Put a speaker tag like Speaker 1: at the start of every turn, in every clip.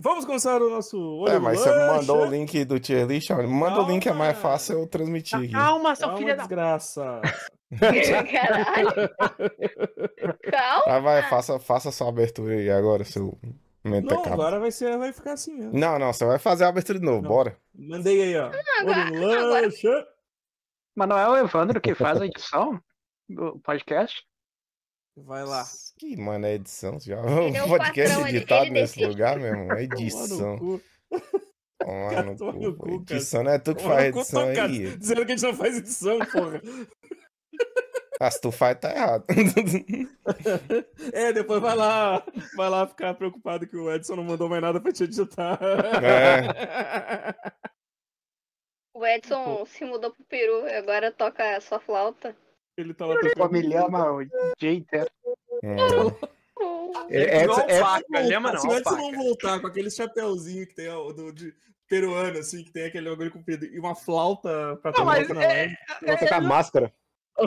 Speaker 1: Vamos começar o nosso olho
Speaker 2: É, mas
Speaker 1: no
Speaker 2: você
Speaker 1: lancha.
Speaker 2: não mandou o link do tier list, olha. Manda o link, é mais
Speaker 1: Calma.
Speaker 2: fácil eu
Speaker 3: Tá,
Speaker 2: transmitir aqui.
Speaker 4: Calma, seu
Speaker 1: Calma,
Speaker 4: filho da
Speaker 1: Ah, desgraça.
Speaker 5: Caralho. Calma.
Speaker 2: Ah, vai, faça, faça sua abertura aí agora, seu
Speaker 1: Não,
Speaker 2: mentecapto.
Speaker 1: agora vai, ser, vai ficar assim mesmo.
Speaker 2: Não, não, você vai fazer a abertura de novo,
Speaker 1: Não.
Speaker 2: bora.
Speaker 1: Mandei aí, ó. Olho no
Speaker 5: agora-
Speaker 1: lancha.
Speaker 4: Mas não é o Evandro que faz a edição do podcast?
Speaker 1: Vai lá.
Speaker 2: Que, mano, é edição já.
Speaker 5: Ele é
Speaker 2: Um
Speaker 5: o
Speaker 2: podcast
Speaker 5: patrão, ele-
Speaker 2: editado
Speaker 5: ele
Speaker 2: nesse
Speaker 5: decide.
Speaker 2: lugar mesmo. É
Speaker 1: Tomar no
Speaker 2: edição.
Speaker 1: cu.
Speaker 2: Tomar no
Speaker 1: Tomar
Speaker 2: cu,
Speaker 1: no
Speaker 2: pô.
Speaker 1: cu, cara.
Speaker 2: Edição não é tu que
Speaker 1: Tomar
Speaker 2: faz
Speaker 1: no cu,
Speaker 2: edição
Speaker 1: tô, cara.
Speaker 2: aí.
Speaker 1: Dizendo que a gente não faz edição, porra.
Speaker 2: Ah, se tu faz, tá errado.
Speaker 1: É, depois vai lá, vai lá ficar preocupado que o Edson não mandou mais nada pra te editar.
Speaker 2: É.
Speaker 5: O Edson se mudou pro Peru, agora toca só flauta.
Speaker 1: Ele tá lá tocando.
Speaker 4: O me ama o dia inteiro.
Speaker 2: Hum.
Speaker 4: É,
Speaker 1: Igual um
Speaker 4: é-
Speaker 1: o Paca,
Speaker 4: é-
Speaker 1: lembra
Speaker 4: não,
Speaker 1: tipo, Se o Edson não
Speaker 4: Paca.
Speaker 1: voltar com aquele chapéuzinho que tem ó, do, de peruano, assim, que tem aquele bagulho comprido e uma flauta pra
Speaker 3: Não,
Speaker 1: tomar
Speaker 3: mas
Speaker 1: pra
Speaker 3: é-
Speaker 1: lá.
Speaker 2: Vou
Speaker 6: tá
Speaker 2: tocar máscara.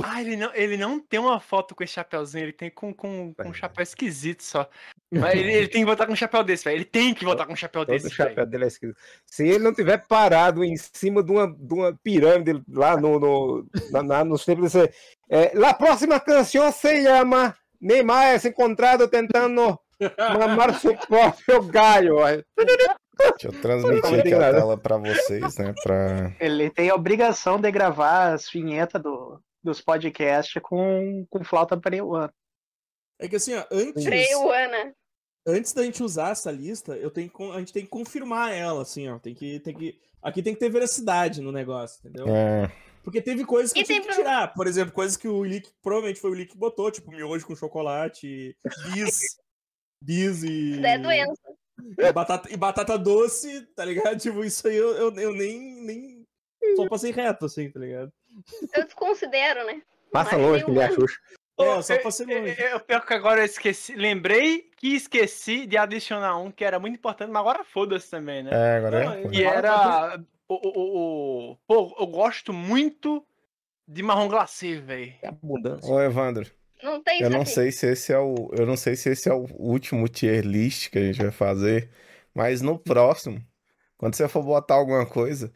Speaker 3: Ah, ele não, ele não tem uma foto com esse chapéuzinho, ele tem com, com, com um chapéu esquisito só. Mas ele, ele tem que voltar com um chapéu desse, velho. Ele tem que voltar com um chapéu
Speaker 6: Todo
Speaker 3: desse.
Speaker 6: o chapéu dele é escrito. Se ele não tiver parado em cima de uma, de uma pirâmide lá no, no, na, na- nos templos, você, é, La próxima canção se chama Neymar é encontrado tentando mamar seu próprio galho. ó.
Speaker 2: Deixa eu transmitir aqui a tela pra vocês, né? Pra...
Speaker 4: Ele tem a obrigação de gravar as vinhetas do, dos podcasts com, com flauta peruana.
Speaker 1: É que assim, ó, antes,
Speaker 5: Freio, Ana.
Speaker 1: antes da gente usar essa lista, eu tenho que con- a gente tem que confirmar ela, assim, ó. Tem que, tem que, aqui tem que ter veracidade no negócio, entendeu?
Speaker 2: É,
Speaker 1: Porque teve coisas que
Speaker 5: E
Speaker 1: eu tive
Speaker 5: tem
Speaker 1: que
Speaker 5: pro-
Speaker 1: tirar. Por exemplo, coisas que o Lick, provavelmente foi o Lick que botou, tipo miojo com chocolate, bis, bis e.
Speaker 5: Isso é doença.
Speaker 1: E batata, e batata doce, tá ligado? Tipo, isso aí eu, eu, eu nem, nem. Só passei reto, assim, tá ligado?
Speaker 5: Eu desconsidero, né?
Speaker 6: Passa
Speaker 5: Mas
Speaker 6: longe
Speaker 5: eu-
Speaker 6: que ele é a Xuxa.
Speaker 1: É,
Speaker 3: Ô,
Speaker 1: eu só
Speaker 3: eu-
Speaker 1: passei
Speaker 3: É,
Speaker 1: longe.
Speaker 3: é, é, o pior que agora eu esqueci. Lembrei que esqueci de adicionar um que era muito importante, mas agora foda-se também, né?
Speaker 2: é, agora
Speaker 1: Não,
Speaker 2: é.
Speaker 1: e
Speaker 3: Que era. O, o- o- o- Pô, eu gosto muito de marrom glacê, velho.
Speaker 2: É Ô, Evandro,
Speaker 5: Não tem
Speaker 2: eu
Speaker 5: isso
Speaker 2: não
Speaker 5: aqui.
Speaker 2: sei se esse é o. Eu não sei se esse é o último tier list que a gente vai fazer. Mas no próximo, quando você for botar alguma coisa,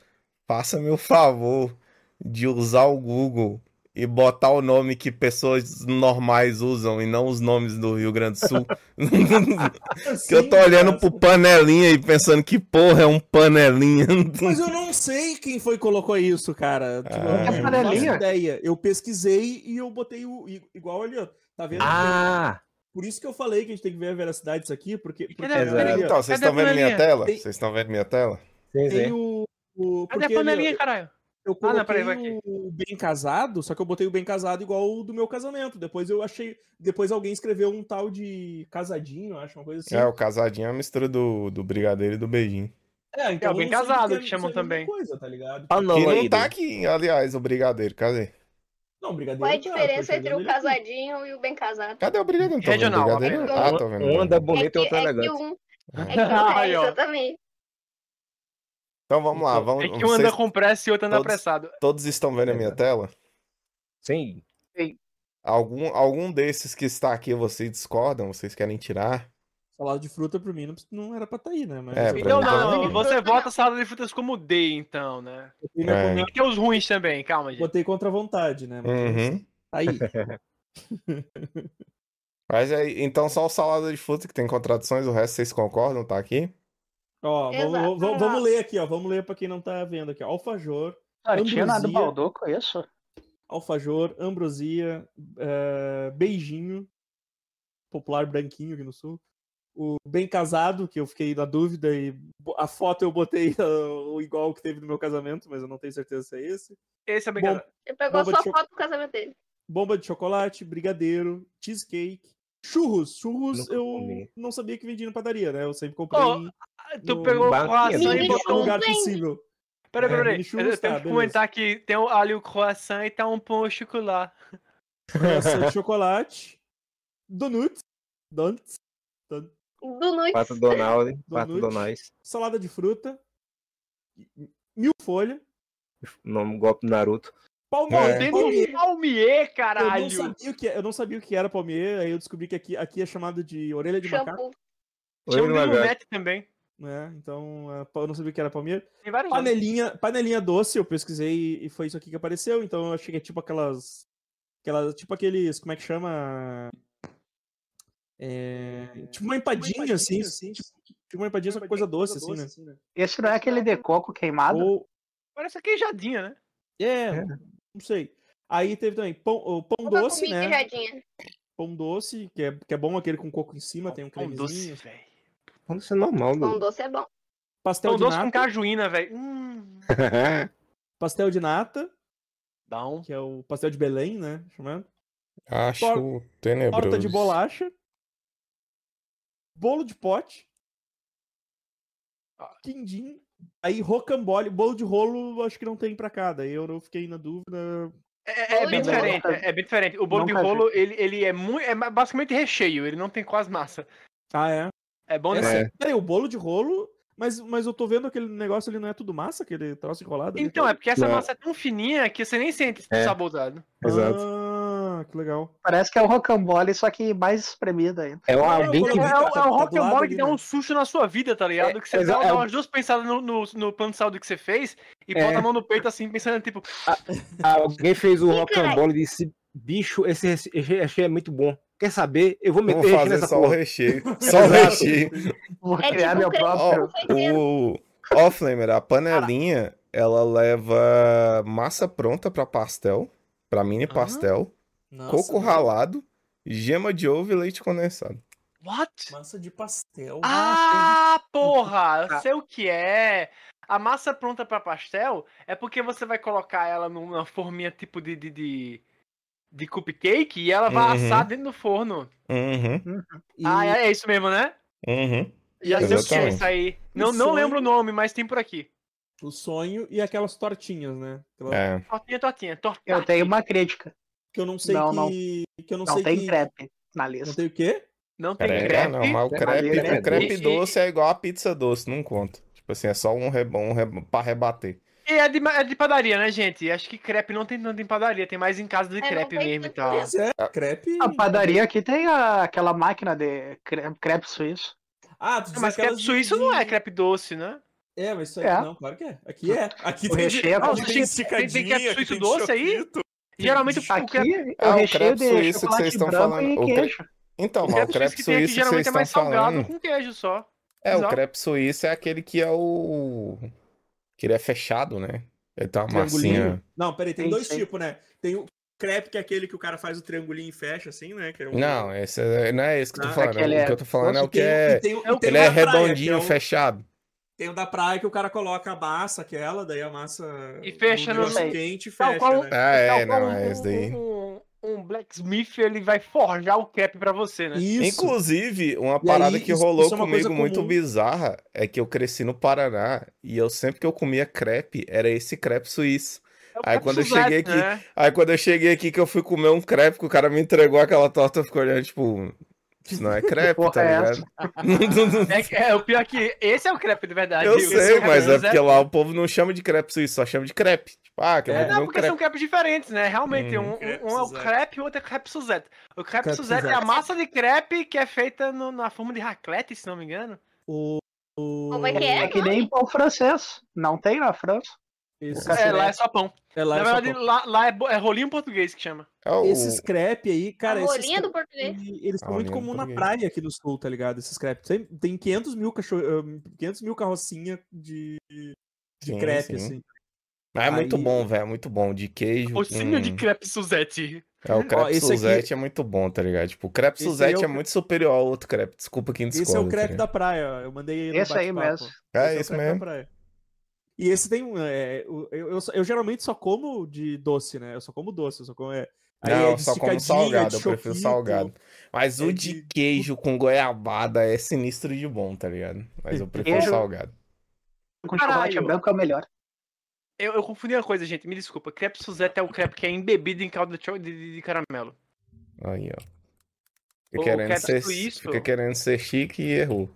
Speaker 2: faça-me o favor de usar o Google e botar o nome que pessoas normais usam e não os nomes do Rio Grande do Sul. que eu tô olhando pro panelinha e pensando que porra é um panelinha.
Speaker 1: Mas eu não sei quem foi que colocou isso, cara. Tipo,
Speaker 2: Ah.
Speaker 1: eu
Speaker 3: é
Speaker 1: não faço
Speaker 4: Amarelinha?
Speaker 1: ideia. Eu pesquisei e eu botei o. i- Igual ali, ó. Tá vendo?
Speaker 6: Ah,
Speaker 1: Por isso que eu falei que a gente tem que ver a veracidade disso aqui, porque. porque
Speaker 3: Cadê a
Speaker 1: ali, ó,
Speaker 6: panelinha?
Speaker 2: Então, vocês
Speaker 3: Cadê a
Speaker 2: estão vendo minha
Speaker 3: panelinha?
Speaker 2: tela?
Speaker 1: Tem-
Speaker 2: Vocês estão vendo minha tela?
Speaker 6: sim,
Speaker 1: Tem um
Speaker 6: sim.
Speaker 1: o. o
Speaker 3: Cadê a
Speaker 1: porque ali, ó,
Speaker 3: panelinha, caralho?
Speaker 1: Eu
Speaker 3: Ah,
Speaker 1: coloquei
Speaker 3: não, peraí, vai aqui.
Speaker 1: o bem casado, só que eu botei o bem casado igual o do meu casamento. Depois eu achei. Depois alguém escreveu um tal de casadinho, eu acho, uma coisa assim.
Speaker 2: É, o casadinho é a mistura do, do brigadeiro e do beijinho.
Speaker 1: É,
Speaker 3: É, o Bem
Speaker 1: eu não sei
Speaker 3: Casado
Speaker 1: porque
Speaker 3: que chamam
Speaker 1: seja a mesma
Speaker 3: também.
Speaker 1: Coisa, tá ligado?
Speaker 6: Ah,
Speaker 2: que
Speaker 6: não,
Speaker 2: não
Speaker 6: aí,
Speaker 2: tá aqui, aliás, o brigadeiro, cadê?
Speaker 1: Não, brigadeiro.
Speaker 5: Qual é
Speaker 1: tá,
Speaker 5: a
Speaker 1: eu tô
Speaker 5: diferença entre
Speaker 1: enxergando
Speaker 5: o
Speaker 1: ele.
Speaker 5: casadinho e o bem casado?
Speaker 2: Cadê o brigadeiro? Não tô vendo
Speaker 3: Regional, né?
Speaker 2: o brigadeiro?
Speaker 5: Americano.
Speaker 2: Ah, tô vendo.
Speaker 6: Um anda
Speaker 5: É
Speaker 6: bonito e
Speaker 5: que,
Speaker 6: outro
Speaker 5: é que
Speaker 6: elegante.
Speaker 5: um. É que
Speaker 3: Ah,
Speaker 5: o
Speaker 3: aí, ó.
Speaker 5: também.
Speaker 2: Então vamos lá, vamos.
Speaker 3: É que um
Speaker 2: vocês
Speaker 3: anda com É. pressa e outro anda
Speaker 2: todos-
Speaker 3: apressado.
Speaker 2: Todos estão vendo a minha tela?
Speaker 6: Sim.
Speaker 2: Algum, algum desses que está aqui vocês discordam? Vocês querem tirar?
Speaker 1: Salada de fruta pra mim não, não era pra tá aí, né? Mas
Speaker 2: É, pra
Speaker 3: Então,
Speaker 2: mim
Speaker 3: não,
Speaker 2: também.
Speaker 3: não, você vota salada de frutas como D, então, né?
Speaker 1: botei, minha
Speaker 2: É.
Speaker 1: comi-
Speaker 3: Tem que ter os ruins também, calma, gente.
Speaker 1: botei contra a vontade, né? Mas
Speaker 2: Uhum.
Speaker 1: tá aí.
Speaker 2: Mas aí, então só o salada de fruta que tem contradições, o resto vocês concordam? Tá aqui?
Speaker 1: Ó, vamos,
Speaker 5: Exato,
Speaker 1: vamos-
Speaker 5: vamos lá.
Speaker 1: vamos ler aqui, ó. Vamos ler pra quem não tá vendo aqui. ó. Alfajor,
Speaker 4: Tortinha do
Speaker 1: Ambrosia.
Speaker 4: Balduco, isso?
Speaker 1: alfajor, ambrosia, eh, beijinho, popular branquinho aqui no sul. O bem casado, que eu fiquei na dúvida e bo- a foto eu botei ah, o igual que teve no meu casamento, mas eu não tenho certeza se é esse.
Speaker 3: Esse é bem
Speaker 1: Bom,
Speaker 5: Ele pegou
Speaker 1: Bomba
Speaker 5: só
Speaker 1: de
Speaker 5: foto do casamento dele.
Speaker 1: Bomba de chocolate, brigadeiro, cheesecake, churros. Churros
Speaker 6: Nunca
Speaker 1: eu
Speaker 6: comi.
Speaker 1: não sabia que vendia na padaria, né? Eu sempre comprei
Speaker 3: Ô,
Speaker 1: em
Speaker 3: Ah, Tu
Speaker 1: no-
Speaker 3: pegou o
Speaker 6: Banquinha,
Speaker 3: croissant
Speaker 5: né?
Speaker 3: e
Speaker 1: em todo
Speaker 3: botou um
Speaker 1: lugar
Speaker 5: Vem.
Speaker 1: possível.
Speaker 3: Peraí,
Speaker 1: É,
Speaker 3: peraí,
Speaker 1: mini
Speaker 3: peraí. Eu
Speaker 1: churros,
Speaker 3: tenho
Speaker 1: tá,
Speaker 3: que
Speaker 1: beleza.
Speaker 3: comentar que tem o- ali o croissant e tá um pão ao chocolate.
Speaker 1: Croissant de chocolate, donuts, donuts,
Speaker 5: Do noite.
Speaker 6: Pato Donald, Pato
Speaker 1: Donut.
Speaker 6: Donald.
Speaker 1: salada de fruta, mil folha,
Speaker 6: Nome golpe do Naruto.
Speaker 1: palmeira.
Speaker 2: É.
Speaker 3: Tem
Speaker 1: palmeira.
Speaker 3: no Palmier,
Speaker 1: Eu não,
Speaker 3: caralho.
Speaker 1: sabia o que, eu não sabia o que era palmeira, aí eu descobri que aqui, aqui é chamado é de orelha de macaco.
Speaker 5: Shampoo.
Speaker 6: Oi,
Speaker 3: Tinha um
Speaker 6: Lula
Speaker 3: Lilo
Speaker 6: Gato.
Speaker 3: Net também.
Speaker 1: né? Então, é, pa- eu não sabia o que era palmeira.
Speaker 3: Tem vários nomes.
Speaker 1: Panelinha, panelinha doce, eu pesquisei e foi isso aqui que apareceu. Então, eu achei que é tipo aquelas. aquelas tipo aqueles. Como é que chama? É, tipo uma empadinha, assim. Tipo, tipo uma empadinha, só que coisa doce, assim, né?
Speaker 4: Esse não é aquele de coco queimado?
Speaker 1: Ou,
Speaker 3: Parece queijadinha, né?
Speaker 1: é, não sei. Aí teve também pão, o pão
Speaker 5: Nunca
Speaker 1: doce,
Speaker 5: comi
Speaker 1: né?
Speaker 5: queijadinha.
Speaker 1: Pão doce, que é, que é bom aquele com coco em cima, tem um
Speaker 3: Ah, Pão doce,
Speaker 1: cremezinho.
Speaker 3: velho.
Speaker 6: Vamos ser normal,
Speaker 5: Pão
Speaker 6: Dudu.
Speaker 5: doce é bom.
Speaker 1: Pastel
Speaker 3: Pão
Speaker 1: Então, de
Speaker 3: doce
Speaker 1: nata,
Speaker 3: com cajuína, velho. Hum.
Speaker 5: Ah.
Speaker 1: pastel de nata,
Speaker 3: Dá um.
Speaker 1: que é o pastel de Belém, né? Chamando.
Speaker 2: Acho
Speaker 1: Tor-
Speaker 2: tenebroso.
Speaker 1: Torta de bolacha. Bolo de pote. Quindim. Aí rocambole, bolo de rolo, acho que não tem pra cá. Daí eu não fiquei na dúvida.
Speaker 3: É, é
Speaker 5: Bolo
Speaker 3: bem
Speaker 5: de
Speaker 3: diferente,
Speaker 4: rolo.
Speaker 3: é, é bem diferente. O bolo de
Speaker 4: Nunca vi.
Speaker 3: rolo, ele, ele é muito. É basicamente recheio, ele não tem quase massa.
Speaker 1: Ah, é?
Speaker 3: É bom
Speaker 1: É,
Speaker 3: nesse.
Speaker 1: sério. Peraí, o bolo de rolo. Mas, mas eu tô vendo aquele negócio ali, não é tudo massa, aquele troço enrolado? ali? tá?
Speaker 3: Então, é porque essa
Speaker 6: Não.
Speaker 3: massa é tão fininha que você nem sente o
Speaker 6: É.
Speaker 3: sabor tá dado.
Speaker 6: Exato.
Speaker 1: Ah, que legal.
Speaker 4: Parece que é o rocambole, só que mais espremido ainda.
Speaker 6: É um
Speaker 1: eu
Speaker 6: alguém
Speaker 3: É,
Speaker 1: coloquei-
Speaker 6: que.
Speaker 1: tá-
Speaker 3: o-
Speaker 1: tá-
Speaker 3: é
Speaker 1: tá
Speaker 3: o
Speaker 1: do
Speaker 3: rock and
Speaker 1: lado
Speaker 3: roll
Speaker 1: ali,
Speaker 3: que dá
Speaker 1: né?
Speaker 3: um susto na sua vida, tá ligado? Que você
Speaker 6: é,
Speaker 3: dá,
Speaker 6: é
Speaker 3: dá
Speaker 6: o-
Speaker 3: umas duas pensadas no, no, no plano de saúde que você fez e
Speaker 6: É.
Speaker 3: bota a mão no peito assim, pensando, tipo,
Speaker 6: Alguém fez o
Speaker 5: Ih,
Speaker 6: rocambole e disse: bicho, esse reche- esse recheio é muito bom. Quer saber? Eu vou meter
Speaker 2: Vamos
Speaker 6: recheio
Speaker 2: fazer
Speaker 6: nessa
Speaker 2: só o
Speaker 6: porra.
Speaker 2: recheio. Só o
Speaker 6: Exato.
Speaker 2: recheio.
Speaker 4: Vou
Speaker 5: É
Speaker 4: criar
Speaker 5: tipo
Speaker 4: meu
Speaker 5: um creme-
Speaker 4: próprio.
Speaker 2: O Offlamer, a panelinha, ela leva massa pronta pra pastel, pra mini
Speaker 3: Ah.
Speaker 2: pastel,
Speaker 1: Nossa,
Speaker 2: coco
Speaker 1: mas-
Speaker 2: ralado, gema de ovo e leite condensado.
Speaker 3: what?
Speaker 1: Massa de pastel.
Speaker 3: Ah, porra! Eu sei o que é. A massa pronta pra pastel é porque você vai colocar ela numa forminha tipo de. de, de, de cupcake e ela vai
Speaker 2: Uhum.
Speaker 3: assar dentro do forno.
Speaker 2: Uhum,
Speaker 1: E-
Speaker 3: Ah, é, é isso mesmo, né?
Speaker 2: uhum.
Speaker 3: Já sei o que é
Speaker 2: Exatamente.
Speaker 3: isso aí. Não, não
Speaker 1: sonho.
Speaker 3: lembro o nome, mas tem por aqui.
Speaker 1: O sonho e aquelas tortinhas, né? Aquela-
Speaker 2: É.
Speaker 3: Tortinha, tortinha, tortinha.
Speaker 4: Eu tenho uma crítica.
Speaker 1: Que eu não sei
Speaker 4: Não,
Speaker 1: que.
Speaker 4: não.
Speaker 1: Que eu não,
Speaker 4: Não
Speaker 1: sei
Speaker 4: tem
Speaker 1: que.
Speaker 4: crepe na
Speaker 1: Não
Speaker 4: lista.
Speaker 1: tem o quê?
Speaker 3: Não tem
Speaker 2: Crepe,
Speaker 4: É,
Speaker 3: crepe.
Speaker 2: ah, não, mas o crepe,
Speaker 4: Crepe,
Speaker 2: o crepe
Speaker 3: crepe.
Speaker 2: doce é igual a pizza doce, não conta. Tipo assim, é só um rebão um reba- pra rebater.
Speaker 3: E é de, é de padaria, né, gente? Acho que crepe não tem tanto em padaria, tem mais em casa de
Speaker 5: É, não
Speaker 3: crepe
Speaker 5: tem
Speaker 3: mesmo e
Speaker 5: tanto
Speaker 3: tal.
Speaker 5: mesmo.
Speaker 1: Pois é,
Speaker 2: Ah.
Speaker 1: crepe.
Speaker 4: A padaria aqui tem a- aquela máquina de crepe, crepe suíço.
Speaker 1: Ah, tu diz
Speaker 3: Não, mas crepe
Speaker 1: aquelas de-
Speaker 3: suíço
Speaker 1: de-
Speaker 3: não é crepe doce, né?
Speaker 1: É, mas isso aqui
Speaker 4: É.
Speaker 1: não, claro que é. Aqui é. Aqui
Speaker 4: O recheio é
Speaker 1: aqui
Speaker 4: com
Speaker 3: Não, tem- tem- tem crepe suíço doce aí? Geralmente Tipo o
Speaker 4: Aqui
Speaker 3: crepe,
Speaker 2: Ah,
Speaker 4: o
Speaker 2: o crepe
Speaker 4: recheio de
Speaker 2: suíço que vocês
Speaker 4: chocolate
Speaker 2: estão
Speaker 4: branco
Speaker 2: falando.
Speaker 4: e
Speaker 2: O cre-
Speaker 4: queijo.
Speaker 2: Então,
Speaker 3: o
Speaker 2: mas o crepe
Speaker 3: crepe suíço que tem aqui
Speaker 2: suíço que vocês
Speaker 3: geralmente é
Speaker 2: estão
Speaker 3: mais salgado
Speaker 2: falando.
Speaker 3: com queijo só.
Speaker 2: É, o
Speaker 3: Exato.
Speaker 2: crepe suíço é aquele que é o. que ele é fechado, né? Ele tem uma massinha.
Speaker 1: Não, peraí, tem
Speaker 4: Tem,
Speaker 1: dois
Speaker 4: tem.
Speaker 1: tipos, né? Tem o crepe, que é aquele que o cara faz o triangulinho e fecha, assim, né? Que é um...
Speaker 2: Não, esse é- não é esse que eu tô
Speaker 1: Não,
Speaker 2: falando.
Speaker 4: aquele
Speaker 2: o
Speaker 4: é
Speaker 2: que eu tô falando é
Speaker 1: E
Speaker 2: o que
Speaker 1: tem,
Speaker 2: é.
Speaker 1: e tem, o-
Speaker 3: é o-
Speaker 1: e tem
Speaker 2: Ele
Speaker 1: o
Speaker 2: é
Speaker 1: da praia, que é
Speaker 2: redondinho,
Speaker 1: o-
Speaker 2: fechado.
Speaker 1: Tem o da praia que o cara coloca a massa, aquela, daí a massa.
Speaker 3: E fecha
Speaker 1: no
Speaker 3: no-
Speaker 1: negócio
Speaker 4: sei.
Speaker 1: quente e
Speaker 3: Tal
Speaker 1: fecha,
Speaker 3: qual- um
Speaker 1: né?
Speaker 2: Ah, é,
Speaker 3: Tal qual
Speaker 2: não, é esse daí.
Speaker 3: Um, um blacksmith, ele vai forjar o crepe pra você, né?
Speaker 1: É Isso.
Speaker 2: Inclusive, uma
Speaker 1: E
Speaker 2: parada
Speaker 1: aí,
Speaker 2: que
Speaker 1: isso-
Speaker 2: rolou
Speaker 1: isso é uma coisa
Speaker 2: comigo muito
Speaker 1: comum.
Speaker 2: bizarra é que eu cresci no Paraná e eu sempre que eu comia crepe era esse crepe suíço.
Speaker 3: É o
Speaker 2: Aí
Speaker 3: crepe
Speaker 2: quando eu
Speaker 3: Suzette,
Speaker 2: cheguei aqui-
Speaker 3: né?
Speaker 2: Aí quando eu cheguei aqui que eu fui comer um crepe, que o cara me entregou aquela torta, eu fico olhando, tipo, isso não é crepe,
Speaker 4: porra
Speaker 2: tá
Speaker 4: é
Speaker 2: ligado?
Speaker 3: É, que- é, o pior que esse é o crepe de verdade.
Speaker 2: eu
Speaker 3: viu?
Speaker 2: sei,
Speaker 3: Esse o
Speaker 1: né?
Speaker 2: mas é
Speaker 3: Suzette.
Speaker 2: porque lá o povo não chama de crepe suíço, só chama de crepe. Tipo, ah, que eu
Speaker 1: É,
Speaker 2: vou comer
Speaker 3: Não,
Speaker 2: um
Speaker 3: porque
Speaker 2: crepe.
Speaker 3: são crepes diferentes, né? Realmente,
Speaker 2: Uhum.
Speaker 3: um,
Speaker 1: Crepe
Speaker 3: um é o
Speaker 1: Suzette.
Speaker 3: crepe e o outro é crepe Suzette. O crepe,
Speaker 1: Crepe
Speaker 3: Suzette, é a
Speaker 1: Suzette.
Speaker 3: massa de crepe que é feita no- na forma de raclete, se não me engano.
Speaker 1: O... o-
Speaker 5: Como é que
Speaker 4: É
Speaker 5: é?
Speaker 4: que nem pão francês. Não tem na França.
Speaker 1: Esses
Speaker 3: É, lá é
Speaker 1: crepe-
Speaker 3: só pão.
Speaker 1: é lá
Speaker 3: na
Speaker 1: é só
Speaker 3: verdade,
Speaker 1: pão.
Speaker 3: lá, lá é, bo- é rolinho português que chama.
Speaker 2: É o-
Speaker 1: Esses crepe aí, cara,
Speaker 5: a
Speaker 1: esses
Speaker 5: rolinha do português.
Speaker 1: crepe, eles
Speaker 2: Ah,
Speaker 1: são muito
Speaker 2: olhando
Speaker 1: comuns na
Speaker 2: português.
Speaker 1: praia aqui no sul, tá ligado? Esses crepes. Tem, tem 500 mil cachorro, ahn, 500 mil carrocinha de, de
Speaker 2: Sim,
Speaker 1: crepe,
Speaker 2: sim.
Speaker 1: assim.
Speaker 2: Mas é muito
Speaker 1: Aí-
Speaker 2: bom, velho, é muito bom. De queijo.
Speaker 3: Rocinho
Speaker 2: hum.
Speaker 3: de crepe Suzette.
Speaker 2: É, o crepe
Speaker 1: esse aqui-
Speaker 2: Suzette é muito bom, tá ligado? Tipo, o crepe
Speaker 1: Esse aí
Speaker 2: Suzette
Speaker 1: é
Speaker 2: é,
Speaker 1: o cre-
Speaker 2: muito superior ao outro crepe. Desculpa quem discorda.
Speaker 1: Esse é o
Speaker 2: tá
Speaker 1: crepe da
Speaker 2: ligado?
Speaker 1: praia, ó. Eu mandei no
Speaker 4: Esse aí
Speaker 1: bate-papo.
Speaker 4: mesmo.
Speaker 1: Esse
Speaker 2: É,
Speaker 1: o
Speaker 2: isso
Speaker 1: crepe da
Speaker 2: mesmo.
Speaker 1: praia. E esse tem um. é, o- eu, eu, só- eu geralmente só como de doce, né? Eu só como doce, eu só como. É, aí
Speaker 2: Não,
Speaker 1: é
Speaker 2: eu
Speaker 1: de
Speaker 2: só como
Speaker 1: esticadinha, é de
Speaker 2: salgado, eu prefiro
Speaker 1: choquito.
Speaker 2: salgado. Mas
Speaker 1: é
Speaker 2: o de
Speaker 1: de-
Speaker 2: queijo com goiabada é sinistro de bom, tá ligado? Mas eu prefiro
Speaker 4: Queijo-
Speaker 2: salgado.
Speaker 4: Com
Speaker 3: Caralho.
Speaker 4: chocolate branco é o melhor.
Speaker 3: Eu, eu confundi uma coisa, gente. Me desculpa. Crepe Suzette é o crepe que é embebido em calda de, cho- de- de- de caramelo.
Speaker 2: Aí, ó.
Speaker 3: Ô,
Speaker 2: Fica querendo,
Speaker 3: crepe
Speaker 2: ser,
Speaker 3: suíço.
Speaker 2: fica querendo ser chique e errou.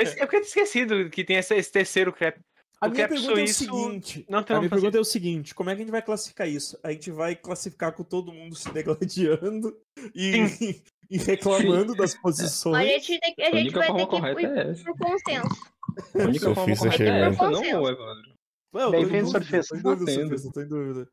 Speaker 3: Esse- Eu tinha esquecido que tem esse, esse terceiro crepe.
Speaker 1: Ah, A
Speaker 3: O
Speaker 1: minha
Speaker 3: cap
Speaker 1: pergunta é o
Speaker 3: suíço
Speaker 1: seguinte.
Speaker 3: Não
Speaker 1: A
Speaker 3: então, tem
Speaker 1: minha
Speaker 3: nome pra
Speaker 1: pergunta é o seguinte: como é que a gente vai classificar isso? A gente vai classificar com todo mundo se degladiando e, e reclamando das
Speaker 5: A
Speaker 1: posições.
Speaker 5: gente, tem, que- a
Speaker 7: A
Speaker 5: gente
Speaker 7: única
Speaker 5: vai ter
Speaker 7: forma
Speaker 5: que
Speaker 7: correta
Speaker 5: ir
Speaker 7: é essa.
Speaker 5: por consenso.
Speaker 7: A única forma
Speaker 2: Sofista
Speaker 7: correta é
Speaker 2: chegou.
Speaker 7: essa, não
Speaker 5: Consenso.
Speaker 7: o Evandro.
Speaker 1: Não,
Speaker 4: Bem
Speaker 1: tô em
Speaker 4: feito,
Speaker 1: dúvida,
Speaker 4: surfista.
Speaker 1: tô em dúvida,
Speaker 7: Batendo.
Speaker 1: surfista, tô em dúvida.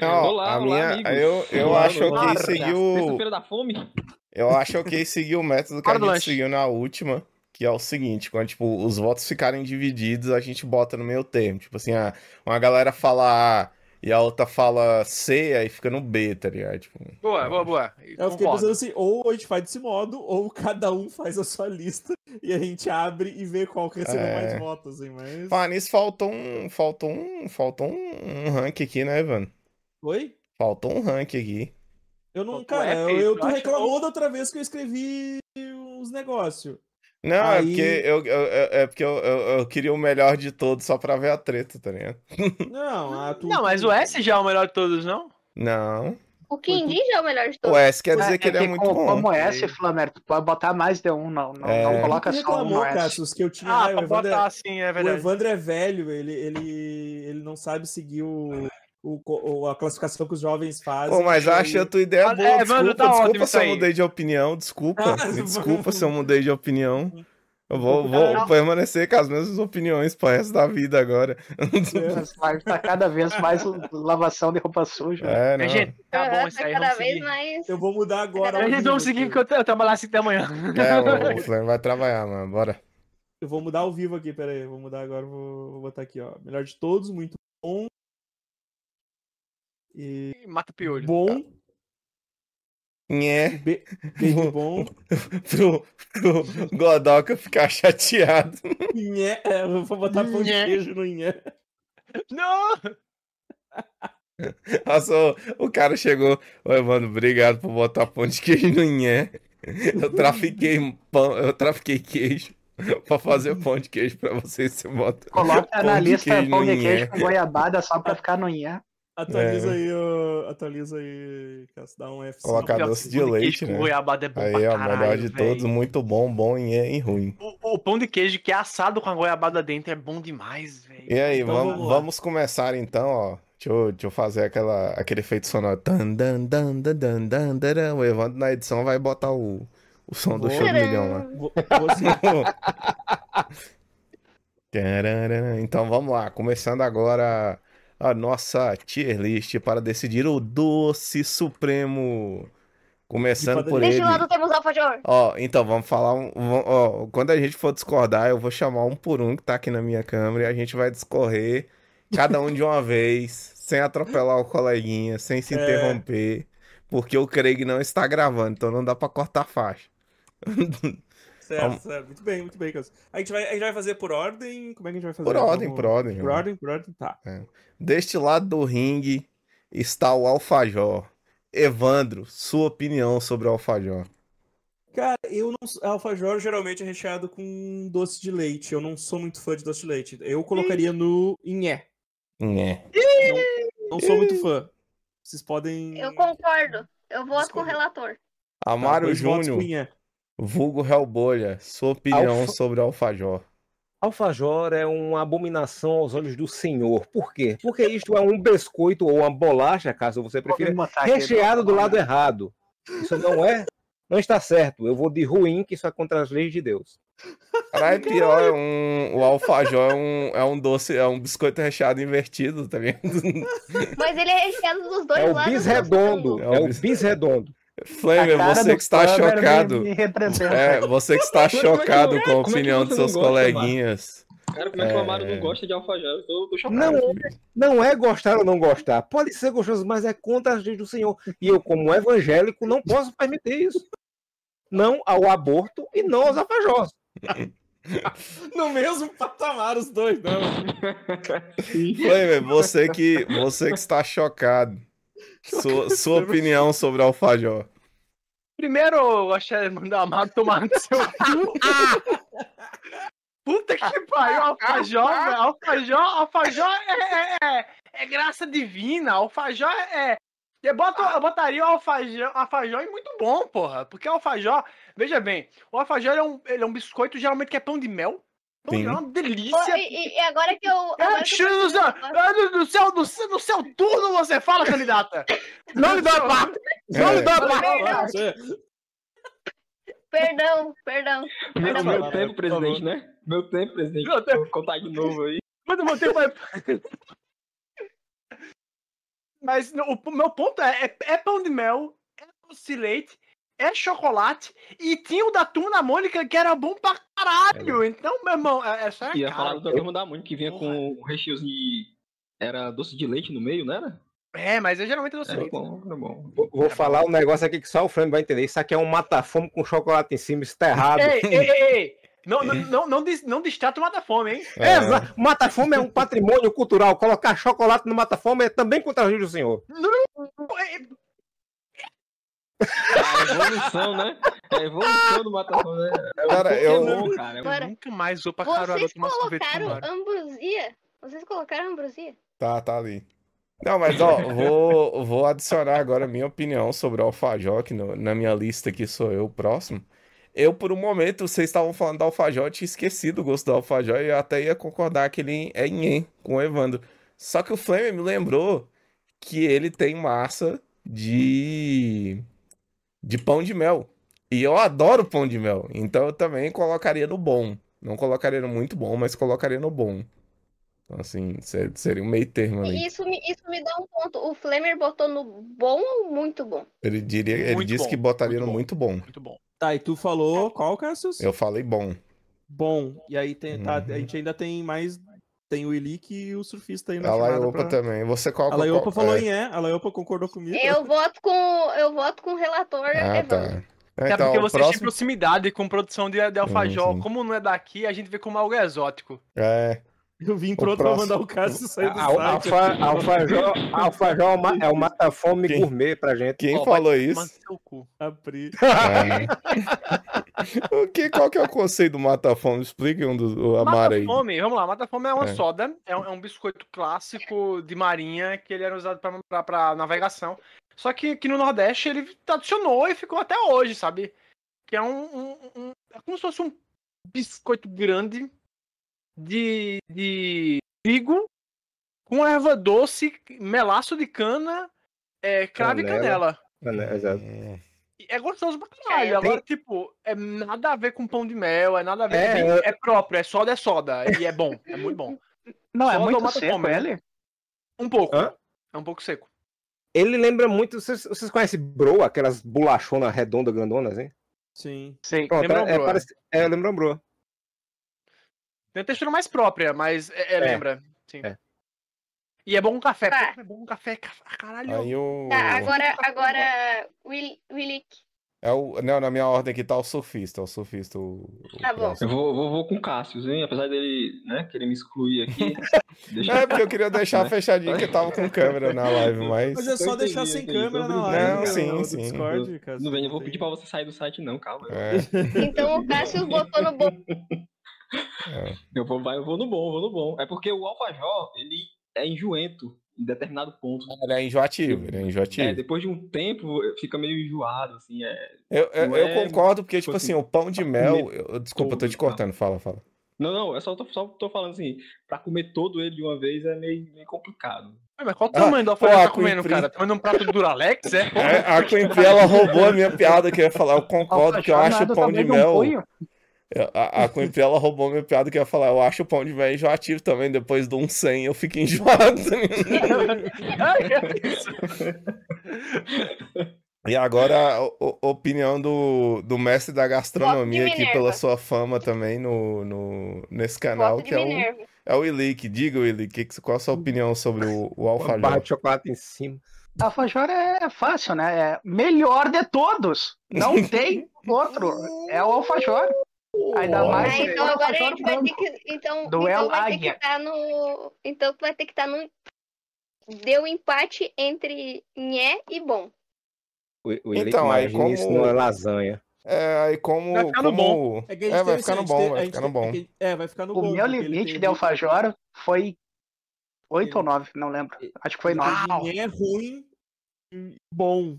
Speaker 7: É,
Speaker 2: Não,
Speaker 7: olá,
Speaker 2: a
Speaker 7: olá,
Speaker 2: minha,
Speaker 7: amigos.
Speaker 2: eu, eu
Speaker 7: Olá,
Speaker 2: acho que
Speaker 3: olá,
Speaker 2: ele
Speaker 3: cara.
Speaker 2: seguiu,
Speaker 7: Terça-feira da fome?
Speaker 2: eu acho que ele seguiu o método que a
Speaker 3: Hora do
Speaker 2: gente
Speaker 3: lanche.
Speaker 2: seguiu na última, que é o seguinte, quando tipo os votos ficarem divididos, a gente bota no meio termo, tipo assim, ah, uma galera fala A e a outra fala C, aí fica no B, tá ligado? Tipo,
Speaker 3: Boa, boa, boa.
Speaker 1: é- Eu fiquei
Speaker 3: Concordo.
Speaker 1: pensando assim, ou a gente faz desse modo, ou cada um faz a sua lista e a gente abre e vê qual que recebeu
Speaker 2: É.
Speaker 1: mais votos, assim, mas.
Speaker 2: Falar nisso, faltou um, faltou um, faltou um, um rank aqui, né, Evandro?
Speaker 1: Oi?
Speaker 2: Faltou um rank aqui.
Speaker 1: Eu não,
Speaker 3: Tu
Speaker 1: cara,
Speaker 3: é
Speaker 1: eu,
Speaker 3: feio,
Speaker 1: eu
Speaker 3: tu
Speaker 1: tu
Speaker 3: acha
Speaker 1: reclamou da outra vez que eu escrevi uns negócios.
Speaker 2: Não,
Speaker 1: Aí-
Speaker 2: é porque, eu, eu- eu- é porque eu, eu- eu queria o melhor de todos só pra ver a treta, tá ligado?
Speaker 1: Não, ah, tu,
Speaker 3: Não, mas o S já é o melhor de todos, não?
Speaker 2: Não.
Speaker 5: O Quindim já é o melhor de
Speaker 2: O
Speaker 5: todos.
Speaker 2: S quer dizer que ele é
Speaker 4: que
Speaker 2: muito
Speaker 4: com-
Speaker 2: bom.
Speaker 4: Como S, Flamer, tu pode botar mais de um, não. Não,
Speaker 2: É.
Speaker 4: não
Speaker 2: Tu
Speaker 1: tu
Speaker 4: coloca só um
Speaker 1: reclamou,
Speaker 4: no S.
Speaker 1: Cassius, que eu tinha.
Speaker 3: Ah,
Speaker 1: ah, o,
Speaker 3: pra
Speaker 1: Evandro
Speaker 3: botar
Speaker 1: é,
Speaker 3: assim, é
Speaker 1: o
Speaker 3: verdade.
Speaker 1: Evandro é velho, ele, ele, ele não sabe seguir o, o co- o- a classificação que os jovens fazem.
Speaker 2: Pô, mas eu
Speaker 1: e-
Speaker 2: achei a tua ideia
Speaker 3: Ah,
Speaker 2: boa.
Speaker 3: é,
Speaker 2: desculpa,
Speaker 3: Evandro, tá
Speaker 2: desculpa
Speaker 3: ótimo
Speaker 2: se eu
Speaker 3: isso aí.
Speaker 2: mudei de opinião. Desculpa.
Speaker 1: Ah,
Speaker 2: Me desculpa se eu mudei de opinião. Eu vou,
Speaker 3: Ah,
Speaker 2: vou
Speaker 3: não.
Speaker 2: permanecer com as mesmas opiniões pro resto da vida agora.
Speaker 1: É.
Speaker 4: As lives tá cada vez mais lavação de roupa suja.
Speaker 2: É, não.
Speaker 3: Mas, gente, tá bom isso aí,
Speaker 5: cada
Speaker 3: vamos
Speaker 5: vez
Speaker 3: seguir.
Speaker 5: mais.
Speaker 1: Eu vou mudar agora.
Speaker 3: A
Speaker 1: ao
Speaker 3: gente
Speaker 1: vivo
Speaker 3: vamos seguir
Speaker 1: aqui.
Speaker 3: porque eu, tra- eu trabalho às 5 da manhã.
Speaker 2: É, o, o Flamengo vai trabalhar, mano. Bora.
Speaker 1: Eu vou mudar ao vivo aqui, pera aí. Vou mudar agora, vou, vou botar aqui, ó. Melhor de todos, muito bom. E
Speaker 3: Mata o piolho.
Speaker 1: bom,
Speaker 2: Tá. Nhé.
Speaker 1: be, bem bom.
Speaker 2: Pro, pro Godoca ficar chateado.
Speaker 1: Nhé, é, eu vou botar pão de
Speaker 3: Nhé.
Speaker 1: queijo no nhé.
Speaker 3: Não!
Speaker 2: Nossa, Ah, o, o cara chegou. Oi, mano, obrigado por botar pão de queijo no nhé. Eu trafiquei pão, eu trafiquei queijo pra fazer pão de queijo pra vocês. Você bota.
Speaker 4: Coloca na
Speaker 2: Pão de
Speaker 4: lista
Speaker 2: queijo
Speaker 4: pão de
Speaker 2: no
Speaker 4: queijo
Speaker 2: Nhé.
Speaker 4: com goiabada só pra ficar no Nhé.
Speaker 1: Atualiza
Speaker 2: É.
Speaker 1: aí, ó, atualiza aí, Cass, dá um F5.
Speaker 2: Coloca
Speaker 3: Pior que
Speaker 2: doce de
Speaker 3: queijo
Speaker 2: leite,
Speaker 3: com
Speaker 2: né?
Speaker 3: goiabada é bom
Speaker 2: Aí,
Speaker 3: pra
Speaker 2: ó,
Speaker 3: caralho,
Speaker 2: melhor de
Speaker 3: véi.
Speaker 2: todos, muito bom, bom e é e ruim.
Speaker 3: O, o pão de queijo que é assado com a goiabada dentro é bom demais, velho.
Speaker 2: E aí,
Speaker 1: Então,
Speaker 2: vamos,
Speaker 1: vamos lá.
Speaker 2: vamos começar então, ó. Deixa eu, deixa eu fazer aquela, aquele efeito sonoro. Tan, dan, dan, dan, dan, dan, dan, dan. O Evandro na edição vai botar o, o som do
Speaker 1: Boa.
Speaker 2: show do milhão lá.
Speaker 1: Vou- vou seguir.
Speaker 2: Tararara. Então vamos lá, começando agora a nossa tier list para decidir o doce supremo. Começando
Speaker 1: De
Speaker 2: por
Speaker 5: Deste
Speaker 2: ele.
Speaker 5: lado temos Alpha George.
Speaker 2: Ó, então vamos falar um, vam- ó, quando a gente for discordar, eu vou chamar um por um que tá aqui na minha câmera e a gente vai discorrer cada um de uma vez, sem atropelar o coleguinha, sem se
Speaker 1: É.
Speaker 2: interromper, porque o Craig não está gravando, então não dá pra cortar a faixa.
Speaker 1: Certo, certo. é, Muito bem, muito bem, Cass. A gente, vai, a gente vai fazer por ordem? Como é que a gente vai fazer?
Speaker 2: Por ordem,
Speaker 1: Vamos-
Speaker 2: por ordem.
Speaker 1: Por ordem, por ordem, tá.
Speaker 2: Deste lado do ringue está o Alfajor. Evandro, sua opinião sobre o Alfajor?
Speaker 1: Cara, eu não. sou- Alfajor geralmente é recheado com doce de leite. Eu não sou muito fã de doce de leite. Eu colocaria no Inhé.
Speaker 2: É.
Speaker 1: Não sou muito fã. Vocês podem.
Speaker 5: Eu concordo. Eu voto com o
Speaker 1: Escolha.
Speaker 5: relator.
Speaker 1: Tá,
Speaker 2: Amaro
Speaker 1: dois votos pro
Speaker 2: Júnior,
Speaker 1: Inhé.
Speaker 2: vulgo Hellbolha, sua opinião
Speaker 6: Alfa-
Speaker 2: sobre o Alfajor.
Speaker 6: Alfajor é uma abominação aos olhos do Senhor. Por quê? Porque isto é um biscoito ou uma bolacha, caso você prefira, recheado do lado errado. Isso não é, não está certo. Eu vou de ruim, que isso é contra as leis de Deus.
Speaker 2: Caralho, pior, é um, o alfajor é um, é um doce, é um biscoito recheado invertido, tá ligado?
Speaker 5: Mas ele é recheado dos dois
Speaker 6: É o
Speaker 5: lados.
Speaker 6: bis
Speaker 5: do
Speaker 6: redondo.
Speaker 2: É o
Speaker 6: É o
Speaker 2: bis-
Speaker 6: bis redondo.
Speaker 2: Flamer, você que está chocado. É, você que está
Speaker 7: Mas como é que
Speaker 2: chocado
Speaker 7: não-
Speaker 2: com a
Speaker 7: como é que
Speaker 2: opinião de
Speaker 7: você não
Speaker 2: seus
Speaker 7: gosta,
Speaker 2: coleguinhas.
Speaker 7: Cara, como é que o Amaro não gosta de alfajor? Eu tô, tô chocado.
Speaker 6: Não, não é gostar ou não gostar. Pode ser gostoso, mas é contra as leis do Senhor. E eu, como evangélico, não posso permitir isso. Não ao aborto e não aos alfajores.
Speaker 1: No mesmo patamar, os dois, não.
Speaker 2: Flamer, você que, você que está chocado. Sua, sua opinião sobre o alfajor.
Speaker 3: Primeiro, eu achei mandar a Mara tomar no seu cu. Puta que pariu, alfajor, velho. alfajor, alfajor é, é- é- é graça divina, alfajor é... Eu, boto- eu botaria o alfajor, alfajor é muito bom, porra, porque o alfajor, veja bem, o alfajor ele é um, ele é um biscoito geralmente que é pão de mel, Pão de
Speaker 2: Sim.
Speaker 3: ló é uma
Speaker 5: Ó,
Speaker 3: delícia.
Speaker 5: e, e- e agora que eu.
Speaker 3: Ah,
Speaker 5: Agora que eu
Speaker 3: tira no seu, ah, no, no seu, no, seu- no seu turno você fala, candidata.
Speaker 6: Não lhe dá a parte! Não
Speaker 2: É,
Speaker 6: lhe dá a parte!
Speaker 5: Perdão, perdão, perdão.
Speaker 7: Meu,
Speaker 5: Não,
Speaker 7: meu
Speaker 1: não,
Speaker 7: tempo,
Speaker 1: por favor.
Speaker 7: presidente, né? Meu tempo, presidente.
Speaker 3: Meu tempo.
Speaker 7: Vou contar de novo aí.
Speaker 3: Mas eu botei mais. Mas no- o meu ponto é, é, é pão de mel, é doce de leite, é chocolate e tinha o da turma da Mônica que era bom pra caralho. Então, meu irmão, é, é só
Speaker 7: Ia
Speaker 3: cara.
Speaker 7: falar do programa da Mônica que vinha
Speaker 3: Porra.
Speaker 7: com um recheiozinho de. Era doce de leite no meio, não era?
Speaker 3: É, mas eu geralmente doce de
Speaker 7: Era
Speaker 3: leite.
Speaker 7: bom, era bom.
Speaker 6: Vou- Vou falar um negócio aqui que só o Frank vai entender. Isso aqui é um mata-fome com chocolate em cima, isso tá errado.
Speaker 3: Ei, ei, ei, ei. Não, não, não, não, dis- não distrata o mata-fome, hein?
Speaker 2: É,
Speaker 6: Exa- Mata-fome é um patrimônio cultural. Colocar chocolate no mata-fome é também contra o senhor.
Speaker 7: A evolução, né? A evolução do Matafogo, né? É o
Speaker 2: Cara, eu-
Speaker 7: Pokémon, cara. É um-
Speaker 5: Bora.
Speaker 3: Nunca mais vou pra Caruaru
Speaker 5: Vocês
Speaker 3: tomar sorvete com
Speaker 5: colocaram
Speaker 3: Mário.
Speaker 5: ambrosia? Vocês colocaram ambrosia?
Speaker 2: Tá, tá ali. Não, mas ó, vou, vou adicionar agora a minha opinião sobre o alfajor, que no- na minha lista aqui sou eu o próximo. Eu, por um momento, vocês estavam falando do alfajor, eu tinha esquecido o gosto do alfajor e eu até ia concordar que ele é nhen com o Evandro. Só que o Flame me lembrou que ele tem massa de, de pão de mel. E eu adoro pão de mel, então eu também colocaria no bom. Não colocaria no muito bom, mas colocaria no bom. Então, assim, ser- seria um meio termo ali.
Speaker 5: Isso me, isso me dá um ponto. O Flamer botou no bom ou muito bom?
Speaker 2: Ele diria, ele
Speaker 3: Muito
Speaker 2: disse
Speaker 3: bom,
Speaker 2: que botaria no muito
Speaker 3: muito
Speaker 2: bom.
Speaker 3: Muito bom.
Speaker 1: Tá, e tu falou qual, Cassius?
Speaker 2: Eu falei bom.
Speaker 1: Bom. E aí tem, tá,
Speaker 2: Uhum.
Speaker 1: a gente ainda tem mais. Tem o Elick e o surfista aí na
Speaker 2: A
Speaker 1: chamada
Speaker 2: Laiopa
Speaker 1: pra-
Speaker 2: também. Você coloca
Speaker 1: A Laiopa falou em é, a Laiopa concordou comigo.
Speaker 5: Eu voto com, eu voto com o relator
Speaker 2: Ah,
Speaker 3: É,
Speaker 5: Evandro.
Speaker 2: tá.
Speaker 3: Até
Speaker 2: Então,
Speaker 3: porque
Speaker 2: o
Speaker 3: vocês têm
Speaker 2: próximo...
Speaker 3: proximidade com produção de, de alfajor.
Speaker 2: sim.
Speaker 3: Como não é daqui, a gente vê como algo exótico.
Speaker 2: É,
Speaker 1: Eu vim
Speaker 2: O
Speaker 1: pronto pra
Speaker 2: próximo. Ah,
Speaker 1: mandar o Cássio sair do
Speaker 6: A-
Speaker 1: site.
Speaker 6: a- alfa- Alfajor alfajor é o ma- é o mata-fome
Speaker 2: Quem-
Speaker 6: gourmet pra gente.
Speaker 2: quem
Speaker 3: Ó,
Speaker 2: falou
Speaker 3: Mano,
Speaker 2: isso?
Speaker 3: seu cu.
Speaker 1: Abri.
Speaker 2: É. o que, qual que é o conceito do mata-fome? Explique um do o Amara aí.
Speaker 3: Mata-fome, vamos lá. Mata-fome é uma
Speaker 2: É.
Speaker 3: soda, é um, é um biscoito clássico de marinha que ele era usado pra, pra, pra navegação. Só que aqui no Nordeste ele tradicionou e ficou até hoje, sabe? Que é um. um- um- é como se fosse um biscoito grande de, de trigo com erva doce, melaço de cana, é, cravo e
Speaker 6: Canela.
Speaker 3: canela.
Speaker 6: Né, Exato.
Speaker 2: Hum,
Speaker 3: E É gostoso pra caralho.
Speaker 5: É,
Speaker 3: Agora, tipo, é nada a ver com pão de mel, é nada a ver.
Speaker 6: É,
Speaker 3: É, bem-
Speaker 6: eu-
Speaker 3: é próprio, é soda, é soda. E é bom, é muito bom.
Speaker 4: Não, é
Speaker 3: Só
Speaker 4: muito
Speaker 3: tomata
Speaker 4: seco
Speaker 3: fome, né?
Speaker 4: ele.
Speaker 3: Um pouco.
Speaker 6: Hã?
Speaker 3: É um pouco seco.
Speaker 6: Ele lembra muito. Vocês, vocês conhecem Broa, aquelas bolachonas redondas, grandonas, hein?
Speaker 1: Sim.
Speaker 3: Sim,
Speaker 6: Pronto,
Speaker 3: lembra um
Speaker 6: é, é,
Speaker 3: broa.
Speaker 6: parece- é, lembra um Broa.
Speaker 3: Tem uma textura mais própria, mas é, é, lembra. Sim.
Speaker 6: É.
Speaker 3: E é bom com café.
Speaker 5: Tá.
Speaker 3: pô, É bom com café, ca- caralho.
Speaker 2: É, Aí o...
Speaker 5: Tá, agora, agora, Will- Willick.
Speaker 2: É o... Não, na minha ordem aqui tá o surfista. O surfista. O... o
Speaker 5: Tá bom.
Speaker 2: próximo.
Speaker 7: Eu vou, vou, vou com o Cassius, hein? Apesar dele, né, querer me excluir aqui. deixa
Speaker 2: É, porque eu queria
Speaker 3: Né?
Speaker 2: deixar fechadinho que eu tava com câmera na live, mas.
Speaker 1: Mas é só
Speaker 7: Eu
Speaker 1: deixar
Speaker 7: entendi,
Speaker 1: sem
Speaker 7: entendi,
Speaker 1: câmera na
Speaker 7: tô brincando.
Speaker 1: live.
Speaker 2: Não,
Speaker 1: cara,
Speaker 2: sim,
Speaker 1: no
Speaker 2: sim.
Speaker 1: Discord, Cássio.
Speaker 7: Não venha, eu vou pedir pra você sair do site, não, calma.
Speaker 2: É,
Speaker 5: Então o Cássio botou no bom.
Speaker 2: é.
Speaker 7: Eu vou, vai- eu vou no bom, eu vou no bom. É porque o alfajor, ele é enjoento em determinado ponto.
Speaker 2: Ele é enjoativo, ele é
Speaker 7: É,
Speaker 2: enjoativo.
Speaker 7: depois de um tempo, fica meio enjoado, assim. É...
Speaker 2: Eu, eu,
Speaker 7: Não
Speaker 2: eu
Speaker 7: é-
Speaker 2: concordo, porque, tipo
Speaker 7: tipo
Speaker 2: assim,
Speaker 7: assim,
Speaker 2: o pão de
Speaker 7: pra
Speaker 2: mel. eu- desculpa, eu tô
Speaker 7: todo
Speaker 2: te
Speaker 7: e tal.
Speaker 2: cortando, fala, fala.
Speaker 7: Não, não, eu só tô, só tô falando assim, pra comer todo ele de uma vez é meio, meio complicado.
Speaker 3: Ué, Mas qual o
Speaker 2: Ah,
Speaker 3: tamanho do alface
Speaker 2: pô,
Speaker 3: que
Speaker 2: a
Speaker 3: tá comendo,
Speaker 2: Queen
Speaker 3: cara? Tá comendo um prato de Duralex, é? Pô,
Speaker 2: É, a Quimpi, ela roubou a minha piada que eu ia falar. Eu concordo que eu acho o
Speaker 4: tá
Speaker 2: pão de
Speaker 4: um
Speaker 2: mel. eu- A, a Quimpi, ela roubou a minha piada que eu ia falar. Eu acho o pão de mel enjoativo também. Depois de um 100, eu fico enjoado.
Speaker 3: é isso.
Speaker 2: e agora, a, o- opinião do, do mestre da gastronomia
Speaker 5: Voto de
Speaker 2: aqui, pela
Speaker 5: Minerva.
Speaker 2: sua fama também no, no, nesse canal,
Speaker 5: Voto de
Speaker 2: que é o,
Speaker 5: Minerva.
Speaker 2: é o Ilick. Diga, Ilick, que- qual a sua opinião sobre o, o
Speaker 6: Uma barra
Speaker 2: alfajor?
Speaker 6: de chocolate em cima.
Speaker 4: Alfajor é fácil, né? É melhor de todos. Não tem outro. É o alfajor. Ainda
Speaker 2: Olha.
Speaker 5: Ah,
Speaker 4: mais.
Speaker 5: então
Speaker 4: é o
Speaker 5: agora a
Speaker 4: alfajor
Speaker 5: gente vai ter
Speaker 4: branco.
Speaker 5: que. Então,
Speaker 4: Duelo
Speaker 5: então vai ter que
Speaker 4: Águia.
Speaker 5: estar no. Então tu vai ter que estar no. Deu empate entre nhé e bom.
Speaker 6: O, o
Speaker 2: Então, aí,
Speaker 6: imagina isso
Speaker 2: como-
Speaker 6: numa lasanha.
Speaker 2: É, aí como.
Speaker 1: Tá
Speaker 3: Vai ficar no
Speaker 2: como...
Speaker 1: É, que a gente
Speaker 2: É, vai
Speaker 1: teve-
Speaker 2: ficar no
Speaker 1: a gente
Speaker 2: bom,
Speaker 1: teve-
Speaker 2: vai
Speaker 1: a gente
Speaker 2: ficar no
Speaker 1: teve- é que- É, vai ficar no
Speaker 4: O
Speaker 1: bom.
Speaker 4: meu
Speaker 1: porque ele
Speaker 4: limite
Speaker 1: tem- um
Speaker 4: de alfajor foi 8 ou 9, não lembro.
Speaker 1: Ele-
Speaker 4: Acho que foi
Speaker 6: Ah,
Speaker 1: ele
Speaker 4: 9.
Speaker 1: tem nhé é ruim um e bom.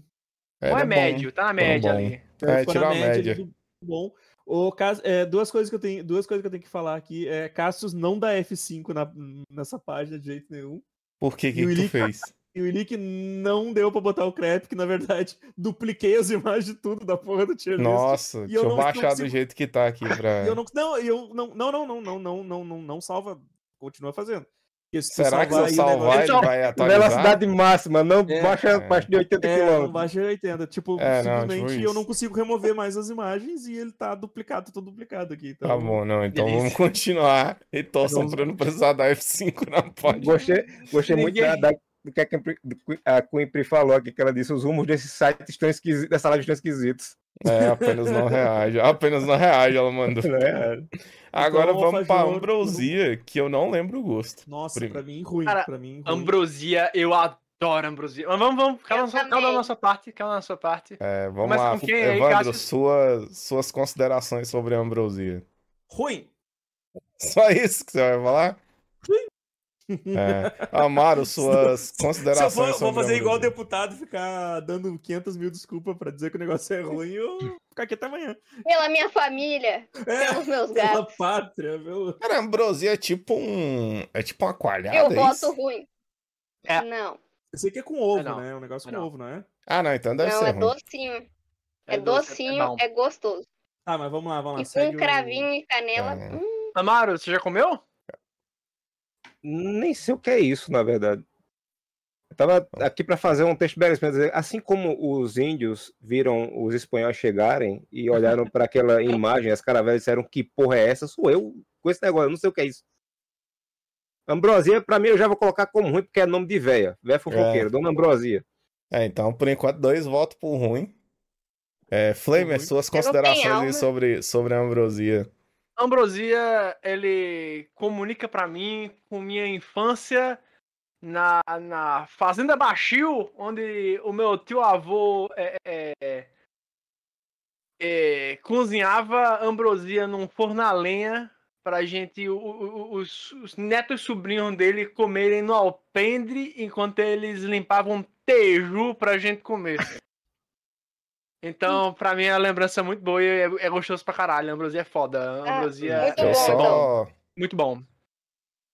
Speaker 2: É, ele é
Speaker 3: Bom, é
Speaker 2: bom.
Speaker 1: é
Speaker 3: médio, tá na média
Speaker 2: bom.
Speaker 3: ali.
Speaker 2: É,
Speaker 1: ficou
Speaker 2: tirou
Speaker 1: na
Speaker 2: a média.
Speaker 1: ali do bom. O Cas- é, duas, coisas que eu tenho, duas coisas que eu tenho que falar aqui. É, Cassius não dá F5 na- nessa página de jeito nenhum.
Speaker 2: Por que que,
Speaker 1: E o tá
Speaker 2: que tu
Speaker 1: Ilica-
Speaker 2: fez?
Speaker 1: E o Ilick não deu pra botar o Crep, que na verdade dupliquei as imagens de tudo da porra do tier list.
Speaker 2: Nossa,
Speaker 1: E
Speaker 2: deixa
Speaker 1: eu
Speaker 2: eu,
Speaker 1: não- não
Speaker 2: baixar do
Speaker 1: consigo-
Speaker 2: jeito que tá aqui pra...
Speaker 1: E eu não, não, e eu não, não, não, não, não, não, não, não, não salva. Continua fazendo. Porque se tu
Speaker 2: Será que se eu
Speaker 1: aí né, o negócio-
Speaker 2: salvar ele
Speaker 3: Então,
Speaker 2: vai atualizar?
Speaker 6: Velocidade máxima, não
Speaker 7: É.
Speaker 6: baixa
Speaker 2: É.
Speaker 6: abaixo de 80
Speaker 1: É, não
Speaker 6: km.
Speaker 1: baixa de 80. Tipo,
Speaker 2: É, não, tipo
Speaker 1: simplesmente
Speaker 2: isso.
Speaker 1: eu não consigo remover mais as imagens e ele tá duplicado, tudo duplicado aqui. Então,
Speaker 2: Tá bom, não, então
Speaker 3: Delícia.
Speaker 2: vamos continuar e torçam
Speaker 1: Vamos-
Speaker 2: pra eu não precisar dar F5 na página.
Speaker 6: Gostei, gostei muito da,
Speaker 3: Ninguém-
Speaker 6: da- do que a Kim Pri- do que a Queen Pri falou aqui, que ela disse: os rumos desse site estão esquisitos, dessa live estão esquisitos.
Speaker 2: É, apenas não reage. Apenas não reage, ela mandou.
Speaker 6: Né?
Speaker 2: Agora
Speaker 1: É. Então,
Speaker 2: vamos pra
Speaker 1: alfajor-
Speaker 2: ambrosia, que eu não lembro o gosto.
Speaker 1: Nossa,
Speaker 2: Primo.
Speaker 1: pra mim ruim.
Speaker 3: Cara,
Speaker 1: pra mim ruim.
Speaker 3: Ambrosia, eu adoro Ambrosia. Mas vamos, vamos, calma,
Speaker 5: Eu
Speaker 3: só- calma
Speaker 5: também.
Speaker 3: na nossa parte, calma na nossa parte.
Speaker 2: É, vamos
Speaker 3: Começa
Speaker 2: lá,
Speaker 3: com quem aí,
Speaker 2: Evandro,
Speaker 3: Cassius?
Speaker 2: sua- suas considerações sobre a ambrosia.
Speaker 1: Ruim!
Speaker 2: Só isso que você vai falar? É. Amaro, suas
Speaker 1: Se eu
Speaker 2: considerações
Speaker 1: for,
Speaker 2: sobre
Speaker 1: vou fazer
Speaker 2: a
Speaker 1: igual o
Speaker 2: é ambrosia.
Speaker 1: deputado, ficar dando 500 mil desculpas pra dizer que o negócio é ruim, eu vou ficar aqui até amanhã.
Speaker 5: Pela minha família,
Speaker 1: É,
Speaker 5: pelos meus
Speaker 1: pela
Speaker 5: gatos.
Speaker 1: pátria, meu.
Speaker 2: Cara, a ambrosia é tipo um... É tipo uma coalhada,
Speaker 5: Eu
Speaker 2: é
Speaker 5: voto
Speaker 2: isso?
Speaker 5: ruim.
Speaker 3: É.
Speaker 5: Não,
Speaker 1: Eu sei que é com ovo,
Speaker 3: É, não.
Speaker 1: né? É um negócio
Speaker 3: É,
Speaker 1: com
Speaker 3: não.
Speaker 1: ovo, não é?
Speaker 2: Ah, não, então deve
Speaker 5: não,
Speaker 2: ser
Speaker 5: é
Speaker 2: ruim.
Speaker 5: docinho. É,
Speaker 3: doce,
Speaker 5: docinho,
Speaker 3: bom.
Speaker 5: é, gostoso.
Speaker 1: Tá, mas vamos lá, vamos lá.
Speaker 5: E
Speaker 1: segue
Speaker 5: com
Speaker 1: o-
Speaker 5: cravinho e canela.
Speaker 2: É.
Speaker 5: hum,
Speaker 3: Amaro, você já comeu?
Speaker 6: Nem sei o que é isso, na verdade. Eu tava aqui para fazer um texto belíssimo, pra dizer, assim como os índios viram os espanhóis chegarem e olharam para aquela imagem, as caravelas disseram que porra é essa? Sou eu com esse negócio, eu não sei o que é isso. Ambrosia, para mim, eu já vou colocar como ruim, porque é nome de véia. Véia fofoqueira, dona Ambrosia.
Speaker 2: É, então, por enquanto, dois votos por ruim. É, Flamer,
Speaker 1: ruim.
Speaker 2: suas
Speaker 5: não tenho
Speaker 2: considerações aí
Speaker 5: alma.
Speaker 2: sobre, sobre a ambrosia.
Speaker 3: Ambrosia, ele comunica pra mim com minha infância na, na Fazenda Baixio, onde o meu tio avô é, é, é, é, cozinhava ambrosia num forno a lenha pra gente, o- o- o- os, os netos e sobrinhos dele comerem no alpendre enquanto eles limpavam teju pra gente comer. Então, pra mim, é uma lembrança muito boa e é, é gostoso pra caralho. Ambrosia é foda.
Speaker 5: Ah,
Speaker 3: Ambrosia
Speaker 5: muito
Speaker 3: é
Speaker 2: Deixa eu
Speaker 5: bom, então.
Speaker 2: só.
Speaker 3: muito bom.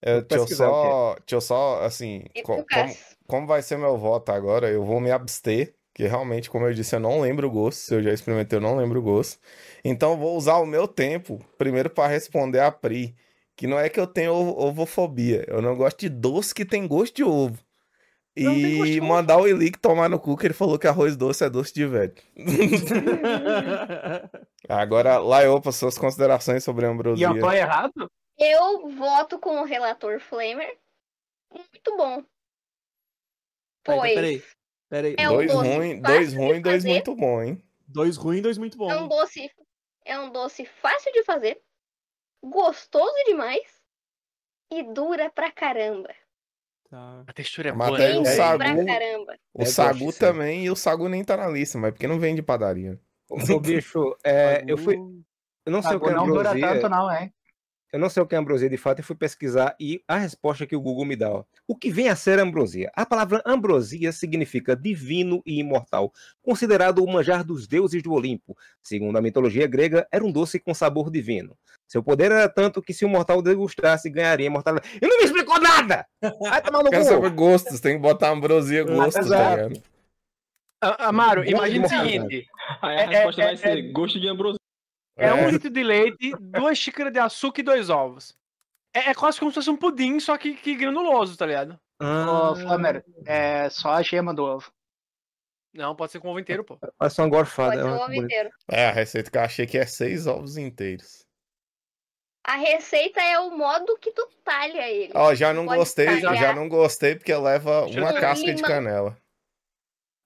Speaker 2: é,
Speaker 6: Vou
Speaker 2: deixa eu
Speaker 6: pesquisar
Speaker 2: só. Deixa eu só, assim.
Speaker 5: E
Speaker 2: co-
Speaker 5: com
Speaker 2: como,
Speaker 5: Cassius.
Speaker 2: como vai ser meu voto agora, eu vou me abster. Porque realmente, como eu disse, eu não lembro o gosto. Se eu já experimentei, eu não lembro o gosto. Então, eu vou usar o meu tempo primeiro para responder a Pri. Que não é que eu tenho ovo- ovofobia. Eu não gosto de doce que tem gosto de ovo.
Speaker 3: Não tem gosto de
Speaker 2: E
Speaker 3: ovo.
Speaker 2: mandar o Elick tomar no cu que ele falou que arroz doce é doce de velho. Agora, Laiopa, suas considerações sobre a
Speaker 3: E
Speaker 2: ambrosia.
Speaker 3: eu tô errado?
Speaker 4: Ah,
Speaker 5: Eu voto com o relator Flamer. Muito bom.
Speaker 1: Tá, então,
Speaker 5: Pois.
Speaker 1: Peraí, peraí.
Speaker 5: É o
Speaker 2: dois
Speaker 5: doce
Speaker 2: ruim,
Speaker 5: fácil
Speaker 2: dois
Speaker 5: de
Speaker 2: ruim, dois
Speaker 5: fazer.
Speaker 2: muito bom, hein?
Speaker 1: Dois ruins, dois muito bons.
Speaker 5: É um doce, é um doce fácil de fazer, gostoso demais e dura pra
Speaker 2: É
Speaker 5: caramba.
Speaker 1: Tá.
Speaker 3: A textura é
Speaker 2: Mas
Speaker 3: boa.
Speaker 2: tem
Speaker 3: né?
Speaker 2: um
Speaker 5: Bem
Speaker 2: sagu.
Speaker 5: pra caramba.
Speaker 2: O
Speaker 6: É
Speaker 2: Sagu
Speaker 6: gosto, sim.
Speaker 2: também, e o Sagu nem tá na lista, mas porque não vende em padaria. né?
Speaker 6: Ô, bicho,
Speaker 1: Tá
Speaker 6: é, eu fui. Eu não sei o que é
Speaker 4: não dura
Speaker 6: ambrosia.
Speaker 4: tanto, não, hein?
Speaker 6: Eu não sei o que é ambrosia de fato, eu fui pesquisar e a resposta que o Google me dá, ó. o que vem a ser ambrosia? A palavra ambrosia significa divino e imortal, considerado o manjar dos deuses do Olimpo. Segundo a mitologia grega, era um doce com sabor divino. Seu poder era tanto que se o mortal degustasse, ganharia imortalidade. E não me explicou nada! Vai tomar no
Speaker 2: Quero saber
Speaker 6: cu!
Speaker 2: gostos, tem que botar ambrosia gosto, tá
Speaker 6: exato.
Speaker 2: ligado?
Speaker 3: A- Ah, Amaro,
Speaker 6: Bom
Speaker 3: imagina o
Speaker 6: demais,
Speaker 3: seguinte:
Speaker 7: Aí
Speaker 3: É,
Speaker 7: a resposta
Speaker 3: é,
Speaker 7: vai
Speaker 3: é,
Speaker 7: ser gosto de ambrosia.
Speaker 3: é, um
Speaker 2: É,
Speaker 3: litro de leite, duas xícaras de açúcar e dois ovos. É, é quase como se fosse um pudim, só que, que granuloso, tá ligado?
Speaker 6: Ah,
Speaker 4: Ô, Flamer, é só a gema do ovo.
Speaker 3: Não, pode ser com ovo inteiro, pô.
Speaker 6: Olha só uma
Speaker 5: Pode
Speaker 6: gorfada.
Speaker 5: ser um o
Speaker 6: olha que
Speaker 5: ovo
Speaker 6: bonito.
Speaker 5: inteiro.
Speaker 2: é, a receita que eu achei que é seis ovos inteiros.
Speaker 5: A receita é o modo que tu talha ele.
Speaker 2: Ó, já não
Speaker 5: Pode
Speaker 2: gostei,
Speaker 5: espalhar.
Speaker 2: já não gostei porque leva
Speaker 3: Deixa eu
Speaker 2: uma
Speaker 3: ver.
Speaker 2: casca de
Speaker 5: Limão.
Speaker 2: canela.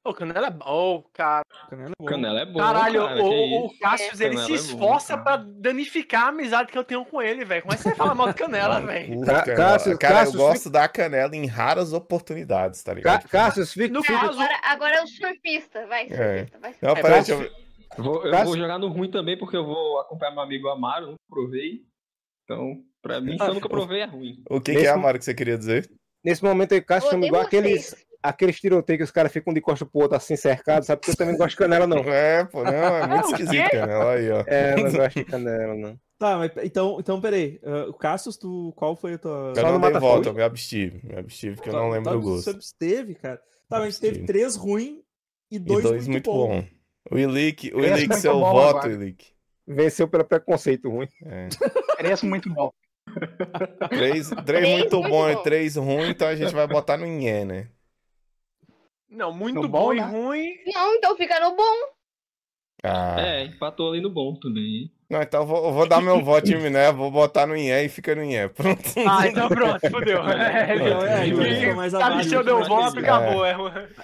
Speaker 3: Ô, canela é bom, cara.
Speaker 1: Canela é bom.
Speaker 7: Canela é boa.
Speaker 3: Caralho,
Speaker 7: cara,
Speaker 3: o,
Speaker 7: que
Speaker 3: o-
Speaker 7: isso.
Speaker 3: o Cassius, ele
Speaker 7: Canela
Speaker 3: se
Speaker 7: é bom,
Speaker 3: esforça
Speaker 7: cara.
Speaker 3: pra danificar a amizade que eu tenho com ele, velho. Como é que você fala mal de canela, velho?
Speaker 2: Puta,
Speaker 6: Ca-
Speaker 2: canela.
Speaker 6: Cássio,
Speaker 2: cara,
Speaker 6: Cássio,
Speaker 2: eu gosto da canela em raras oportunidades, tá
Speaker 6: Cá-
Speaker 2: ligado?
Speaker 6: Cassius, fica,
Speaker 3: No
Speaker 5: Não,
Speaker 3: caso-
Speaker 5: Ah, agora, agora é o surfista, vai, surfista, vai.
Speaker 2: Não,
Speaker 3: É,
Speaker 2: peraí, deixa eu ver.
Speaker 7: Vou- eu
Speaker 6: Cássio-
Speaker 7: vou jogar no ruim também, porque eu vou acompanhar meu amigo Amaro, não provei. Então, pra mim, se eu nunca provei, é ruim.
Speaker 2: O que,
Speaker 6: Nesse
Speaker 2: que é,
Speaker 6: mo-
Speaker 2: Amaro, que você queria dizer?
Speaker 6: nesse momento aí, Cássio
Speaker 5: Odeio
Speaker 6: chama igual
Speaker 5: vocês.
Speaker 6: aqueles, aqueles tiroteios que os caras ficam de costa pro outro assim cercado, sabe? Porque eu também não gosto de canela, não.
Speaker 2: É, pô, não, é muito
Speaker 3: o quê?
Speaker 2: esquisito, canela aí, ó.
Speaker 6: É, eu não gosto de canela, né? não.
Speaker 1: Tá, mas então, então peraí. Ah, O Cassius, tu, qual foi a tua. Tá,
Speaker 2: Eu
Speaker 6: Só
Speaker 2: não
Speaker 6: no
Speaker 2: dei
Speaker 6: Matafogo?
Speaker 2: volta, eu me abstive. Me abstive porque eu não lembro o
Speaker 1: Você
Speaker 2: gosto.
Speaker 1: absteve, cara. Tá, mas a gente teve
Speaker 2: Abstive.
Speaker 1: três ruins e
Speaker 2: E
Speaker 1: dois,
Speaker 2: dois, muito bom. O Ilick, o
Speaker 7: Esse
Speaker 2: Ilick,
Speaker 7: muito
Speaker 2: seu
Speaker 7: bom
Speaker 2: voto,
Speaker 7: agora.
Speaker 2: Ilick.
Speaker 6: Venceu pelo preconceito ruim.
Speaker 2: É.
Speaker 4: Parece muito bom.
Speaker 2: Três, três,
Speaker 5: Três
Speaker 2: muito
Speaker 5: muito
Speaker 2: bom e
Speaker 5: bom.
Speaker 2: três ruim, então a gente vai botar ninguém, né?
Speaker 3: Não, muito
Speaker 4: No
Speaker 3: bom
Speaker 4: bom,
Speaker 3: e
Speaker 4: né?
Speaker 3: ruim.
Speaker 5: Não, então fica no bom.
Speaker 2: Ah.
Speaker 7: É, empatou ali no bom também.
Speaker 2: Não, então eu vou, eu vou dar meu voto em Miné, vou botar no Inhé e fica no Inhé. Pronto.
Speaker 3: Ah, então pronto, fodeu. É,
Speaker 1: Então, é, aí
Speaker 2: Sim,
Speaker 1: vai
Speaker 2: sim.
Speaker 1: ficar mais
Speaker 3: Sabe
Speaker 1: abaixo.
Speaker 3: se eu deu
Speaker 1: é mais
Speaker 3: voto,
Speaker 1: pesado.
Speaker 3: acabou. É.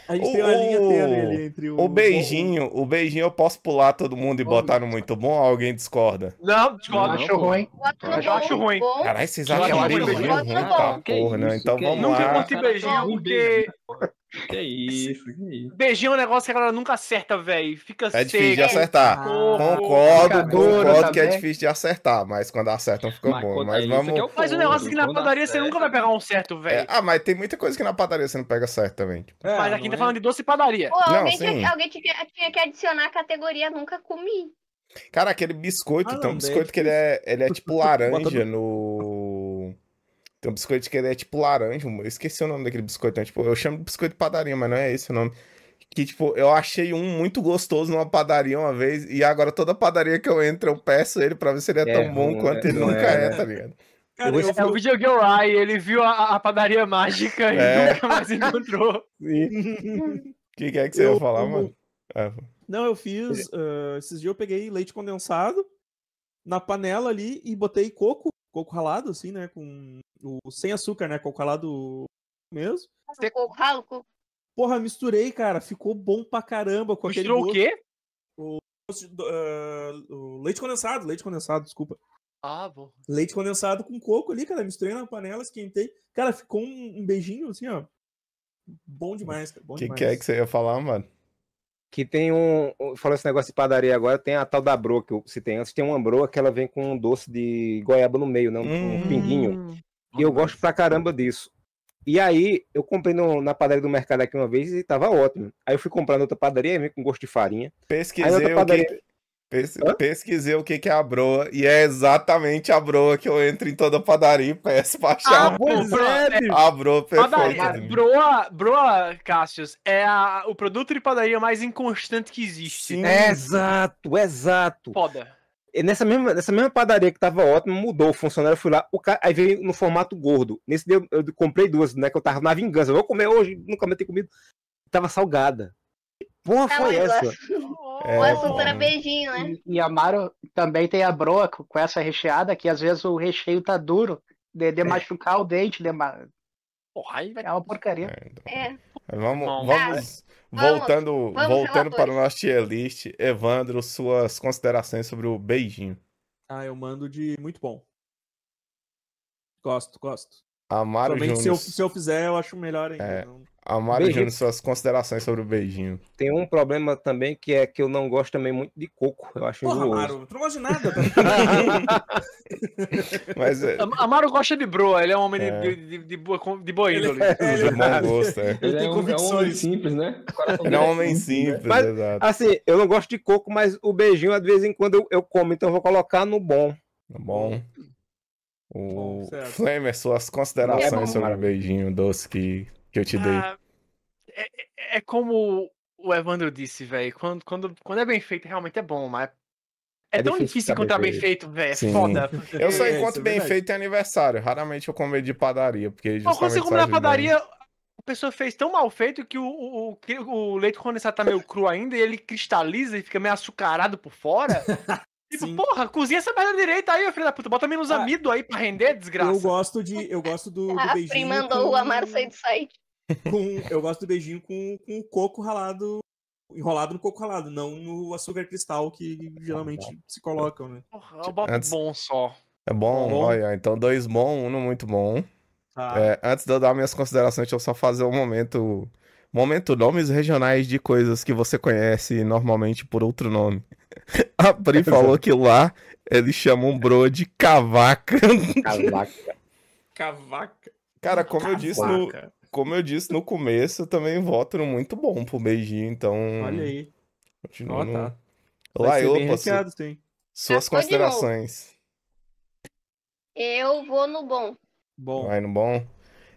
Speaker 1: A gente tem uma linha
Speaker 2: O-
Speaker 1: tênue ali entre o.
Speaker 2: O beijinho, o beijinho eu posso pular todo mundo e botar no muito bom ou alguém discorda?
Speaker 3: Não,
Speaker 4: Eu
Speaker 3: discordo.
Speaker 7: Não,
Speaker 4: acho
Speaker 7: pô.
Speaker 4: ruim.
Speaker 5: Bota no
Speaker 7: Eu
Speaker 5: bom.
Speaker 3: acho ruim.
Speaker 5: Bom.
Speaker 2: Caralho, vocês
Speaker 7: Eu
Speaker 2: acham
Speaker 7: acho
Speaker 2: que
Speaker 7: que
Speaker 2: beijinho
Speaker 7: eu
Speaker 2: é ruim?
Speaker 5: acho
Speaker 2: Tá
Speaker 5: bom.
Speaker 2: porra, não. Então
Speaker 7: Que
Speaker 2: vamos
Speaker 7: isso,
Speaker 3: Nunca
Speaker 7: que
Speaker 2: lá.
Speaker 7: isso.
Speaker 3: curti beijinho,
Speaker 7: Não, um
Speaker 3: porque
Speaker 7: Que isso, que isso.
Speaker 3: beijinho é um negócio que a galera nunca acerta, velho. Fica
Speaker 2: É difícil de
Speaker 3: seco.
Speaker 2: acertar.
Speaker 3: Ah.
Speaker 2: Concordo,
Speaker 4: Picadura
Speaker 2: concordo que é
Speaker 4: também.
Speaker 2: difícil de acertar, mas quando acertam fica bom.
Speaker 7: conta
Speaker 2: Mas
Speaker 7: aí,
Speaker 2: vamos.
Speaker 7: isso aqui é
Speaker 3: Mas o
Speaker 7: ponto,
Speaker 3: negócio é que na
Speaker 7: quando
Speaker 3: padaria você
Speaker 7: acerta.
Speaker 3: nunca vai pegar um certo,
Speaker 2: É,
Speaker 3: velho.
Speaker 2: ah, mas tem muita coisa que na padaria você não pega certo também. tipo.
Speaker 1: É,
Speaker 3: Mas aqui
Speaker 1: não
Speaker 3: tá
Speaker 1: é-
Speaker 3: falando de doce e padaria.
Speaker 5: Pô,
Speaker 2: Não,
Speaker 5: alguém,
Speaker 2: sim.
Speaker 5: tinha, alguém tinha, tinha que adicionar a categoria nunca comi.
Speaker 2: Cara, aquele biscoito,
Speaker 1: Ah,
Speaker 2: tem um
Speaker 1: não,
Speaker 2: biscoito
Speaker 1: é
Speaker 2: que ele é, ele é tipo laranja
Speaker 1: Bota
Speaker 2: no. Tem um biscoito que ele é tipo laranja, eu esqueci o nome daquele biscoito, né? Tipo, eu chamo de biscoito de padaria, mas não é esse o nome. Que, tipo, eu achei um muito gostoso numa padaria uma vez, e agora toda padaria que eu entro, eu peço ele pra ver se ele é,
Speaker 6: É
Speaker 2: tão bom
Speaker 6: ruim,
Speaker 2: quanto
Speaker 6: né?
Speaker 2: ele
Speaker 6: Não
Speaker 2: nunca
Speaker 6: é,
Speaker 2: é,
Speaker 6: né?
Speaker 2: tá ligado?
Speaker 1: Cara,
Speaker 6: Eu
Speaker 1: eu,
Speaker 3: É o
Speaker 1: eu-
Speaker 3: Video Girl Eye, ele viu a, a padaria mágica
Speaker 2: É.
Speaker 3: e nunca mais encontrou.
Speaker 6: E
Speaker 2: O que, que é que você
Speaker 1: eu-
Speaker 2: ia falar,
Speaker 1: eu-
Speaker 2: mano? É,
Speaker 1: Não, eu fiz. ah, esses dias eu peguei leite condensado na panela ali e botei coco, coco ralado, assim, né? Com o sem açúcar, né? Coco ralado mesmo.
Speaker 3: Você-
Speaker 5: Coco ralo, coco.
Speaker 1: Porra, misturei, cara. Ficou bom pra caramba com aquele
Speaker 3: Misturou o quê?
Speaker 1: gosto de- ah, o leite condensado, leite condensado, desculpa.
Speaker 3: Ah, bom.
Speaker 1: Leite condensado com coco ali, cara. Misturei na panela, esquentei. Cara, ficou um, um beijinho assim, ó. Bom demais, cara. Bom
Speaker 2: o que,
Speaker 1: demais.
Speaker 2: que é que você ia falar, mano?
Speaker 6: que tem um. um- Falou esse negócio de padaria agora, tem a tal da broa que eu citei antes. Tem uma broa que ela vem com um doce de goiaba no meio, né? Um, um
Speaker 2: Hum.
Speaker 6: pinguinho. E eu gosto pra caramba disso. E aí, eu comprei no- na padaria do mercado aqui uma vez e tava ótimo. Aí eu fui comprar na outra padaria e vem com gosto de farinha. Aí
Speaker 2: Pesquisei
Speaker 6: outra
Speaker 2: o que,
Speaker 6: padaria.
Speaker 2: Pes-
Speaker 6: Hã?
Speaker 2: Pesquisei o que que é a broa, e é exatamente a broa que eu entro em toda padaria e peço pra achar.
Speaker 3: Ah, pois é, bicho.
Speaker 2: a broa perfeita.
Speaker 3: Padaria,
Speaker 2: do-
Speaker 3: broa, broa, Cassius, é a- o produto de padaria mais inconstante que existe. É
Speaker 2: Sim.
Speaker 6: Exato, exato.
Speaker 3: Foda.
Speaker 6: E nessa mesma, nessa mesma padaria que tava ótima, mudou o funcionário, eu fui lá, o cara, aí veio no formato gordo. Nesse dia eu, eu comprei duas, né, que eu tava na vingança. Eu vou comer hoje, nunca mais ter comido. Tava salgada. Que Porra,
Speaker 5: Tá, mas
Speaker 6: foi
Speaker 5: o
Speaker 6: essa?
Speaker 5: assunto-
Speaker 2: É,
Speaker 5: o assunto
Speaker 2: pô.
Speaker 5: era beijinho, né?
Speaker 4: E, e Amaro também tem a broa co- com essa recheada, que às vezes o recheio tá duro, de,
Speaker 6: É.
Speaker 4: de machucar o dente, de ma-
Speaker 3: Porra, aí vai.
Speaker 4: é uma porcaria.
Speaker 2: É, então.
Speaker 5: É.
Speaker 2: Vamos,
Speaker 3: Bom.
Speaker 2: vamos
Speaker 5: Vamos,
Speaker 2: voltando,
Speaker 5: vamos,
Speaker 2: voltando
Speaker 5: relatores.
Speaker 2: para o nosso tier list. Evandro, suas considerações sobre o beijinho.
Speaker 1: Ah, eu mando de muito bom. Gosto, gosto.
Speaker 2: Amaro
Speaker 1: Somente
Speaker 2: Júnior,
Speaker 1: se eu, se eu fizer, eu acho melhor ainda.
Speaker 2: É.
Speaker 1: não-
Speaker 2: Amaro
Speaker 6: Beijinho.
Speaker 2: Júnior, suas considerações sobre o beijinho.
Speaker 6: Tem um problema também que é que eu não gosto também muito de coco. Eu acho
Speaker 1: Porra,
Speaker 6: enjooso.
Speaker 1: Amaro, tu não gosta de nada. tá?
Speaker 2: Mas é,
Speaker 3: Am- Amaro gosta de broa, ele é um homem de-
Speaker 2: É.
Speaker 3: de, de, de boa, con- de boa
Speaker 1: é
Speaker 3: índole.
Speaker 2: de bom gosto, é.
Speaker 1: Ele
Speaker 7: Ele é
Speaker 1: tem
Speaker 7: um, é um homem
Speaker 1: convicções.
Speaker 7: simples, né? O coração
Speaker 2: Ele é
Speaker 7: dele
Speaker 2: um homem simples,
Speaker 6: Mas-
Speaker 2: exato.
Speaker 6: Assim, eu não gosto de coco, mas o beijinho, de vez em quando, eu, eu como, então eu vou colocar no bom.
Speaker 2: Tá bom. O
Speaker 1: Bom, certo.
Speaker 2: Flamer, suas considerações
Speaker 5: É bom.
Speaker 2: sobre o beijinho doce que, que eu te dei.
Speaker 3: Ah, é, é- é como o Evandro disse, velho. Quando, quando, quando é bem feito, realmente é bom, mas. É,
Speaker 6: É
Speaker 3: tão
Speaker 6: difícil
Speaker 3: difícil
Speaker 6: ficar bem
Speaker 3: encontrar bem
Speaker 6: feito.
Speaker 3: feito, velho. É
Speaker 2: Sim.
Speaker 3: foda.
Speaker 2: Eu só
Speaker 1: É, isso
Speaker 2: encontro
Speaker 1: é
Speaker 2: bem
Speaker 1: verdade.
Speaker 2: feito em aniversário. Raramente eu como ele de padaria, porque
Speaker 3: Mas quando
Speaker 2: justamente
Speaker 3: você come na
Speaker 2: só ajuda, né?
Speaker 3: padaria, a pessoa fez tão mal feito que o, o, o que- o leite condensado tá meio cru ainda e ele cristaliza e fica meio açucarado por fora. tipo,
Speaker 1: Sim.
Speaker 3: porra, cozinha essa merda direita aí, filho da puta. Bota menos
Speaker 1: Ah,
Speaker 3: amido aí pra render, desgraça.
Speaker 1: Eu gosto de. Eu gosto do, do
Speaker 5: A
Speaker 1: beijinho.
Speaker 5: Pri mandou o Amaro sair do site.
Speaker 1: com- Eu gosto do beijinho com, com o coco ralado. Enrolado no coco ralado, não no açúcar cristal que geralmente se colocam, né?
Speaker 3: Porra, eu boto
Speaker 2: Antes-
Speaker 3: bom só.
Speaker 2: É bom,
Speaker 1: Bom.
Speaker 2: olha. Então, dois bom, um não muito bom.
Speaker 1: Tá.
Speaker 2: É, antes de eu dar minhas considerações, deixa eu só fazer um momento. Momento nomes regionais de coisas que você conhece normalmente por outro nome. A Pri falou que lá eles chamam broa de cavaca.
Speaker 6: Cavaca.
Speaker 1: Cavaca.
Speaker 2: Cara, como eu disse no,
Speaker 1: Saca.
Speaker 2: como eu disse no começo, eu também voto no muito bom pro beijinho, então.
Speaker 1: Olha aí.
Speaker 2: Continua
Speaker 1: Ó,
Speaker 2: no...
Speaker 1: tá.
Speaker 2: Lá
Speaker 1: Vai ser
Speaker 2: eu,
Speaker 1: bem hackeado, sim.
Speaker 2: suas
Speaker 5: Passou de
Speaker 2: considerações.
Speaker 5: Eu vou no bom.
Speaker 1: Bom,
Speaker 2: Vai no bom.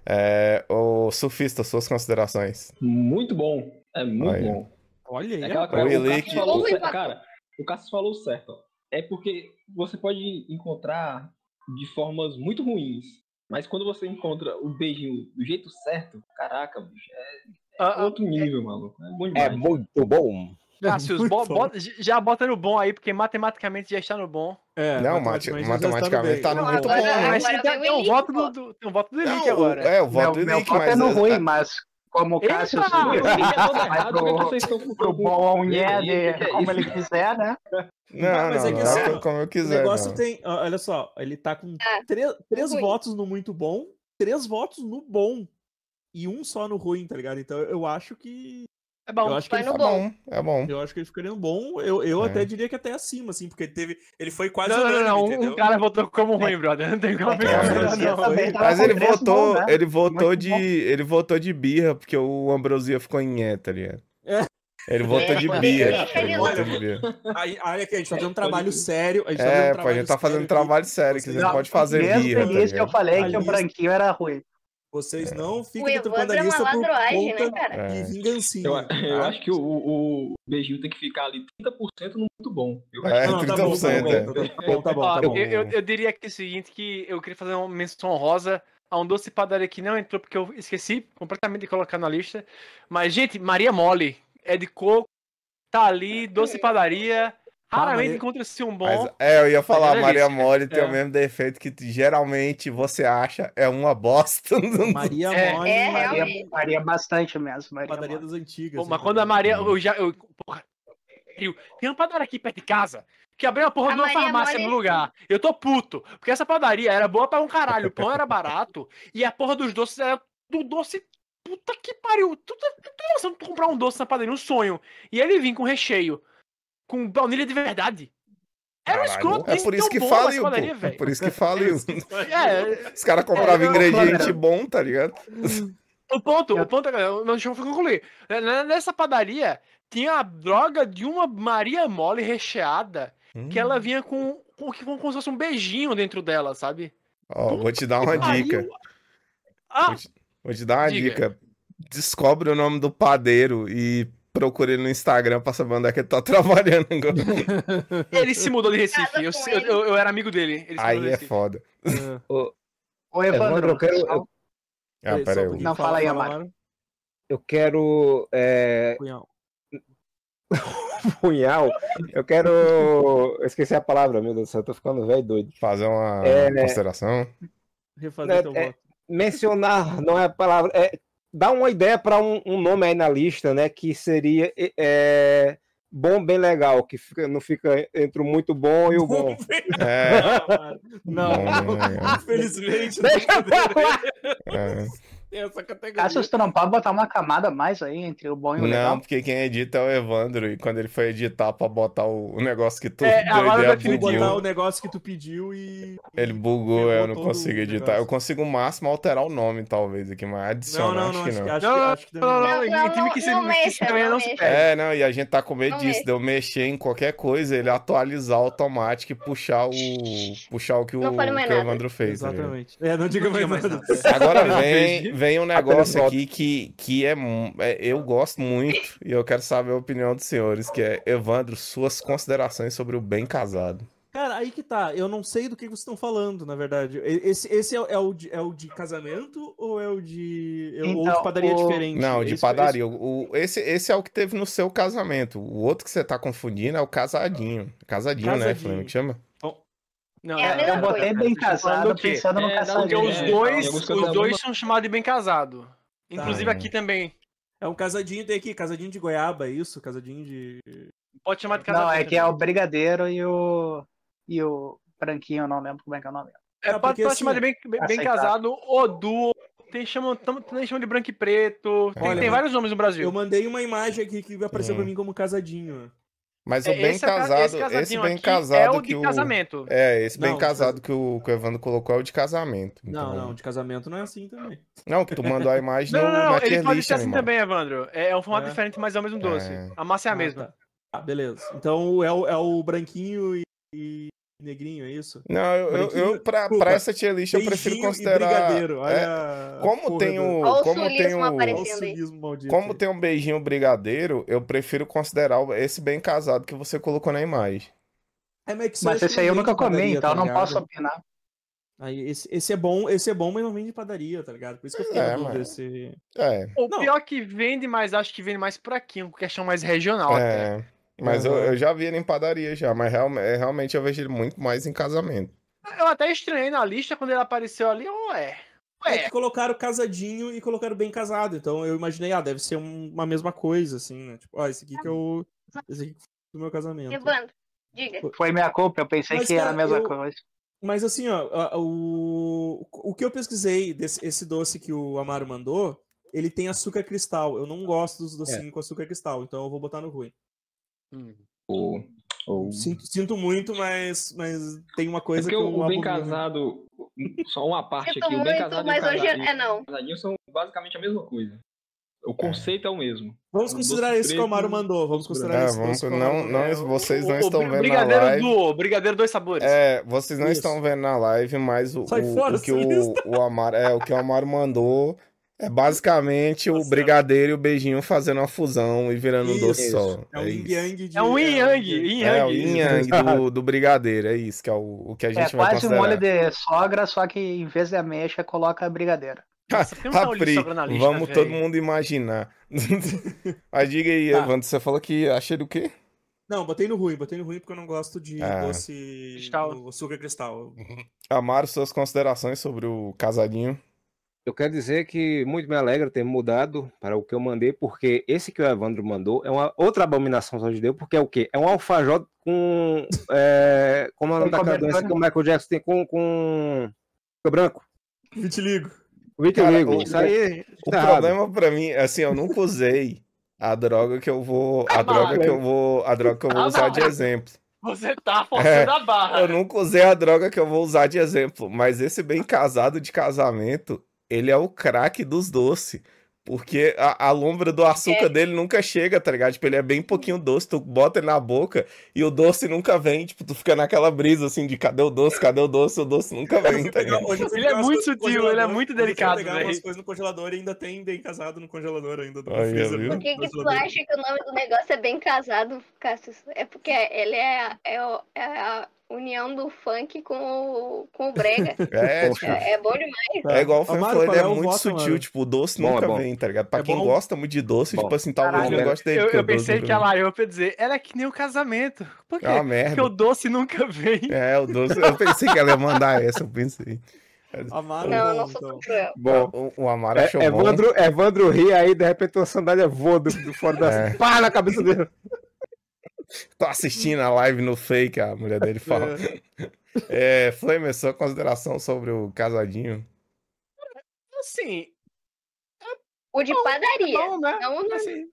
Speaker 2: É, o surfista, suas considerações.
Speaker 7: Muito bom. É muito
Speaker 2: Aí.
Speaker 7: bom.
Speaker 1: olha aí.
Speaker 7: É aquela
Speaker 1: rapaz.
Speaker 7: coisa. O
Speaker 2: Ele
Speaker 7: Cassius
Speaker 2: que-
Speaker 7: falou
Speaker 5: Ou
Speaker 7: certo,
Speaker 5: empatou.
Speaker 7: cara, o Cassius falou certo. ó. É porque você pode encontrar de formas muito ruins. Mas quando você encontra o beijinho do jeito certo, caraca, bicho, é
Speaker 3: Ah,
Speaker 7: outro nível, maluco. É bom
Speaker 6: É
Speaker 7: demais.
Speaker 6: muito bom.
Speaker 3: ah, Cassius,
Speaker 1: Muito
Speaker 3: bo-
Speaker 1: bom.
Speaker 3: bota- já bota no bom aí, porque matematicamente já está no bom.
Speaker 1: É,
Speaker 2: Não,
Speaker 1: matematicamente,
Speaker 2: mate-
Speaker 1: já
Speaker 2: matematicamente tá
Speaker 1: bem.
Speaker 2: no
Speaker 5: Não,
Speaker 2: muito
Speaker 5: agora-
Speaker 2: bom, né?
Speaker 5: agora
Speaker 3: mas tem,
Speaker 5: vai o
Speaker 3: tem um
Speaker 5: Henrique,
Speaker 3: voto
Speaker 5: pô.
Speaker 3: do, do- tem um voto do
Speaker 2: Não,
Speaker 3: Henrique
Speaker 2: o-
Speaker 3: agora.
Speaker 2: É, o
Speaker 4: Meu,
Speaker 2: voto do
Speaker 4: meu
Speaker 2: Nick,
Speaker 4: voto é
Speaker 2: mas.
Speaker 4: no ruim, mas como o
Speaker 3: Eita!
Speaker 4: Cássio
Speaker 7: Eu
Speaker 4: sugeriu,
Speaker 7: fiquei todo
Speaker 4: vai
Speaker 7: errado,
Speaker 4: pro-
Speaker 7: porque é vocês estão com-
Speaker 4: pro bom ou nhé,
Speaker 7: que "Ah, é
Speaker 4: de-
Speaker 7: isso?
Speaker 4: como ele quiser, né?
Speaker 2: Não,
Speaker 1: Mas
Speaker 2: não,
Speaker 1: é que
Speaker 2: não,
Speaker 1: assim,
Speaker 2: foi como eu
Speaker 1: O
Speaker 2: quiser.
Speaker 1: negócio tá
Speaker 2: não.
Speaker 1: tem. ó, Olha só, ele tá com
Speaker 5: Ah,
Speaker 1: três, três
Speaker 5: ruim.
Speaker 1: votos no muito bom, três votos no bom. E um só no ruim, tá ligado? Então eu acho que.
Speaker 3: É bom.
Speaker 1: Eu acho que
Speaker 5: vai
Speaker 1: ele,
Speaker 5: no
Speaker 2: Tá
Speaker 1: fa-
Speaker 2: bom, é bom.
Speaker 1: eu acho que ele ficaria no bom. Eu, eu
Speaker 2: É.
Speaker 1: até diria que até acima, assim, porque ele teve. Ele foi quase
Speaker 3: Não, não, não,
Speaker 1: unânime,
Speaker 3: não, Um,
Speaker 1: entendeu?
Speaker 3: cara votou como ruim, brother. Não tem como
Speaker 2: É,
Speaker 3: pegar.
Speaker 2: mas-
Speaker 3: não.
Speaker 4: também tava
Speaker 2: Mas
Speaker 4: com
Speaker 2: ele
Speaker 4: três
Speaker 2: votou,
Speaker 4: bons, né?
Speaker 2: ele votou
Speaker 4: Muito
Speaker 2: de,
Speaker 4: bom.
Speaker 2: ele votou de birra porque o Ambrosia ficou em é, tá ligado? Ele
Speaker 1: É,
Speaker 2: votou de
Speaker 5: pode-
Speaker 2: birra.
Speaker 5: pode-
Speaker 2: Ele votou de birra.
Speaker 1: Aí, olha que a gente tá fazendo um
Speaker 7: pode
Speaker 1: trabalho
Speaker 7: ser.
Speaker 1: sério. A gente tá fazendo
Speaker 2: É,
Speaker 1: um
Speaker 2: pô, a gente
Speaker 1: trabalho
Speaker 2: tá fazendo
Speaker 1: sério
Speaker 2: trabalho
Speaker 1: aqui.
Speaker 2: sério, que você não
Speaker 1: Não,
Speaker 2: pode fazer
Speaker 4: Mesmo
Speaker 2: birra, tá
Speaker 4: feliz que eu
Speaker 2: ligado?
Speaker 4: falei que
Speaker 1: Ali-
Speaker 4: o branquinho era ruim.
Speaker 1: Vocês não
Speaker 5: O
Speaker 1: fiquem trocando
Speaker 5: Evandro
Speaker 1: a
Speaker 5: é uma
Speaker 1: lista por
Speaker 5: ladroagem,
Speaker 1: conta
Speaker 5: né, cara?
Speaker 2: É.
Speaker 1: e
Speaker 7: Eu,
Speaker 1: vingancinha.
Speaker 7: eu
Speaker 1: tá?
Speaker 7: acho que o, o, o beijinho tem que ficar ali 30% no muito bom. Eu acho
Speaker 2: É,
Speaker 7: que
Speaker 1: Não, tá bom, tá
Speaker 2: 30%, é.
Speaker 1: bom, tá bom, tá bom,
Speaker 3: Ó,
Speaker 1: tá bom.
Speaker 3: eu, eu- eu diria que é o seguinte, que eu queria fazer uma menção honrosa a um doce padaria que não entrou porque eu esqueci completamente de colocar na lista. Mas, gente, Maria Mole é de coco, tá ali, doce padaria. Raramente
Speaker 1: Maria-
Speaker 3: encontra-se um bom.
Speaker 2: Mas, é, eu ia falar,
Speaker 3: Mas é
Speaker 2: Maria
Speaker 3: delícia,
Speaker 2: Mole tem
Speaker 3: É.
Speaker 2: o mesmo defeito que geralmente você acha é uma bosta.
Speaker 1: Maria
Speaker 3: É,
Speaker 1: Mole,
Speaker 5: é,
Speaker 1: Maria
Speaker 5: realmente.
Speaker 4: Maria, Maria bastante mesmo. Maria
Speaker 1: Padaria
Speaker 4: Mole.
Speaker 1: das Antigas.
Speaker 3: Pô, mas
Speaker 1: né?
Speaker 3: quando a Maria.
Speaker 2: Hum.
Speaker 3: Eu já. Eu, porra, eu- tem uma padaria aqui perto de casa que abriu uma porra
Speaker 5: A
Speaker 3: de uma
Speaker 5: Maria
Speaker 3: farmácia
Speaker 5: Mole-
Speaker 3: no lugar. Eu tô puto. Porque essa padaria era boa pra um caralho. O pão era barato e a porra dos doces era do doce. Puta que pariu. Tu tá tu tá pensando em comprar um doce na padaria, um sonho. E ele vinha com recheio. Com baunilha de verdade. Era um
Speaker 2: Caralho,
Speaker 3: escroto.
Speaker 2: É
Speaker 3: isso
Speaker 2: por
Speaker 3: tão
Speaker 2: isso que
Speaker 3: bom essa
Speaker 2: faliu,
Speaker 3: padaria,
Speaker 2: pô. É
Speaker 3: velho.
Speaker 2: por isso que faliu.
Speaker 3: É,
Speaker 2: Os caras compravam
Speaker 3: É, eu-
Speaker 2: ingrediente
Speaker 4: Claro.
Speaker 2: bom, tá ligado?
Speaker 3: O ponto,
Speaker 4: Eu-
Speaker 3: o ponto, é- não, deixa eu concluir. N- n- Nessa padaria tinha a droga de uma Maria Mole recheada que é
Speaker 4: Hum.
Speaker 3: ela vinha com, com, que- com como se fosse um beijinho dentro dela, sabe?
Speaker 2: Ó, vou te dar uma
Speaker 3: Pariu.
Speaker 2: dica. é.
Speaker 3: Ah,
Speaker 2: Vou te dar uma
Speaker 3: Diga.
Speaker 2: dica. Descobre o nome do padeiro e procure ele no Instagram pra saber onde é que ele tá trabalhando agora.
Speaker 3: ele se mudou de Recife.
Speaker 5: Casa
Speaker 3: Eu,
Speaker 5: com
Speaker 3: sei- eu,
Speaker 5: ele.
Speaker 3: eu- eu era amigo dele. Ele se mudou
Speaker 2: Aí
Speaker 3: de
Speaker 2: é
Speaker 3: Recife.
Speaker 2: foda.
Speaker 1: É.
Speaker 4: Ô,
Speaker 2: É,
Speaker 6: Evandro,
Speaker 4: Evandro,
Speaker 6: eu quero-
Speaker 4: só-
Speaker 2: Ah,
Speaker 1: Peraí, só
Speaker 2: peraí.
Speaker 1: um pouquinho,
Speaker 4: Não, fala aí, Amaro.
Speaker 1: Amaro.
Speaker 6: Eu quero. É,
Speaker 1: Cunhal.
Speaker 6: punhal. Eu quero. Eu esqueci a palavra, meu Deus do céu. Eu tô ficando velho e doido.
Speaker 2: Fazer uma
Speaker 3: né?
Speaker 6: É.
Speaker 2: consideração.
Speaker 1: Refazer
Speaker 6: É,
Speaker 1: teu
Speaker 6: é,
Speaker 1: voto.
Speaker 6: mencionar não é a palavra, é dar uma ideia para um, um nome aí na lista, né? Que seria é, é, bom, bem legal, que fica- não fica entre o muito bom e o bom.
Speaker 2: É.
Speaker 1: Não, não.
Speaker 2: Bom, né?
Speaker 1: Infelizmente, não
Speaker 6: Deixa pra lá.
Speaker 2: É.
Speaker 1: tem essa categoria.
Speaker 4: Cássio, tu não pode botar uma camada a mais aí entre o bom e o
Speaker 2: Não,
Speaker 4: legal?
Speaker 2: porque quem edita é o Evandro. E quando ele foi editar pra botar o o negócio que tu
Speaker 3: É,
Speaker 2: deu
Speaker 3: agora
Speaker 2: ideia,
Speaker 3: vai ter que
Speaker 1: Vou botar
Speaker 2: bugou.
Speaker 1: o negócio que tu pediu e.
Speaker 2: Ele bugou,
Speaker 1: Pegou
Speaker 2: eu não
Speaker 1: todo
Speaker 2: consigo
Speaker 1: o
Speaker 2: editar.
Speaker 1: negócio.
Speaker 2: Eu consigo o máximo alterar o nome, talvez, aqui, mas
Speaker 1: Não,
Speaker 2: adicionar,
Speaker 1: não,
Speaker 2: acho
Speaker 1: não.
Speaker 2: que
Speaker 1: Acho
Speaker 2: não.
Speaker 1: que, acho,
Speaker 3: Não,
Speaker 1: que-
Speaker 3: não,
Speaker 1: acho que
Speaker 3: Não,
Speaker 1: não.
Speaker 3: não,
Speaker 5: Não,
Speaker 3: em
Speaker 5: não,
Speaker 3: time que
Speaker 5: não,
Speaker 3: se
Speaker 5: não
Speaker 3: que
Speaker 5: mexa,
Speaker 3: se ganha
Speaker 5: não
Speaker 3: não se
Speaker 5: mexa.
Speaker 3: perde.
Speaker 2: É, não, e a gente tá com medo
Speaker 5: Não
Speaker 2: disso,
Speaker 5: é.
Speaker 2: de eu mexer em qualquer coisa, ele atualizar automático e puxar o, puxar o que o,
Speaker 5: Não fale mais
Speaker 2: que o
Speaker 5: nada.
Speaker 2: Evandro fez. tá ligado?
Speaker 1: Exatamente. É, não diga
Speaker 3: Não diga
Speaker 1: mais
Speaker 3: mais
Speaker 1: nada.
Speaker 2: Agora vem, vem um negócio
Speaker 6: voto.
Speaker 2: aqui que, que é, mu- é- eu gosto muito e eu quero saber a opinião dos senhores, que é Evandro, suas considerações sobre o bem casado.
Speaker 1: Cara, aí que tá. Eu não sei do que vocês estão falando, na verdade. E- Esse, esse é, o- é o de, é o de casamento ou é o de. é o- ou de
Speaker 4: Então,
Speaker 1: padaria
Speaker 4: o-
Speaker 1: diferente? É
Speaker 2: Não, de
Speaker 1: Esse-
Speaker 2: padaria. O, o- esse, esse é o que teve no seu casamento. O outro que você tá confundindo é o casadinho. Casadinho, né,
Speaker 1: Casadinho.
Speaker 2: Flamengo? Que chama?
Speaker 3: Não,
Speaker 5: É a
Speaker 3: não,
Speaker 5: mesma
Speaker 4: Eu
Speaker 3: não,
Speaker 5: coisa.
Speaker 4: botei
Speaker 3: não, não,
Speaker 4: bem
Speaker 3: tô falando
Speaker 4: casado,
Speaker 3: do quê?
Speaker 4: pensando no
Speaker 7: É, não,
Speaker 3: Porque
Speaker 4: caçadinho.
Speaker 3: os
Speaker 7: É,
Speaker 3: dois,
Speaker 7: eu gosto
Speaker 3: os
Speaker 7: da
Speaker 3: dois
Speaker 7: mesma-
Speaker 3: são chamados de bem casado. Inclusive
Speaker 2: Ah.
Speaker 3: aqui também.
Speaker 1: É um casadinho, tem aqui, casadinho de goiaba, é isso? Casadinho de.
Speaker 3: Pode chamar de casado.
Speaker 4: Não, é que é o brigadeiro e o. E o branquinho, eu não lembro como é que é o nome.
Speaker 3: É,
Speaker 1: Não,
Speaker 3: pode
Speaker 1: porque,
Speaker 3: pode
Speaker 1: assim,
Speaker 3: chamar de bem, bem- bem
Speaker 4: aceitável.
Speaker 3: casado, ou duo, tem chamam, tam- também chamam de branco e preto, tem,
Speaker 2: Olha,
Speaker 3: tem vários nomes no Brasil.
Speaker 1: Eu mandei uma imagem aqui que apareceu
Speaker 2: Hum.
Speaker 1: pra mim como casadinho.
Speaker 2: Mas o
Speaker 3: É,
Speaker 2: bem
Speaker 3: esse é ca-
Speaker 2: casado,
Speaker 3: esse
Speaker 2: esse,
Speaker 3: casadinho
Speaker 2: bem
Speaker 3: aqui é
Speaker 2: casado
Speaker 3: o
Speaker 2: que
Speaker 3: de
Speaker 2: o
Speaker 3: casamento.
Speaker 2: é, esse bem
Speaker 1: Não,
Speaker 2: casado que o, que o Evandro colocou é o de casamento.
Speaker 1: Não,
Speaker 2: então-
Speaker 1: não, de casamento não é assim também.
Speaker 2: Não, que tu mandou a imagem
Speaker 3: Não,
Speaker 2: no,
Speaker 3: não, não,
Speaker 2: na
Speaker 3: ele
Speaker 2: tier
Speaker 3: pode
Speaker 2: list,
Speaker 3: ser assim
Speaker 2: animal.
Speaker 3: também, Evandro. É, é um formato
Speaker 1: É.
Speaker 3: diferente, mas é o mesmo doce.
Speaker 2: É.
Speaker 3: A massa é a mesma.
Speaker 1: Ah, tá. Ah, beleza. Então é o, é o branquinho e, e negrinho, é isso?
Speaker 2: Não, eu, eu, eu- pra,
Speaker 1: Desculpa.
Speaker 2: pra essa tier list eu prefiro
Speaker 1: Beijinho e
Speaker 2: considerar.
Speaker 1: brigadeiro.
Speaker 2: é,
Speaker 1: Olha a
Speaker 2: como
Speaker 1: porra
Speaker 2: tem
Speaker 1: do-
Speaker 2: o.
Speaker 5: Olha o
Speaker 2: Como
Speaker 5: sulismo
Speaker 2: tem
Speaker 1: Olha o
Speaker 2: o.
Speaker 5: aparecendo.
Speaker 1: cinismo um maldito. É,
Speaker 2: Como
Speaker 1: aí.
Speaker 2: tem um beijinho brigadeiro, eu prefiro considerar o- esse bem casado que você colocou na imagem.
Speaker 1: É, mas que isso
Speaker 4: Mas
Speaker 1: acho que
Speaker 4: esse aí eu
Speaker 1: não vende
Speaker 4: nunca comi,
Speaker 1: padaria,
Speaker 4: então eu
Speaker 1: tá
Speaker 4: não
Speaker 1: ligado?
Speaker 4: posso opinar.
Speaker 1: Aí, esse, esse é bom, esse é bom, mas não vem de padaria, tá ligado? Por isso que eu fiquei
Speaker 2: É,
Speaker 1: na dúvida
Speaker 2: mas-
Speaker 1: se-
Speaker 2: É.
Speaker 3: O
Speaker 1: Não.
Speaker 3: pior que vende, mas acho que vende mais por aqui, uma questão mais regional. até.
Speaker 2: é, Mas eu,
Speaker 1: Aham.
Speaker 2: eu já vi ele em padaria já, mas realme- é, realmente eu vejo ele muito mais em casamento.
Speaker 3: Eu até estranhei na lista quando ele apareceu ali, ué.
Speaker 1: É
Speaker 3: Ué,
Speaker 1: que colocaram casadinho e colocaram bem casado. Então eu imaginei, ah, deve ser um- uma mesma coisa, assim, né? Tipo, ó, esse aqui que é o. Esse aqui que foi do meu casamento.
Speaker 5: Evandro, diga.
Speaker 4: Foi minha culpa, eu pensei
Speaker 1: Mas,
Speaker 4: que era a
Speaker 1: cara,
Speaker 4: mesma
Speaker 1: eu-
Speaker 4: coisa.
Speaker 1: Mas assim, ó, a- o, o que eu pesquisei desse esse doce que o Amaro mandou, ele tem açúcar cristal. Eu não gosto
Speaker 2: É.
Speaker 1: dos docinhos com açúcar cristal, então eu vou botar no ruim.
Speaker 3: Hum.
Speaker 7: Ou,
Speaker 2: Hum.
Speaker 7: ou...
Speaker 1: Sinto, sinto muito, mas, mas tem uma
Speaker 7: É
Speaker 1: coisa
Speaker 7: porque
Speaker 1: que eu
Speaker 7: o bem
Speaker 1: abomino. né?
Speaker 7: casado, só uma parte
Speaker 5: Sinto
Speaker 7: aqui, o bem
Speaker 5: muito,
Speaker 7: casado e o
Speaker 5: mas hoje
Speaker 7: casadinho-
Speaker 5: é não.
Speaker 7: casadinho são basicamente a mesma coisa. O conceito é o mesmo.
Speaker 1: Vamos
Speaker 7: Um
Speaker 1: considerar
Speaker 7: doce
Speaker 1: esse que o Amaro
Speaker 7: preto.
Speaker 1: mandou. Vamos considerar
Speaker 2: É,
Speaker 1: esse
Speaker 2: vamos-
Speaker 1: doce que o Amaro
Speaker 2: não,
Speaker 1: mandou.
Speaker 2: não,
Speaker 3: É,
Speaker 2: vocês
Speaker 3: o-
Speaker 2: não
Speaker 3: o
Speaker 2: estão
Speaker 3: bri-
Speaker 2: vendo na
Speaker 3: Brigadeiro
Speaker 2: live.
Speaker 3: duo, brigadeiro dois sabores.
Speaker 2: É, vocês não
Speaker 1: Isso.
Speaker 2: estão vendo na live, mas o,
Speaker 1: Sai
Speaker 2: o-
Speaker 1: fora,
Speaker 2: o que o,
Speaker 1: sinistro.
Speaker 2: o Amaro, é, o que o Amaro mandou é basicamente o
Speaker 1: Nossa.
Speaker 2: brigadeiro e o beijinho fazendo uma fusão e virando um doce
Speaker 1: Isso.
Speaker 2: só.
Speaker 1: É o
Speaker 2: É
Speaker 1: Yin
Speaker 2: isso.
Speaker 1: Yang de.
Speaker 3: É um yin yang,
Speaker 1: é um
Speaker 3: yin
Speaker 2: É o yin
Speaker 3: yang.
Speaker 2: yang do, do brigadeiro, é isso que é o, o que a
Speaker 4: É
Speaker 2: gente vai
Speaker 4: quase um
Speaker 2: considerar.
Speaker 4: molho de sogra, só que em vez da ameixa, coloca brigadeiro.
Speaker 3: Nossa, tem um
Speaker 2: Ah,
Speaker 3: saúde
Speaker 2: Pri,
Speaker 3: sobra na lista,
Speaker 2: vamos todo
Speaker 3: véi.
Speaker 2: mundo imaginar. Mas diga aí,
Speaker 1: Tá.
Speaker 2: Evandro, você falou que achei do quê?
Speaker 1: Não, botei no ruim, botei no ruim porque eu não gosto de
Speaker 2: Ah.
Speaker 1: doce.
Speaker 3: Cristal.
Speaker 1: do açúcar cristal.
Speaker 2: Amaro, suas considerações sobre o casadinho.
Speaker 6: Eu quero dizer que muito me alegra ter mudado para o que eu mandei, porque esse que o Evandro mandou é uma outra abominação só de Deus, porque é o quê? É um alfajor com. É, como é o nome
Speaker 4: Com
Speaker 6: daquela doença que o Michael Jackson tem com. com... com branco.
Speaker 1: Vitiligo.
Speaker 2: Cara, o-
Speaker 6: Vitiligo. Isso aí.
Speaker 2: O
Speaker 6: tá errado.
Speaker 2: problema pra mim, assim, eu nunca usei a droga que eu vou, a droga que eu vou, a droga que eu vou usar de exemplo.
Speaker 3: Você tá forçando a barra.
Speaker 2: Eu nunca usei a droga que eu vou usar de exemplo, mas esse bem casado de casamento, ele é o craque dos doces. Porque a, a lombra do açúcar dele nunca chega, tá ligado? Tipo, ele é bem pouquinho doce, tu bota ele na boca e o doce nunca vem. Tipo, tu fica naquela brisa assim de cadê o doce, cadê o doce, o doce nunca vem, tá ligado?
Speaker 1: Hoje eu fui
Speaker 3: Ele é
Speaker 1: pegar umas coisas
Speaker 3: muito
Speaker 1: no
Speaker 3: sutil, ele é
Speaker 1: congelador, hoje
Speaker 3: muito
Speaker 1: eu fui
Speaker 3: delicado,
Speaker 1: pegar
Speaker 3: velho.
Speaker 1: umas coisas no congelador e ainda tem bem casado no congelador ainda. Do
Speaker 2: Aí,
Speaker 1: freezer,
Speaker 2: viu?
Speaker 1: né,
Speaker 5: Por que,
Speaker 1: do
Speaker 5: que tu
Speaker 1: congelador.
Speaker 5: acha que o nome do negócio é bem casado, Cassius? É porque ele é, é, o- é a união do funk com o, com o brega.
Speaker 2: É, tipo,
Speaker 5: é, é bom demais.
Speaker 2: é igual o
Speaker 1: Tá. Ô,
Speaker 2: Fran
Speaker 1: Mário,
Speaker 2: falou, ele
Speaker 1: qual
Speaker 2: é
Speaker 1: o
Speaker 2: muito
Speaker 1: voto,
Speaker 2: sutil,
Speaker 1: Mário?
Speaker 2: tipo, o doce
Speaker 6: Bom, é
Speaker 2: nunca
Speaker 6: bom.
Speaker 2: vem, tá ligado? Pra
Speaker 1: É
Speaker 2: quem
Speaker 1: bom?
Speaker 2: gosta muito de doce,
Speaker 6: Bom.
Speaker 2: tipo assim, tá o doce,
Speaker 3: Caralho,
Speaker 2: eu gosto dele.
Speaker 3: Eu,
Speaker 2: porque
Speaker 3: eu
Speaker 2: o doce
Speaker 3: pensei
Speaker 2: nunca
Speaker 3: que ela ia pra dizer, ela é que nem o casamento.
Speaker 2: vem.
Speaker 3: Por quê?
Speaker 2: É uma
Speaker 3: Porque
Speaker 2: merda.
Speaker 3: o doce nunca vem.
Speaker 2: É, o doce. Eu pensei que ela ia mandar essa, eu pensei.
Speaker 1: Amaro,
Speaker 5: Não, eu não
Speaker 1: bom,
Speaker 5: sou tão
Speaker 1: então.
Speaker 5: cruel.
Speaker 6: Bom.
Speaker 2: O, o Amaro
Speaker 6: É,
Speaker 2: achou bom.
Speaker 6: Evandro, Evandro ri aí, de repente uma sandália voa do, do fora da.
Speaker 2: É.
Speaker 6: Pá na cabeça dele.
Speaker 2: Tô assistindo a live no fake, a mulher dele fala. É, Flamer, sua consideração sobre o casadinho?
Speaker 3: Assim,
Speaker 5: O de padaria.
Speaker 3: bom, né?
Speaker 5: Não, não.
Speaker 3: Assim,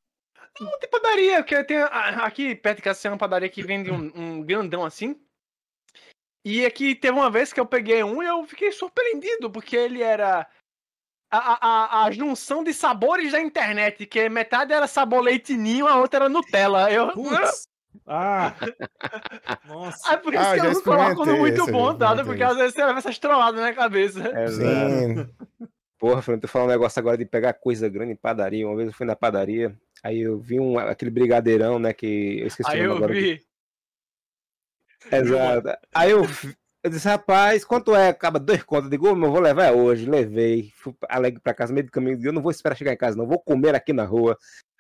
Speaker 3: não tem padaria, porque tem a- aqui perto de casa tem uma padaria que vende um, um grandão assim. E aqui teve uma vez que eu peguei um e eu fiquei surpreendido, porque ele era a, a, a- a junção de sabores da internet, que metade era sabor leitinho, a outra era Nutella. Eu,
Speaker 1: Putz. Ah. Nossa.
Speaker 3: Ah, por isso
Speaker 2: Ah,
Speaker 3: que
Speaker 2: já
Speaker 3: eu não coloco no
Speaker 2: experimentei
Speaker 3: muito
Speaker 2: esse,
Speaker 3: bom,
Speaker 2: já
Speaker 3: dado,
Speaker 2: experimentei
Speaker 3: porque
Speaker 2: esse.
Speaker 3: às vezes você leva essas trolladas na cabeça.
Speaker 6: Exato.
Speaker 2: Sim.
Speaker 6: É Porra, Fernando, tu falou um negócio agora de pegar coisa grande em padaria. Uma vez eu fui na padaria, aí eu vi um, aquele brigadeirão, né? Que eu esqueci
Speaker 3: Aí
Speaker 2: é
Speaker 6: o nome
Speaker 2: um
Speaker 3: eu
Speaker 6: agora.
Speaker 3: vi.
Speaker 6: Exato. Aí eu, vi- eu disse, rapaz, quanto é? Acaba dois contos. Eu digo, "Ô, meu, eu vou levar é hoje. Levei. Fui alegre pra casa, meio do caminho. Eu não vou esperar chegar em casa, não. Vou comer aqui na rua.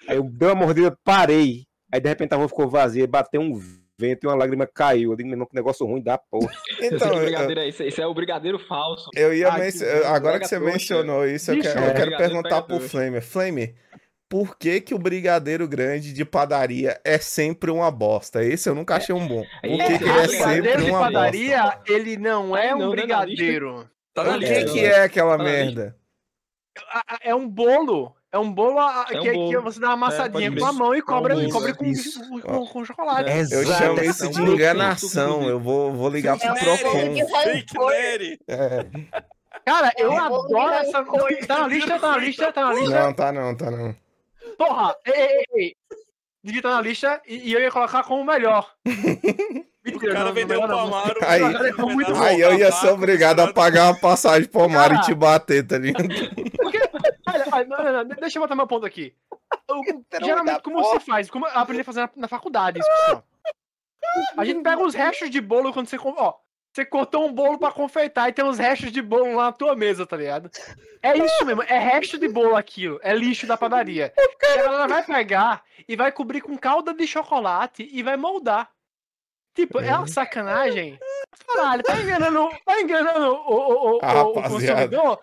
Speaker 6: Aí eu dei uma mordida, parei. Aí de repente a rua ficou vazia, bateu um vento e uma lágrima caiu. Eu digo, meu irmão, que negócio ruim da porra.
Speaker 2: Então,
Speaker 7: esse
Speaker 2: eu,
Speaker 7: brigadeiro é esse, esse é o brigadeiro falso.
Speaker 2: eu ia
Speaker 7: Ah, que
Speaker 2: mencio-
Speaker 7: droga,
Speaker 2: Agora que você
Speaker 7: trouxa.
Speaker 2: mencionou isso, eu
Speaker 3: Bicho,
Speaker 2: quero, eu
Speaker 6: é.
Speaker 2: quero perguntar pro
Speaker 7: Brigadeiro pega trouxa.
Speaker 2: Flamer. Flamer, por que que o brigadeiro grande de padaria é sempre uma bosta? Esse eu nunca achei um bom. Por que,
Speaker 7: É,
Speaker 2: que ele é
Speaker 7: brigadeiro
Speaker 2: sempre
Speaker 3: de
Speaker 2: uma bosta?
Speaker 3: padaria, ele não é
Speaker 7: Ai,
Speaker 3: um
Speaker 7: não, né, na lista?
Speaker 3: brigadeiro.
Speaker 1: Tá
Speaker 2: O
Speaker 1: na
Speaker 2: que é
Speaker 1: lista.
Speaker 2: que é aquela
Speaker 7: Tá na
Speaker 2: merda?
Speaker 3: A- a- É um bolo. É um bolo a-
Speaker 7: É um
Speaker 3: que, que
Speaker 7: bolo.
Speaker 3: você dá uma amassadinha
Speaker 7: pode
Speaker 3: com a
Speaker 7: ver.
Speaker 3: mão e cobra,
Speaker 7: bolo,
Speaker 3: e cobre
Speaker 6: isso,
Speaker 3: com,
Speaker 6: isso.
Speaker 3: com- com- com chocolate.
Speaker 6: É
Speaker 2: Eu
Speaker 6: Exato.
Speaker 2: chamo isso de
Speaker 7: Exatamente.
Speaker 2: enganação. Eu vou, vou ligar pro
Speaker 5: É um bolo de
Speaker 2: Procon.
Speaker 8: Fake
Speaker 5: rancor.
Speaker 8: Nery!
Speaker 2: É.
Speaker 3: Cara, eu
Speaker 5: É um bolo de
Speaker 3: adoro essa.
Speaker 5: rancor.
Speaker 3: Tá na lista, tá na lista, tá na lista.
Speaker 2: Não, tá não, tá não.
Speaker 3: Porra! Ei, ei, ei, ei. Digita na lista e, e eu ia colocar como o melhor.
Speaker 8: O cara vendeu
Speaker 3: é
Speaker 8: o Palmaro.
Speaker 2: Aí-
Speaker 8: um pedaço
Speaker 2: Aí
Speaker 8: de
Speaker 2: eu ia
Speaker 8: tabaco,
Speaker 2: ser obrigado
Speaker 1: né?
Speaker 2: a pagar uma passagem pro Omar e te bater, tá ligado?
Speaker 3: Porque, olha, olha, não, não, não, deixa eu botar meu ponto aqui.
Speaker 2: Então
Speaker 3: O-
Speaker 2: é
Speaker 3: geralmente, como se faz? Como eu aprendi a fazer na, na faculdade, isso, pessoal. A gente pega os restos de bolo quando você. com- Ó, você cortou um bolo pra confeitar e tem uns restos de bolo lá na tua mesa, tá ligado? É isso mesmo, é resto de bolo aquilo. É lixo da padaria. E a galera vai pegar e vai cobrir com calda de chocolate e vai moldar. Tipo, é uma sacanagem. Caralho, tá enganando, tá enganando o, o, o,
Speaker 2: Ah,
Speaker 3: o
Speaker 2: rapaziada.
Speaker 3: consumidor?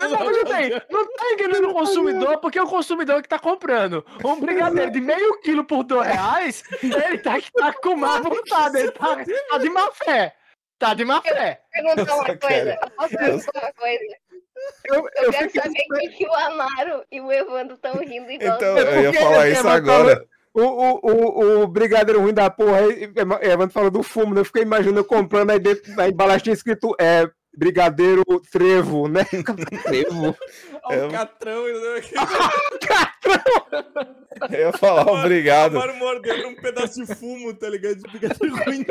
Speaker 3: Não, mas não tem. Não tá enganando o consumidor, porque é o consumidor que tá comprando. Um brigadeiro de meio quilo por dois reais, ele tá, que tá com má vontade, ele tá, tá de má fé. Tá de má fé.
Speaker 5: Perguntar uma
Speaker 2: Nossa,
Speaker 5: coisa.
Speaker 2: cara.
Speaker 5: Posso perguntar uma coisa?
Speaker 6: Eu,
Speaker 5: Eu,
Speaker 6: eu
Speaker 5: quero
Speaker 6: fiquei-
Speaker 5: saber por que o Amaro e o Evandro estão rindo igual.
Speaker 2: Então,
Speaker 6: É
Speaker 2: eu ia
Speaker 6: porque
Speaker 2: falar
Speaker 6: ele
Speaker 2: isso
Speaker 6: tava
Speaker 2: agora.
Speaker 6: O, o, o, o brigadeiro ruim da porra, aí, Eva- Evandro falou do fumo, né? Eu fiquei imaginando eu comprando aí dentro da embalagem tinha escrito é, brigadeiro trevo, né? trevo.
Speaker 1: um
Speaker 8: Ó, o catrão. ele-
Speaker 2: Eu ia falar
Speaker 8: O
Speaker 2: obrigado.
Speaker 8: Palmaro mordeu pra um pedaço de fumo, tá ligado? De brigadeiro ruim.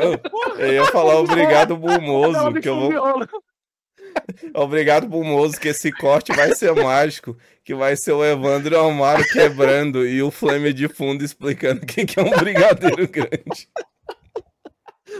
Speaker 2: Eu ia falar obrigado,
Speaker 3: Não,
Speaker 2: Bulmoso,
Speaker 3: Tá de
Speaker 2: que eu vou
Speaker 3: fumiolo.
Speaker 2: Obrigado, Bumoso, que esse corte vai ser mágico, que vai ser o Evandro Amaro quebrando e o Flame de fundo explicando o que, que é um brigadeiro grande.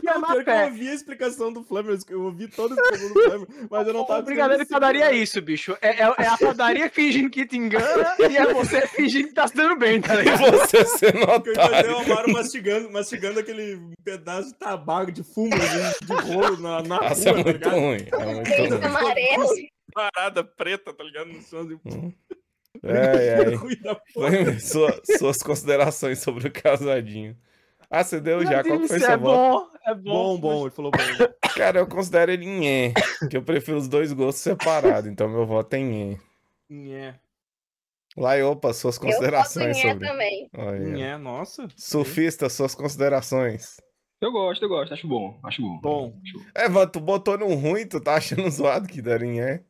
Speaker 3: E é má
Speaker 8: Pior que eu
Speaker 3: fé.
Speaker 8: ouvi a explicação do Flamers, eu ouvi toda a explicação do Flamers, mas eu não tava. né?
Speaker 3: O brigadeiro de
Speaker 8: entendendo
Speaker 3: padaria é
Speaker 8: esse-
Speaker 3: isso, bicho. É, é- é a padaria fingindo que te engana e é você fingindo que tá se dando bem, tá
Speaker 2: E
Speaker 3: ligado?
Speaker 2: você sendo
Speaker 8: Porque eu imaginei o
Speaker 2: otário.
Speaker 8: Amaro mastigando, mastigando aquele pedaço de tabaco, de fumo, de, de rolo na, na rua,
Speaker 2: Nossa,
Speaker 8: tá
Speaker 2: é muito
Speaker 8: ligado?
Speaker 2: ruim. É muito
Speaker 5: Gente,
Speaker 2: ruim.
Speaker 5: amarelo.
Speaker 8: Parada preta, tá ligado? No chão, assim,
Speaker 2: Ai, ai.
Speaker 8: ruim da porra.
Speaker 2: Flame, sua- suas considerações sobre o casadinho. Ah, você deu já? Qual que foi
Speaker 3: Isso é
Speaker 2: seu voto?
Speaker 3: bom, é
Speaker 1: Bom,
Speaker 3: bom.
Speaker 1: bom, ele falou bom.
Speaker 2: Cara, eu considero ele nhe, que eu prefiro os dois gostos separados, então meu voto é nhe.
Speaker 1: Nhé.
Speaker 2: Lá e opa, suas
Speaker 5: Eu posso
Speaker 2: considerações
Speaker 5: ganhar
Speaker 2: sobre.
Speaker 5: também.
Speaker 2: Olha.
Speaker 1: Nhé, nossa.
Speaker 2: Surfista, suas considerações.
Speaker 7: Eu gosto, eu gosto, acho bom, acho bom.
Speaker 1: Bom.
Speaker 7: Acho bom.
Speaker 2: É, mano, tu botou no ruim, tu tá achando zoado que darinha é.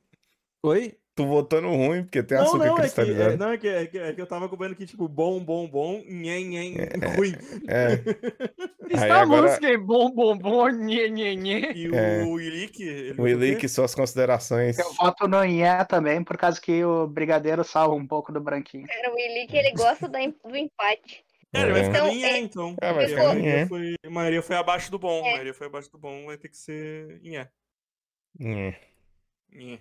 Speaker 1: Oi?
Speaker 2: Tu botou no ruim, porque tem
Speaker 1: Não,
Speaker 2: açúcar
Speaker 1: não, é que,
Speaker 2: cristalizado.
Speaker 1: é, não é, que, é, que, é que eu tava acompanhando que, tipo, bom, bom, bom, nhé, nhé, ruim.
Speaker 2: É. Aí
Speaker 3: Está a
Speaker 2: agora-
Speaker 3: música aí, bom, bom, bom, nhê, nhê, nhê.
Speaker 8: E
Speaker 2: É.
Speaker 8: o Ilick. ele
Speaker 2: O
Speaker 8: fez
Speaker 1: né?
Speaker 8: quê?
Speaker 2: Elick, suas considerações.
Speaker 4: Eu voto no Ié também, por causa que o brigadeiro salva um pouco do branquinho.
Speaker 5: Cara, o Willi que um ele gosta da em- do empate.
Speaker 8: É, ele vai
Speaker 2: É.
Speaker 8: ficar
Speaker 5: Então,
Speaker 8: nem é, então.
Speaker 2: É, vai
Speaker 8: Porque
Speaker 5: ficar
Speaker 8: a
Speaker 2: nem
Speaker 8: maioria
Speaker 2: é.
Speaker 8: foi- A maioria foi abaixo do bom.
Speaker 5: É.
Speaker 8: A maioria foi abaixo do bom, vai ter que ser em é.
Speaker 2: Nhe.
Speaker 8: Em é.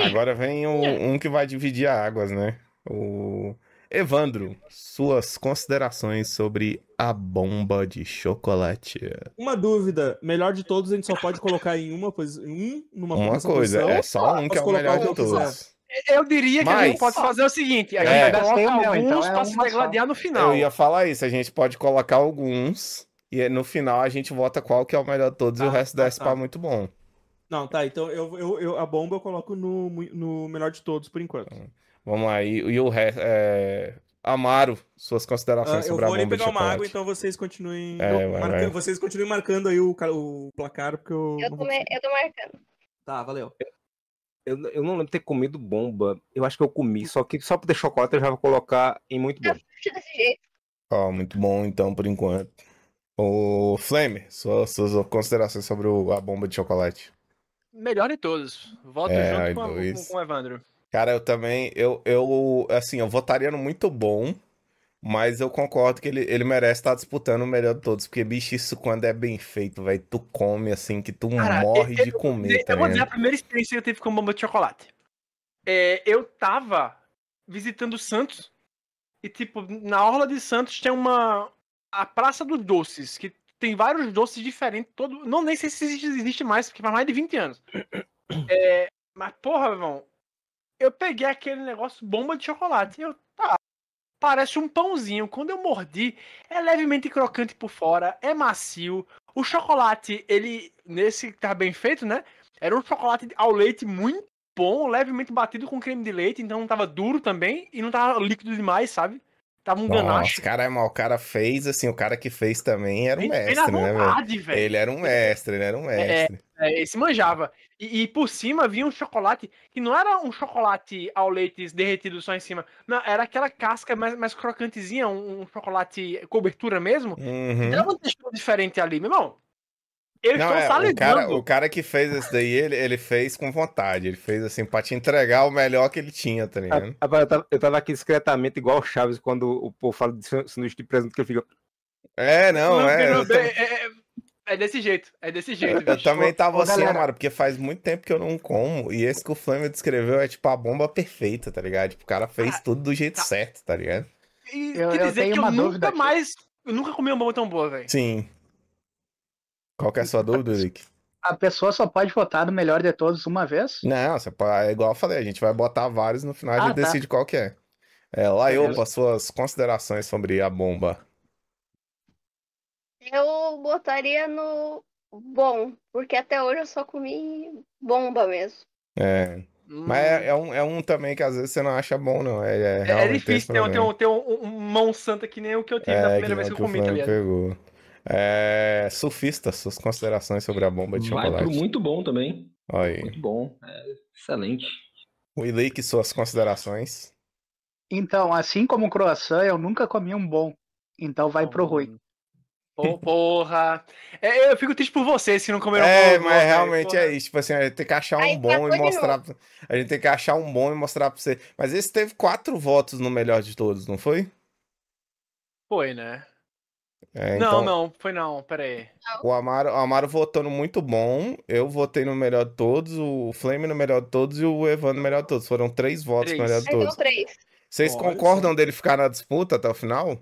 Speaker 2: Hum, Agora vem o- um que vai dividir a águas, né? O Evandro, suas considerações sobre a bomba de chocolate.
Speaker 1: Uma dúvida, melhor de todos a gente só pode colocar em uma, pois um numa
Speaker 2: Uma
Speaker 1: nessa
Speaker 2: coisa,
Speaker 1: posição.
Speaker 2: é só um que é
Speaker 1: posso
Speaker 2: o melhor
Speaker 1: colocar o
Speaker 2: de
Speaker 1: que eu
Speaker 2: todos.
Speaker 3: Eu diria que a gente
Speaker 2: Mas-
Speaker 3: pode fazer o seguinte: a gente
Speaker 2: É.
Speaker 3: coloca
Speaker 4: Gastei o
Speaker 3: alguns
Speaker 4: meu, então é
Speaker 3: pra se
Speaker 4: uma só.
Speaker 3: degladiar no final.
Speaker 2: Eu ia falar isso, a gente pode colocar alguns e no final a gente vota qual que é o melhor de todos e o
Speaker 1: Ah,
Speaker 2: resto
Speaker 1: tá,
Speaker 2: desce
Speaker 1: tá.
Speaker 2: pra é muito bom.
Speaker 1: Não, tá, então eu, eu, eu- a bomba eu coloco no, mu- no melhor de todos por enquanto.
Speaker 2: Tá Vamos lá, e, e o resto. É... Amaro, suas
Speaker 8: Ah,
Speaker 2: considerações
Speaker 8: eu
Speaker 2: sobre a
Speaker 8: vou ali
Speaker 2: bomba de
Speaker 8: pegar uma água,
Speaker 2: chocolate.
Speaker 8: então vocês continuem.
Speaker 2: É,
Speaker 8: não,
Speaker 2: vai,
Speaker 8: marca-
Speaker 2: vai.
Speaker 8: Vocês continuem marcando aí o, ca- o placar, porque eu. não
Speaker 5: Eu tô,
Speaker 8: vou
Speaker 5: me-
Speaker 8: conseguir.
Speaker 5: eu tô marcando.
Speaker 1: Tá, valeu.
Speaker 6: Eu, eu não lembro de ter comido bomba. Eu acho que eu comi, só que só por ter chocolate eu já vou colocar em muito bom.
Speaker 5: Puxa desse jeito.
Speaker 2: Ó, muito bom então, por enquanto. O Flame, suas, suas considerações sobre o- a bomba de chocolate.
Speaker 3: Melhor de todos. Voto
Speaker 2: É, aí
Speaker 3: junto com, a- com-
Speaker 2: dois.
Speaker 3: com o Evandro.
Speaker 2: Cara, eu também, eu, eu, assim, eu votaria no muito bom, mas eu concordo que ele, ele merece estar disputando o melhor de todos, porque, bicho, isso quando é bem feito, velho, tu come, assim, que tu
Speaker 3: Cara,
Speaker 2: morre
Speaker 3: eu-
Speaker 2: de comer,
Speaker 3: Eu
Speaker 2: tá
Speaker 3: vou dizer a um
Speaker 2: ligado?
Speaker 3: primeira experiência que eu tive com bomba de chocolate. É, eu tava visitando Santos e, tipo, na Orla de Santos tem uma. A Praça dos Doces, que tem vários doces diferentes. Todo, não nem sei se existe, existe mais, porque faz mais de 20 anos. É, mas, porra, irmão, eu peguei aquele negócio bomba de chocolate. Eu, tá, parece um pãozinho. Quando eu mordi, é levemente crocante por fora, é macio. O chocolate, ele, nesse que tá bem feito, né? Era um chocolate ao leite muito bom, levemente batido com creme de leite, então não tava duro também e não tava líquido demais, sabe? Tava um
Speaker 2: Nossa,
Speaker 3: ganache.
Speaker 2: cara, mas o cara fez, assim, o cara que fez também era um
Speaker 3: Bem- bem
Speaker 2: mestre, né, velho?
Speaker 3: vontade, velho.
Speaker 2: Ele era um mestre, ele era um mestre.
Speaker 3: É, ele se manjava. E, e por cima vinha um chocolate que não era um chocolate ao leite derretido só em cima. Não, era aquela casca mais, mais crocantezinha, um, um chocolate cobertura mesmo.
Speaker 2: Uhum.
Speaker 3: Dava uma textura diferente ali, meu irmão. Eu
Speaker 2: Não,
Speaker 3: estou
Speaker 2: é, o,
Speaker 3: salivando.
Speaker 2: cara, o cara que fez esse daí, ele, ele fez com vontade. Ele fez assim pra te entregar o melhor que ele tinha, tá ligado?
Speaker 6: Rapaz, eu tava, eu tava aqui discretamente igual o Chaves quando o povo fala de san- sanduíche de presunto que ele fica.
Speaker 2: É, não,
Speaker 3: Não,
Speaker 2: é.
Speaker 3: não,
Speaker 2: eu,
Speaker 3: é,
Speaker 2: tam-
Speaker 3: é- é desse jeito, é desse jeito.
Speaker 2: eu
Speaker 3: bicho.
Speaker 2: também tava
Speaker 4: Ô,
Speaker 2: assim,
Speaker 4: galera.
Speaker 2: Amaro, porque faz muito tempo que eu não como. E esse que o Flamengo descreveu é tipo a bomba perfeita, tá ligado? Tipo, o cara fez tudo do jeito
Speaker 3: tá.
Speaker 2: certo, tá ligado?
Speaker 3: E
Speaker 4: Eu-
Speaker 3: quer
Speaker 4: eu
Speaker 3: dizer
Speaker 4: tenho
Speaker 3: que eu
Speaker 4: uma
Speaker 3: nunca
Speaker 4: dúvida aqui.
Speaker 3: mais. Eu nunca comi uma bomba tão boa, velho.
Speaker 2: Sim. Qual que é a sua dúvida, Rick?
Speaker 4: A pessoa só pode votar no melhor de todos uma vez?
Speaker 2: Não, você pode, é igual eu falei, a gente vai botar vários no final e a
Speaker 4: Ah,
Speaker 2: gente
Speaker 4: tá.
Speaker 2: decide qual que é. É, Laiopa,
Speaker 4: Beleza.
Speaker 2: suas considerações sobre a bomba.
Speaker 5: Eu botaria no bom, porque até hoje eu só comi bomba mesmo.
Speaker 2: É, Mas é, é
Speaker 3: Hum.
Speaker 2: um, é um também que às vezes você não acha bom, não. É, é,
Speaker 3: É- É,
Speaker 2: realmente esse
Speaker 3: difícil ter, um- ter
Speaker 2: problema.
Speaker 3: um, ter um, um mão santa que nem o que eu tive
Speaker 2: É,
Speaker 3: da
Speaker 2: que
Speaker 3: primeira
Speaker 2: não,
Speaker 3: vez que eu
Speaker 2: o
Speaker 3: comi, tá
Speaker 2: Flamengo
Speaker 3: ligado?
Speaker 2: pegou. É, surfista, suas considerações sobre a bomba de
Speaker 7: Vai pro
Speaker 2: chocolate.
Speaker 7: muito bom também.
Speaker 2: Olha aí.
Speaker 7: Muito bom. É, excelente.
Speaker 2: O Ilick, suas considerações.
Speaker 4: Então, assim como o croissant, eu nunca comi um bom. Então vai pro ruim.
Speaker 3: Pô, porra. É, eu fico triste por vocês se não comeram
Speaker 2: É,
Speaker 3: bolo,
Speaker 2: mas
Speaker 3: velho,
Speaker 2: realmente
Speaker 3: porra.
Speaker 2: é isso. Tipo assim, a gente tem que achar um
Speaker 5: Aí
Speaker 2: bom
Speaker 5: acabou
Speaker 2: e
Speaker 5: de
Speaker 2: mostrar. pra- A gente tem que achar um bom e mostrar pra você. Mas esse teve quatro votos no melhor de todos, não foi?
Speaker 3: Foi, né?
Speaker 2: É,
Speaker 3: não,
Speaker 2: então,
Speaker 3: não, foi não, peraí.
Speaker 5: Então
Speaker 2: O Amaro, o Amaro votou no muito bom. Eu votei no melhor de todos. O Flame no melhor de todos e o Evan no melhor de todos. Foram três votos no
Speaker 3: Três.
Speaker 2: melhor de
Speaker 5: Então,
Speaker 2: todos.
Speaker 5: três.
Speaker 2: Vocês
Speaker 1: Olha
Speaker 2: concordam dele ficar na disputa até o final?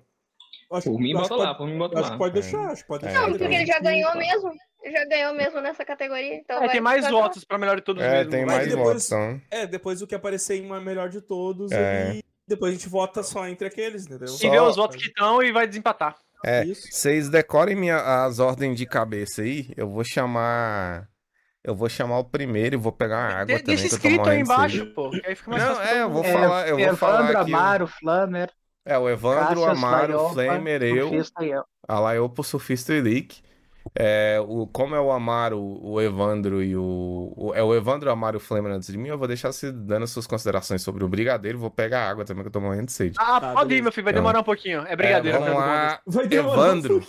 Speaker 1: Acho,
Speaker 7: Por mim,
Speaker 1: acho
Speaker 7: bota
Speaker 1: que
Speaker 7: lá,
Speaker 1: pode-
Speaker 7: por mim, bota
Speaker 1: Acho
Speaker 7: tá lá.
Speaker 1: que pode deixar, acho que pode
Speaker 2: É,
Speaker 1: deixar.
Speaker 5: Não,
Speaker 2: então.
Speaker 5: porque ele já ganhou
Speaker 1: Sim,
Speaker 5: mesmo. Ele já ganhou mesmo nessa categoria. Então
Speaker 3: É,
Speaker 5: vai
Speaker 3: tem mais
Speaker 5: ficar-
Speaker 3: votos pra melhor de todos
Speaker 2: É,
Speaker 3: mesmo.
Speaker 2: tem
Speaker 3: vai.
Speaker 2: mais
Speaker 1: depois-
Speaker 2: votos. Então.
Speaker 1: É, depois o que aparecer em uma melhor de todos,
Speaker 2: É.
Speaker 1: e depois a gente vota só entre aqueles, entendeu?
Speaker 3: E vê os votos que estão e vai desempatar.
Speaker 2: É,
Speaker 1: Isso.
Speaker 2: vocês decorem minha, as ordens de cabeça aí. Eu vou chamar. Eu vou chamar o primeiro e vou pegar uma água
Speaker 3: De-
Speaker 2: também.
Speaker 3: deixa
Speaker 2: que eu tô
Speaker 3: escrito aí
Speaker 2: morrendo de
Speaker 3: embaixo,
Speaker 2: sede.
Speaker 3: pô. que aí fica mais
Speaker 2: Não,
Speaker 3: fácil pra
Speaker 2: é, eu
Speaker 3: todo
Speaker 2: vou
Speaker 3: mundo.
Speaker 2: falar, eu vou falar
Speaker 4: Evandro,
Speaker 2: aqui.
Speaker 4: Amaro, Flamer,
Speaker 2: É, o Evandro, o
Speaker 4: Cássio,
Speaker 2: Amaro, o
Speaker 4: Slayopa,
Speaker 2: Flamer, eu.
Speaker 4: Surfista e eu.
Speaker 2: A Laiopo, Surfista e Lick. É, o, como é o Amaro, o Evandro e o, o- É o Evandro, o Amaro e o Flamengo antes de mim, eu vou deixar você dando suas considerações sobre o Brigadeiro. Vou pegar água também, que eu tô morrendo de sede.
Speaker 3: Ah,
Speaker 1: Tá,
Speaker 3: pode ir,
Speaker 1: beleza.
Speaker 3: meu filho, vai
Speaker 2: Então.
Speaker 3: demorar um pouquinho. É brigadeiro.
Speaker 2: É, vamos
Speaker 3: tá?
Speaker 2: lá.
Speaker 1: Vai demorar.
Speaker 2: Evandro,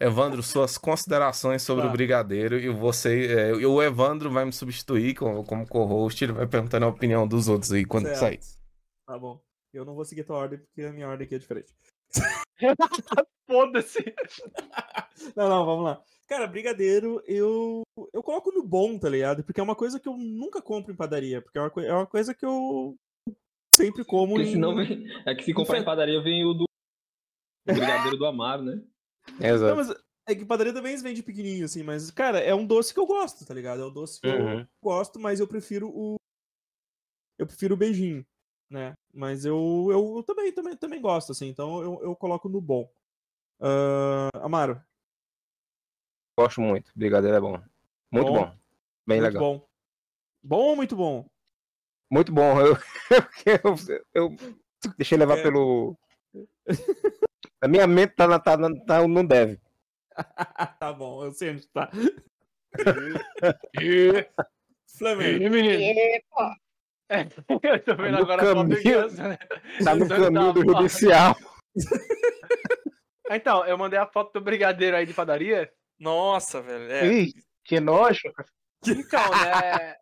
Speaker 2: Evandro, suas considerações sobre
Speaker 1: Tá.
Speaker 2: o Brigadeiro e você. é, e o Evandro vai me substituir como, como co-host, ele vai perguntando a opinião dos outros aí quando
Speaker 1: Certo.
Speaker 2: sair.
Speaker 1: Tá bom. Eu não vou seguir tua ordem, porque a minha ordem aqui é diferente.
Speaker 3: Foda-se.
Speaker 1: Não, não, vamos lá. Cara, brigadeiro, eu eu coloco no bom, tá ligado? Porque é uma coisa que eu nunca compro em padaria, porque é uma, coi- é uma coisa que eu sempre como
Speaker 7: Porque
Speaker 1: em...
Speaker 7: senão vem... É que se comprar em padaria vem o do. O brigadeiro do Amaro, né?
Speaker 1: Não,
Speaker 6: Exato.
Speaker 1: mas é que padaria também vende pequenininho, assim, mas, cara, é um doce que eu gosto, tá ligado? É um doce que
Speaker 3: Uhum.
Speaker 6: Uhum.
Speaker 1: eu gosto, mas eu prefiro o... Eu prefiro o beijinho, né? Mas eu, eu, eu também, também, também gosto, assim, então eu, eu coloco no bom. Ah, Amaro,
Speaker 6: Gosto muito. Brigadeiro é bom. Muito
Speaker 1: Bom.
Speaker 6: bom. Bem
Speaker 1: muito
Speaker 6: legal.
Speaker 1: bom. Bom ou muito bom?
Speaker 6: Muito bom. Eu, eu, eu deixei levar
Speaker 1: É.
Speaker 6: pelo. A minha mente tá, na- tá, na- tá não deve.
Speaker 1: tá bom, eu sei onde tá.
Speaker 3: Ih,
Speaker 1: Flamengo.
Speaker 3: ih, menino.
Speaker 5: E, pô,
Speaker 3: É, eu
Speaker 2: Tá
Speaker 3: tô vendo
Speaker 6: No
Speaker 3: agora a foto do
Speaker 6: caminho-
Speaker 3: criança, né?
Speaker 6: Tá no
Speaker 3: Tá
Speaker 6: caminho do
Speaker 3: bom.
Speaker 6: judicial.
Speaker 3: Ah, Então, eu mandei a foto do brigadeiro aí de padaria.
Speaker 9: Nossa, velho. É.
Speaker 4: Ih, que nojo.
Speaker 3: Então, né?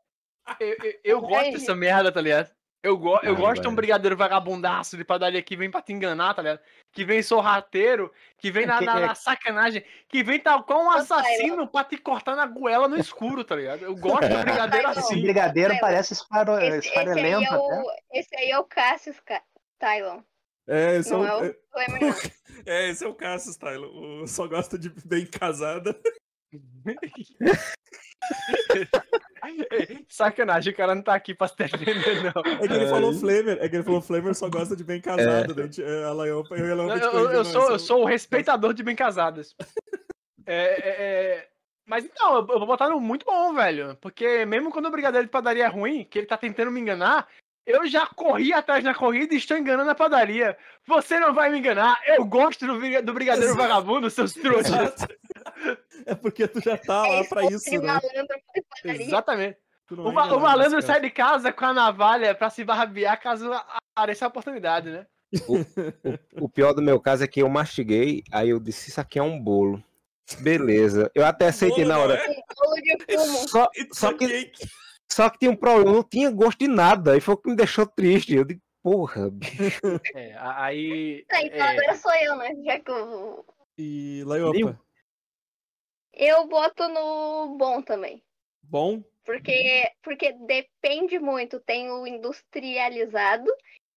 Speaker 3: Eu, eu- eu gosto dessa merda, tá ligado? Eu, go eu
Speaker 6: Ah,
Speaker 3: gosto de um
Speaker 6: velho.
Speaker 3: brigadeiro vagabundaço de padaria que vem pra te enganar, tá ligado? Que vem sorrateiro, que vem na, na- na sacanagem, que vem tal qual um assassino pra te cortar na goela no escuro, tá ligado? Eu gosto de um brigadeiro
Speaker 5: Esse
Speaker 4: Esse
Speaker 3: assim.
Speaker 4: brigadeiro
Speaker 5: Taylor.
Speaker 4: parece esparo...
Speaker 5: É. esse, esse aí
Speaker 4: esfarelento
Speaker 5: é
Speaker 4: até.
Speaker 5: o, esse aí é o Cassius Ca- Tylon.
Speaker 1: É, esse é
Speaker 5: Não
Speaker 1: o,
Speaker 5: é
Speaker 1: é,
Speaker 5: O Eminem.
Speaker 1: é, esse é o Cassius, tá? Ele- o- só gosta de bem casada.
Speaker 3: assim. Sacanagem, o cara não tá aqui pra se defender, não.
Speaker 1: É que ele falou Flamer, é que ele falou Flamer só gosta de bem casada. né? A gente- é, a Laiopa, eu e a Laiopa
Speaker 3: Eu, um
Speaker 1: te
Speaker 3: eu- eu
Speaker 1: corrigimos,
Speaker 3: sou, eu
Speaker 1: eu-
Speaker 3: sou o respeitador de bem casadas. É, é, é, Mas então, eu eu vou botar no muito bom, velho. Porque mesmo quando o brigadeiro de padaria é ruim, que ele tá tentando me enganar, eu já corri atrás na corrida e estou enganando a padaria. Você não vai me enganar. Eu gosto do, briga- do brigadeiro
Speaker 1: Exato.
Speaker 3: vagabundo, seus trouxas.
Speaker 1: Exato. É porque tu já tá
Speaker 5: É
Speaker 1: lá
Speaker 5: isso,
Speaker 1: pra isso,
Speaker 5: de
Speaker 1: né?
Speaker 5: malandro pra padaria.
Speaker 3: Exatamente.
Speaker 1: Tu não
Speaker 3: O,
Speaker 1: é
Speaker 3: ma- o
Speaker 1: enganado,
Speaker 3: malandro
Speaker 1: cara.
Speaker 3: sai de casa com a navalha pra se barbear caso a- apareça a oportunidade, né?
Speaker 6: O pior do meu caso é que eu mastiguei, aí eu disse, isso aqui é um bolo. Beleza. Eu até aceitei na hora.
Speaker 5: Bolo de fumo.
Speaker 6: Só, só, que, só que tinha um problema, não tinha gosto de nada. E foi o que me deixou triste. Eu digo, porra, bicho,
Speaker 3: É, a- aí.
Speaker 5: Ah, então
Speaker 3: é,
Speaker 5: agora sou eu, né? Já que eu,
Speaker 1: E Laiopa.
Speaker 5: eu boto no bom também.
Speaker 1: Bom?
Speaker 5: Porque, porque depende muito. Tem o industrializado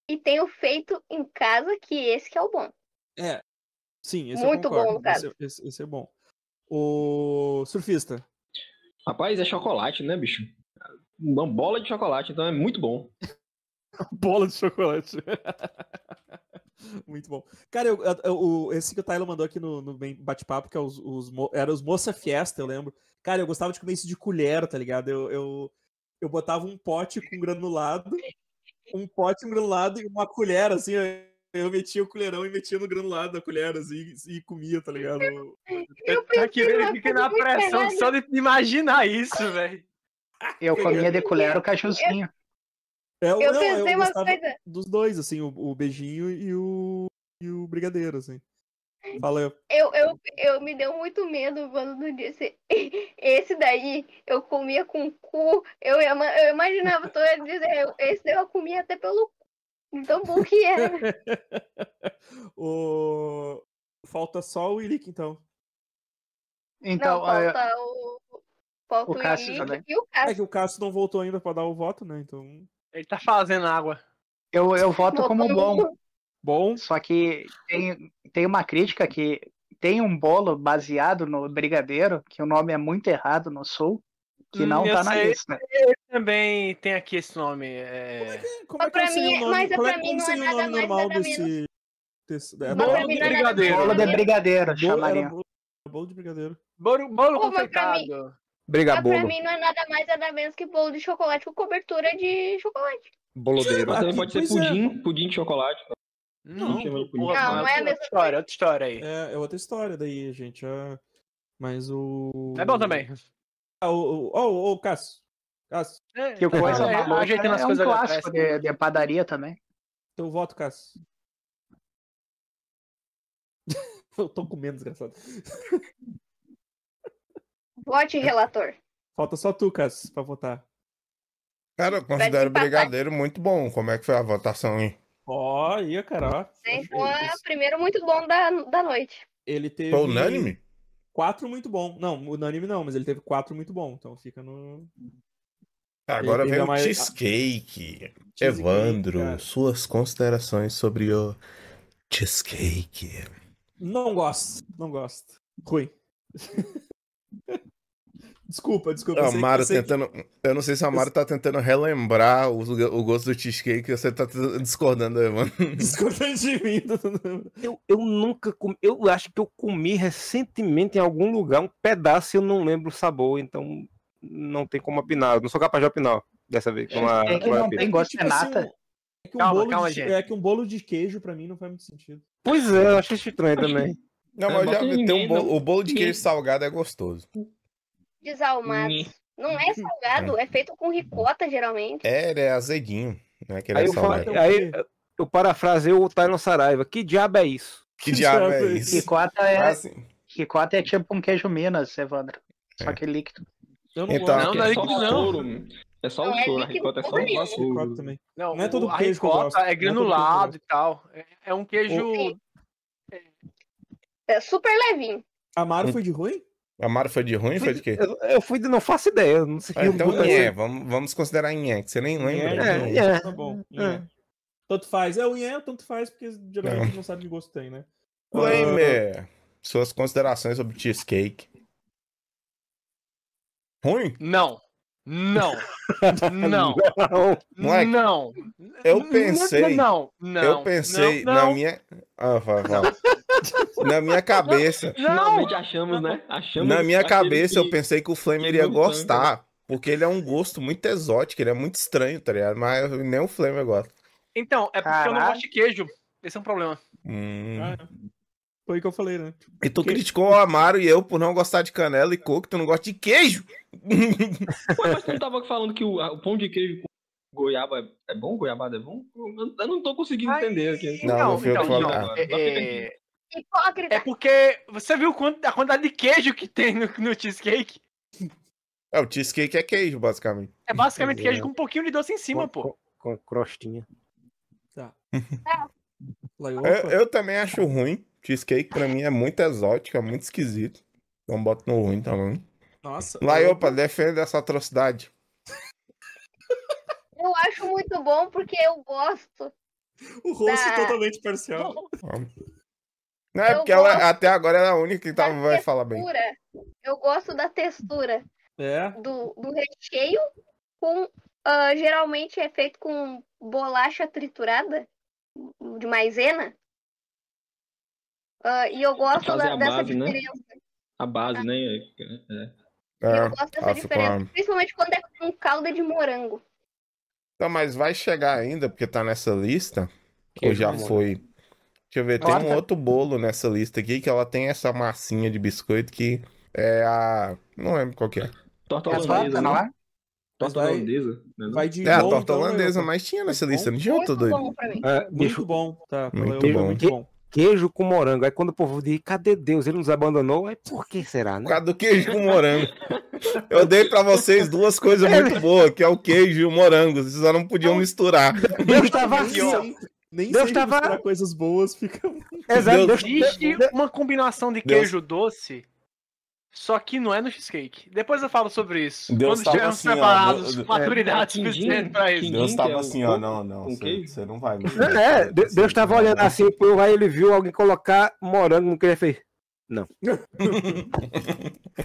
Speaker 5: e tem o feito em casa, que esse que é o bom.
Speaker 1: É. Sim, esse
Speaker 5: Muito
Speaker 1: eu
Speaker 5: bom,
Speaker 1: concordo.
Speaker 5: Lucas.
Speaker 1: Esse, esse- esse é bom. O surfista.
Speaker 7: Rapaz, é chocolate, né, bicho? Uma bola de chocolate, então é muito bom.
Speaker 1: Bola de chocolate. Muito bom. Cara, eu- eu- eu- o- esse que o Tyler mandou aqui no, no bem- bate-papo, que é os, os, mo- era os Moça Fiesta, eu lembro. Cara, eu gostava de comer isso de colher, tá ligado? Eu, eu, eu botava um pote com granulado, um pote, um granulado e uma colher, assim. eu- Eu metia o colherão e metia no granulado da colher, assim, e, e comia, tá ligado?
Speaker 5: Eu
Speaker 3: Tá que
Speaker 5: prefiro
Speaker 3: ele
Speaker 5: a
Speaker 3: fica na
Speaker 5: coisa
Speaker 3: pressão
Speaker 5: errada.
Speaker 3: só de imaginar isso, velho.
Speaker 4: Eu comia de colher o cajuzinho.
Speaker 1: É,
Speaker 5: Eu
Speaker 1: não,
Speaker 5: pensei uma
Speaker 1: gostava-
Speaker 5: coisa.
Speaker 1: dos dois, assim, o, o beijinho e o, e o brigadeiro, assim. Fala,
Speaker 5: Eu, eu, eu me deu muito medo quando tu disse esse daí eu comia com cu. Eu, ima- eu imaginava tu ia dizer, "Eu- esse daí eu comia até pelo cu. Então bom que era.
Speaker 1: o... falta só o Ilick, então.
Speaker 4: Então,
Speaker 5: Não,
Speaker 4: ah,
Speaker 5: falta o. Falta
Speaker 4: o
Speaker 5: o,
Speaker 4: Cássio
Speaker 5: Henrique
Speaker 4: também.
Speaker 5: e o
Speaker 1: É
Speaker 5: Cássio.
Speaker 1: que o Cássio não voltou ainda pra dar o voto, né? Então,
Speaker 3: Ele tá fazendo água.
Speaker 4: eu, eu voto É, como
Speaker 5: Voltou
Speaker 4: bom.
Speaker 5: no-
Speaker 1: bom,
Speaker 4: Só que tem, tem uma crítica que tem um bolo baseado no brigadeiro, que o nome é muito errado no sul, que
Speaker 3: Hum,
Speaker 4: não
Speaker 3: eu
Speaker 4: tá na
Speaker 3: sei.
Speaker 4: lista.
Speaker 3: Também tem aqui esse nome. É...
Speaker 1: como é
Speaker 5: Mas
Speaker 1: que eu
Speaker 5: pra
Speaker 1: sei
Speaker 5: mim-
Speaker 1: o nome,
Speaker 5: mas
Speaker 1: como é,
Speaker 5: pra mim
Speaker 1: como
Speaker 5: não é
Speaker 1: seria o
Speaker 5: nada
Speaker 1: nome
Speaker 5: mais,
Speaker 1: normal
Speaker 5: nada
Speaker 1: desse... desse... é,
Speaker 5: Mas
Speaker 3: Bolo
Speaker 5: pra
Speaker 3: de
Speaker 5: mim não é nada
Speaker 3: brigadeiro.
Speaker 5: mais,
Speaker 4: Bolo de
Speaker 5: nada menos.
Speaker 4: brigadeiro,
Speaker 1: bolo, era
Speaker 4: chamariam.
Speaker 1: bolo, era bolo de brigadeiro.
Speaker 3: Bolo, bolo
Speaker 5: Pô, mas pra mim-
Speaker 3: confeitado.
Speaker 5: Mas pra
Speaker 6: brigabolo,
Speaker 5: mim não é nada mais, nada menos que bolo de chocolate com cobertura de chocolate.
Speaker 6: bolodeiro.
Speaker 7: Mas também
Speaker 1: aqui,
Speaker 7: pode ser
Speaker 1: pois é.
Speaker 7: pudim, pudim de chocolate.
Speaker 3: Não,
Speaker 7: chama de pudim.
Speaker 3: porra,
Speaker 5: Não,
Speaker 3: mas
Speaker 5: não é a
Speaker 3: outra
Speaker 5: mesma
Speaker 3: história, outra história aí.
Speaker 1: É, é outra história daí, gente. é. Mas o...
Speaker 3: É bom também.
Speaker 1: Ah, o, o, oh, o Cássio. Cássio,
Speaker 3: É,
Speaker 4: Que
Speaker 3: tá
Speaker 4: coisa
Speaker 3: aí,
Speaker 4: maluca.
Speaker 3: ajeitando as
Speaker 4: É um
Speaker 3: coisas ali atrás.
Speaker 4: clássico de, de padaria também.
Speaker 1: teu voto, Cássio. Eu tô comendo, desgraçado.
Speaker 5: Vote, relator.
Speaker 1: Falta só tu, Cass, pra votar.
Speaker 2: Cara, eu considero o
Speaker 5: empatar.
Speaker 2: brigadeiro muito bom. Como é que foi a votação aí?
Speaker 1: Ó, aí, cara. ó.
Speaker 5: Então é o primeiro muito bom da, da noite.
Speaker 1: Ele teve.
Speaker 2: Foi unânime?
Speaker 1: Quatro muito bom. Não, unânime não, mas ele teve quatro muito bom. Então fica no.
Speaker 2: Agora
Speaker 1: Ele
Speaker 2: vem
Speaker 1: é
Speaker 2: o
Speaker 1: mais-
Speaker 2: cheesecake.
Speaker 1: Cheesecake,
Speaker 2: Evandro,
Speaker 1: cara.
Speaker 2: suas considerações sobre o cheesecake.
Speaker 1: Não gosto. Não gosto. Ruim. desculpa, desculpa. eu
Speaker 2: A
Speaker 1: sei que-
Speaker 2: Ah, Mara
Speaker 1: eu sei que-
Speaker 2: tentando. Eu não sei se a Mara tá tentando relembrar o, o gosto do cheesecake você tá t- discordando, Evandro.
Speaker 1: Discordando de mim. Dudu.
Speaker 6: Eu, eu nunca comi, eu acho que eu comi recentemente em algum lugar um pedaço e eu não lembro o sabor, então não tem como opinar. Eu não sou capaz de opinar dessa vez. com a-
Speaker 4: É que
Speaker 6: com a
Speaker 4: não
Speaker 6: pizza.
Speaker 4: tem gosto de nata.
Speaker 1: um- é que um
Speaker 3: Calma,
Speaker 1: bolo
Speaker 3: calma,
Speaker 1: de...
Speaker 3: gente.
Speaker 1: É que um bolo de queijo pra mim não faz muito sentido.
Speaker 6: Pois é, eu achei estranho também.
Speaker 2: Não,
Speaker 7: É,
Speaker 2: mas
Speaker 7: bota
Speaker 2: já vi, tem um
Speaker 7: ninguém,
Speaker 2: bolo-
Speaker 7: não.
Speaker 2: o bolo de
Speaker 7: Ninguém.
Speaker 2: queijo salgado é gostoso.
Speaker 5: Desalmados. Não é salgado, é feito com ricota, geralmente.
Speaker 2: É, ele é azedinho. Não é que ele
Speaker 6: Aí
Speaker 2: é
Speaker 6: eu, falo-
Speaker 2: salgado.
Speaker 6: aí eu parafrasei o Tylon Saraiva. Que diabo é isso?
Speaker 2: Que diabo é
Speaker 1: Sabe?
Speaker 2: isso?
Speaker 4: Ricota é,
Speaker 2: Assim,
Speaker 4: ricota é tipo um queijo Minas, Evandro. Só
Speaker 2: É.
Speaker 4: que líquido.
Speaker 1: Eu não
Speaker 2: Então-
Speaker 1: gosto.
Speaker 3: Não,
Speaker 7: Que
Speaker 3: não é
Speaker 7: só
Speaker 3: líquido,
Speaker 7: o
Speaker 3: não.
Speaker 7: soro. É só
Speaker 5: Não
Speaker 7: o
Speaker 5: é
Speaker 7: soro, a
Speaker 5: líquido
Speaker 7: ricota é só
Speaker 5: porra
Speaker 7: o
Speaker 5: nenhuma.
Speaker 1: Gosto de
Speaker 7: soro.
Speaker 1: ricota também.
Speaker 3: Não,
Speaker 1: Não é
Speaker 3: o-
Speaker 1: todo
Speaker 3: a
Speaker 1: queijo que eu
Speaker 3: ricota
Speaker 1: gosto, não
Speaker 3: é
Speaker 1: é todo queijo que eu
Speaker 3: granulado
Speaker 1: gosto.
Speaker 3: e tal. É, é um queijo.
Speaker 5: Sim. É super levinho.
Speaker 1: Amaro
Speaker 2: Hum.
Speaker 1: foi de ruim?
Speaker 2: A Mara foi de ruim? Foi é de quê?
Speaker 6: Eu, eu fui de não faço ideia. eu Não sei é
Speaker 2: Ah,
Speaker 6: eu
Speaker 2: então
Speaker 6: botei-
Speaker 2: Nhe, vamos, vamos considerar Nhe, que você nem lembra. um
Speaker 1: Nhe,
Speaker 2: Nhe.
Speaker 6: É, é.
Speaker 1: Tá bom.
Speaker 6: É.
Speaker 1: Nhé. Tanto faz. É, o Ian tanto faz, porque
Speaker 2: É.
Speaker 1: geralmente não, sabe que gosto tem, né?
Speaker 2: Flamer, suas considerações sobre cheesecake. Ruim?
Speaker 3: Não. Não. Não.
Speaker 6: Não.
Speaker 2: Moleque,
Speaker 3: Não.
Speaker 2: eu pensei-
Speaker 3: Não, não.
Speaker 2: eu pensei
Speaker 3: não,
Speaker 2: na
Speaker 3: não,
Speaker 2: minha, Ah, vai, vai. Na minha cabeça,
Speaker 3: Não!
Speaker 7: Finalmente achamos, né? Achamos
Speaker 2: na minha
Speaker 7: aquele
Speaker 2: cabeça, eu
Speaker 7: que-
Speaker 2: pensei que o Flamer
Speaker 7: aquele
Speaker 2: ia
Speaker 7: novo tanque,
Speaker 2: gostar. Porque ele é um gosto muito exótico, ele é muito estranho, tá ligado? Mas nem o Flamer gosta.
Speaker 3: Então, é porque eu não
Speaker 4: Caralho.
Speaker 3: gosto de queijo. Esse é um problema.
Speaker 2: Hum.
Speaker 1: Foi o que eu falei, né?
Speaker 2: E tu criticou o Amaro e eu por não gostar de canela e coco, tu não gosta de queijo.
Speaker 7: Pô, mas tu não tava falando que o, a- o pão de queijo com goiaba é- é bom? Goiabada é bom? Eu, eu não tô conseguindo
Speaker 3: Ai,
Speaker 7: entender aqui.
Speaker 2: Não, não foi eu que falei.
Speaker 3: então, não. É, é-
Speaker 5: Hipócrita.
Speaker 3: é porque você viu quant- a quantidade de queijo que tem no, no cheesecake?
Speaker 2: É, o cheesecake é queijo, basicamente.
Speaker 3: É basicamente
Speaker 6: Pois é.
Speaker 3: queijo com um pouquinho de doce em cima,
Speaker 6: Com-
Speaker 3: pô.
Speaker 6: Com, com crostinha.
Speaker 1: Tá. Laiô,
Speaker 2: Eu, eu também acho ruim. Cheesecake pra mim é muito exótico, é muito esquisito. Então bota no ruim também.
Speaker 1: Nossa.
Speaker 2: Lá, opa, defende essa atrocidade.
Speaker 5: Eu acho muito bom porque eu gosto.
Speaker 1: O rosto
Speaker 5: Tá.
Speaker 1: totalmente parcial.
Speaker 2: Não, é
Speaker 5: Eu
Speaker 2: porque ela,
Speaker 5: gosto.
Speaker 2: até agora ela é a única que tava, vai falar bem.
Speaker 5: Textura. Eu gosto da textura
Speaker 1: É.
Speaker 5: do, do recheio com. ah, geralmente é feito com bolacha triturada de maisena. Ah, e eu gosto
Speaker 7: Fazer
Speaker 5: da-
Speaker 7: a
Speaker 5: dessa
Speaker 7: base, né?
Speaker 5: diferença.
Speaker 7: A base, né? É, é.
Speaker 5: E
Speaker 2: É.
Speaker 5: eu gosto dessa
Speaker 2: passa
Speaker 5: diferença.
Speaker 2: com a-
Speaker 5: Principalmente quando é com calda de morango.
Speaker 2: Então, mas vai chegar ainda, porque tá nessa lista. Ou já
Speaker 6: Queijo,
Speaker 2: foi. Deixa eu ver, tem
Speaker 3: Claro,
Speaker 2: um
Speaker 3: tá.
Speaker 2: outro bolo nessa lista aqui que ela tem essa massinha de biscoito que é a. Não lembro qual que é.
Speaker 7: Torta
Speaker 4: É torta,
Speaker 7: holandesa,
Speaker 4: não é?
Speaker 7: né? Torta
Speaker 1: Vai-
Speaker 7: holandesa. né, não?
Speaker 1: Vai de
Speaker 2: É a
Speaker 1: bom,
Speaker 2: torta
Speaker 1: então,
Speaker 2: holandesa,
Speaker 1: Laiô.
Speaker 2: mas tinha nessa
Speaker 1: Tá
Speaker 2: lista, não tinha outra
Speaker 5: Muito
Speaker 2: doido.
Speaker 5: bom né? pra mim.
Speaker 6: Ah, bicho,
Speaker 1: Muito bom, tá.
Speaker 2: Muito
Speaker 1: Laiô,
Speaker 2: bom.
Speaker 1: Muito bom.
Speaker 6: queijo com morango. Aí quando o povo diz, cadê Deus? Ele nos abandonou. Aí por que será,
Speaker 2: Por
Speaker 6: né?
Speaker 2: causa do queijo com morango. Eu dei pra vocês duas coisas muito boas, que é o queijo e o morango. Vocês só não podiam misturar.
Speaker 6: Deus estava
Speaker 1: Nem
Speaker 6: assim. ó.
Speaker 1: sempre- Nem
Speaker 6: Deus
Speaker 1: sempre
Speaker 6: tava-
Speaker 1: misturar coisas boas fica.
Speaker 6: Exato. Deus,
Speaker 3: Existe uma combinação de
Speaker 2: Deus-
Speaker 3: queijo doce, só que não é no cheesecake. Depois eu falo sobre isso.
Speaker 2: Deus
Speaker 3: Quando
Speaker 2: tava
Speaker 3: estivermos
Speaker 2: assim, ó,
Speaker 3: preparados,
Speaker 2: Deus-
Speaker 3: maturidade
Speaker 7: é,
Speaker 3: suficiente
Speaker 7: quindim,
Speaker 3: pra isso.
Speaker 7: quindim. Deus tava que é o assim, ó, coco
Speaker 2: não,
Speaker 7: com você- queijo? você
Speaker 2: não vai.
Speaker 6: é, De- Deus estava olhando assim pro povo, aí ele viu alguém colocar morango no que ele fez.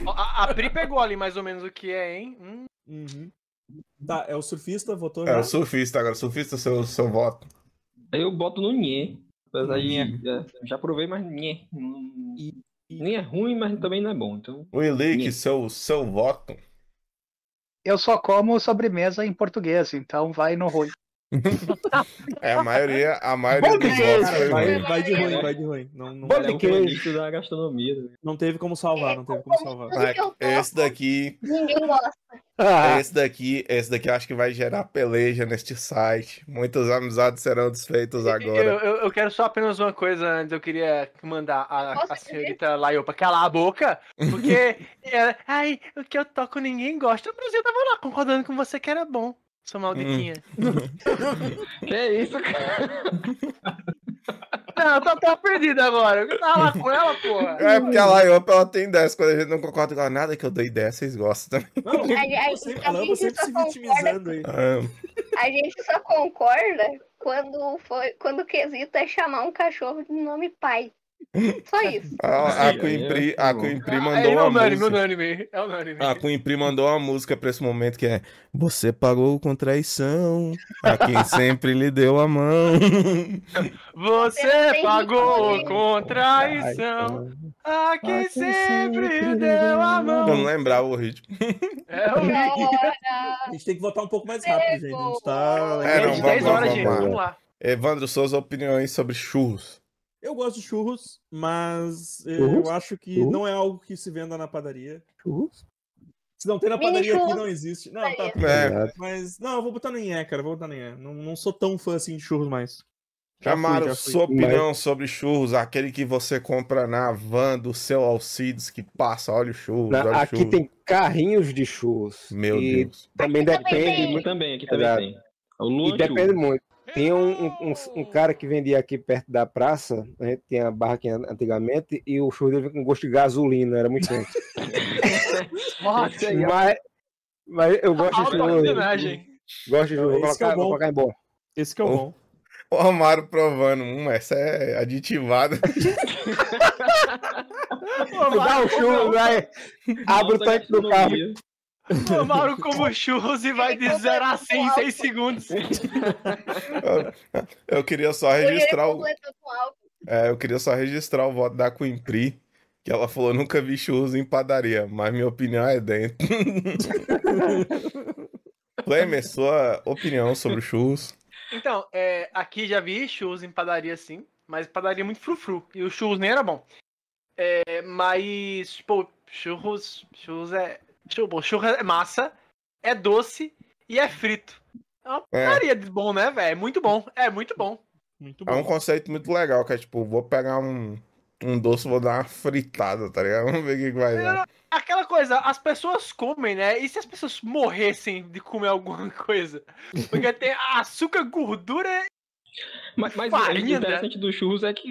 Speaker 3: Ó, A, a Pri pegou ali mais ou menos o que é, hein? Hum,
Speaker 1: Uhum. Tá, é o surfista, votou
Speaker 2: É
Speaker 1: já?
Speaker 2: o surfista agora, surfista, seu, seu voto.
Speaker 7: Aí eu boto no Nhê. Apesar de. é, Já provei, mas Nhê. Hum,
Speaker 1: E- e-
Speaker 7: Nem é ruim, mas também não é bom. Então.
Speaker 2: O Elick, seu, seu voto.
Speaker 4: Eu só como sobremesa em português, então vai no ruim.
Speaker 2: É, a maioria, a maioria
Speaker 6: Bom
Speaker 2: dos
Speaker 6: queijo,
Speaker 2: votos
Speaker 1: Cara,
Speaker 2: foi
Speaker 1: vai,
Speaker 2: ruim.
Speaker 1: vai de ruim, vai de ruim. Não, não,
Speaker 6: Bom
Speaker 7: Ele é um
Speaker 6: queijo.
Speaker 7: cronista da gastronomia. né?
Speaker 1: não teve como salvar, não teve como salvar.
Speaker 5: Tudo que eu
Speaker 2: É, Esse daqui,
Speaker 5: Ninguém gosta.
Speaker 6: Ah,
Speaker 2: esse daqui, esse daqui eu acho que vai gerar peleja neste site. Muitas amizades serão desfeitas
Speaker 3: Eu,
Speaker 2: agora.
Speaker 3: eu- eu quero só apenas uma coisa antes. Eu queria mandar a,
Speaker 5: Posso
Speaker 3: a
Speaker 5: dizer?
Speaker 3: senhorita Laiopa calar a boca, porque ela, ai, o que eu toco ninguém gosta. O Brasil tava lá concordando com você que era bom, sua malditinha.
Speaker 2: Hum.
Speaker 7: Que é isso, cara?
Speaker 3: Não, eu tô, tô perdido agora. Eu tava lá com ela, porra.
Speaker 2: É porque a Laiopa ela tem 10. Quando a gente não concorda com ela, nada que eu dei 10, vocês gostam.
Speaker 1: Não,
Speaker 5: A, a-
Speaker 1: eu sempre-
Speaker 5: a
Speaker 1: a Lamba
Speaker 5: gente
Speaker 1: sempre
Speaker 5: só
Speaker 1: se
Speaker 5: concorda-
Speaker 1: vitimizando aí.
Speaker 2: Ah,
Speaker 5: a gente só concorda quando, foi, quando o quesito é chamar um cachorro de nome pai. Só isso.
Speaker 2: A, a
Speaker 7: Sim,
Speaker 2: Queen
Speaker 7: é,
Speaker 2: Pri-
Speaker 7: tá
Speaker 2: a
Speaker 7: bom.
Speaker 2: Queen Pri
Speaker 3: é
Speaker 2: mandou uma
Speaker 3: unânime,
Speaker 2: música. Ah.
Speaker 3: unânime. É unânime.
Speaker 2: A Queen Pri mandou uma música pra esse momento que é Você pagou com traição a quem sempre lhe deu a mão.
Speaker 3: Você
Speaker 5: Tem
Speaker 3: pagou
Speaker 5: que-
Speaker 3: com
Speaker 1: É
Speaker 3: traição
Speaker 1: um
Speaker 6: então,
Speaker 3: a
Speaker 2: quem
Speaker 3: quem sempre deu a
Speaker 2: Vamos
Speaker 3: mão.
Speaker 2: lembrar o ritmo.
Speaker 3: É o
Speaker 5: Então,
Speaker 1: A gente tem que votar um pouco mais rápido, gente. A gente tá.
Speaker 2: É, não,
Speaker 3: de
Speaker 2: vamos,
Speaker 3: 10 horas,
Speaker 2: vamos,
Speaker 3: gente.
Speaker 2: vamos.
Speaker 3: Vamos lá.
Speaker 2: Evandro Souza, opiniões sobre churros.
Speaker 1: Eu gosto de churros, mas eh,
Speaker 6: Churros?
Speaker 1: eu acho que
Speaker 6: Churros?
Speaker 1: não é algo que se venda na padaria. Se não tem na
Speaker 5: Mini
Speaker 1: padaria aqui,
Speaker 5: churros.
Speaker 1: não existe. Não, tá. tudo
Speaker 2: É.
Speaker 1: bem. Mas, não, eu vou botar no IE, cara. eu Vou botar no IE. Não, não sou tão fã assim de churros mais. Já fui,
Speaker 2: Amaro,
Speaker 1: já fui.
Speaker 2: sua opinião sobre churros, aquele que você compra na van do seu Alcides, que passa, olha o churros,
Speaker 6: na-
Speaker 2: olha o
Speaker 6: aqui
Speaker 2: churros.
Speaker 6: tem carrinhos de churros.
Speaker 2: um Meu
Speaker 6: e
Speaker 2: Deus.
Speaker 6: também
Speaker 5: Aqui também
Speaker 6: depende
Speaker 5: tem.
Speaker 7: Aqui também, aqui também
Speaker 6: Verdade.
Speaker 7: tem. É O Luan
Speaker 6: E depende
Speaker 7: Churros.
Speaker 6: muito. Tem um, um, um- um cara que vendia aqui perto da praça, a gente tinha a barra aqui an- antigamente, e o churro dele vinha com gosto de gasolina, era muito bom.
Speaker 3: Nossa,
Speaker 6: mas, mas
Speaker 1: Tá
Speaker 6: eu gosto de churro.
Speaker 3: autoassinagem.
Speaker 6: Gosto de churro, vou
Speaker 1: Esse que é
Speaker 6: colocar,
Speaker 1: o
Speaker 6: vou
Speaker 1: bom.
Speaker 6: colocar em bom.
Speaker 1: Esse que é o
Speaker 2: Oh.
Speaker 1: bom.
Speaker 2: O Amaro provando, hum, essa é aditivada.
Speaker 3: O
Speaker 6: Dá o
Speaker 3: Mauro
Speaker 6: churro,
Speaker 3: comeu-
Speaker 6: vai, abre o
Speaker 7: Nossa,
Speaker 6: tanque do carro.
Speaker 7: gastronomia.
Speaker 2: né?
Speaker 3: o Mauro como churros e vai de 0 a 100 em 6 segundos.
Speaker 2: Eu queria só
Speaker 5: Porque ele
Speaker 2: registrar o,
Speaker 5: completou com álcool.
Speaker 2: É, eu queria só registrar o voto da Queen Pri, que ela falou: nunca vi churros em padaria, mas minha opinião é dentro. Clemer, sua opinião sobre churros.
Speaker 3: Então, é, aqui já vi churros em padaria, sim, mas padaria é muito frufru. E o churros nem era bom. É, mas, pô, churros, churros é. Churros, churros é massa, é doce e é frito. É uma
Speaker 2: É.
Speaker 3: padaria de bom, né, velho? É muito bom. É muito bom.
Speaker 1: Muito
Speaker 2: É
Speaker 1: bom.
Speaker 2: um conceito muito legal, que é tipo, vou pegar um, um doce, vou dar uma fritada, tá ligado? Vamos ver o que, que vai dar.
Speaker 3: Aquela coisa, as pessoas comem, né? E se as pessoas morressem de comer alguma coisa? Porque tem açúcar, gordura.
Speaker 7: Mas, mas
Speaker 1: né?
Speaker 3: Farinha,
Speaker 7: o interessante do churros é que.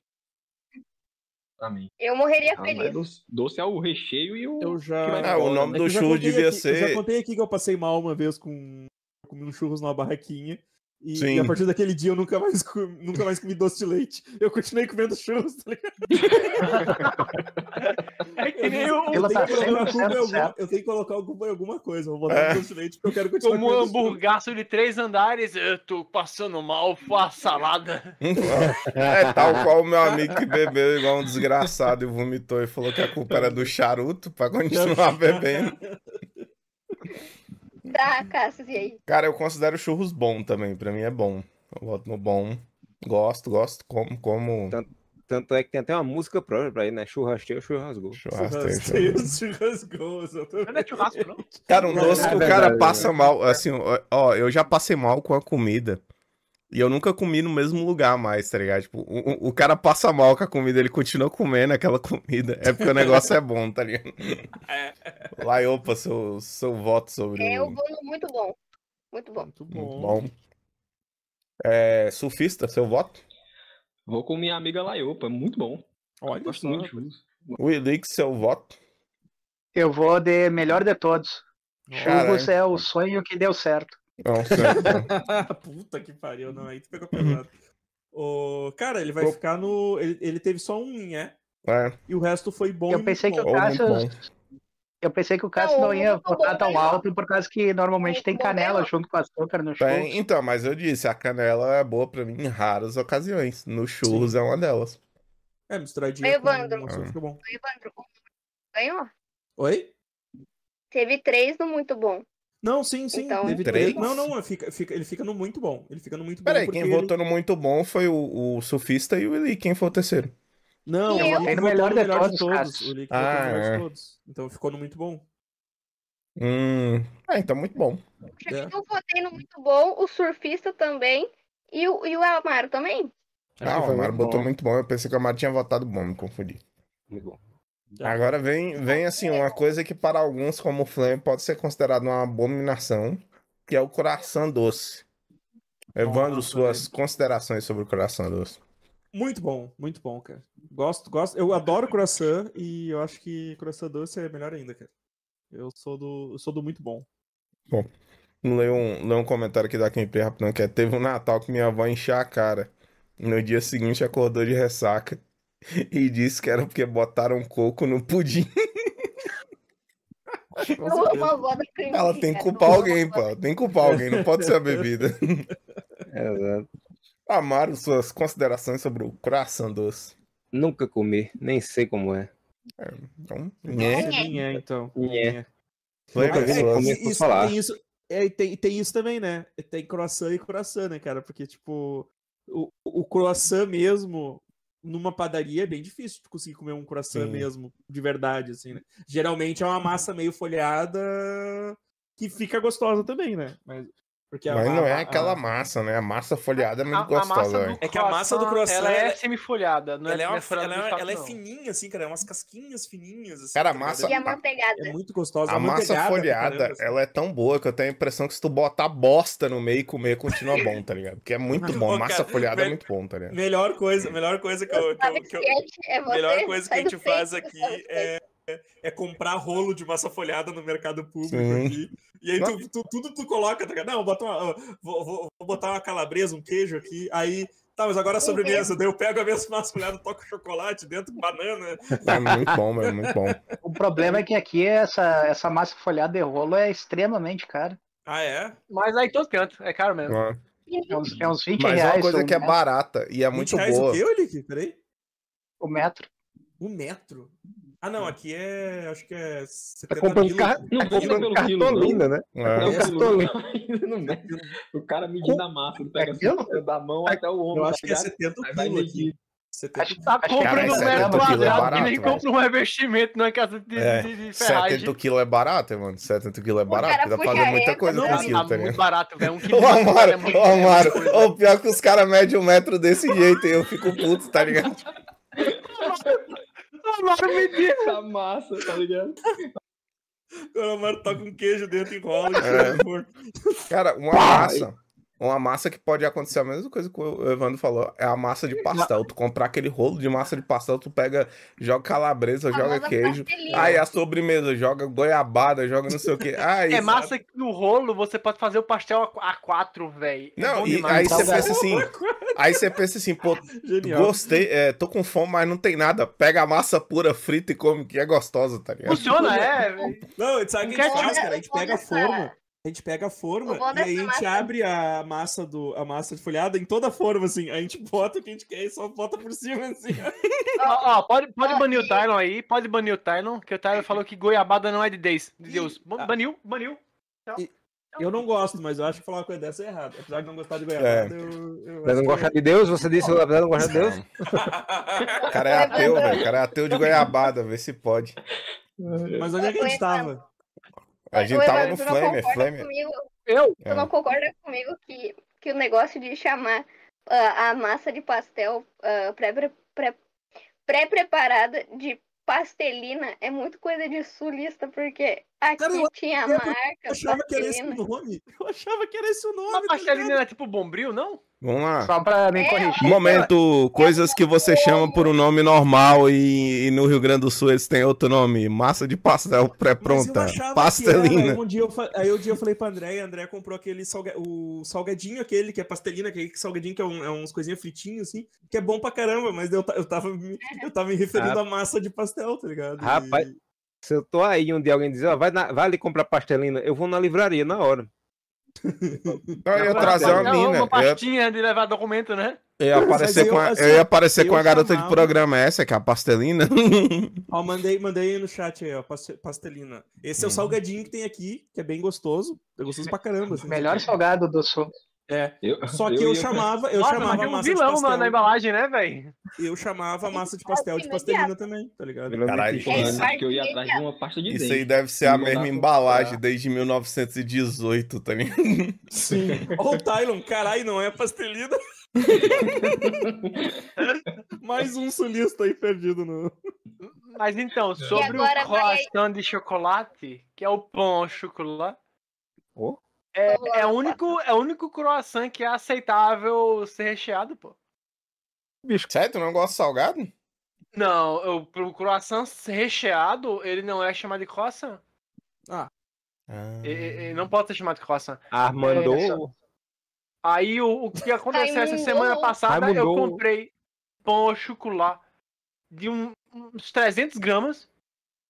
Speaker 7: Pra mim.
Speaker 5: Eu morreria
Speaker 7: Ah, mas
Speaker 5: feliz.
Speaker 7: doce, doce é o recheio e o.
Speaker 1: Eu já.
Speaker 7: que vai
Speaker 2: Ah, o
Speaker 7: embora,
Speaker 2: nome
Speaker 7: né?
Speaker 1: É que eu
Speaker 2: do
Speaker 1: já
Speaker 2: churro
Speaker 1: contei
Speaker 2: devia
Speaker 1: aqui- Eu já
Speaker 2: ser.
Speaker 1: contei aqui que eu passei mal uma vez com eu comi um churros numa barraquinha. E,
Speaker 2: Sim.
Speaker 1: e a partir daquele dia eu nunca mais, co- nunca mais comi doce de leite. Eu continuei comendo churros, tá ligado?
Speaker 3: É que nem o,
Speaker 4: Ela tá
Speaker 1: eu, tenho que colocar a culpa em
Speaker 4: 100%
Speaker 1: alguma-
Speaker 4: certa.
Speaker 1: eu tenho que colocar a culpa em alguma coisa. Eu Vou botar
Speaker 2: É.
Speaker 1: no doce de leite porque eu quero continuar
Speaker 3: Como um
Speaker 1: comendo churros.
Speaker 3: hamburgaço de três andares, eu tô passando mal, faço salada.
Speaker 2: um é tal qual o meu amigo que bebeu igual um desgraçado e vomitou e falou que a culpa era do charuto pra continuar bebendo.
Speaker 5: Tá, Cassius, e aí?
Speaker 2: Cara, eu considero churros bom também, pra mim é bom. Eu boto no bom. Gosto, gosto, como, como
Speaker 6: Tanto é que tem até uma música própria pra ele, né? Churrasqueiro, churrasgou.
Speaker 2: churrasco.
Speaker 1: Churrascou, exatamente.
Speaker 3: Não é churrasco, não?
Speaker 2: Cara, um doce que o
Speaker 6: É
Speaker 2: cara
Speaker 6: verdade,
Speaker 2: passa mal, assim, ó, ó, eu já passei mal com a comida. E eu nunca comi no mesmo lugar mais, tá ligado? Tipo, o, o- o cara passa mal com a comida, ele continua comendo aquela comida. É porque o negócio é bom, tá ligado? Lá, opa, seu, seu voto sobre
Speaker 5: É
Speaker 2: o...
Speaker 5: um bolo muito bom. Muito bom.
Speaker 1: Muito
Speaker 2: Muito
Speaker 1: bom.
Speaker 2: bom. É, surfista, seu voto?
Speaker 7: Vou com minha amiga Laiopa, muito bom.
Speaker 1: Olha
Speaker 7: Gosto
Speaker 1: só.
Speaker 7: muito de churros.
Speaker 2: Willix, seu voto?
Speaker 4: Eu vou de melhor de todos.
Speaker 2: Caralho.
Speaker 4: Churros é o sonho que deu certo.
Speaker 2: Não, é certo.
Speaker 1: Puta que pariu, não. Aí tu pegou
Speaker 2: Uhum.
Speaker 1: pesado. Ô, cara, ele vai
Speaker 2: Ô.
Speaker 1: ficar no. Ele, ele teve só um, né?
Speaker 2: É,
Speaker 1: E o resto foi bom.
Speaker 4: Eu
Speaker 1: e
Speaker 4: pensei que
Speaker 1: muito
Speaker 4: eu
Speaker 1: bom.
Speaker 2: ou muito
Speaker 4: Cassius-
Speaker 2: bom.
Speaker 4: Eu pensei que o Cássio
Speaker 5: Não,
Speaker 4: não ia
Speaker 5: não tá bom,
Speaker 4: votar
Speaker 5: tá
Speaker 4: tão
Speaker 5: bom.
Speaker 4: alto, por causa que normalmente
Speaker 5: Não,
Speaker 4: tem
Speaker 5: não,
Speaker 4: canela
Speaker 5: não.
Speaker 4: junto com açúcar no churros.
Speaker 2: Tem- então, mas eu disse, a canela é boa pra mim em raras ocasiões. No churros é uma delas.
Speaker 1: É, misturadinho.
Speaker 5: Aí,
Speaker 1: com
Speaker 5: Evandro.
Speaker 1: açúcar,
Speaker 2: Ah.
Speaker 1: fica bom.
Speaker 5: O Evandro o ganhou.
Speaker 1: Oi?
Speaker 5: Teve três no muito bom.
Speaker 1: Não, sim, sim.
Speaker 5: Então-
Speaker 1: teve
Speaker 2: Três?
Speaker 1: três. Não, não, fica- fica- ele fica no muito bom. Ele fica no muito bom.
Speaker 2: Peraí,
Speaker 1: porque
Speaker 2: quem
Speaker 1: ele-
Speaker 2: votou no muito bom foi o, o surfista e o Eli. Quem foi o terceiro?
Speaker 1: Não,
Speaker 5: E
Speaker 1: o
Speaker 5: eu?
Speaker 1: Lick
Speaker 4: No
Speaker 1: votou
Speaker 4: melhor
Speaker 1: no
Speaker 4: de
Speaker 1: melhor de
Speaker 4: todos, cara.
Speaker 1: todos. O Lick
Speaker 2: Ah,
Speaker 1: votou no melhor
Speaker 2: é.
Speaker 1: de todos. Então ficou no muito bom.
Speaker 2: Hum. É, então muito bom.
Speaker 1: É.
Speaker 5: Eu votei no muito bom, o surfista também e o, e o Amaro também.
Speaker 2: Ah, o
Speaker 6: foi
Speaker 2: Amaro
Speaker 6: muito
Speaker 2: botou
Speaker 6: bom.
Speaker 2: muito bom. Eu pensei que o Amaro tinha votado bom, me confundi.
Speaker 6: Muito bom.
Speaker 1: Tá.
Speaker 2: Agora vem, vem assim, uma coisa que para alguns, como o Flame, pode ser considerada uma abominação, que é o coração doce. Evandro,
Speaker 1: Nossa,
Speaker 2: suas considerações sobre o coração doce.
Speaker 1: Muito bom, muito bom, cara. Gosto, gosto. Eu adoro croissant e eu acho que croissant doce é melhor ainda, cara. Eu sou do, eu sou do muito bom.
Speaker 2: Leu um, leu um comentário aqui da Kim Pri rapidão, que é, teve um Natal que minha avó encheu a cara. No dia seguinte acordou de ressaca e disse que era porque botaram coco no pudim.
Speaker 1: Com
Speaker 5: Eu amo
Speaker 1: certeza.
Speaker 5: a avó da Clemente,
Speaker 2: Ela tem que
Speaker 5: cara.
Speaker 2: culpar
Speaker 5: Eu amo a
Speaker 2: alguém,
Speaker 5: avó
Speaker 2: pô. Tem que culpar alguém, não pode ser a bebida.
Speaker 6: Exato.
Speaker 2: Amaro, suas considerações sobre o coração doce.
Speaker 6: Nunca comi, nem sei como é.
Speaker 2: Então,
Speaker 1: Nossa, nem é, então.
Speaker 6: Nhé.
Speaker 1: Nem é.
Speaker 6: Nunca vi
Speaker 1: É,
Speaker 2: suas-
Speaker 6: comer.
Speaker 1: isso,
Speaker 6: falar.
Speaker 1: tem isso, é, tem, tem isso também, né? Tem croissant e croissant, né, cara? Porque, tipo, o, o croissant mesmo, numa padaria, é bem difícil tu conseguir comer um croissant
Speaker 2: Sim.
Speaker 1: mesmo, de verdade, assim, né? Geralmente é uma massa meio folhada que fica gostosa também, né? Mas, porque a-
Speaker 2: Mas não é
Speaker 1: a- a-
Speaker 2: aquela massa, né?
Speaker 3: A-
Speaker 2: Massa folhada é
Speaker 3: a-
Speaker 2: muito
Speaker 3: a massa
Speaker 2: gostosa,
Speaker 3: do
Speaker 2: velho.
Speaker 1: É que a massa do
Speaker 3: croissant,
Speaker 1: croissant,
Speaker 3: ela é
Speaker 1: ela-
Speaker 3: semifolhada, não é,
Speaker 1: Ela é, uma-
Speaker 3: não é folhada
Speaker 1: ela
Speaker 3: de
Speaker 1: é-
Speaker 3: fato,
Speaker 1: ela é
Speaker 3: não.
Speaker 1: fininha, assim, cara. É umas casquinhas fininhas, assim.
Speaker 2: Cara, a
Speaker 1: tá ligado?
Speaker 2: massa-
Speaker 5: E a
Speaker 1: É,
Speaker 5: manteigada.
Speaker 1: é muito gostosa.
Speaker 2: A massa
Speaker 1: amanteigada pra
Speaker 2: folhada,
Speaker 1: caramba, assim.
Speaker 2: ela é tão boa que eu tenho a impressão que se tu botar bosta no meio e comer, continua bom, tá ligado? Porque é muito bom.
Speaker 1: Ô,
Speaker 2: massa
Speaker 1: cara,
Speaker 2: folhada é
Speaker 1: velho.
Speaker 2: muito bom, tá ligado?
Speaker 1: Melhor coisa, melhor coisa que eu- que eu-
Speaker 5: Sabe
Speaker 1: que eu,
Speaker 5: sketch? É
Speaker 1: A
Speaker 5: você,
Speaker 1: melhor coisa que a
Speaker 5: sai
Speaker 1: gente
Speaker 5: do peito,
Speaker 1: faz aqui
Speaker 5: sai do peito.
Speaker 1: é, é comprar rolo de massa folhada no mercado público
Speaker 2: Sim.
Speaker 1: aqui. E aí tu, tu- tudo tu coloca, tá ligado? Não, bota uma, ó, vou, vou- vou botar uma calabresa, um queijo aqui, aí. Tá, mas
Speaker 5: Um
Speaker 1: agora a sobremesa. Daí eu pego a mesma massa folhada, toco chocolate dentro, banana.
Speaker 2: É muito bom, velho, muito bom.
Speaker 4: O problema é que aqui essa, essa massa folhada de rolo é extremamente cara.
Speaker 1: Ah, é?
Speaker 3: Mas aí todo canto, é caro mesmo.
Speaker 2: Ó.
Speaker 4: É uns, é uns 20
Speaker 2: Mas é
Speaker 4: reais.
Speaker 2: uma coisa
Speaker 4: um-
Speaker 2: que é barata e é
Speaker 1: 20
Speaker 2: muito
Speaker 1: reais o
Speaker 2: boa.
Speaker 1: quê, Olick? Peraí.
Speaker 4: o um metro.
Speaker 1: O metro? Ah, não, aqui é. Acho que é.
Speaker 6: Tá
Speaker 1: 70
Speaker 6: comprando,
Speaker 1: mil.
Speaker 6: car...
Speaker 7: Não
Speaker 6: tá
Speaker 7: vende
Speaker 6: comprando
Speaker 7: pelo quilo,
Speaker 6: cartolina, né?
Speaker 2: É.
Speaker 7: Não,
Speaker 6: É,
Speaker 7: pelo
Speaker 6: tô
Speaker 7: menos não
Speaker 2: né?
Speaker 7: mede. O cara medindo a massa, ele pega
Speaker 4: Aquilo?
Speaker 7: assim, da mão até o ombro.
Speaker 1: Eu acho
Speaker 7: tá
Speaker 1: que é
Speaker 7: ligado?
Speaker 1: 70
Speaker 7: Aí vai
Speaker 1: quilos aqui.
Speaker 7: medir.
Speaker 1: 70
Speaker 4: Acho, acho
Speaker 3: Tá
Speaker 4: que
Speaker 3: comprando um
Speaker 2: Caralho, 70 quilo
Speaker 3: metro
Speaker 2: é
Speaker 3: quadrado que
Speaker 2: barato,
Speaker 3: nem
Speaker 2: velho.
Speaker 3: compra um revestimento numa casa de,
Speaker 2: É,
Speaker 3: de, de ferragem.
Speaker 2: 70 quilos é barato, hein, mano. 70 quilos é barato.
Speaker 5: cara
Speaker 2: porque Dá pra
Speaker 5: puxa
Speaker 2: fazer muita
Speaker 5: régua,
Speaker 2: coisa
Speaker 5: né?
Speaker 2: com
Speaker 3: Não, tá
Speaker 2: aquilo, tá
Speaker 3: muito
Speaker 2: ligado?
Speaker 3: barato, velho. Um quilo
Speaker 2: Ô,
Speaker 3: de
Speaker 1: tá
Speaker 3: madeira é
Speaker 2: Amaro,
Speaker 3: muito-
Speaker 2: ô, Amaro, ô, pior que os caras medem um metro desse jeito e eu fico puto, tá ligado?
Speaker 3: Amaro media.
Speaker 7: Essa massa, tá ligado?
Speaker 1: Quando o Mario toca um queijo dentro, enrola e
Speaker 2: É.
Speaker 1: tira do forno.
Speaker 2: Cara, uma massa. Uma massa que pode acontecer a mesma coisa que o Evandro falou. É a massa de pastel. Tu comprar aquele rolo de massa de pastel, tu pega, joga calabresa, joga
Speaker 5: Famosa
Speaker 2: queijo.
Speaker 5: pastelina.
Speaker 2: Aí a sobremesa, joga goiabada, joga não sei o quê. Aí,
Speaker 3: É massa que no rolo você pode fazer o pastel a- Então A4, velho.
Speaker 5: é
Speaker 2: Não, e aí você pensa assim. Aí você pensa assim, pô,
Speaker 1: Genial.
Speaker 2: gostei, é, tô com fome, mas não tem nada. Pega a massa pura, frita e come, que é gostosa, tá ligado?
Speaker 3: Funciona, é. velho.
Speaker 1: Não, sabe o que a gente
Speaker 3: Ketchup.
Speaker 1: faz, cara? A gente pega a forma. A gente pega a forma
Speaker 5: Eu vou
Speaker 1: e aí a
Speaker 5: nessa
Speaker 1: gente
Speaker 5: massa.
Speaker 1: abre a massa, do, a massa de folhada em toda a forma, assim. A gente bota o que a gente quer e só bota por cima, assim.
Speaker 3: Ó, ó, pode, pode
Speaker 5: Ó,
Speaker 3: banir o
Speaker 5: e-
Speaker 3: Tylon aí, pode banir o Tylon, que o Tylon falou que goiabada não é de 10. De Deus. Ban-
Speaker 1: Ah.
Speaker 3: Baniu, baniu.
Speaker 1: Eu não gosto, mas eu acho que falar uma coisa dessa é errado. Apesar de não gostar de goiabada, eu, eu acho
Speaker 6: É. Mas não
Speaker 1: que- é
Speaker 6: gosta de Deus? Você disse que não gosta de Deus?
Speaker 2: O cara é ateu, velho. O cara é ateu de goiabada, vê se pode.
Speaker 1: Mas onde é que a gente tava?
Speaker 2: A
Speaker 5: O
Speaker 2: gente tava
Speaker 5: Evandro,
Speaker 2: no
Speaker 5: tu não
Speaker 2: Flamer,
Speaker 5: concorda
Speaker 2: Flamer. É.
Speaker 5: comigo-
Speaker 3: Eu?
Speaker 5: Tu não concorda comigo que, que o negócio de chamar ah, a massa de pastel ah, pré-pre- pré- pré-preparada de pastelina é muito coisa de sulista, porque aqui
Speaker 1: Cara, eu-
Speaker 5: tinha a
Speaker 1: eu achava-
Speaker 5: marca
Speaker 1: Eu achava que era esse
Speaker 5: pastelina.
Speaker 1: o nome. Eu achava que era esse o
Speaker 3: Uma
Speaker 1: nome. tá
Speaker 3: pastelina
Speaker 1: ligado?
Speaker 3: era tipo bombril, não?
Speaker 2: Vamos lá.
Speaker 4: Só pra me
Speaker 5: É,
Speaker 4: corrigir.
Speaker 2: Um Momento, coisas que você chama por um nome normal e, e no Rio Grande do Sul eles têm outro nome. Massa de pastel
Speaker 1: Mas eu
Speaker 2: pré-pronta.
Speaker 1: achava que era,
Speaker 2: Pastelina.
Speaker 1: aí um dia eu fa- aí um dia eu falei pra André, e a André comprou aquele salga- o salgadinho aquele, que é pastelina, que é salgadinho que é, um- é uns coisinhas fritinhos, assim, que é bom pra caramba, mas eu, ta- eu, tava, me, eu tava me referindo à massa de pastel, tá ligado? E-
Speaker 6: Rapaz. Se eu tô aí um dia alguém dizer, ó, vai, na- vai ali comprar pastelina, eu vou na livraria na hora.
Speaker 2: Eu ia trazer uma
Speaker 3: Não,
Speaker 2: mina.
Speaker 3: Uma
Speaker 2: Eu ia
Speaker 3: pastinha de levar documento, né?
Speaker 2: Eu ia aparecer
Speaker 1: eu,
Speaker 2: com a,
Speaker 1: assim,
Speaker 2: eu ia aparecer com
Speaker 1: eu
Speaker 2: a garota
Speaker 1: chamava-
Speaker 2: de programa, essa que é a pastelina.
Speaker 1: Ó, mandei, mandei aí no chat aí, ó, paste- pastelina. Esse
Speaker 3: Uhum.
Speaker 1: é o salgadinho que tem aqui, que é bem gostoso, é gostoso pra caramba. assim.
Speaker 4: Melhor salgado do sul.
Speaker 1: É,
Speaker 7: Eu-
Speaker 1: só que eu,
Speaker 7: ia-
Speaker 1: chamava, eu
Speaker 3: Nossa, mas
Speaker 1: chamava
Speaker 3: tem
Speaker 1: a
Speaker 3: um
Speaker 1: massa de
Speaker 3: vilão na,
Speaker 1: pastel,
Speaker 3: na embalagem, né, velho?
Speaker 1: eu chamava a massa de
Speaker 3: assim,
Speaker 1: pastel de
Speaker 3: né,
Speaker 5: Nossa,
Speaker 1: pastelina também, tá ligado?
Speaker 2: Caralho,
Speaker 7: Pô, antes
Speaker 5: Isso
Speaker 7: que eu ia atrás de uma pasta de
Speaker 2: Isso
Speaker 7: dente.
Speaker 2: aí deve ser a
Speaker 7: Não dá
Speaker 2: mesma
Speaker 7: pra
Speaker 2: embalagem
Speaker 7: comprar.
Speaker 2: desde 1918, tá ligado?
Speaker 1: Sim. Ó, o Tylon, caralho, não é pastelina. Mais um sulista aí perdido no.
Speaker 3: Mas então, sobre
Speaker 5: agora
Speaker 3: o
Speaker 5: vai aí.
Speaker 3: croissant de chocolate, que é o pão ao chocolate.
Speaker 6: Ô.
Speaker 3: É,
Speaker 5: Vamos lá,
Speaker 3: é, o único, é o único croissant que é aceitável ser recheado, pô.
Speaker 2: Sério, tu não gosta de salgado?
Speaker 3: Não, o, o croissant recheado, ele não é chamado de croissant.
Speaker 2: Ah.
Speaker 3: E-
Speaker 7: É.
Speaker 3: e- e não pode ser chamado de croissant.
Speaker 6: Armando.
Speaker 3: É, Aí o, o que aconteceu essa
Speaker 5: Raimundo.
Speaker 3: semana passada, eu
Speaker 6: Raimundo.
Speaker 3: comprei pão ao chocolate de um- uns 300 gramas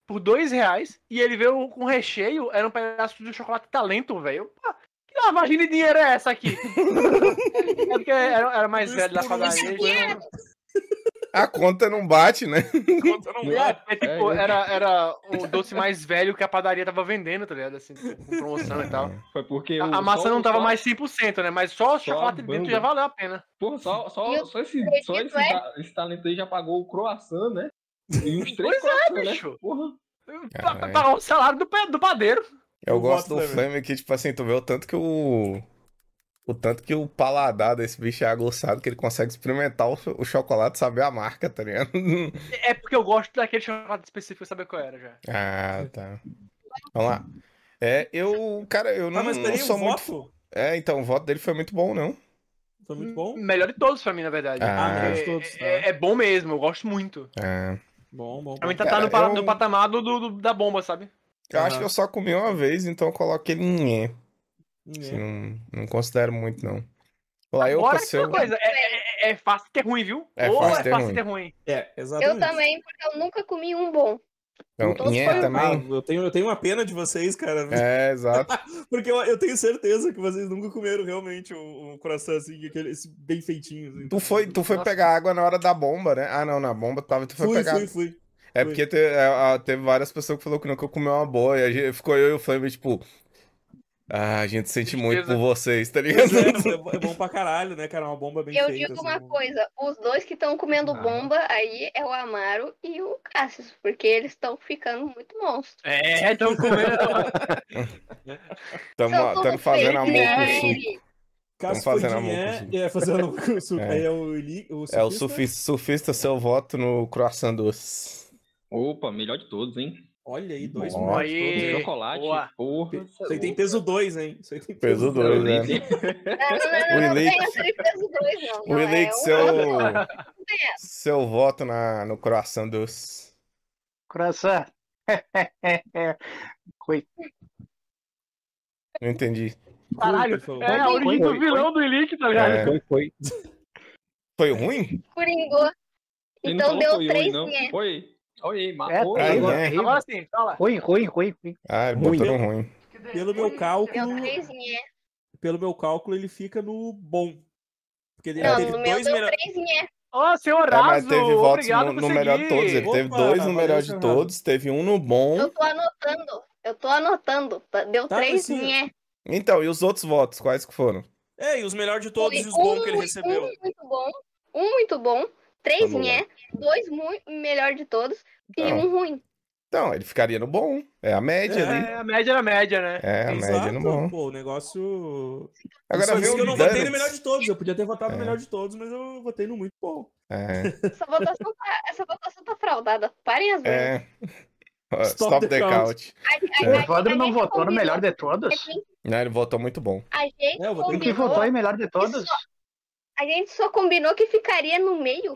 Speaker 3: por dois reais e ele veio com recheio, era um pedaço de chocolate talento, velho. Pá, Que lavagem de dinheiro é essa aqui? é porque era, era mais velho da padaria. então-
Speaker 2: A conta não bate, né?
Speaker 3: É, tipo,
Speaker 7: É, é.
Speaker 3: era, era o doce mais velho que a padaria tava vendendo, tá ligado? Assim, com promoção e tal.
Speaker 7: Foi porque o-
Speaker 3: A, a massa
Speaker 7: só-
Speaker 3: não tava
Speaker 7: só-
Speaker 3: mais 100%, né? Mas só o
Speaker 7: É. só a
Speaker 3: chocolate dentro
Speaker 7: banda.
Speaker 3: já valeu a pena.
Speaker 7: Porra, só,
Speaker 5: E
Speaker 7: só,
Speaker 5: o
Speaker 7: só, esse, só
Speaker 5: segredo
Speaker 7: esse,
Speaker 5: é-
Speaker 7: ta- esse talento aí já pagou o croissant, né? E uns três
Speaker 3: Pois
Speaker 5: é,
Speaker 7: croissant, né?
Speaker 3: bicho.
Speaker 7: Porra.
Speaker 3: Pra- pra
Speaker 2: Caralho.
Speaker 3: Pagar o salário do, pa- do padeiro.
Speaker 2: Eu,
Speaker 1: Eu gosto
Speaker 2: gosto do
Speaker 1: também.
Speaker 2: Flame aqui, tipo assim, tu vê o tanto que o. O tanto que o paladar desse bicho é aguçado que ele consegue experimentar o, o chocolate, saber a marca, tá ligado?
Speaker 3: É porque eu gosto daquele chocolate específico, saber qual era já.
Speaker 2: Ah, tá. Vamos lá. É, eu, cara, eu não,
Speaker 1: Ah, mas
Speaker 2: não
Speaker 1: peraí,
Speaker 2: sou
Speaker 1: o
Speaker 2: muito.
Speaker 1: voto?
Speaker 2: É, então, o voto dele foi muito bom, não.
Speaker 1: Foi muito bom?
Speaker 3: Melhor de todos pra mim, na verdade.
Speaker 2: Ah.
Speaker 3: Porque
Speaker 1: melhor de todos, tá.
Speaker 3: é, é bom mesmo, eu gosto muito.
Speaker 2: É.
Speaker 1: Bom, bom.
Speaker 3: Pra
Speaker 1: bom.
Speaker 3: mim tá, tá no,
Speaker 2: Cara,
Speaker 3: pa-
Speaker 2: eu-
Speaker 3: no patamar do, do- da bomba, sabe?
Speaker 2: Eu acho
Speaker 1: Aham.
Speaker 2: que eu só comi uma vez, então eu coloco ele em E. assim,
Speaker 1: É.
Speaker 2: não, não considero muito, não. Lá eu
Speaker 3: Agora,
Speaker 2: com seu.
Speaker 3: aquela coisa, é, é- é fácil ter ruim, viu?
Speaker 2: É
Speaker 3: Ou
Speaker 2: fácil
Speaker 3: é
Speaker 2: ter
Speaker 3: fácil
Speaker 2: ruim.
Speaker 3: ter ruim.
Speaker 1: É, exatamente.
Speaker 5: Eu também, porque eu nunca comi um bom.
Speaker 2: Então,
Speaker 1: Todos
Speaker 2: Nhe
Speaker 1: foram-
Speaker 2: também.
Speaker 1: Ah, eu, tenho, eu tenho uma pena de vocês, cara.
Speaker 2: É, exato.
Speaker 1: Porque eu, eu tenho certeza que vocês nunca comeram realmente um, um croissant assim, aquele, esse bem feitinho. assim.
Speaker 2: Tu foi, tu foi
Speaker 3: Nossa.
Speaker 2: pegar água na hora da bomba, né? Ah, não, na bomba tu tava, tu foi
Speaker 1: Fui,
Speaker 2: pegar.
Speaker 1: fui, fui.
Speaker 2: É
Speaker 1: fui.
Speaker 2: porque te- é, a- teve várias pessoas que falou que nunca comeu uma boa, e a gente- ficou eu e o Flamengo, tipo. Ah, a gente sente muito por
Speaker 3: Tristeza.
Speaker 2: vocês, tá
Speaker 1: Pois
Speaker 2: ligado?
Speaker 1: é, mas é, bo- é bom pra caralho, né, cara? Uma bomba bem
Speaker 5: Eu
Speaker 1: feita.
Speaker 5: digo
Speaker 1: assim,
Speaker 5: uma
Speaker 1: um-
Speaker 5: coisa, os dois que estão comendo
Speaker 7: Ah.
Speaker 5: bomba aí é o Amaro e o Cassius, porque eles estão ficando muito monstros.
Speaker 3: É, então comendo.
Speaker 5: São
Speaker 2: Tamo,
Speaker 5: todos
Speaker 2: tamo fazendo amor
Speaker 5: felizes,
Speaker 2: com
Speaker 5: né?
Speaker 2: o suco.
Speaker 1: Caso
Speaker 2: Tamo fazendo
Speaker 1: fazendo
Speaker 2: amor com
Speaker 1: é,
Speaker 2: suco.
Speaker 1: é, fazendo amor com suco.
Speaker 2: É.
Speaker 1: Aí é o, li- o
Speaker 2: É o
Speaker 1: surfista.
Speaker 2: surfista, surfista seu voto no croissant doce.
Speaker 7: Opa, melhor de todos, hein?
Speaker 1: Olha aí, dois
Speaker 2: Ó,
Speaker 1: mortos.
Speaker 3: aí.
Speaker 1: todos.
Speaker 7: Chocolate,
Speaker 3: boa.
Speaker 7: porra.
Speaker 1: Isso aí tem peso dois, hein? Isso aí tem
Speaker 2: Peso
Speaker 1: dois.
Speaker 2: dois, né?
Speaker 5: Não, não,
Speaker 2: O
Speaker 5: não, não, não,
Speaker 2: Elite-
Speaker 5: tem aquele peso dois, não.
Speaker 2: O
Speaker 5: não, é
Speaker 2: eleito
Speaker 5: um-
Speaker 2: seu, seu voto na, no croissant doce.
Speaker 4: Coração.
Speaker 2: Não entendi.
Speaker 3: Caralho,
Speaker 1: Por favor.
Speaker 3: é a origem do
Speaker 6: Foi,
Speaker 3: vilão do Elite, tá ligado?
Speaker 2: É,
Speaker 6: Foi, foi.
Speaker 2: foi ruim?
Speaker 5: Coringou.
Speaker 7: Ele
Speaker 5: um Então
Speaker 7: não
Speaker 5: deu
Speaker 7: falou oi, oi,
Speaker 5: três,
Speaker 7: não.
Speaker 5: né?
Speaker 7: Oi. Oi, ma-
Speaker 4: É,
Speaker 7: oi,
Speaker 4: tá
Speaker 2: Ai,
Speaker 7: agora-
Speaker 2: né?
Speaker 3: Agora sim, fala.
Speaker 4: Ruim, ruim, ruim, ruim.
Speaker 2: Ah, ele
Speaker 6: Ruim.
Speaker 2: botou no ruim.
Speaker 1: Pelo meu
Speaker 5: Deu
Speaker 1: cálculo,
Speaker 5: três, né?
Speaker 1: pelo meu cálculo, ele fica no bom. Porque ele
Speaker 5: Não,
Speaker 1: É, teve
Speaker 5: no meu
Speaker 1: dois
Speaker 5: deu
Speaker 1: melhores.
Speaker 5: três, né?
Speaker 3: Ó, senhor
Speaker 2: É, mas
Speaker 3: Raso,
Speaker 2: teve votos
Speaker 3: obrigado
Speaker 2: no, no
Speaker 3: por seguir. tá
Speaker 2: melhor de todos. Ele teve
Speaker 1: Opa,
Speaker 2: dois no
Speaker 1: valeu,
Speaker 2: melhor de
Speaker 1: Fernando.
Speaker 2: todos, teve um no bom.
Speaker 5: Eu tô anotando. Eu tô anotando. tá- Deu
Speaker 1: Tá,
Speaker 5: três,
Speaker 1: mas sim.
Speaker 5: né?
Speaker 2: Então, e os outros votos, quais que foram?
Speaker 1: É, e os melhores de todos
Speaker 5: Foi
Speaker 1: e os bons que ele
Speaker 5: um-
Speaker 1: recebeu.
Speaker 5: Um muito bom, um muito bom, três,
Speaker 2: Vamos lá. Tá.
Speaker 5: né? Dois muito melhor de todos e
Speaker 2: Não.
Speaker 5: um ruim.
Speaker 2: Então, ele ficaria no bom. É a média ali.
Speaker 3: É, a média era a média, né?
Speaker 2: É, a média no bom.
Speaker 1: Pô, o negócio.
Speaker 2: Agora
Speaker 1: Só
Speaker 2: vê
Speaker 1: isso que eu
Speaker 2: o
Speaker 1: não votei no melhor
Speaker 2: Dunnets.
Speaker 1: de todos. Eu podia ter votado
Speaker 2: É.
Speaker 1: no melhor de todos, mas eu votei no muito bom.
Speaker 2: É,
Speaker 5: Essa votação tá, essa votação tá fraudada. Parem as mãos.
Speaker 2: é. Ó,
Speaker 1: Stop the
Speaker 2: Stop the
Speaker 1: count.
Speaker 2: count. É.
Speaker 4: O Evandro
Speaker 5: é
Speaker 4: não votou no melhor de todos?
Speaker 5: A gente,
Speaker 2: Não, ele votou muito bom.
Speaker 5: a gente
Speaker 1: É, eu votei
Speaker 4: Tem
Speaker 1: no
Speaker 4: que
Speaker 5: É combinou,
Speaker 4: votou em melhor de todos?
Speaker 5: a gente só combinou que ficaria no meio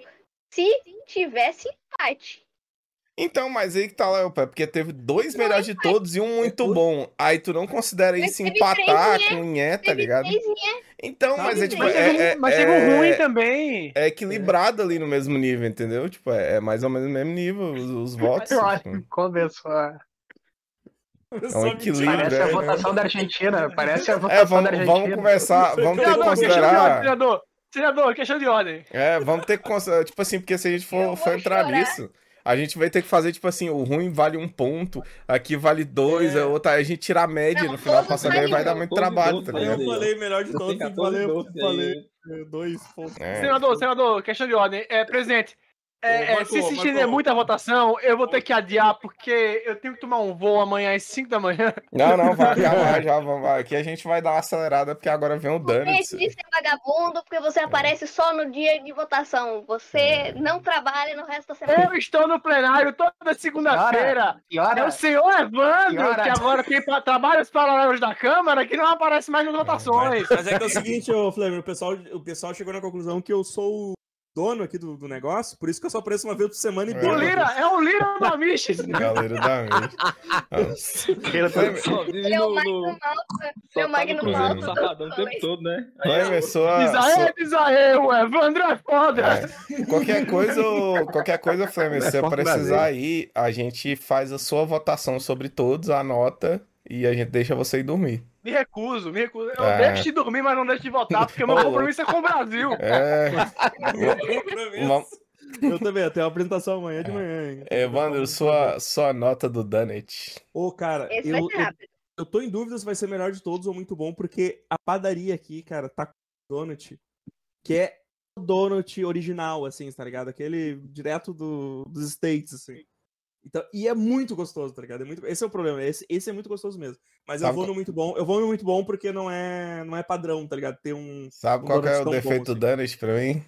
Speaker 5: se tivesse empate.
Speaker 2: Então, mas aí que tá lá, pé, porque teve dois melhores de todos e um muito bom. Aí tu não considera
Speaker 5: Mas
Speaker 2: isso
Speaker 5: teve
Speaker 2: empatar
Speaker 5: três, né?
Speaker 2: com o Nhé, tá
Speaker 5: Teve
Speaker 2: ligado?
Speaker 5: três, né?
Speaker 2: Então,
Speaker 1: Tá,
Speaker 2: mas é
Speaker 1: mas
Speaker 2: tipo.
Speaker 3: Mas
Speaker 2: é-
Speaker 3: teve um,
Speaker 2: é-
Speaker 3: mas teve
Speaker 2: é-
Speaker 3: um ruim também.
Speaker 2: É equilibrado ali no mesmo nível, entendeu? Tipo, é, é mais ou menos o mesmo nível, os, os votos.
Speaker 4: Eu acho
Speaker 2: tipo.
Speaker 4: que começou. a-
Speaker 1: Só
Speaker 2: um
Speaker 1: me
Speaker 2: equilíbrio,
Speaker 1: tira.
Speaker 4: Parece a
Speaker 2: né?
Speaker 4: votação da Argentina. Parece a
Speaker 2: É,
Speaker 4: votação da
Speaker 2: vamos,
Speaker 4: Argentina.
Speaker 2: vamos conversar, vamos ter que
Speaker 3: Senador, questão de ordem,
Speaker 2: considerar.
Speaker 3: senador. Senador, questão de ordem.
Speaker 2: É, vamos ter que considerar. Tipo assim, porque se a gente
Speaker 5: Eu
Speaker 2: for,
Speaker 5: vou
Speaker 2: for entrar
Speaker 5: chorar.
Speaker 2: nisso, a gente vai ter que fazer, tipo assim, o ruim vale um ponto, aqui vale dois,
Speaker 1: É.
Speaker 2: a outra, a gente tira a média
Speaker 5: Não,
Speaker 2: no final
Speaker 5: todos
Speaker 2: pra saber,
Speaker 5: valem
Speaker 2: vai dar
Speaker 7: um.
Speaker 2: muito
Speaker 7: Todos
Speaker 2: trabalho,
Speaker 7: dois
Speaker 2: tá
Speaker 1: Aí
Speaker 7: valem
Speaker 1: eu
Speaker 2: ligado?
Speaker 7: um.
Speaker 1: falei melhor de todos,
Speaker 7: Tem
Speaker 1: tem que
Speaker 7: 14
Speaker 1: valer,
Speaker 7: doces aí.
Speaker 1: falei dois pontos.
Speaker 5: um
Speaker 2: É.
Speaker 3: Senador, senador, questão de ordem. É, presidente, é,
Speaker 1: Ô,
Speaker 3: é,
Speaker 1: Marco,
Speaker 3: se se estender
Speaker 1: Marco.
Speaker 3: muito a votação, eu vou ter que adiar, porque eu tenho que tomar um voo amanhã às 5 da manhã.
Speaker 2: Não, não, vai, já vai, já vamos. vai. Aqui a gente vai dar uma acelerada, porque agora vem o dano.
Speaker 5: Você disse é vagabundo porque
Speaker 2: É.
Speaker 5: você aparece só no dia de votação. Você não trabalha no resto da semana.
Speaker 3: Eu estou no plenário toda segunda-feira.
Speaker 4: E olha,
Speaker 3: É o senhor Evandro,
Speaker 4: Senhora.
Speaker 3: que agora tem pa- trabalhos paralelos da Câmara, que não aparece mais nas votações.
Speaker 1: Mas é que é o seguinte, ô Flamengo, o pessoal, o pessoal chegou na conclusão que eu sou o dono aqui do, do negócio, por isso que eu só apareço uma vez por semana e
Speaker 2: É.
Speaker 3: O
Speaker 1: bebo.
Speaker 3: Lira é o Lira da Miches.
Speaker 2: Galera da mente. Nossa. Foi-
Speaker 7: Só vive
Speaker 5: Ele é o
Speaker 7: no-
Speaker 5: Magno
Speaker 7: no-
Speaker 5: Malta.
Speaker 7: só
Speaker 5: Meu
Speaker 7: tá
Speaker 5: Magno
Speaker 7: no
Speaker 2: Malta
Speaker 7: programa Safadão o
Speaker 5: todo
Speaker 7: tempo todo, né? Aí,
Speaker 2: Vai,
Speaker 7: ó,
Speaker 2: mas sua,
Speaker 3: Diz
Speaker 5: né?
Speaker 3: aê, diz aê, o Evandro é foda.
Speaker 2: sua- Qualquer coisa, ô- qualquer coisa, Flamengo, se você
Speaker 6: Resposta
Speaker 2: precisar aí,
Speaker 6: brasileira.
Speaker 2: a gente faz a sua votação sobre todos, anota e a gente deixa você ir dormir.
Speaker 3: Me recuso, me recuso. Eu
Speaker 2: É.
Speaker 3: deixo de dormir, mas não deixo de votar, porque meu
Speaker 2: Ô,
Speaker 3: compromisso é com o Brasil.
Speaker 2: É, vamos-
Speaker 1: Eu também, eu tenho uma apresentação amanhã de manhã. hein?
Speaker 2: Evandro, é, sua, sua nota do Dunnett.
Speaker 1: Ô, cara,
Speaker 5: Esse é
Speaker 1: eu,
Speaker 5: vai ser
Speaker 1: eu,
Speaker 5: rápido.
Speaker 1: eu tô em dúvida se vai ser melhor de todos ou muito bom, porque a padaria aqui, cara, tá com donut, que é o donut original, assim, tá ligado? Aquele direto do, dos States, assim. Então, e é muito gostoso, tá ligado? É muito, esse é o problema, esse, esse é muito gostoso mesmo. Mas eu
Speaker 2: Sabe
Speaker 1: vou
Speaker 2: qual-
Speaker 1: no muito bom, eu vou no muito bom porque não é, não é padrão, tá ligado? Tem um
Speaker 2: Sabe
Speaker 1: Um
Speaker 2: qual que é
Speaker 1: donut
Speaker 2: o
Speaker 1: tão bom
Speaker 2: defeito do
Speaker 1: assim.
Speaker 2: Dunnett pra mim?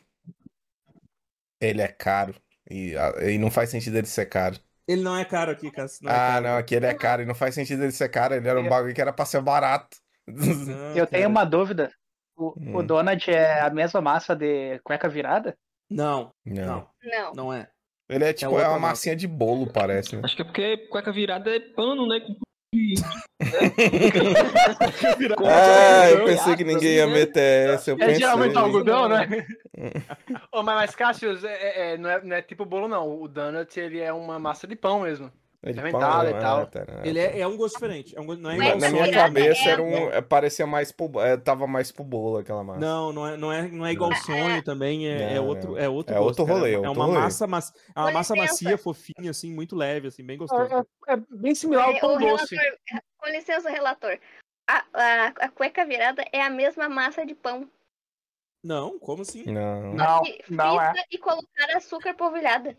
Speaker 2: Ele é caro. E, a- e não faz sentido ele ser caro.
Speaker 1: Ele não é caro aqui, cara. Não é
Speaker 2: ah,
Speaker 1: caro, É.
Speaker 2: não, aqui ele é caro e não faz sentido ele ser caro. Ele era um bagulho que era pra ser barato.
Speaker 1: Não,
Speaker 4: eu
Speaker 1: cara.
Speaker 4: tenho uma dúvida. O, o
Speaker 2: Hum.
Speaker 4: Donald é a mesma massa de cueca virada?
Speaker 1: Não,
Speaker 2: Não.
Speaker 1: não,
Speaker 5: Não.
Speaker 1: não é.
Speaker 2: Ele é tipo, é
Speaker 1: outra
Speaker 2: uma
Speaker 1: nota.
Speaker 2: massinha de bolo, parece, né?
Speaker 7: Acho que é porque cueca virada é pano, né? Com-
Speaker 2: Ah, eu
Speaker 7: Não,
Speaker 2: pensei que ninguém ia
Speaker 7: né?
Speaker 2: meter essa, eu
Speaker 3: É
Speaker 2: pensei.
Speaker 3: geralmente algodão, né? Ô, mas, mas Cássio, é, é- é, não, é, não é tipo bolo, não. O donut, ele é uma massa de pão mesmo.
Speaker 2: É de
Speaker 3: Fermentada e tal.
Speaker 2: ah, tá, né?
Speaker 1: Ele é, é um gosto diferente. É um gosto- não é
Speaker 5: Mas
Speaker 2: Na,
Speaker 1: igual
Speaker 2: na
Speaker 5: essa
Speaker 2: minha
Speaker 5: virada
Speaker 2: cabeça
Speaker 5: é-
Speaker 2: era um, é, parecia mais pro, é, tava mais pro bolo aquela massa.
Speaker 1: Não, não é, não é, não é igual
Speaker 2: Não.
Speaker 1: sonho também, é, é
Speaker 2: Não,
Speaker 1: outro,
Speaker 2: não.
Speaker 1: é outro
Speaker 2: É
Speaker 1: gosto,
Speaker 2: outro
Speaker 1: cara.
Speaker 2: rolê,
Speaker 1: É
Speaker 2: outro
Speaker 1: uma
Speaker 2: rolê.
Speaker 1: massa, maci- é uma
Speaker 5: Com
Speaker 1: massa
Speaker 5: licença.
Speaker 1: macia, fofinha, assim, muito leve, assim, bem gostoso.
Speaker 3: É, é bem similar ao
Speaker 5: É, o
Speaker 3: pão doce.
Speaker 5: relator, com licença, relator. A, a, a cueca virada é a mesma massa de pão.
Speaker 1: Não, como assim?
Speaker 2: Não.
Speaker 4: Não,
Speaker 5: E
Speaker 4: não é.
Speaker 5: frita E colocar açúcar polvilhada.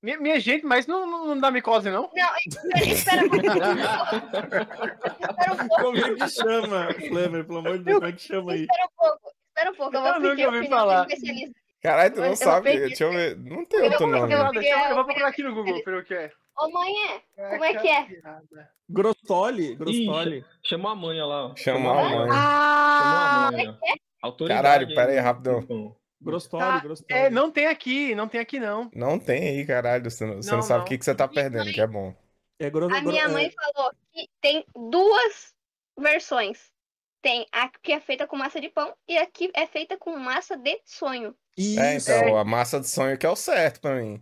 Speaker 3: Minha, minha gente, mas não, não, não dá micose, não?
Speaker 5: Não, espera, espera, um pouco. espera um pouco,
Speaker 1: Como é que chama, Flamer? Pelo amor de Deus, como é que chama aí?
Speaker 5: espera um pouco. Espera um pouco, eu vou
Speaker 3: Eu nunca
Speaker 5: pedir a
Speaker 3: ouvi
Speaker 5: opinião
Speaker 3: falar.
Speaker 5: do especialista.
Speaker 2: Caralho, tu
Speaker 5: Eu-
Speaker 2: não
Speaker 5: eu
Speaker 2: sabe.
Speaker 5: peguei-
Speaker 2: Deixa eu ver. Não tem
Speaker 5: eu
Speaker 2: outro
Speaker 5: vou- eu
Speaker 2: nome.
Speaker 3: Não, deixa eu, eu vou
Speaker 5: eu-
Speaker 3: procurar aqui no Google pelo que é.
Speaker 5: Ô, mãe, é? um Como é que é?
Speaker 1: Grottoli? Grottoli?
Speaker 7: Chamou a manha lá. ó.
Speaker 2: Chama a mãe.
Speaker 3: Ah!
Speaker 7: Chamou a manha. Autoridade
Speaker 2: Caralho,
Speaker 7: aí,
Speaker 2: pera aí,
Speaker 7: né?
Speaker 2: rapidão.
Speaker 7: Então,
Speaker 1: Grottoli, Grottoli.
Speaker 3: É, não tem aqui, não tem aqui, não.
Speaker 2: Não tem aí, caralho. Você não, você não
Speaker 3: Não,
Speaker 2: sabe o
Speaker 3: não.
Speaker 2: que, que você tá perdendo, que é bom.
Speaker 1: É gro-
Speaker 5: A
Speaker 1: gro-
Speaker 5: minha
Speaker 1: é-
Speaker 5: mãe falou que tem duas versões. Tem a que é feita com massa de pão e a que é feita com massa de sonho.
Speaker 1: Isso.
Speaker 2: É, então, a massa de sonho que é o certo pra mim.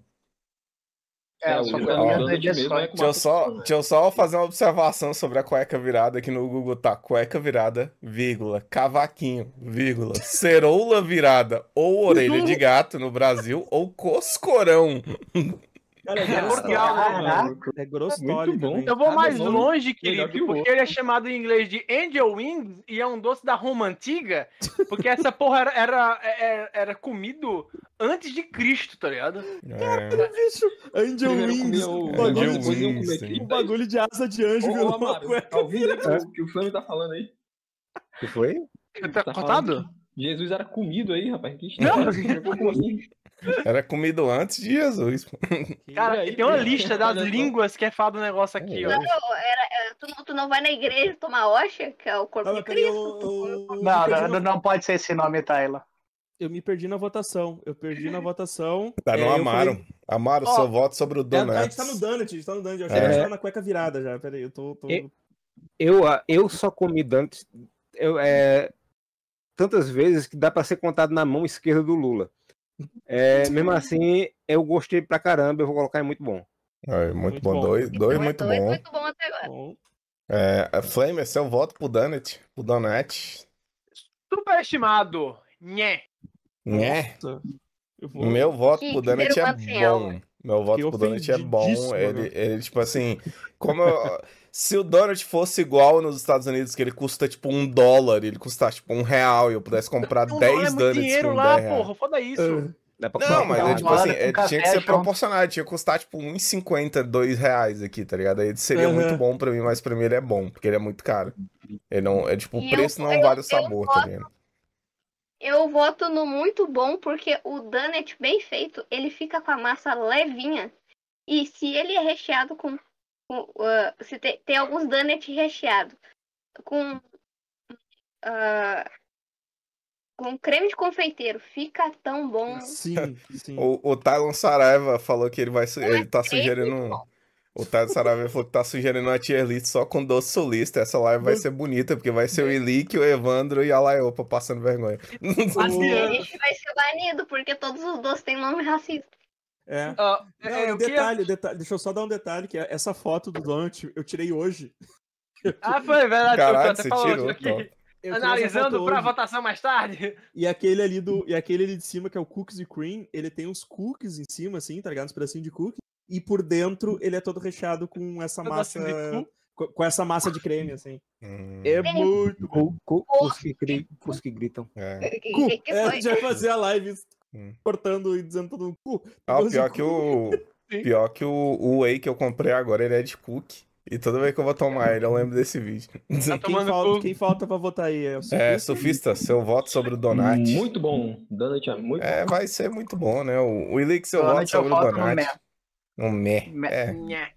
Speaker 7: É,
Speaker 4: É,
Speaker 7: o
Speaker 4: só pra
Speaker 7: só o
Speaker 4: mim,
Speaker 7: Donald
Speaker 4: é
Speaker 7: mesmo
Speaker 4: só.
Speaker 7: é com
Speaker 2: Deixa eu,
Speaker 7: massa de
Speaker 2: só,
Speaker 7: pão, né?
Speaker 2: deixa eu só fazer uma observação sobre a cueca virada aqui no Google, tá? Cueca virada, vírgula, cavaquinho, vírgula, ceroula virada ou orelha de gato no Brasil ou coscorão.
Speaker 1: Cara, é
Speaker 3: É
Speaker 4: Ah,
Speaker 1: Grottoli.
Speaker 3: Portugal, né?
Speaker 7: Caraca.
Speaker 1: É Grottoli
Speaker 7: Muito tá bom.
Speaker 1: também. Ah,
Speaker 3: Eu vou
Speaker 7: Cada
Speaker 3: mais
Speaker 7: nome
Speaker 3: longe,
Speaker 7: melhor
Speaker 3: querido,
Speaker 7: que o
Speaker 3: porque
Speaker 7: outro.
Speaker 3: ele é chamado em inglês de Angel Wings e é um doce da Roma Antiga, porque essa porra era, era, era, era comido antes de Cristo, tá ligado?
Speaker 2: É,
Speaker 1: Bicho, Angel
Speaker 7: Primeiro
Speaker 1: Wings.
Speaker 7: comia o-
Speaker 1: um
Speaker 2: Angel
Speaker 1: bagulho
Speaker 2: Wings.
Speaker 1: de- Um bagulho de asa de anjo
Speaker 7: Ô, ô,
Speaker 1: virou uma
Speaker 7: Amaro,
Speaker 1: cueca.
Speaker 7: tá ouvindo aí o que o Flamengo tá falando aí?
Speaker 2: que foi?
Speaker 3: Tá
Speaker 7: Tá
Speaker 3: cortado?
Speaker 7: falando que Jesus era comido aí, rapaz. Que
Speaker 3: Não.
Speaker 7: história. Como assim?
Speaker 2: Era comido antes de Jesus. pô.
Speaker 1: é.
Speaker 3: Cara,
Speaker 7: aí,
Speaker 3: tem uma
Speaker 7: cara?
Speaker 3: lista das
Speaker 7: Olha só.
Speaker 3: línguas que é fado o negócio aqui,
Speaker 2: É.
Speaker 3: ó.
Speaker 5: Não, era, é, tu, não- tu não vai na igreja tomar hoxa, que é o corpo
Speaker 1: Ah,
Speaker 5: de
Speaker 1: mas peraí, eu,
Speaker 5: Cristo.
Speaker 1: eu- eu me
Speaker 4: Não,
Speaker 1: perdi na-
Speaker 4: não, não, não pode ser esse nome, tá, Taylor.
Speaker 1: eu me perdi na votação. Eu perdi na votação.
Speaker 2: Tá,
Speaker 1: É,
Speaker 2: não
Speaker 1: eu
Speaker 2: amaram.
Speaker 1: falei-
Speaker 2: Amaram
Speaker 1: Ó,
Speaker 2: seu voto sobre o
Speaker 1: É, a gente
Speaker 2: Donuts. É.
Speaker 1: tá no Donut, a gente tá no Donut. Eu achei que a gente tá na cueca virada já. Peraí, eu tô. tô-
Speaker 6: E- Eu, ah, eu só comi Dantes eu, é, tantas vezes que dá pra ser contado na mão esquerda do Lula. É, mesmo assim, eu gostei pra caramba, eu vou colocar, é muito bom.
Speaker 2: É, muito,
Speaker 1: Muito
Speaker 2: bom.
Speaker 1: bom.
Speaker 2: Dois, dois é muito
Speaker 5: É dois,
Speaker 2: bom.
Speaker 5: muito bom até agora.
Speaker 1: Bom,
Speaker 2: É, Flamer, seu voto pro Donut? Pro Donut?
Speaker 3: Superestimado. Nhé.
Speaker 2: Né?
Speaker 1: nossa. Eu vou-
Speaker 2: Meu voto
Speaker 5: Que-
Speaker 2: pro
Speaker 5: que
Speaker 2: Donut é
Speaker 5: derrubado sem alma.
Speaker 2: bom. Meu voto
Speaker 1: Fiquei
Speaker 2: pro Donut é bom.
Speaker 1: ofendidíssimo
Speaker 2: Ele,
Speaker 3: né?
Speaker 1: agora.
Speaker 2: ele, tipo assim, como eu- se o Donut fosse igual nos Estados Unidos, que ele custa tipo um dólar, ele custa tipo um real e eu pudesse comprar
Speaker 3: Não,
Speaker 2: 10
Speaker 3: é muito
Speaker 2: Donuts
Speaker 3: dinheiro
Speaker 2: por um
Speaker 3: lá,
Speaker 2: dólar.
Speaker 3: porra. Foda
Speaker 1: Ah,
Speaker 3: isso.
Speaker 1: É.
Speaker 6: Dá pra
Speaker 2: Não,
Speaker 6: comprar
Speaker 2: mas
Speaker 6: uma
Speaker 2: é
Speaker 4: Não,
Speaker 2: tipo
Speaker 4: agora
Speaker 2: assim,
Speaker 4: com
Speaker 2: é- tinha
Speaker 4: café
Speaker 2: que ser
Speaker 4: junto.
Speaker 2: proporcional, tinha que custar tipo 1,50, 2 reais aqui, tá ligado? Aí seria
Speaker 1: Uhum.
Speaker 2: muito bom pra mim, mas pra mim ele é bom, porque ele é muito caro. Ele não, é tipo, o
Speaker 5: E
Speaker 2: preço
Speaker 5: eu-
Speaker 2: não
Speaker 5: eu-
Speaker 2: vale o
Speaker 5: eu
Speaker 2: sabor, tá ligado?
Speaker 5: Eu voto no muito bom porque o donut bem feito, ele fica com a massa levinha. E se ele é recheado com. com, ah, se tem, tem alguns donut recheado com. ah, com creme de confeiteiro. Fica tão bom.
Speaker 1: Sim, sim.
Speaker 2: O, o Tylon Saraiva falou que ele vai. su- Ele tá
Speaker 5: três,
Speaker 2: sugerindo.
Speaker 5: muito bom.
Speaker 2: O Tylon Saraiva falou que tá sugerindo uma tier list só com doce solista. Essa live
Speaker 4: Hum.
Speaker 2: vai ser bonita, porque vai ser o Elick, o Evandro e a Laiopa passando vergonha.
Speaker 5: E a
Speaker 3: Adriano.
Speaker 5: gente vai ser banido porque todos os doces têm nome racista.
Speaker 1: É.
Speaker 3: Ah,
Speaker 1: Não,
Speaker 3: é,
Speaker 1: e
Speaker 3: eu queria-
Speaker 1: detalhe, detalhe, deixa eu só dar um detalhe, que essa foto do Donut eu tirei hoje.
Speaker 3: Ah, foi verdade.
Speaker 2: Caralho,
Speaker 3: eu até
Speaker 2: você
Speaker 3: falou
Speaker 2: tirou, então.
Speaker 3: isso aqui.
Speaker 1: Eu tirei essa
Speaker 3: Analisando
Speaker 1: foto
Speaker 3: pra
Speaker 1: hoje.
Speaker 3: votação mais tarde.
Speaker 1: E aquele ali do. E aquele ali de cima, que é o Cookies e Cream, ele tem uns cookies em cima, assim, tá ligado? Uns pedacinhos de cookie. E por dentro ele é todo recheado com essa massa. é
Speaker 3: Pedacinho de
Speaker 1: Com com essa massa de creme, assim.
Speaker 2: Hum,
Speaker 1: É muito bom.
Speaker 6: Cu- assim, cu- Os que, gri- os que gritam.
Speaker 2: é.
Speaker 5: Que,
Speaker 1: Cu.
Speaker 5: que- que
Speaker 1: É, a
Speaker 5: foi?
Speaker 1: gente vai fazer a live
Speaker 2: Hum.
Speaker 1: cortando e dizendo todo mundo cu.
Speaker 2: Ah, o
Speaker 1: doce
Speaker 2: pior
Speaker 1: cu.
Speaker 2: que o.
Speaker 3: Sim.
Speaker 2: Pior que o, o Whey que eu comprei agora, ele é de cookie. E toda vez que eu vou tomar ele, eu lembro desse vídeo.
Speaker 3: Tá
Speaker 1: Quem
Speaker 3: tomando
Speaker 1: falta,
Speaker 3: cu.
Speaker 1: quem falta pra votar aí? É o Sofia?
Speaker 2: É, Sufista, seu voto sobre o Donat.
Speaker 7: Muito bom. Donut é muito
Speaker 2: É, vai ser muito bom, né? O, o Elick, seu voto
Speaker 3: é
Speaker 4: Donut, eu
Speaker 2: sobre o
Speaker 4: voto no
Speaker 2: Donat.
Speaker 4: meh.
Speaker 2: Um meh.
Speaker 4: Meh.
Speaker 2: É.
Speaker 3: Nhé.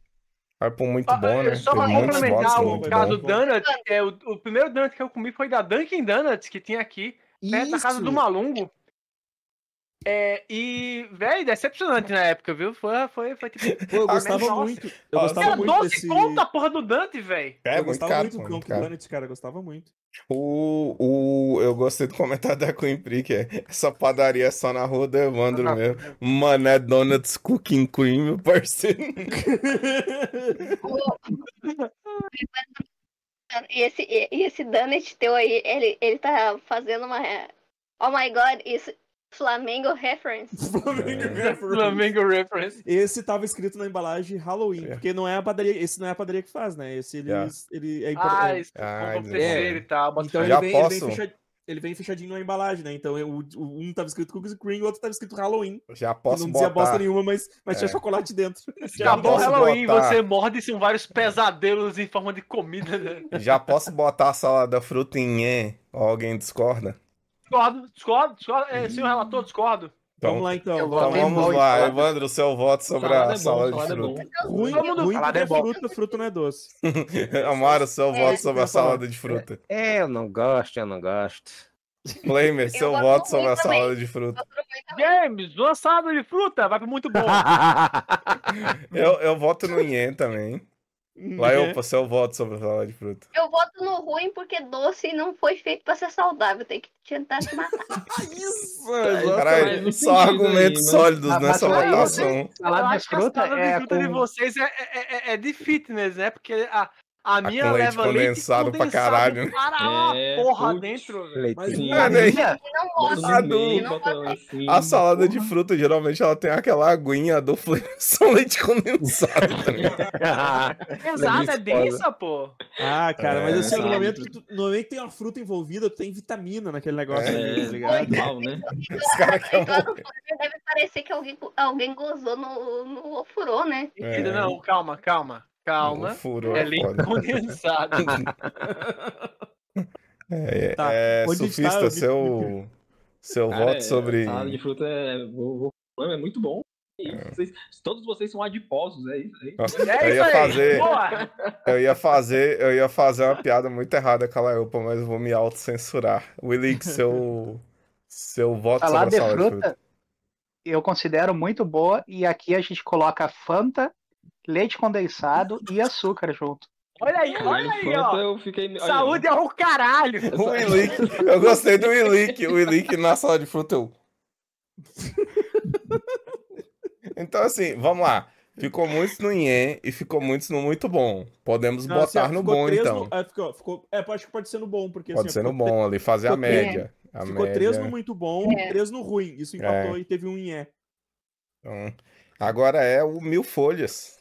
Speaker 2: Vai por muito
Speaker 3: Ah,
Speaker 2: bom, né?
Speaker 3: Só pra
Speaker 2: Teve muitos votos,
Speaker 3: complementar
Speaker 2: foi
Speaker 3: o
Speaker 2: muito
Speaker 3: caso
Speaker 2: bom.
Speaker 3: do Donut, é, o, o primeiro Donut que eu comi foi da Dunkin' Donuts, que tinha aqui, perto da É, casa
Speaker 1: Isso.
Speaker 3: do Malungo. É, e, velho, decepcionante na época, viu? Foi, foi, foi tipo.
Speaker 1: Pô, eu
Speaker 2: Ah,
Speaker 1: gostava
Speaker 3: nossa.
Speaker 1: muito. Eu
Speaker 2: Era
Speaker 1: gostava
Speaker 3: Era
Speaker 1: muito
Speaker 3: 12
Speaker 1: desse.
Speaker 3: conto a porra do Dante, velho.
Speaker 2: É,
Speaker 1: eu
Speaker 2: muito
Speaker 1: gostava
Speaker 2: caro,
Speaker 1: muito
Speaker 2: pô,
Speaker 1: do
Speaker 2: muito
Speaker 1: Campo né?
Speaker 2: caro.
Speaker 1: Planet, cara. Eu gostava muito.
Speaker 2: O, o, eu gostei do comentário da Queen Pri, que é essa padaria é só na rua do Evandro
Speaker 3: Ah,
Speaker 2: mesmo. Mano, é Donuts Cooking Cream, meu parceiro.
Speaker 5: E esse, e e esse Dunnett teu aí, ele, ele tá fazendo uma. Oh my god, isso. Flamengo reference.
Speaker 1: Flamengo
Speaker 2: É.
Speaker 1: Reference.
Speaker 3: Flamengo Reference.
Speaker 1: Esse tava escrito na embalagem Halloween,
Speaker 2: É.
Speaker 1: porque não é a padaria, esse não é a padaria que faz, né? Esse ele,
Speaker 2: Yeah.
Speaker 1: ele é
Speaker 3: Ah,
Speaker 1: importante.
Speaker 3: isso
Speaker 2: Ai,
Speaker 3: é
Speaker 2: meu
Speaker 3: terceiro e tal. bota
Speaker 1: então
Speaker 3: fé.
Speaker 1: ele
Speaker 2: já
Speaker 1: vem, Ele,
Speaker 2: posso?
Speaker 1: vem fecha- ele vem fechadinho na embalagem, né? Então o, o- um tava escrito Cookies and Cream, o outro tava escrito Halloween. que
Speaker 2: Já posso
Speaker 1: não dizia bosta
Speaker 2: botar.
Speaker 1: nenhuma, mas, mas tinha
Speaker 2: É.
Speaker 1: chocolate dentro.
Speaker 2: Já
Speaker 3: Acabou o
Speaker 2: posso
Speaker 3: Halloween,
Speaker 2: botar.
Speaker 3: você morde e são vários pesadelos em forma de comida. Né?
Speaker 2: Já posso botar a salada fruta em é? Alguém discorda?
Speaker 3: Discordo, discordo, discordo. É, senhor relator, discordo.
Speaker 2: Então,
Speaker 1: Vamos lá então.
Speaker 4: Eu
Speaker 2: então
Speaker 4: voto em
Speaker 2: vamos
Speaker 4: bom,
Speaker 2: lá,
Speaker 7: salada.
Speaker 2: Evandro, seu voto sobre
Speaker 7: Salada é
Speaker 2: a
Speaker 7: bom,
Speaker 2: salada de
Speaker 7: salada é bom.
Speaker 2: fruta.
Speaker 1: Ruim,
Speaker 3: Todo mundo-
Speaker 1: ruim porque
Speaker 4: Salada é
Speaker 1: é
Speaker 4: bom.
Speaker 1: fruta, fruta não é doce.
Speaker 2: Amaro, seu
Speaker 5: É.
Speaker 2: voto sobre a
Speaker 1: eu falar.
Speaker 2: salada de fruta.
Speaker 6: É, eu não gosto, eu não gosto.
Speaker 2: Flamer, seu
Speaker 5: voto
Speaker 2: voto
Speaker 5: em
Speaker 2: sobre
Speaker 5: mim
Speaker 2: a
Speaker 5: também.
Speaker 2: salada de fruta.
Speaker 3: Games, lançado de fruta, vai pro muito bom.
Speaker 2: Eu, eu voto no Nhen também. Lá
Speaker 1: É.
Speaker 2: eu, seu voto sobre a salada de fruta.
Speaker 5: Eu voto no ruim porque doce não foi feito pra ser saudável. Tem que tentar se matar.
Speaker 4: Ah,
Speaker 1: Isso,
Speaker 7: Faz
Speaker 2: Caralho,
Speaker 7: muito
Speaker 2: só
Speaker 7: sentido aí,
Speaker 2: argumentos
Speaker 7: mas-
Speaker 2: sólidos
Speaker 4: Ah,
Speaker 2: nessa
Speaker 4: mas aí
Speaker 2: votação.
Speaker 3: Eu
Speaker 4: Salada de
Speaker 3: acho que a
Speaker 4: fruta
Speaker 3: salada
Speaker 4: é
Speaker 3: de fruta de
Speaker 4: com-
Speaker 3: vocês é, é- é- é de fitness, né? Porque a, a minha
Speaker 2: com leite
Speaker 3: leva
Speaker 2: condensado pra caralho.
Speaker 3: Para uma
Speaker 7: É,
Speaker 3: porra
Speaker 7: putz.
Speaker 3: dentro, velho.
Speaker 7: Sim.
Speaker 6: Leitinho.
Speaker 2: Ah, né?
Speaker 5: Não
Speaker 7: Bota
Speaker 5: voto.
Speaker 2: Ah,
Speaker 7: no
Speaker 2: não.
Speaker 7: meio,
Speaker 5: um Não
Speaker 7: bota assim, lá em cima.
Speaker 2: A salada de fruta, geralmente, ela tem aquela aguinha do são leite condensado. tá ligado?
Speaker 3: Exato, é
Speaker 6: Leite
Speaker 3: densa, pô.
Speaker 1: Ah, cara, mas
Speaker 2: É,
Speaker 1: assim, no
Speaker 7: sabe.
Speaker 1: momento, que tu- no momento que tem uma fruta envolvida, tu tem vitamina naquele negócio.
Speaker 2: É.
Speaker 1: ali, tá
Speaker 7: É,
Speaker 1: ligado?
Speaker 7: mal, né?
Speaker 2: Os caras que é um
Speaker 5: Então, deve parecer que alguém, alguém gozou no, no ofurô, né?
Speaker 3: Querida, Não, calma, calma, calma.
Speaker 2: Furo,
Speaker 3: É leite condensado.
Speaker 2: É,
Speaker 1: Tá,
Speaker 2: é,
Speaker 1: onde está?
Speaker 2: sufista,
Speaker 1: Eu vi-
Speaker 2: seu, seu
Speaker 7: Cara, é,
Speaker 2: voto sobre.
Speaker 7: Salada de fruta é, vou- vou- é muito bom. É isso, vocês- todos vocês são adiposos, é isso. É
Speaker 3: É
Speaker 7: isso.
Speaker 2: Eu
Speaker 3: isso
Speaker 2: ia
Speaker 3: aí.
Speaker 2: fazer,
Speaker 3: Boa.
Speaker 2: eu ia fazer, eu ia fazer uma piada muito errada com a Laiopa, mas eu vou me autocensurar. Willix, seu, seu voto
Speaker 1: Tá
Speaker 4: Salada
Speaker 2: sobre
Speaker 4: de
Speaker 2: a salada de fruta.
Speaker 4: fruta eu considero muito boa e aqui a gente coloca Fanta, leite condensado e açúcar junto.
Speaker 3: Olha aí, olha
Speaker 7: Salada de
Speaker 3: aí,
Speaker 7: fruta,
Speaker 3: ó.
Speaker 7: eu fiquei. olha aí.
Speaker 3: Saúde é o caralho. É
Speaker 7: Essa-
Speaker 2: O Willick, eu gostei do Willick. O Willick na sala de fruta. eu- Então, assim, vamos lá. Ficou muito no Nhen e ficou muito no muito bom. Podemos
Speaker 1: Não, assim, ó,
Speaker 2: botar no
Speaker 1: ficou
Speaker 2: bom,
Speaker 1: três
Speaker 2: então.
Speaker 1: no- é, ficou- ficou- é, acho que pode ser no bom, porque
Speaker 2: Pode
Speaker 1: assim,
Speaker 2: ser
Speaker 1: ó,
Speaker 2: no
Speaker 1: ficou
Speaker 2: bom ali, fazer a
Speaker 1: ficou
Speaker 2: média. A
Speaker 1: Ficou três no
Speaker 2: média.
Speaker 1: muito bom,
Speaker 5: É.
Speaker 1: três no ruim. Isso empatou e teve um em é.
Speaker 2: Então, agora é o Mil Folhas.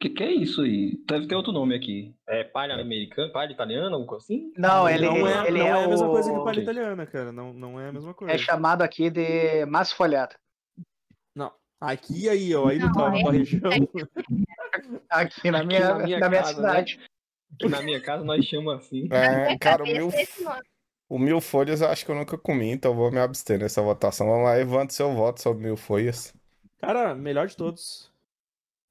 Speaker 7: Que que é isso aí? Deve ter outro nome aqui. É palha americana, palha italiana, alguma coisa assim?
Speaker 4: Não, ele,
Speaker 1: não é,
Speaker 4: ele
Speaker 1: não é, a mesma
Speaker 4: o-
Speaker 1: coisa que palha
Speaker 7: Ok.
Speaker 1: italiana, cara. Não, não é a mesma coisa.
Speaker 4: é chamado aqui de massa folhada.
Speaker 1: Aqui aí, ó, aí no
Speaker 5: Não,
Speaker 1: tal, na
Speaker 5: é-
Speaker 1: tua região.
Speaker 4: Aqui na minha,
Speaker 7: na minha
Speaker 4: na minha
Speaker 7: casa,
Speaker 4: cidade.
Speaker 7: Que na minha casa nós chamamos assim.
Speaker 2: É, cara, o Mil,
Speaker 5: Esse- esse nome.
Speaker 2: o Mil Folhas eu acho que eu nunca comi, então eu vou me abster nessa votação. Vamos lá, Evandro, seu voto sobre Mil Folhas.
Speaker 1: Cara, melhor de todos.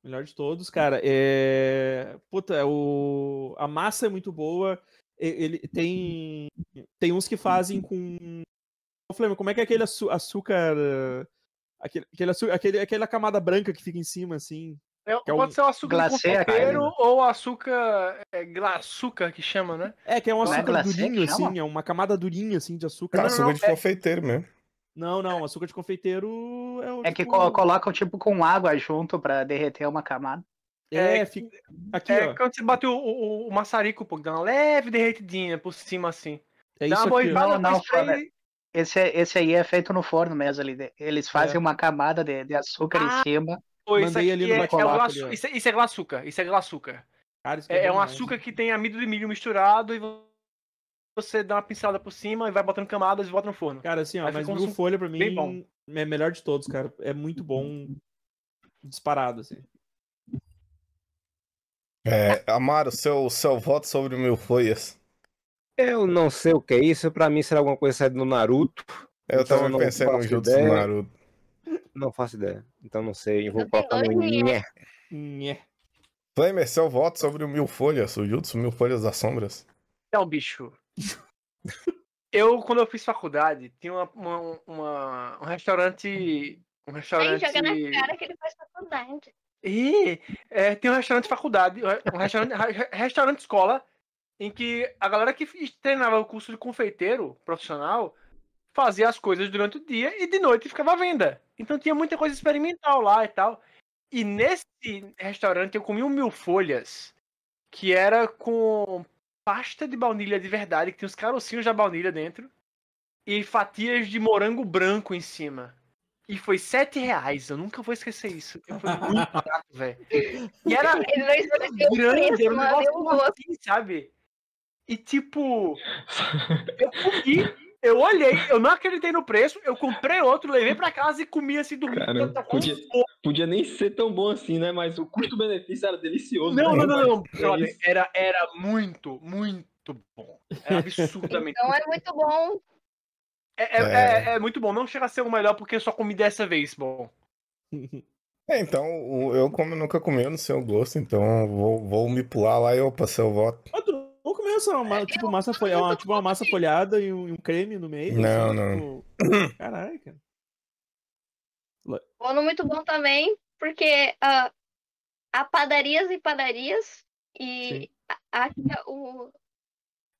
Speaker 1: Melhor de todos, cara. É... Puta, é o... a massa é muito boa. E- Ele tem tem uns que fazem com. Ô, Flamengo, como é que é aquele açu- açúcar. eh, Aquele, aquele, açu- aquele, aquela camada branca que fica em cima, assim.
Speaker 3: É,
Speaker 1: é um
Speaker 3: pode ser o açúcar com
Speaker 4: glacê,
Speaker 3: tempero ou açúcar é, glaçuca que chama, né?
Speaker 1: É, que é um
Speaker 4: Não é
Speaker 1: açúcar
Speaker 4: glacê que
Speaker 1: durinho,
Speaker 4: chama?
Speaker 1: assim. É uma camada durinha, assim, de açúcar.
Speaker 2: Cara,
Speaker 1: Não,
Speaker 2: suco
Speaker 1: não,
Speaker 2: de
Speaker 1: não, é-
Speaker 2: confeiteiro mesmo.
Speaker 1: não, não, açúcar de confeiteiro é o.
Speaker 4: É que
Speaker 1: tipo-
Speaker 4: co- colocam tipo com água junto pra derreter uma camada.
Speaker 1: É, fica. Aqui,
Speaker 3: é
Speaker 1: ó.
Speaker 3: quando você bate o, o, o maçarico, pô, que dá uma leve derretidinha por cima assim.
Speaker 1: É
Speaker 3: dá
Speaker 1: isso
Speaker 3: uma boa
Speaker 1: aqui. ó.
Speaker 3: entrada,
Speaker 4: Não, não,
Speaker 3: faz pra
Speaker 4: Flávio.
Speaker 3: ele-
Speaker 4: Esse, é- esse aí é feito no forno mesmo. Ele, de- eles fazem
Speaker 1: É.
Speaker 4: uma camada de, de açúcar
Speaker 3: Ah,
Speaker 4: em cima.
Speaker 3: Pô, isso
Speaker 1: Mandei
Speaker 3: aqui
Speaker 1: ali no
Speaker 3: é, é o
Speaker 1: bate-papo
Speaker 3: glaçu-
Speaker 1: ali, ó.
Speaker 3: isso, é- isso é glaçuca, isso é glaçuca.
Speaker 1: Cara, isso aqui
Speaker 3: É, é
Speaker 1: bom
Speaker 3: um
Speaker 1: demais.
Speaker 3: açúcar que tem amido de milho misturado e vo- você dá uma pincelada por cima e vai botando camadas e bota no forno.
Speaker 1: Cara, assim, ó,
Speaker 3: Aí
Speaker 1: mas
Speaker 3: ficou um
Speaker 1: Mil
Speaker 3: suco
Speaker 1: Folha pra
Speaker 3: bem
Speaker 1: mim
Speaker 3: bom.
Speaker 1: é melhor de todos, cara. É muito bom disparado, assim.
Speaker 2: É, Amaro, seu, seu voto sobre Mil Folhas.
Speaker 6: Eu não sei o que é isso, pra mim será alguma coisa saída do Naruto.
Speaker 2: Eu
Speaker 6: Então,
Speaker 2: também
Speaker 6: não
Speaker 2: pensei no
Speaker 6: faço
Speaker 2: Jutsu
Speaker 6: ideia.
Speaker 2: do Naruto.
Speaker 6: Não faço ideia. Então não sei, eu vou
Speaker 5: Eu tenho
Speaker 6: colocar
Speaker 5: dois
Speaker 6: no
Speaker 5: meninos.
Speaker 6: Nhe.
Speaker 1: Nhé.
Speaker 2: Flamer, seu voto sobre o Mil Folhas, o Jutsu Mil Folhas das Sombras.
Speaker 3: Então, bicho. Eu, quando eu fiz faculdade, tinha uma, uma- uma- um restaurante. Um
Speaker 5: Aí
Speaker 3: restaurante.
Speaker 5: joga na cara que ele faz faculdade.
Speaker 3: Ih, é, tem um restaurante de faculdade, um restaurante, ra- restaurante escola, em que a galera que treinava o curso de confeiteiro profissional fazia as coisas durante o dia e de noite ficava à venda. Então tinha muita coisa experimental lá e tal. E nesse restaurante eu comi um mil folhas que era com pasta de baunilha de verdade, que tinha os carocinhos da baunilha dentro e fatias de morango branco em cima. E foi sete reais, eu nunca vou esquecer isso. Foi muito barato, velho. E era
Speaker 5: Ele não esqueceu o
Speaker 3: grande,
Speaker 5: preço,
Speaker 3: era um
Speaker 5: mas eu
Speaker 3: negócio
Speaker 5: gosto.
Speaker 3: assim, sabe? E tipo, eu comi, eu olhei, eu não acreditei no preço, eu comprei outro, levei pra casa e comi assim, dormi.
Speaker 7: Cara,
Speaker 3: porque eu tava com
Speaker 7: podia-
Speaker 3: fome.
Speaker 7: Podia nem ser tão bom assim, né? Mas o custo-benefício era delicioso.
Speaker 3: Não,
Speaker 7: né?
Speaker 3: não, não, não,
Speaker 7: É
Speaker 3: brother,
Speaker 7: isso.
Speaker 3: era, era muito, muito bom. Era absurdamente.
Speaker 5: Então é muito bom.
Speaker 3: É, é- é- é muito bom, não chega a ser o melhor porque eu só comi dessa vez, bom.
Speaker 2: É, então, o- eu como nunca comi, eu não sei o gosto, então vou, vou me pular lá e opa, seu voto.
Speaker 1: Mas tu não comeu essa ma- tipo, massa folha, uma, tipo uma massa folhada e um, e um creme no meio? assim, tipo,
Speaker 2: Não,
Speaker 1: não. Caralho, cara.
Speaker 5: Bolo muito bom também, porque ah, há padarias e padarias. E a, a- o,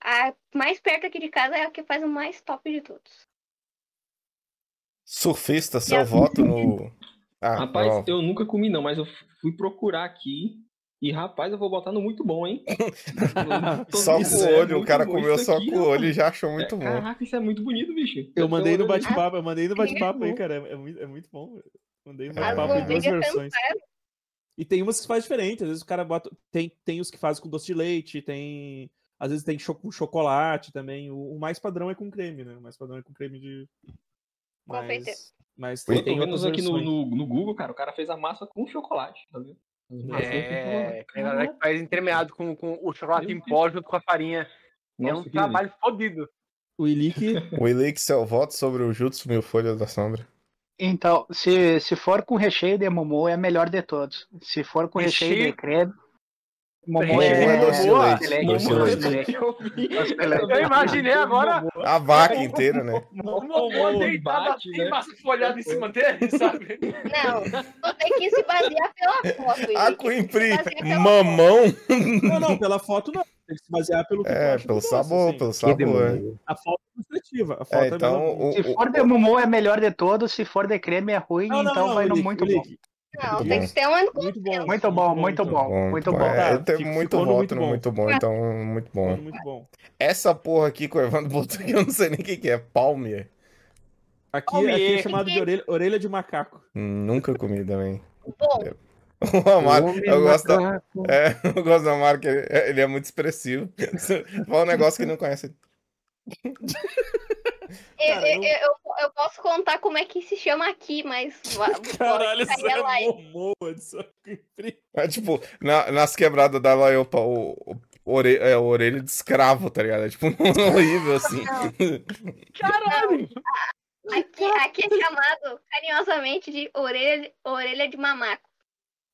Speaker 5: a mais perto aqui de casa é a que faz o mais top de todos.
Speaker 2: Surfista, seu
Speaker 5: Yeah.
Speaker 2: voto no. Ah,
Speaker 7: Rapaz,
Speaker 2: ó,
Speaker 7: eu nunca comi não, mas eu f- fui procurar aqui. E rapaz, eu vou botar no muito bom, hein? Eu tô
Speaker 2: só com o
Speaker 7: dizendo, é
Speaker 2: olho, o
Speaker 7: muito
Speaker 2: cara
Speaker 7: bom
Speaker 2: comeu
Speaker 7: isso
Speaker 2: só
Speaker 7: aqui,
Speaker 2: com o
Speaker 7: rapaz.
Speaker 2: olho e já achou muito bom.
Speaker 7: Caraca, isso é muito bonito, bicho.
Speaker 1: Eu mandei no
Speaker 7: olhando aqui.
Speaker 1: bate-papo, eu mandei no bate-papo aí,
Speaker 7: bom.
Speaker 1: cara. É é muito, é muito bom. velho. Mandei no
Speaker 2: É.
Speaker 1: bate-papo em duas
Speaker 5: Manteiga
Speaker 1: versões. E tem umas que faz diferente. Às vezes o cara bota. Tem, tem os que faz com doce de leite, tem. Às vezes tem cho- com chocolate também. O, o mais padrão é com creme, né? O mais padrão é com creme de.
Speaker 5: Confeiteiro.
Speaker 1: Mas, mas
Speaker 2: Ui,
Speaker 1: tem,
Speaker 7: Eu tô vendo
Speaker 1: outras
Speaker 7: isso aqui no,
Speaker 1: versões.
Speaker 7: no, no Google, cara. O cara fez a massa com chocolate, tá vendo? tipo, As massas com
Speaker 3: É,
Speaker 7: chocolate.
Speaker 3: tem galera que faz entremeado com, com o chocolate
Speaker 7: Meu
Speaker 3: em pó junto com a farinha. é um
Speaker 7: que
Speaker 3: trabalho fodido.
Speaker 1: O Ilick.
Speaker 2: O Elix, seu voto sobre o Jutsu Mil Folhas da Sombra.
Speaker 4: Então, se, se for com recheio de Momô, é a melhor de todos. Se for com recheio,
Speaker 3: Recheio?
Speaker 4: de creme, Momô
Speaker 3: Recheio
Speaker 4: é,
Speaker 3: de
Speaker 4: é,
Speaker 3: doce de
Speaker 2: leite,
Speaker 4: excelente,
Speaker 2: doce de
Speaker 4: excelente.
Speaker 7: delícia. Eu vi.
Speaker 3: Eu imaginei agora
Speaker 2: A vaca inteira, né?
Speaker 3: o Momô deitado
Speaker 7: bate,
Speaker 3: assim,
Speaker 7: né?
Speaker 3: massa folhada em cima dele, sabe?
Speaker 5: Não, tu tem que se basear pela foto.
Speaker 2: A
Speaker 1: Ah,
Speaker 5: Henrique.
Speaker 2: Queen
Speaker 5: Tem
Speaker 2: Pri,
Speaker 5: que se basear pela
Speaker 2: mamão.
Speaker 1: Não, não, pela foto não. Tem que se basear pelo que tu
Speaker 2: É,
Speaker 1: acha do
Speaker 2: pelo
Speaker 1: doce,
Speaker 2: sabor,
Speaker 1: assim.
Speaker 2: pelo
Speaker 6: Que
Speaker 2: sabor. né?
Speaker 6: demônio.
Speaker 1: A foto é ilustrativa. A foto
Speaker 2: É,
Speaker 1: é
Speaker 2: então,
Speaker 1: melhor-
Speaker 2: o,
Speaker 4: Se
Speaker 2: o-
Speaker 4: for de Momô, é a melhor de todos. Se for de creme, é ruim.
Speaker 1: Não, não,
Speaker 4: então
Speaker 1: não,
Speaker 4: vai no
Speaker 1: Ilick,
Speaker 4: muito bom.
Speaker 1: Ilick,
Speaker 5: Não,
Speaker 1: tá
Speaker 2: Muito
Speaker 5: tem
Speaker 2: bom.
Speaker 5: que ter um
Speaker 1: Muito bom.
Speaker 4: Muito bom, muito
Speaker 1: então.
Speaker 4: bom, muito bom.
Speaker 1: Tá,
Speaker 2: É, tem
Speaker 1: fico-
Speaker 2: muito
Speaker 1: ficou no
Speaker 2: voto
Speaker 1: muito
Speaker 2: no
Speaker 1: bom.
Speaker 2: muito bom, então muito bom.
Speaker 1: Muito bom.
Speaker 2: Essa porra aqui que o Evandro botou aqui, eu não sei nem o que, que é. Palmier.
Speaker 1: Aqui,
Speaker 3: Palmier.
Speaker 1: aqui é chamado de orelha, orelha de macaco.
Speaker 2: Hum, Nunca comi também.
Speaker 5: bom.
Speaker 2: O Amaro, eu gosto, da,
Speaker 6: Homem
Speaker 2: é, eu gosto do Amaro, que ele, ele é muito expressivo. Fala um negócio que ele não conhece.
Speaker 5: Eu,
Speaker 1: Cara,
Speaker 5: eu, eu, eu posso contar como é que se chama aqui, mas. va-
Speaker 1: Caralho,
Speaker 5: vai
Speaker 1: isso
Speaker 5: cair a
Speaker 1: é
Speaker 5: live.
Speaker 1: Momoa disso aqui.
Speaker 2: É tipo, na- nas quebradas da Laiopa, o, o, ore- é, o orelha de escravo, tá ligado? É tipo, horrível assim.
Speaker 3: Caralho!
Speaker 5: Aqui, aqui é chamado carinhosamente de orelha, orelha de mamaco.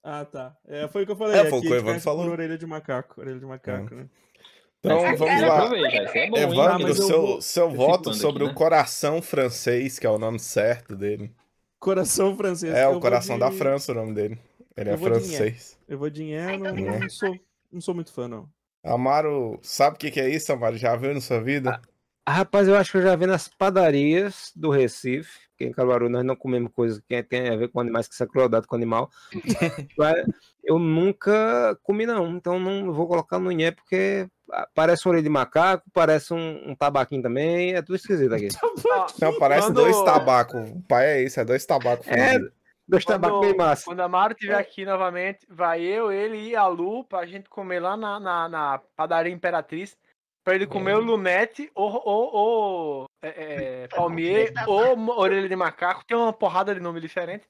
Speaker 1: Ah, tá. É, foi o que eu falei.
Speaker 2: É,
Speaker 1: aqui
Speaker 2: foi o que
Speaker 1: a
Speaker 2: o
Speaker 1: gente
Speaker 2: Evandro
Speaker 1: conhece
Speaker 2: falou. É.
Speaker 1: por Orelha de macaco. Orelha de macaco, né?
Speaker 2: Então vamos lá.
Speaker 7: É bom, hein?
Speaker 2: Evandro,
Speaker 1: mas eu
Speaker 2: seu,
Speaker 7: vou-
Speaker 2: seu
Speaker 7: fico
Speaker 2: voto
Speaker 7: andando aqui,
Speaker 2: sobre
Speaker 7: né?
Speaker 2: o coração francês, que é o nome certo dele.
Speaker 1: Coração francês.
Speaker 2: É,
Speaker 1: Eu
Speaker 2: o
Speaker 1: vou
Speaker 2: coração
Speaker 1: de-
Speaker 2: da França, o nome dele. Ele
Speaker 1: Eu
Speaker 2: é
Speaker 1: vou de Nhé.
Speaker 2: francês.
Speaker 1: Eu vou de Nhé,
Speaker 5: Ah, então
Speaker 1: não,
Speaker 2: tá bom.
Speaker 1: não, sou, não sou muito fã, não.
Speaker 2: Amaro, sabe o que, que é isso, Amaro? Já viu na sua vida?
Speaker 6: Ah, Rapaz, eu acho que eu já vi nas padarias do Recife, porque em Caruaru nós não comemos coisa que tem a ver com animais, que isso é crueldade com animal. Mas eu nunca comi, não, então não vou colocar no Nhé, porque ah, parece uma orelha de macaco, parece um, um tabaquinho também, é tudo esquisito aqui.
Speaker 7: Tá
Speaker 2: Não, parece
Speaker 3: Quando-
Speaker 2: dois tabacos. O pai é isso, é dois tabacos.
Speaker 6: É,
Speaker 2: fudidos.
Speaker 6: dois tabacos bem
Speaker 3: Quando,
Speaker 6: massa.
Speaker 3: quando a Mara estiver aqui novamente, vai eu, ele e a Lu pra gente comer lá na, na, na padaria Imperatriz. Pra ele comer
Speaker 7: Uhum.
Speaker 3: o lunete ou, ou, ou é, é,
Speaker 7: Tá
Speaker 3: palmier ou mo- orelha de macaco. Tem uma porrada de nome diferente.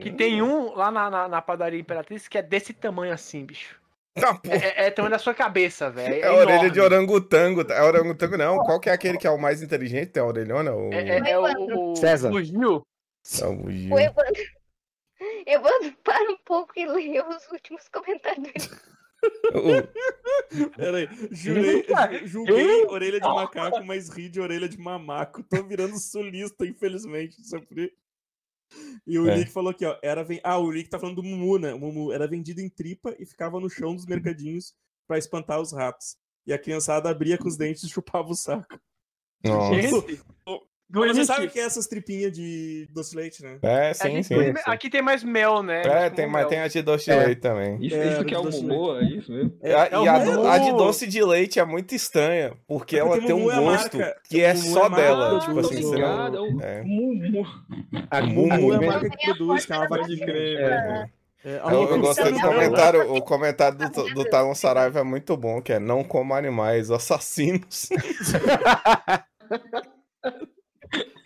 Speaker 3: Que tem
Speaker 7: Uhum.
Speaker 3: um lá na, na, na padaria Imperatriz que é desse tamanho assim, bicho.
Speaker 2: Tá, porra.
Speaker 3: É, é, é tamanho da sua cabeça, velho. É,
Speaker 2: É a orelha
Speaker 3: enorme.
Speaker 2: de orangotango. tá? É orangotango, não. Qual que é aquele que é o mais inteligente? Tem a orelhona? O...
Speaker 3: É, é, é o, o
Speaker 6: César.
Speaker 3: O Gil.
Speaker 2: É o Gil.
Speaker 5: O Evandro, Evandro, para um pouco e lê os últimos comentários.
Speaker 2: O-
Speaker 1: Peraí. Jurei, ju- julguei orelha de macaco, mas ri de orelha de mamaco. Tô virando sulista, infelizmente. Sempre. E o
Speaker 2: É.
Speaker 1: Nick falou aqui, ó. Era ven... Ah, o Nick tá falando do Mumu, né? O Mumu era vendido em tripa e ficava no chão dos mercadinhos pra espantar os ratos. E a criançada abria com os dentes e chupava o saco.
Speaker 2: Nossa.
Speaker 3: Gente,
Speaker 1: Mas você
Speaker 3: Bonito.
Speaker 1: sabe o que é essas tripinhas de doce de leite, né?
Speaker 2: É,
Speaker 3: a
Speaker 2: sim,
Speaker 3: gente
Speaker 2: sim.
Speaker 3: tem- Aqui tem mais mel, né?
Speaker 2: É,
Speaker 3: Tipo,
Speaker 2: tem, mas
Speaker 3: mel.
Speaker 2: tem a de doce de
Speaker 6: É.
Speaker 2: leite também.
Speaker 7: Isso,
Speaker 1: É,
Speaker 7: isso que é o
Speaker 1: doce de
Speaker 7: Momoa, é isso mesmo?
Speaker 2: E a, e a do-
Speaker 1: Mumu.
Speaker 2: a de doce de leite é muito estranha, porque
Speaker 1: É
Speaker 2: ela
Speaker 1: porque
Speaker 2: tem um
Speaker 1: Mumu é
Speaker 2: gosto
Speaker 1: marca.
Speaker 2: que é
Speaker 1: Mumu é
Speaker 2: só
Speaker 1: marca,
Speaker 2: dela.
Speaker 1: Ah,
Speaker 2: Tipo
Speaker 1: tô
Speaker 2: assim, você não.
Speaker 7: ligado, é o
Speaker 2: É.
Speaker 7: Mumu.
Speaker 6: A
Speaker 2: Mumu né?
Speaker 6: a-
Speaker 1: Mumu é a
Speaker 5: bem.
Speaker 1: marca que produz, que é uma vaca de creme.
Speaker 6: É.
Speaker 1: É, a
Speaker 2: Eu,
Speaker 1: Mumu
Speaker 2: eu gostei do
Speaker 1: produz-
Speaker 2: comentário, o comentário do, do Talon Saraiva é muito bom, que é não coma animais, assassinos.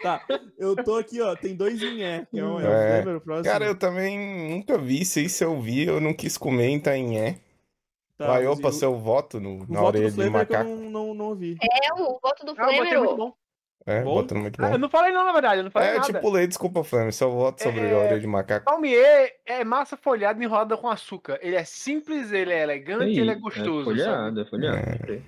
Speaker 1: Tá, eu tô aqui, ó, tem dois em E, que é o, é o
Speaker 2: É.
Speaker 1: primeiro, o próximo.
Speaker 2: Cara, eu também nunca vi, sei se eu vi, eu não quis comer, então é.
Speaker 1: tá,
Speaker 2: Vai,
Speaker 1: mas
Speaker 2: opa,
Speaker 1: o-
Speaker 2: seu voto no,
Speaker 1: o voto
Speaker 2: na
Speaker 1: do
Speaker 2: orelha de
Speaker 1: Flavor é que eu
Speaker 2: macaco.
Speaker 1: não, não, não ouvi.
Speaker 5: É o voto do
Speaker 3: Ah, eu botei muito
Speaker 5: Flamengo.
Speaker 3: bom.
Speaker 2: É,
Speaker 1: Bom?
Speaker 2: botando muito
Speaker 3: Ah, eu
Speaker 2: bom.
Speaker 3: não falei não, na verdade, eu não falei
Speaker 2: É, eu
Speaker 3: nada.
Speaker 2: te pulei, desculpa, Flamengo, seu voto sobre
Speaker 3: É,
Speaker 2: a orelha de macaco.
Speaker 3: Palmier é massa folhada enrolada com açúcar. Ele é simples, ele é elegante,
Speaker 7: Aí,
Speaker 3: ele é gostoso. sabe?
Speaker 7: É folhado, é folhado.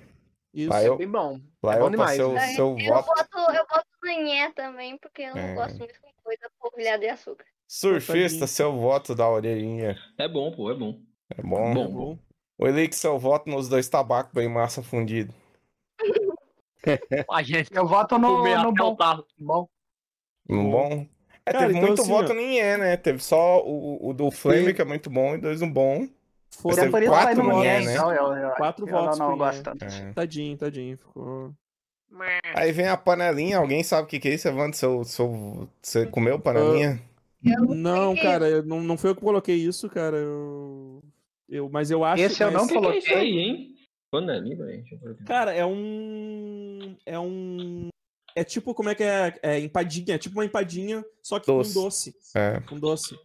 Speaker 1: Isso.
Speaker 2: Vai, eu,
Speaker 3: Bem bom.
Speaker 2: vai,
Speaker 3: é bom
Speaker 2: opa,
Speaker 3: demais,
Speaker 2: seu,
Speaker 5: né?
Speaker 2: seu
Speaker 5: Eu
Speaker 2: voto.
Speaker 5: voto, eu voto no Nhanhé também, porque eu não
Speaker 2: É.
Speaker 5: gosto muito com coisa polvilhada de açúcar.
Speaker 2: Surfista,
Speaker 1: Coitadinho.
Speaker 2: seu voto da orelhinha.
Speaker 7: É bom, pô, é bom.
Speaker 2: É bom.
Speaker 7: Bom.
Speaker 1: Tá Bom.
Speaker 2: O Elix, seu voto nos dois tabacos bem massa fundido.
Speaker 3: A gente
Speaker 4: Eu voto no,
Speaker 3: comer até
Speaker 4: no
Speaker 3: o
Speaker 4: bom.
Speaker 3: talo.
Speaker 4: bom.
Speaker 2: Não bom? É,
Speaker 1: Cara,
Speaker 2: teve
Speaker 1: então
Speaker 2: muito
Speaker 1: assim,
Speaker 2: voto
Speaker 1: ó.
Speaker 2: nem é, né? Teve só o, o do Flame, que é muito bom, e dois no bom.
Speaker 1: Foram
Speaker 2: Teve
Speaker 4: por isso vai
Speaker 2: quatro
Speaker 4: no
Speaker 1: votos.
Speaker 2: mulheres,
Speaker 4: Nhanhé,
Speaker 2: né?
Speaker 4: então. Eu, eu,
Speaker 1: Quatro
Speaker 4: eu não,
Speaker 1: votos
Speaker 4: não
Speaker 1: pro
Speaker 4: gosto
Speaker 1: Nhanhé.
Speaker 4: tanto.
Speaker 2: É.
Speaker 1: Tadinho, tadinho, ficou...
Speaker 2: Aí vem a panelinha, alguém sabe o que, que é isso, Evandro? Seu, seu, você comeu panelinha?
Speaker 5: Eu
Speaker 1: Não,
Speaker 5: sei.
Speaker 1: cara, eu não, não foi eu que coloquei isso, cara. Eu, eu, mas eu acho
Speaker 4: Esse eu
Speaker 1: mas-
Speaker 4: não
Speaker 7: Que que é isso
Speaker 4: coloquei.
Speaker 7: aí, hein? Panelinha, velho. deixa eu ver aqui.
Speaker 3: Tá.
Speaker 1: Cara, é um. É um. É tipo, como é que é? É empadinha, é tipo uma empadinha, só que
Speaker 2: Doce.
Speaker 1: com doce.
Speaker 2: É,
Speaker 1: Com doce.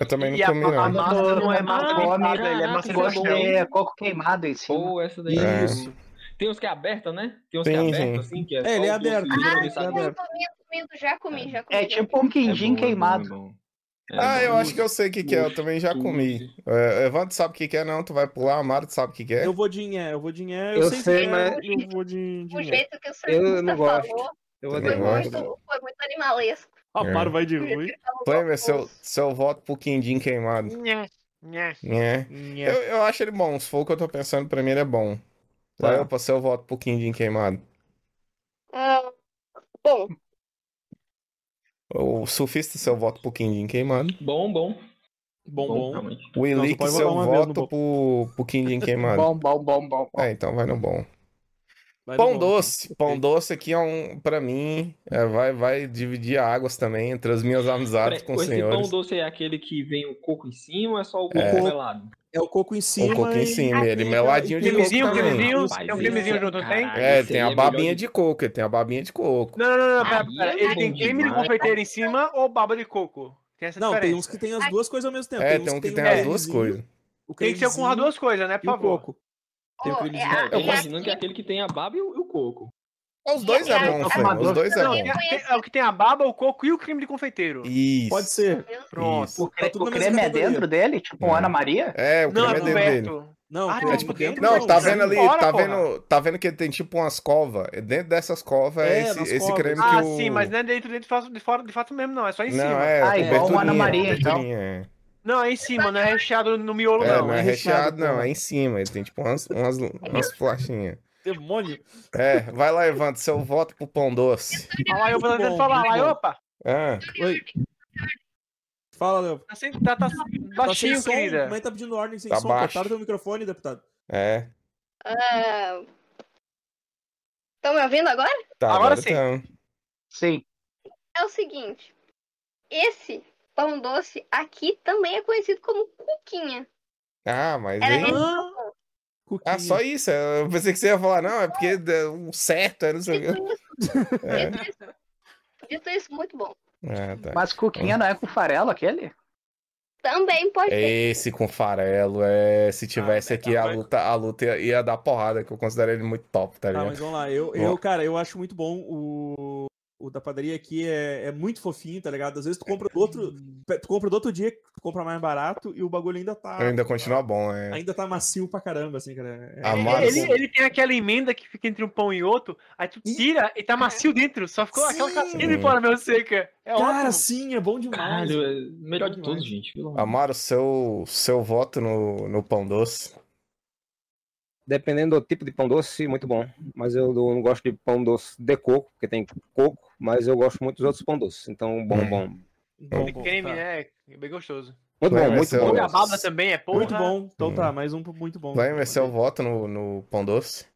Speaker 2: eu também não
Speaker 3: E a,
Speaker 2: comi,
Speaker 3: a
Speaker 2: não.
Speaker 3: massa não é massa
Speaker 4: Ah,
Speaker 3: folhada, ele é massa
Speaker 7: caraca,
Speaker 4: Gosto
Speaker 3: folhada.
Speaker 4: é coco queimado em cima.
Speaker 7: Pô, essa daí.
Speaker 2: É.
Speaker 1: Isso.
Speaker 7: Tem uns que é aberta, né? Tem uns que é
Speaker 2: Sim,
Speaker 7: aberto,
Speaker 2: sim.
Speaker 7: assim, que é.
Speaker 1: É, ele é aberto.
Speaker 3: Ah,
Speaker 5: Ah, Eu
Speaker 1: Ele é
Speaker 5: comi, eu comi, eu já comi, já comi.
Speaker 4: É tipo um quindim queimado.
Speaker 7: é
Speaker 2: Ah, eu acho que eu sei o que, que é, eu também já comi. É, Evandro sabe o que, que é, não? Tu vai pular, Amaro, tu sabe o que, que é?
Speaker 1: Eu vou de Inhé, eu vou de Inhé. Eu,
Speaker 6: Eu
Speaker 1: sei,
Speaker 6: sei,
Speaker 1: que é,
Speaker 6: mas-
Speaker 1: eu vou de, de
Speaker 5: O
Speaker 1: Inhé.
Speaker 5: jeito que o
Speaker 6: Eu não
Speaker 5: surfista
Speaker 6: gosto.
Speaker 5: falou
Speaker 6: Eu
Speaker 2: vou
Speaker 5: foi
Speaker 2: Eu gosto.
Speaker 5: muito, foi muito animalesco.
Speaker 2: É.
Speaker 1: Ah, Paro vai de ruim.
Speaker 2: Flame, seu, seu voto pro quindim queimado.
Speaker 3: Nhé, nhé.
Speaker 2: É. Eu,
Speaker 1: Inhé.
Speaker 2: eu acho ele bom, se for o que eu tô pensando, pra mim ele é bom.
Speaker 6: Tá.
Speaker 2: Vai, eu passei o voto pro quindim queimado.
Speaker 5: Ah, bom,
Speaker 2: O surfista, seu voto pro quindim queimado.
Speaker 7: Bom, bom.
Speaker 1: Bom, bom.
Speaker 7: realmente.
Speaker 2: O Elix,
Speaker 1: pode
Speaker 2: seu
Speaker 1: votar uma vez no
Speaker 2: voto pro, pro quindim queimado.
Speaker 4: Bom, bom, bom, bom. bom.
Speaker 2: É, então vai no bom.
Speaker 1: Vai no
Speaker 2: Pão
Speaker 1: bom,
Speaker 2: doce.
Speaker 1: então.
Speaker 2: Pão doce aqui é um, pra mim, é, vai, vai dividir águas também entre as minhas amizades
Speaker 7: Peraí,
Speaker 2: com os
Speaker 7: esse pão
Speaker 2: senhores.
Speaker 7: doce é aquele que vem o coco em cima ou é só o coco
Speaker 2: É.
Speaker 7: melado?
Speaker 1: É o coco em cima.
Speaker 2: coco Um em
Speaker 1: e-
Speaker 2: cima, ele
Speaker 1: e-
Speaker 2: meladinho
Speaker 1: e
Speaker 2: de
Speaker 1: cremezinho, cremezinho.
Speaker 2: coco também.
Speaker 3: Cremezinho, cremezinho.
Speaker 7: Tá Rapaz,
Speaker 3: Tem um
Speaker 7: esse
Speaker 3: cremezinho
Speaker 7: é-
Speaker 3: junto, não tem?
Speaker 7: caraca,
Speaker 2: É,
Speaker 7: esse
Speaker 2: tem
Speaker 7: aí
Speaker 2: a
Speaker 7: é
Speaker 2: babinha
Speaker 7: melhor
Speaker 2: de coco, ele tem a babinha de coco.
Speaker 3: Não, não, não, não, pera,
Speaker 7: Aí
Speaker 3: pera.
Speaker 7: é
Speaker 3: Ele
Speaker 7: bom
Speaker 3: tem creme de
Speaker 7: demais.
Speaker 3: confeiteiro em cima ou baba de coco? Tem essa
Speaker 1: Não, tem
Speaker 3: diferença.
Speaker 1: uns que tem as duas coisas ao mesmo tempo.
Speaker 2: É, tem um que tem as duas coisas.
Speaker 3: Tem que ser com as duas coisas,
Speaker 2: um
Speaker 3: né, por
Speaker 1: e o
Speaker 3: favor?
Speaker 1: coco.
Speaker 5: oh,
Speaker 1: Tem o cremezinho.
Speaker 5: é,
Speaker 7: Eu
Speaker 5: é
Speaker 7: imagino que é
Speaker 5: assim.
Speaker 7: aquele que tem a baba e o, e o coco.
Speaker 2: Os dois é bom, Flame, os dois é
Speaker 3: Não,
Speaker 2: bom.
Speaker 3: tem, tem- é o que tem a baba, o coco e o creme de confeiteiro.
Speaker 2: Isso.
Speaker 1: Pode ser.
Speaker 3: Pronto.
Speaker 2: isso.
Speaker 4: O, cre-
Speaker 1: Tá tudo
Speaker 4: o
Speaker 1: na mesma
Speaker 4: creme é
Speaker 1: categoria.
Speaker 4: dentro dele? Tipo
Speaker 2: Não.
Speaker 4: Ana Maria?
Speaker 2: É, o
Speaker 3: Não, é
Speaker 2: creme é dentro dele.
Speaker 3: coberto.
Speaker 1: Não,
Speaker 3: Ah,
Speaker 1: tem
Speaker 3: não,
Speaker 1: tipo
Speaker 3: porque-
Speaker 1: dentro.
Speaker 2: Não,
Speaker 3: Não,
Speaker 2: tá
Speaker 3: já
Speaker 2: vendo ali,
Speaker 3: fora,
Speaker 2: tá
Speaker 3: porra.
Speaker 2: vendo, tá vendo que ele tem tipo umas covas. É Dentro dessas covas é,
Speaker 1: É,
Speaker 2: esse,
Speaker 1: nas
Speaker 2: esse
Speaker 1: covas.
Speaker 2: creme que
Speaker 3: Ah,
Speaker 2: o...
Speaker 3: sim, mas não é dentro, dentro de, fato, de fora de fato mesmo, não. É só em
Speaker 2: Não,
Speaker 3: cima.
Speaker 2: é,
Speaker 4: Ah, igual
Speaker 2: coberturinha,
Speaker 4: uma Ana Maria, então.
Speaker 2: coberturinha, é.
Speaker 3: Não, é em cima, não é recheado no miolo,
Speaker 2: É,
Speaker 3: não.
Speaker 2: não é
Speaker 1: é
Speaker 2: recheado,
Speaker 1: recheado,
Speaker 2: não,
Speaker 1: porra.
Speaker 2: é em cima. Ele tem tipo umas, umas, umas bolachinhas.
Speaker 1: Demônio.
Speaker 2: É, vai lá, Evandro, seu voto pro pão doce.
Speaker 3: Olha Tá lá, eu vou tentando
Speaker 1: Bom,
Speaker 3: falar
Speaker 1: muito
Speaker 3: lá,
Speaker 1: bom.
Speaker 3: opa.
Speaker 2: Ah,
Speaker 1: Oi. Fala, Léo.
Speaker 3: Tá, sem, tá, tá
Speaker 1: Tá
Speaker 3: baixinho,
Speaker 1: sem som,
Speaker 3: querida.
Speaker 1: mas tá pedindo ordem sem
Speaker 2: Tá
Speaker 1: som.
Speaker 2: baixo.
Speaker 1: Cortaram teu microfone, deputado.
Speaker 2: é.
Speaker 5: Estão me ouvindo agora?
Speaker 2: Tá,
Speaker 3: Agora
Speaker 2: agora
Speaker 3: sim.
Speaker 2: então.
Speaker 4: Sim.
Speaker 5: É o seguinte, esse pão doce aqui também é conhecido como cuquinha.
Speaker 2: Ah, mas
Speaker 3: É.
Speaker 5: Era
Speaker 2: aí...
Speaker 5: esse
Speaker 2: Ah, só isso. Eu pensei que você ia falar, não, é porque deu um certo, é não sei o
Speaker 5: Dito
Speaker 2: quê.
Speaker 5: isso,
Speaker 2: É.
Speaker 5: dito isso, dito isso, muito bom.
Speaker 2: Ah, tá.
Speaker 4: Mas cuquinha não é com farelo aquele?
Speaker 5: Também pode
Speaker 2: É
Speaker 5: ter.
Speaker 2: Esse com farelo, é. Se tivesse
Speaker 3: Ah,
Speaker 2: aqui, a luta, a luta ia, ia dar porrada, que eu considero ele muito top, tá
Speaker 1: Tá,
Speaker 3: Ah,
Speaker 2: ligado?
Speaker 1: mas vamos lá. Eu, eu, cara, eu acho muito bom o, o da padaria aqui. É, é muito fofinho, tá ligado? Às vezes tu compra do outro, pe- tu compra do outro dia, tu compra mais barato e o bagulho ainda tá,
Speaker 2: Ainda continua bom, é.
Speaker 1: ainda tá macio pra caramba, assim, cara. É-
Speaker 2: Amaro,
Speaker 3: Ah, Ele, ele tem aquela emenda que fica entre um pão e outro, aí tu tira e tá macio dentro, só ficou aquela
Speaker 1: É. Sim.
Speaker 3: casquinha de fora meio seca. É
Speaker 1: Cara,
Speaker 3: ótimo.
Speaker 1: sim, é bom demais.
Speaker 7: Caralho, é melhor de
Speaker 1: Demais.
Speaker 7: todos, gente. pelo amor.
Speaker 2: Amaro, seu, seu voto no, no pão doce.
Speaker 6: Dependendo do tipo de pão doce, muito bom. Mas eu não gosto de pão doce de coco, porque tem coco, mas eu gosto muito dos outros pão doces. Então, bom, bom.
Speaker 2: Hum.
Speaker 1: Bom, bom,
Speaker 3: Creme,
Speaker 1: tá.
Speaker 3: né? É bem gostoso.
Speaker 6: Muito
Speaker 2: Vai,
Speaker 6: bom,
Speaker 2: vai
Speaker 6: muito
Speaker 2: ser
Speaker 6: bom.
Speaker 2: o-
Speaker 3: E a baba também é porra.
Speaker 1: Muito bom. Então tá, mais um muito bom.
Speaker 2: Vai merecer o voto no, no Pão Doce?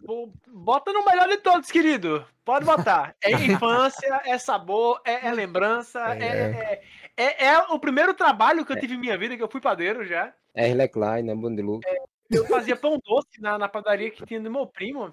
Speaker 3: Bo- Bota no melhor de todos, querido. Pode botar. É infância, é sabor, é, é lembrança, é, é, é- é o primeiro trabalho que eu tive em minha vida, que eu fui padeiro já.
Speaker 6: É Klein, né? Bom de Luca.
Speaker 3: Eu fazia pão doce na, na padaria que tinha do meu primo.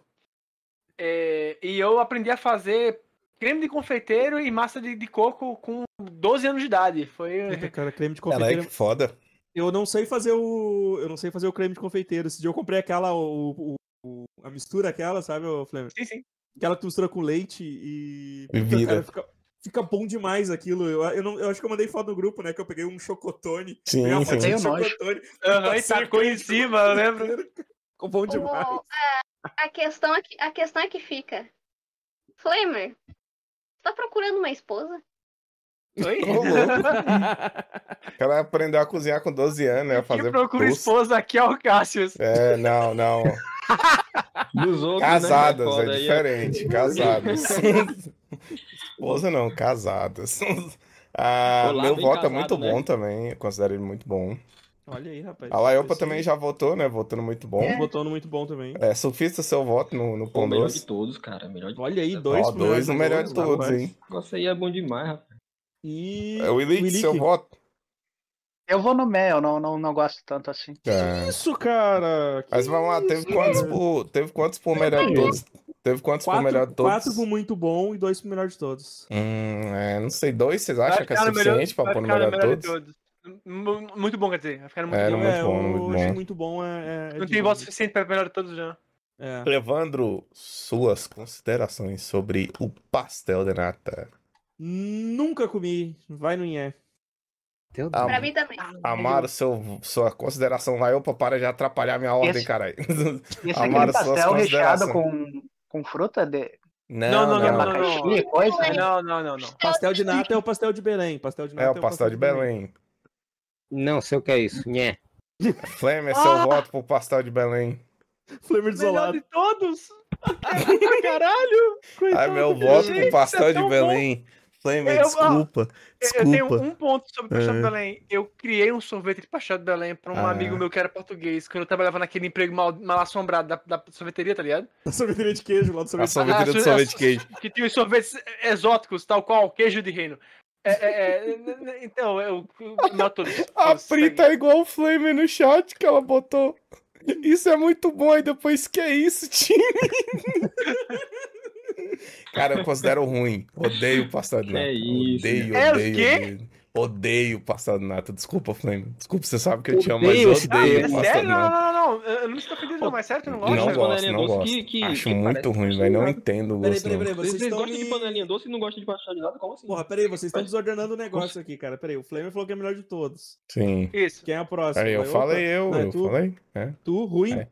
Speaker 3: É, e eu aprendi a fazer creme de confeiteiro e massa de, de coco com 12 anos de idade. Foi. um
Speaker 1: Puta, cara, creme de
Speaker 2: Caralho,
Speaker 1: confeiteiro.
Speaker 2: é que foda.
Speaker 1: Eu não sei fazer o. Eu não sei fazer o creme de confeiteiro. Esse dia eu comprei aquela, o, o- o- a mistura aquela, sabe, ô Flamengo?
Speaker 3: Sim, sim.
Speaker 1: Aquela que tu mistura com leite e.
Speaker 2: E
Speaker 1: Puta,
Speaker 2: vira.
Speaker 1: cara, fica, fica bom demais aquilo. Eu, eu, não- eu acho que eu mandei foto no grupo, né? Que eu peguei um chocotone. peguei
Speaker 2: Sim,
Speaker 1: uma
Speaker 2: sim.
Speaker 1: fotinha de
Speaker 4: Tenho nojo.
Speaker 1: chocotone.
Speaker 3: um
Speaker 2: Tá
Speaker 3: Aham, e
Speaker 1: Passei o
Speaker 3: tacou
Speaker 1: creme
Speaker 3: em
Speaker 1: de
Speaker 3: cima, né? eu lembro.
Speaker 1: confeiteiro. Ficou bom demais.
Speaker 5: Bom, a, a questão é que, a questão é que fica. Flamer, você tá procurando uma esposa?
Speaker 3: Oi?
Speaker 2: Ô, louco. O cara aprendeu a cozinhar com 12 anos, né? A
Speaker 3: Quem
Speaker 2: fazer
Speaker 3: procura
Speaker 2: doce.
Speaker 3: esposa aqui é o Cássio.
Speaker 2: É, não, não.
Speaker 7: Dos outros,
Speaker 2: Casadas,
Speaker 7: né,
Speaker 2: é diferente. Casadas. Esposa não, casadas. Ah,
Speaker 7: Olá,
Speaker 2: meu
Speaker 7: bem
Speaker 2: voto é
Speaker 7: casado,
Speaker 2: muito
Speaker 7: né?
Speaker 2: bom também. Eu considero ele muito bom.
Speaker 1: Olha aí, rapaz.
Speaker 2: A Laiopa também já votou, né? Votando muito bom.
Speaker 1: Botou no muito bom também.
Speaker 2: É, surfista seu voto no, no
Speaker 7: Pô,
Speaker 2: Pão
Speaker 7: melhor de
Speaker 2: Doce.
Speaker 7: todos, cara. Melhor de todos.
Speaker 1: Olha aí, dois
Speaker 2: Ó, dois no melhor de todos,
Speaker 1: rapaz.
Speaker 2: hein?
Speaker 7: Nossa, aí é bom demais, rapaz.
Speaker 1: E.
Speaker 2: É, O Elite, seu
Speaker 1: Willick.
Speaker 2: voto.
Speaker 4: Eu vou no Mel, não, não, não gosto tanto assim.
Speaker 2: É.
Speaker 1: Isso, cara! Que
Speaker 2: Mas vamos lá, teve
Speaker 1: isso,
Speaker 2: quantos
Speaker 1: cara?
Speaker 2: por. Teve quantos por melhor de todos? Teve quantos por melhor de
Speaker 1: Quatro,
Speaker 2: todos?
Speaker 1: quatro pro muito bom e dois pro melhor de todos.
Speaker 2: Hum, é, não sei, dois vocês
Speaker 3: Vai
Speaker 2: acham que é
Speaker 3: ficar no melhor-
Speaker 2: suficiente pra
Speaker 3: vai
Speaker 2: pôr no
Speaker 3: ficar
Speaker 2: melhor de todos?
Speaker 3: todos. Mu- Muito bom, quer dizer. Vai ficar no muito
Speaker 2: É,
Speaker 3: bom.
Speaker 2: não muito bom,
Speaker 1: eu
Speaker 2: muito
Speaker 1: acho
Speaker 2: bom.
Speaker 1: que muito bom é. é- é
Speaker 3: Não
Speaker 1: de longe.
Speaker 3: tem voto suficiente pra melhor de todos já.
Speaker 1: É.
Speaker 2: Levandro, suas considerações sobre o pastel de nata.
Speaker 1: Nunca comi. Vai no Inhé.
Speaker 6: Teu
Speaker 2: Ah,
Speaker 6: Deus.
Speaker 5: Pra mim também.
Speaker 2: Amaro, seu, sua consideração vai opa, para já atrapalhar minha ordem,
Speaker 4: Esse-
Speaker 2: caralho.
Speaker 4: Esse
Speaker 2: Amaro,
Speaker 4: aquele
Speaker 2: suas
Speaker 4: pastel recheado
Speaker 2: considerações.
Speaker 4: com, com fruta de
Speaker 2: Não, não,
Speaker 3: Não, não, não, não, não.
Speaker 4: abacaxi e coisa, né?
Speaker 3: Não, não, não, não.
Speaker 1: Pastel de nata é o pastel de Belém. Pastel de nata
Speaker 2: É o pastel de Belém.
Speaker 6: Não sei o que é isso. Nhé.
Speaker 2: Flamer, é seu voto pro pastel de Belém.
Speaker 1: Flamer
Speaker 3: Melhor
Speaker 1: desolado.
Speaker 3: de todos? Pra Caralho!
Speaker 2: Ai,
Speaker 3: Coitado
Speaker 2: meu
Speaker 3: do
Speaker 2: voto
Speaker 3: gente,
Speaker 2: pro pastel
Speaker 3: é tão
Speaker 2: de
Speaker 3: bom.
Speaker 2: Belém. Flamer,
Speaker 3: Eu- ó,
Speaker 2: desculpa.
Speaker 3: Eu- Eu tenho
Speaker 2: Desculpa.
Speaker 3: um ponto sobre o pastel de
Speaker 2: É.
Speaker 3: Belém. Eu criei um sorvete de pastel de Belém pra um
Speaker 2: Ah.
Speaker 3: amigo meu que era português, quando eu trabalhava naquele emprego mal, mal assombrado da, da sorveteria, tá ligado?
Speaker 1: A sorveteria de queijo lá do
Speaker 2: A
Speaker 1: sorvete.
Speaker 2: sorveteria de
Speaker 3: Ah,
Speaker 2: sorvete de queijo.
Speaker 3: que tinha os sorvetes exóticos, tal qual queijo de reino. É, é, é, n- n- então, eu não todos.
Speaker 2: A
Speaker 3: todos
Speaker 2: Pri
Speaker 3: seguem.
Speaker 2: tá igual o Flamer no chat que ela botou. Isso é muito bom, e depois que é isso, time? Cara, eu considero ruim. Odeio pastel de
Speaker 7: Que
Speaker 2: nata.
Speaker 7: isso,
Speaker 2: odeio,
Speaker 3: cara. É, o
Speaker 2: odeio,
Speaker 3: quê?
Speaker 2: odeio. Odeio pastel de nata. Desculpa, Flamer. Desculpa, você sabe que eu te amo, mas
Speaker 6: Odeio
Speaker 2: eu
Speaker 6: esse
Speaker 2: odeio
Speaker 3: É
Speaker 6: dedo.
Speaker 2: pastel de
Speaker 3: sério? Não,
Speaker 2: nata.
Speaker 3: não, não, não. Eu não estou ofendido, não, mas sério, tu não né?
Speaker 2: Não,
Speaker 3: gosta?
Speaker 7: Gosta
Speaker 2: né?
Speaker 7: de
Speaker 2: gosto,
Speaker 7: panelinha
Speaker 2: não
Speaker 7: doce
Speaker 2: gosto.
Speaker 7: que- que-
Speaker 2: Acho
Speaker 7: que
Speaker 2: muito
Speaker 7: parece
Speaker 2: ruim,
Speaker 7: gostoso,
Speaker 2: velho. Não
Speaker 7: né?
Speaker 2: entendo o
Speaker 1: Peraí,
Speaker 2: gosto.
Speaker 1: peraí,
Speaker 2: não.
Speaker 1: peraí. Vocês
Speaker 7: Vocês,
Speaker 1: estão
Speaker 7: gostam de
Speaker 1: me...
Speaker 7: panelinha doce e não gostam de pastel de nada? Como assim?
Speaker 1: Porra, peraí, vocês estão desordenando o negócio aqui, cara. Peraí, o Flamer falou que é o melhor de todos.
Speaker 2: Sim.
Speaker 3: Isso.
Speaker 1: Quem é o próximo?
Speaker 2: Aí eu
Speaker 1: Vai,
Speaker 2: falei, eu,
Speaker 1: Não, é
Speaker 2: eu
Speaker 1: tu.
Speaker 2: falei. É.
Speaker 1: opa, Tu, ruim.
Speaker 2: É.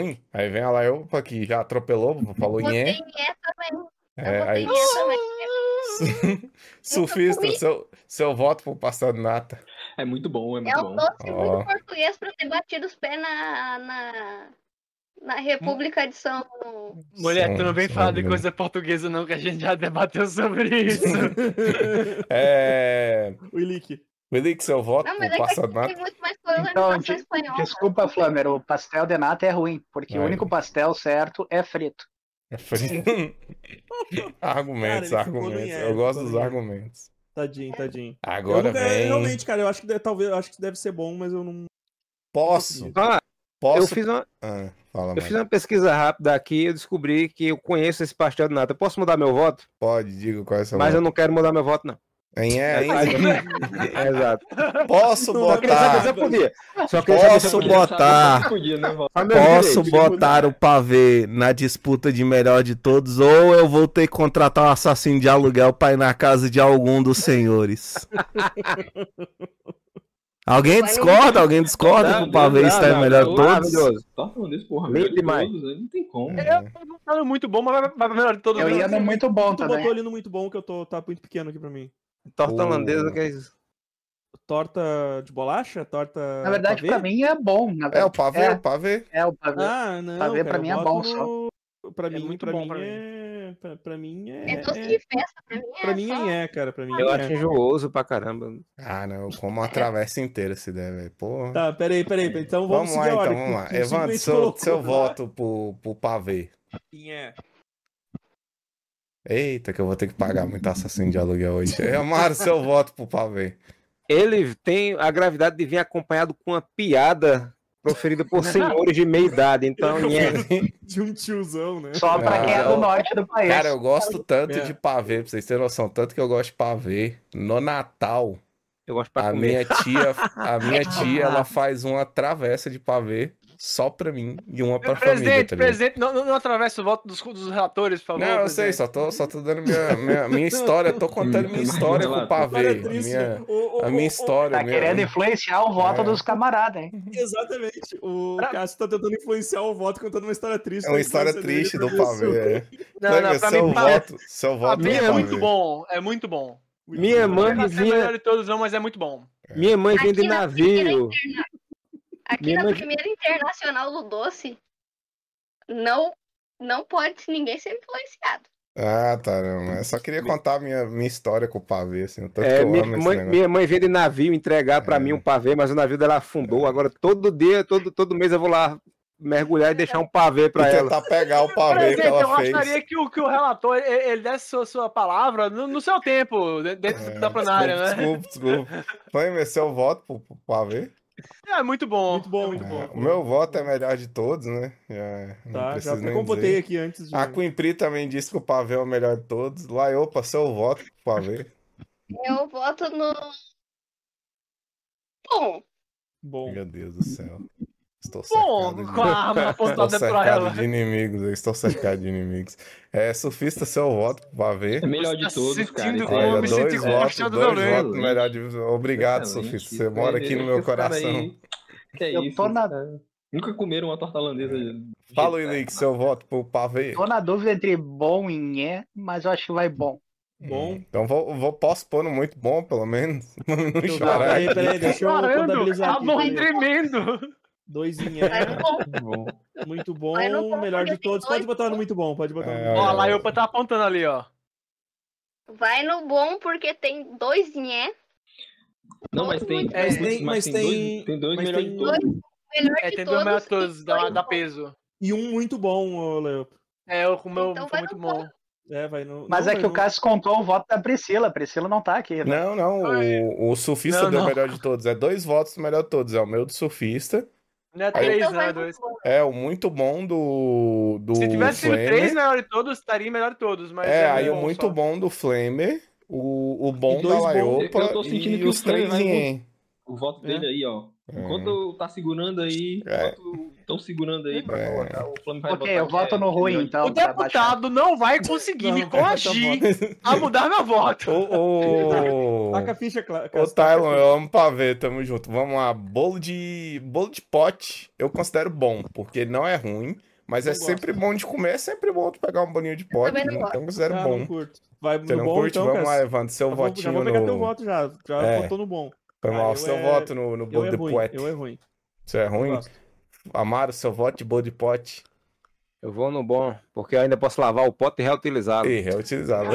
Speaker 2: Ruim. Aí vem a Laiopa que já atropelou, falou em
Speaker 5: Botei
Speaker 2: é.
Speaker 5: Inhé também.
Speaker 2: É,
Speaker 5: eu botei
Speaker 2: aí
Speaker 5: Inhé também.
Speaker 2: Surfista,
Speaker 5: comi.
Speaker 2: seu, seu voto pro pastel de nata.
Speaker 7: É muito bom, é muito
Speaker 5: É um
Speaker 7: bom.
Speaker 5: doce
Speaker 2: Ó.
Speaker 5: muito português pra ter batido os pés na, na, na República de São.
Speaker 3: Mulher,
Speaker 2: Sim,
Speaker 3: tu não vem
Speaker 2: sim,
Speaker 3: falar de
Speaker 2: sim.
Speaker 3: coisa portuguesa, não, que a gente já debateu sobre isso.
Speaker 2: É.
Speaker 1: O Ilick.
Speaker 2: Willick, seu voto
Speaker 5: Não,
Speaker 2: pro
Speaker 5: mas é que
Speaker 2: pastel
Speaker 5: aqui
Speaker 2: de
Speaker 5: tem
Speaker 2: nata.
Speaker 5: muito mais colonização
Speaker 4: Então, de-
Speaker 5: espanhola.
Speaker 4: Desculpa, Flamer, o pastel de nata é ruim, porque
Speaker 2: Aí.
Speaker 4: o único pastel certo é frito.
Speaker 2: É frio. argumentos,
Speaker 1: Cara, ele ficou no
Speaker 2: argumentos.
Speaker 1: IR,
Speaker 2: Eu gosto
Speaker 1: ficou
Speaker 2: dos
Speaker 1: no IR.
Speaker 2: argumentos.
Speaker 1: Tadinho, tadinho. eu
Speaker 2: Agora
Speaker 1: nunca- é,
Speaker 2: vem.
Speaker 1: Realmente, cara, eu acho que deve, talvez, eu acho que deve ser bom, mas eu não.
Speaker 2: Posso?
Speaker 6: Ah,
Speaker 2: Posso?
Speaker 6: eu fiz uma.
Speaker 2: Ah, fala,
Speaker 6: Eu
Speaker 2: mano.
Speaker 6: fiz uma pesquisa rápida aqui e eu descobri que eu conheço esse pastel de nata. Eu posso mudar meu voto?
Speaker 2: Pode, diga qual é seu
Speaker 6: mas eu
Speaker 2: voto.
Speaker 6: não quero mudar meu voto, não.
Speaker 2: Hein, é, hein?
Speaker 6: É, Exato.
Speaker 2: Posso
Speaker 1: Não dá pra
Speaker 6: Mas
Speaker 2: botar.
Speaker 6: eu podia. Só que
Speaker 2: Tá. Posso
Speaker 7: Podia, sabe?
Speaker 2: botar.
Speaker 7: Podia, né, Val?
Speaker 2: Posso botar o pavê na disputa de melhor de todos ou eu vou ter que contratar um assassino de aluguel pra ir na casa de algum dos senhores? Alguém
Speaker 5: Vai no-
Speaker 2: discorda? Alguém discorda
Speaker 7: Não,
Speaker 2: que o pavê
Speaker 7: não,
Speaker 2: está
Speaker 7: não,
Speaker 2: em melhor
Speaker 7: não,
Speaker 2: de todos?
Speaker 6: Maravilhoso.
Speaker 7: Tá falando isso, porra.
Speaker 6: Lindo
Speaker 7: melhor de
Speaker 6: demais.
Speaker 7: todos, né? Não tem como.
Speaker 3: É, eu falo muito bom, mas vai- vai pra melhor de todos.
Speaker 4: Eu
Speaker 3: mesmo.
Speaker 4: ia no muito bom
Speaker 1: Tu
Speaker 4: também.
Speaker 1: botou ali no muito bom que eu tô. Tá muito pequeno aqui pra mim.
Speaker 6: Torta
Speaker 2: O-
Speaker 6: holandesa, que é isso?
Speaker 1: Torta de bolacha? Torta.
Speaker 4: Na verdade,
Speaker 1: pavê?
Speaker 4: pra mim é bom. na
Speaker 2: É, o
Speaker 4: verdade.
Speaker 2: pavê, o pavê.
Speaker 4: É, é o pavê.
Speaker 1: Ah, não.
Speaker 4: Pavê pra
Speaker 1: cara,
Speaker 4: mim
Speaker 1: eu
Speaker 4: é
Speaker 1: boto
Speaker 4: bom só.
Speaker 1: no- Pra mim,
Speaker 3: muito
Speaker 1: pra
Speaker 3: bom
Speaker 1: mim
Speaker 3: pra mim.
Speaker 1: é. Pra, pra mim é.
Speaker 5: É doce
Speaker 1: é...
Speaker 5: de festa, pra mim é.
Speaker 1: Pra mim
Speaker 5: só-
Speaker 1: é, cara. Pra mim
Speaker 6: Eu
Speaker 1: é.
Speaker 6: acho enjooso pra caramba.
Speaker 2: Ah, não, eu como a travessa inteira se der, velho. Porra.
Speaker 1: Tá, peraí, peraí. Então vamos,
Speaker 2: vamos lá
Speaker 1: seguir a
Speaker 2: então,
Speaker 1: ordem.
Speaker 2: vamos lá.
Speaker 1: que o
Speaker 2: Evandro,
Speaker 1: Simplesmente
Speaker 2: seu,
Speaker 1: colocou
Speaker 2: seu
Speaker 1: lá.
Speaker 2: voto pro, pro pavê.
Speaker 1: Quem é?
Speaker 2: Eita, que eu vou ter que pagar muito assassino de aluguel hoje. É, Amaro, seu voto pro pavê.
Speaker 6: Ele tem a gravidade de vir acompanhado com uma piada proferida por senhores de meia idade. Então, é,
Speaker 1: De um tiozão, né?
Speaker 4: Só pra quem é
Speaker 2: Ah, eu-
Speaker 4: do norte do país.
Speaker 2: Cara, eu gosto tanto
Speaker 1: É.
Speaker 2: de pavê, pra vocês terem noção, tanto que eu gosto de pavê. No Natal,
Speaker 6: eu gosto pra
Speaker 2: a
Speaker 6: comer.
Speaker 2: minha tia, a minha tia, ela faz uma travessa de pavê só pra mim e uma pra família,
Speaker 3: presidente,
Speaker 2: tá ligado?
Speaker 3: presidente, não, não, não atravessa o voto dos, dos relatores, por favor.
Speaker 2: Não, eu sei,
Speaker 3: presidente.
Speaker 2: só tô, só tô dando minha, minha, minha história, tô contando minha história com o pavê.
Speaker 1: Cara, é
Speaker 2: A
Speaker 1: triste.
Speaker 2: minha,
Speaker 1: O- o-
Speaker 2: a minha
Speaker 1: o-
Speaker 2: história,
Speaker 4: Tá
Speaker 2: a minha-
Speaker 4: querendo influenciar o voto
Speaker 2: né? É.
Speaker 4: dos camaradas, hein?
Speaker 1: Exatamente. O Cássio tá tentando influenciar o voto contando uma história triste.
Speaker 2: É uma
Speaker 1: da
Speaker 2: história
Speaker 1: infância dele
Speaker 2: triste
Speaker 1: pro
Speaker 2: do
Speaker 1: Sul.
Speaker 2: pavê. é.
Speaker 3: Não,
Speaker 2: Pega
Speaker 3: não, pra
Speaker 2: seu
Speaker 3: mim, pra-
Speaker 2: voto, seu
Speaker 3: pra
Speaker 2: voto
Speaker 3: mim é
Speaker 2: pavê.
Speaker 3: muito bom. É muito bom.
Speaker 6: Minha mãe
Speaker 3: Não é ser o
Speaker 6: vinha,
Speaker 3: melhor de todos, não, mas é muito bom.
Speaker 6: minha mãe vinha de
Speaker 5: Aqui na né? primeira
Speaker 6: navio.
Speaker 5: Aqui
Speaker 6: Minha
Speaker 5: na
Speaker 6: mãe-
Speaker 5: primeira internacional do doce, não, não pode ninguém ser influenciado.
Speaker 2: Ah, tá, não. mas Eu só queria contar a minha, minha história com o pavê, assim. o Tanto
Speaker 6: É,
Speaker 2: que eu
Speaker 6: minha,
Speaker 2: amo esse
Speaker 6: mãe,
Speaker 2: negócio.
Speaker 6: minha mãe veio de navio entregar pra
Speaker 2: É.
Speaker 6: mim um pavê, mas o navio dela afundou. Agora todo dia, todo, todo mês eu vou lá mergulhar e deixar um pavê pra
Speaker 2: E
Speaker 6: ela.
Speaker 2: tentar pegar o pavê que
Speaker 3: Presidente, eu
Speaker 2: ela
Speaker 3: gostaria
Speaker 2: fez.
Speaker 3: que o, que o relator ele, ele desse sua, sua palavra no, no seu tempo, de- dentro
Speaker 2: É,
Speaker 3: da plenária, né?
Speaker 2: desculpa, desculpa, desculpa. Foi meu seu voto pro, pro pavê?
Speaker 3: É muito bom.
Speaker 1: Muito bom, muito
Speaker 2: É,
Speaker 1: bom.
Speaker 2: o meu voto é melhor de todos, né? Já, não
Speaker 1: Tá, já
Speaker 2: preciso
Speaker 1: até
Speaker 2: nem
Speaker 1: compotei
Speaker 2: dizer.
Speaker 1: aqui antes de.
Speaker 2: A Queen Pri também disse que o pavê é o melhor de todos. Lá, opa, seu voto pro pavê.
Speaker 5: Eu voto no. Bom,
Speaker 1: Bom.
Speaker 2: Meu Deus do céu. Estou cercado
Speaker 3: Bom,
Speaker 2: de-
Speaker 3: com a arma
Speaker 2: Estou
Speaker 3: apontada pra
Speaker 2: cercado
Speaker 3: ela.
Speaker 2: de inimigos, eu estou cercado de inimigos. É, surfista, seu voto pro pavê.
Speaker 7: É melhor de
Speaker 3: Tá
Speaker 7: todos, cara.
Speaker 3: sentindo
Speaker 7: Isso
Speaker 3: como
Speaker 7: é-
Speaker 3: eu
Speaker 2: Olha,
Speaker 3: me
Speaker 2: dois
Speaker 3: senti
Speaker 2: votos,
Speaker 3: com o
Speaker 2: dois
Speaker 3: Machado da Lei.
Speaker 2: votos melhor de... Obrigado, Sofista. Você mora aqui no meu
Speaker 7: Esse cara aí-
Speaker 2: coração.
Speaker 7: Que é
Speaker 4: Eu
Speaker 7: isso?
Speaker 4: tô na,
Speaker 7: Nunca comeram uma torta holandesa.
Speaker 2: Fala, Willick, seu voto pro
Speaker 3: É.
Speaker 2: pavê.
Speaker 4: tô na dúvida entre bom e nhé, mas eu acho que vai bom.
Speaker 1: Bom.
Speaker 2: Então vou, vou posso pôr no muito bom, pelo menos. Pra Não
Speaker 1: Deixa eu-
Speaker 2: chorar.
Speaker 1: peraí, peraí, deixa eu
Speaker 3: Parando,
Speaker 1: contabilizar
Speaker 3: tá
Speaker 1: aqui.
Speaker 3: bom,
Speaker 1: peraí.
Speaker 3: tremendo.
Speaker 1: Dois em
Speaker 5: vai no
Speaker 1: E,
Speaker 5: bom.
Speaker 2: tá
Speaker 1: muito bom,
Speaker 5: Vai no bom,
Speaker 1: melhor de
Speaker 5: porque tem
Speaker 1: todos.
Speaker 5: dois
Speaker 1: Pode botar no muito bom, pode botar no
Speaker 2: É,
Speaker 1: muito bom.
Speaker 3: Ó, a Laiopa tá apontando ali, ó.
Speaker 5: Vai no bom porque tem dois nhé.
Speaker 7: Não, mas tem.
Speaker 5: Mas
Speaker 1: tem- mas tem-
Speaker 7: dois, tem dois
Speaker 1: mas
Speaker 7: melhor
Speaker 1: tem-
Speaker 7: de todos.
Speaker 5: Melhor
Speaker 3: É,
Speaker 5: de
Speaker 3: tem
Speaker 5: todos.
Speaker 3: dois melhor
Speaker 5: e
Speaker 3: todos, dá,
Speaker 5: dois
Speaker 3: dá
Speaker 5: bom.
Speaker 3: peso.
Speaker 1: E um muito bom, ô, Leo.
Speaker 3: É, o meu
Speaker 5: Então
Speaker 3: foi
Speaker 5: vai
Speaker 3: muito
Speaker 5: no
Speaker 3: bom.
Speaker 1: É, vai no.
Speaker 4: Mas
Speaker 1: não,
Speaker 4: é
Speaker 1: vai
Speaker 4: que o
Speaker 1: no-
Speaker 4: Cássio contou o voto da Priscila. A Priscila não tá aqui. Né?
Speaker 2: Não, não, o, o surfista
Speaker 3: Não,
Speaker 2: deu
Speaker 3: não.
Speaker 2: o melhor de todos. É dois votos do melhor de todos. É o meu do surfista.
Speaker 3: Não é
Speaker 2: Aí-
Speaker 3: três,
Speaker 5: Então
Speaker 3: não, é
Speaker 5: vai no
Speaker 3: dois.
Speaker 5: bom.
Speaker 2: É o muito bom do. do
Speaker 3: Se tivesse sido
Speaker 2: Flamer.
Speaker 3: três melhor de todos, estaria melhor de todos. Mas
Speaker 2: É, aí o
Speaker 3: bom
Speaker 2: muito
Speaker 3: só.
Speaker 2: bom do Flamer, o, o
Speaker 1: E
Speaker 2: bom da
Speaker 1: dois bons.
Speaker 2: Laiopa
Speaker 7: Eu tô sentindo
Speaker 2: e
Speaker 7: que o
Speaker 2: os
Speaker 7: Flamer
Speaker 2: três
Speaker 7: vai
Speaker 2: em.
Speaker 7: O voto
Speaker 1: É.
Speaker 7: dele aí, ó. Enquanto tá segurando aí,
Speaker 2: Uhum. É.
Speaker 7: enquanto estão segurando aí pra
Speaker 2: É.
Speaker 7: colocar, o Flamengo vai
Speaker 4: Ok,
Speaker 7: botar
Speaker 4: eu
Speaker 7: que
Speaker 4: voto
Speaker 7: é
Speaker 4: no ruim,
Speaker 7: melhor de
Speaker 4: então.
Speaker 3: O
Speaker 4: pra baixar.
Speaker 3: deputado não vai conseguir me
Speaker 1: Não, cara, tá
Speaker 3: coagir
Speaker 1: bom.
Speaker 3: a mudar meu voto.
Speaker 2: Ô, ô,
Speaker 1: Taca a ficha, Cla-
Speaker 2: ô
Speaker 1: Cássio, taca é a
Speaker 2: Tylon,
Speaker 1: ficha.
Speaker 2: eu amo pavê, tamo junto. Vamos lá, bolo de bolo de pote eu considero bom, porque não é ruim, mas é
Speaker 1: Não gosto.
Speaker 2: sempre bom de comer, é sempre bom tu pegar um bolinho de pote,
Speaker 5: também não
Speaker 2: né?
Speaker 5: gosto.
Speaker 2: então eu considero
Speaker 1: Ah, não
Speaker 2: bom.
Speaker 1: curto. Vai
Speaker 2: Você
Speaker 1: no
Speaker 2: não
Speaker 1: bom,
Speaker 2: curte?
Speaker 1: então,
Speaker 2: vamos lá,
Speaker 1: Cássio.
Speaker 2: Evandro, seu
Speaker 1: Já vou,
Speaker 2: votinho
Speaker 1: já vou pegar
Speaker 2: no...
Speaker 1: teu voto já. Já
Speaker 2: É.
Speaker 1: botou no bom.
Speaker 2: Foi
Speaker 1: Ah,
Speaker 2: mal,
Speaker 1: eu
Speaker 2: seu
Speaker 1: é-
Speaker 2: voto no, no
Speaker 1: Eu
Speaker 2: bolo
Speaker 1: é
Speaker 2: de
Speaker 1: ruim,
Speaker 2: pote.
Speaker 1: eu é ruim.
Speaker 2: Você é
Speaker 1: Eu
Speaker 2: ruim?
Speaker 1: gosto.
Speaker 2: Amaro, seu voto de bolo de pote?
Speaker 6: Eu vou no bom, porque eu ainda posso lavar o pote e reutilizá-lo.
Speaker 2: Ih, é né? reutilizado.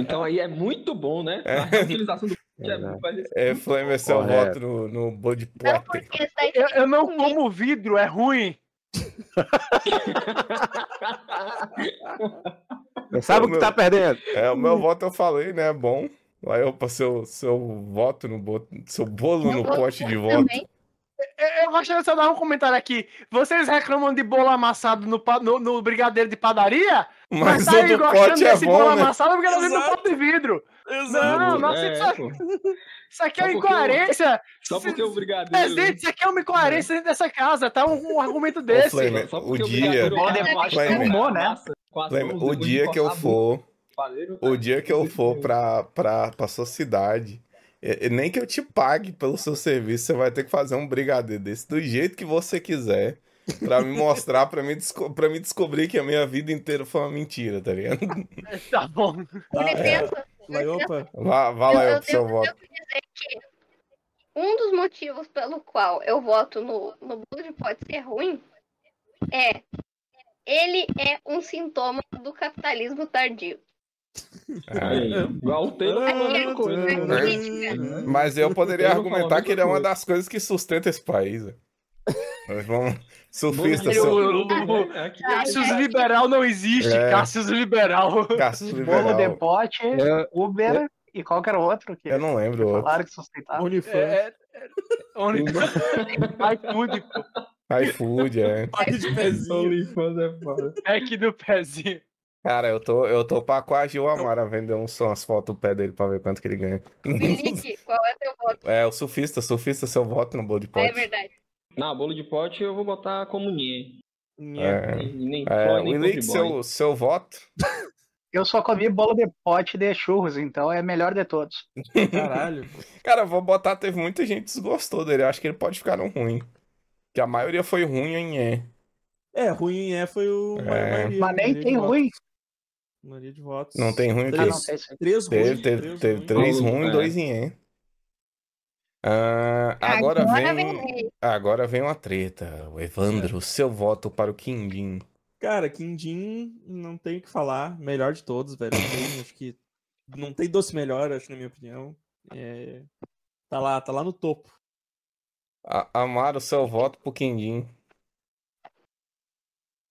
Speaker 7: Então aí é muito bom, né? A reutilização do pote é, faz esse-
Speaker 2: É, Flamer, seu voto
Speaker 6: Correto.
Speaker 2: no, no bolo de
Speaker 5: Não,
Speaker 2: pote.
Speaker 5: porque está
Speaker 3: Eu, eu não
Speaker 5: escrito comigo.
Speaker 3: como vidro, é ruim.
Speaker 6: Sabe o que tá perdendo?
Speaker 2: É, o meu voto eu falei, né? Bom. Aí eu passei o seu voto no bo... seu bolo no
Speaker 5: Eu vou
Speaker 2: pote de voto.
Speaker 5: é também.
Speaker 3: Eu, eu gostaria só de dar um comentário aqui. Vocês reclamam de bolo amassado no, pa- no- no brigadeiro de padaria?
Speaker 2: Mas
Speaker 3: tá
Speaker 2: o
Speaker 3: aí
Speaker 2: do
Speaker 3: gostando
Speaker 2: pote é
Speaker 3: desse bolo
Speaker 2: bom, né?
Speaker 3: amassado porque não vem no
Speaker 1: Exato.
Speaker 3: pote de vidro. Não, não aceito
Speaker 7: É,
Speaker 3: isso aqui.
Speaker 7: pô.
Speaker 3: Isso aqui é uma
Speaker 7: Só porque eu-
Speaker 3: incoerência.
Speaker 7: Só porque o brigadeiro.
Speaker 3: Presidente, isso aqui é uma incoerência dentro dessa casa, tá? Um, um argumento desse.
Speaker 2: Flamengo,
Speaker 7: Só
Speaker 2: O
Speaker 7: porque
Speaker 2: dia-
Speaker 7: brigadeiro
Speaker 4: Bom,
Speaker 7: é
Speaker 4: depois
Speaker 7: massa,
Speaker 2: Flamengo.
Speaker 4: arrumou, né?
Speaker 7: massa, com as
Speaker 2: Flamengo,
Speaker 7: mãos,
Speaker 2: O
Speaker 7: depois de
Speaker 2: dia que eu
Speaker 7: cortar a né?
Speaker 2: for,
Speaker 7: baleiro,
Speaker 2: o dia que eu
Speaker 7: é
Speaker 2: for pra, pra, pra sua cidade, e- e nem que eu te pague pelo seu serviço, você vai ter que fazer um brigadeiro desse do jeito que você quiser. Pra me mostrar, pra me, desco pra me descobrir que a minha vida inteira foi uma mentira, tá ligado?
Speaker 3: Tá bom.
Speaker 5: Com
Speaker 1: Tá, é,
Speaker 5: licença.
Speaker 1: Laiopa,
Speaker 2: Vá, vá lá
Speaker 5: Eu-
Speaker 2: eu
Speaker 5: eu
Speaker 2: pro seu
Speaker 5: tenho-
Speaker 2: voto.
Speaker 5: dizer que um dos motivos pelo qual eu voto no, no Blood pode ser ruim é ele é um sintoma do capitalismo tardio.
Speaker 7: né?
Speaker 2: Ai,
Speaker 7: É, Igual tem
Speaker 1: Ah,
Speaker 5: Aquela
Speaker 7: É coisa. né?
Speaker 5: crítica.
Speaker 2: Mas eu poderia
Speaker 7: Eu não falo a
Speaker 2: argumentar
Speaker 7: mesma
Speaker 2: que ele é uma
Speaker 7: coisa.
Speaker 2: das coisas que sustenta esse país. né? Mas vamos. Surfista,
Speaker 3: Eu-
Speaker 2: sur...
Speaker 3: eu- eu-
Speaker 7: Aqui é
Speaker 3: Cássius Liberal não existe,
Speaker 2: É.
Speaker 3: Cássius Liberal.
Speaker 2: Cássio
Speaker 4: Bolo de
Speaker 2: liberal.
Speaker 4: pote,
Speaker 3: É,
Speaker 6: Eu-
Speaker 4: Uber e qualquer outro que
Speaker 2: Eu não lembro. o outro.
Speaker 4: falaram que sustentava.
Speaker 3: É, é, é, only- iFood, pô.
Speaker 2: iFood, é.
Speaker 1: Paga de pezinho.
Speaker 7: OnlyFans é foda.
Speaker 3: Pack do pezinho.
Speaker 2: Cara, eu tô, eu tô pra coagir o Amara vender uns, umas fotos do pé dele pra ver quanto que ele ganha.
Speaker 5: Felipe, qual é teu voto?
Speaker 2: É, o surfista, surfista, seu voto no Bold
Speaker 5: Ah,
Speaker 2: Pot.
Speaker 5: é verdade.
Speaker 7: Na bolo de pote eu vou botar como ninguém.
Speaker 2: É.
Speaker 7: Nem
Speaker 2: É,
Speaker 7: fã, nem
Speaker 2: Willick,
Speaker 7: country boy.
Speaker 2: seu, seu voto?
Speaker 4: Eu só comi bolo de pote de churros, então é a melhor de todos.
Speaker 1: Caralho.
Speaker 2: Cara, eu vou botar, teve muita gente que desgostou dele. Eu acho que ele pode ficar no ruim. Que a maioria foi ruim em é.
Speaker 1: É, ruim é foi o ma-
Speaker 2: É.
Speaker 1: maioria.
Speaker 4: Mas nem
Speaker 1: maioria
Speaker 4: tem
Speaker 1: de votos.
Speaker 4: ruim.
Speaker 1: Maioria de votos.
Speaker 2: Não tem ruim o
Speaker 4: Ah,
Speaker 2: quê?
Speaker 4: não, tem sim.
Speaker 1: Três
Speaker 2: Teve,
Speaker 1: ruins.
Speaker 2: teve, teve
Speaker 1: ruins.
Speaker 2: três
Speaker 7: ruim.
Speaker 2: ruins e
Speaker 7: É.
Speaker 2: dois em é. Ah, agora vem. um,
Speaker 5: ele.
Speaker 2: Agora vem uma treta. O Evandro, seu voto para o Quindim.
Speaker 1: Cara, Quindim, não tem o que falar. Melhor de todos, velho. Não tem, acho que não tem doce melhor, acho, na minha opinião. É, Tá lá, tá lá no topo.
Speaker 2: A- Amaro, seu voto pro Quindim.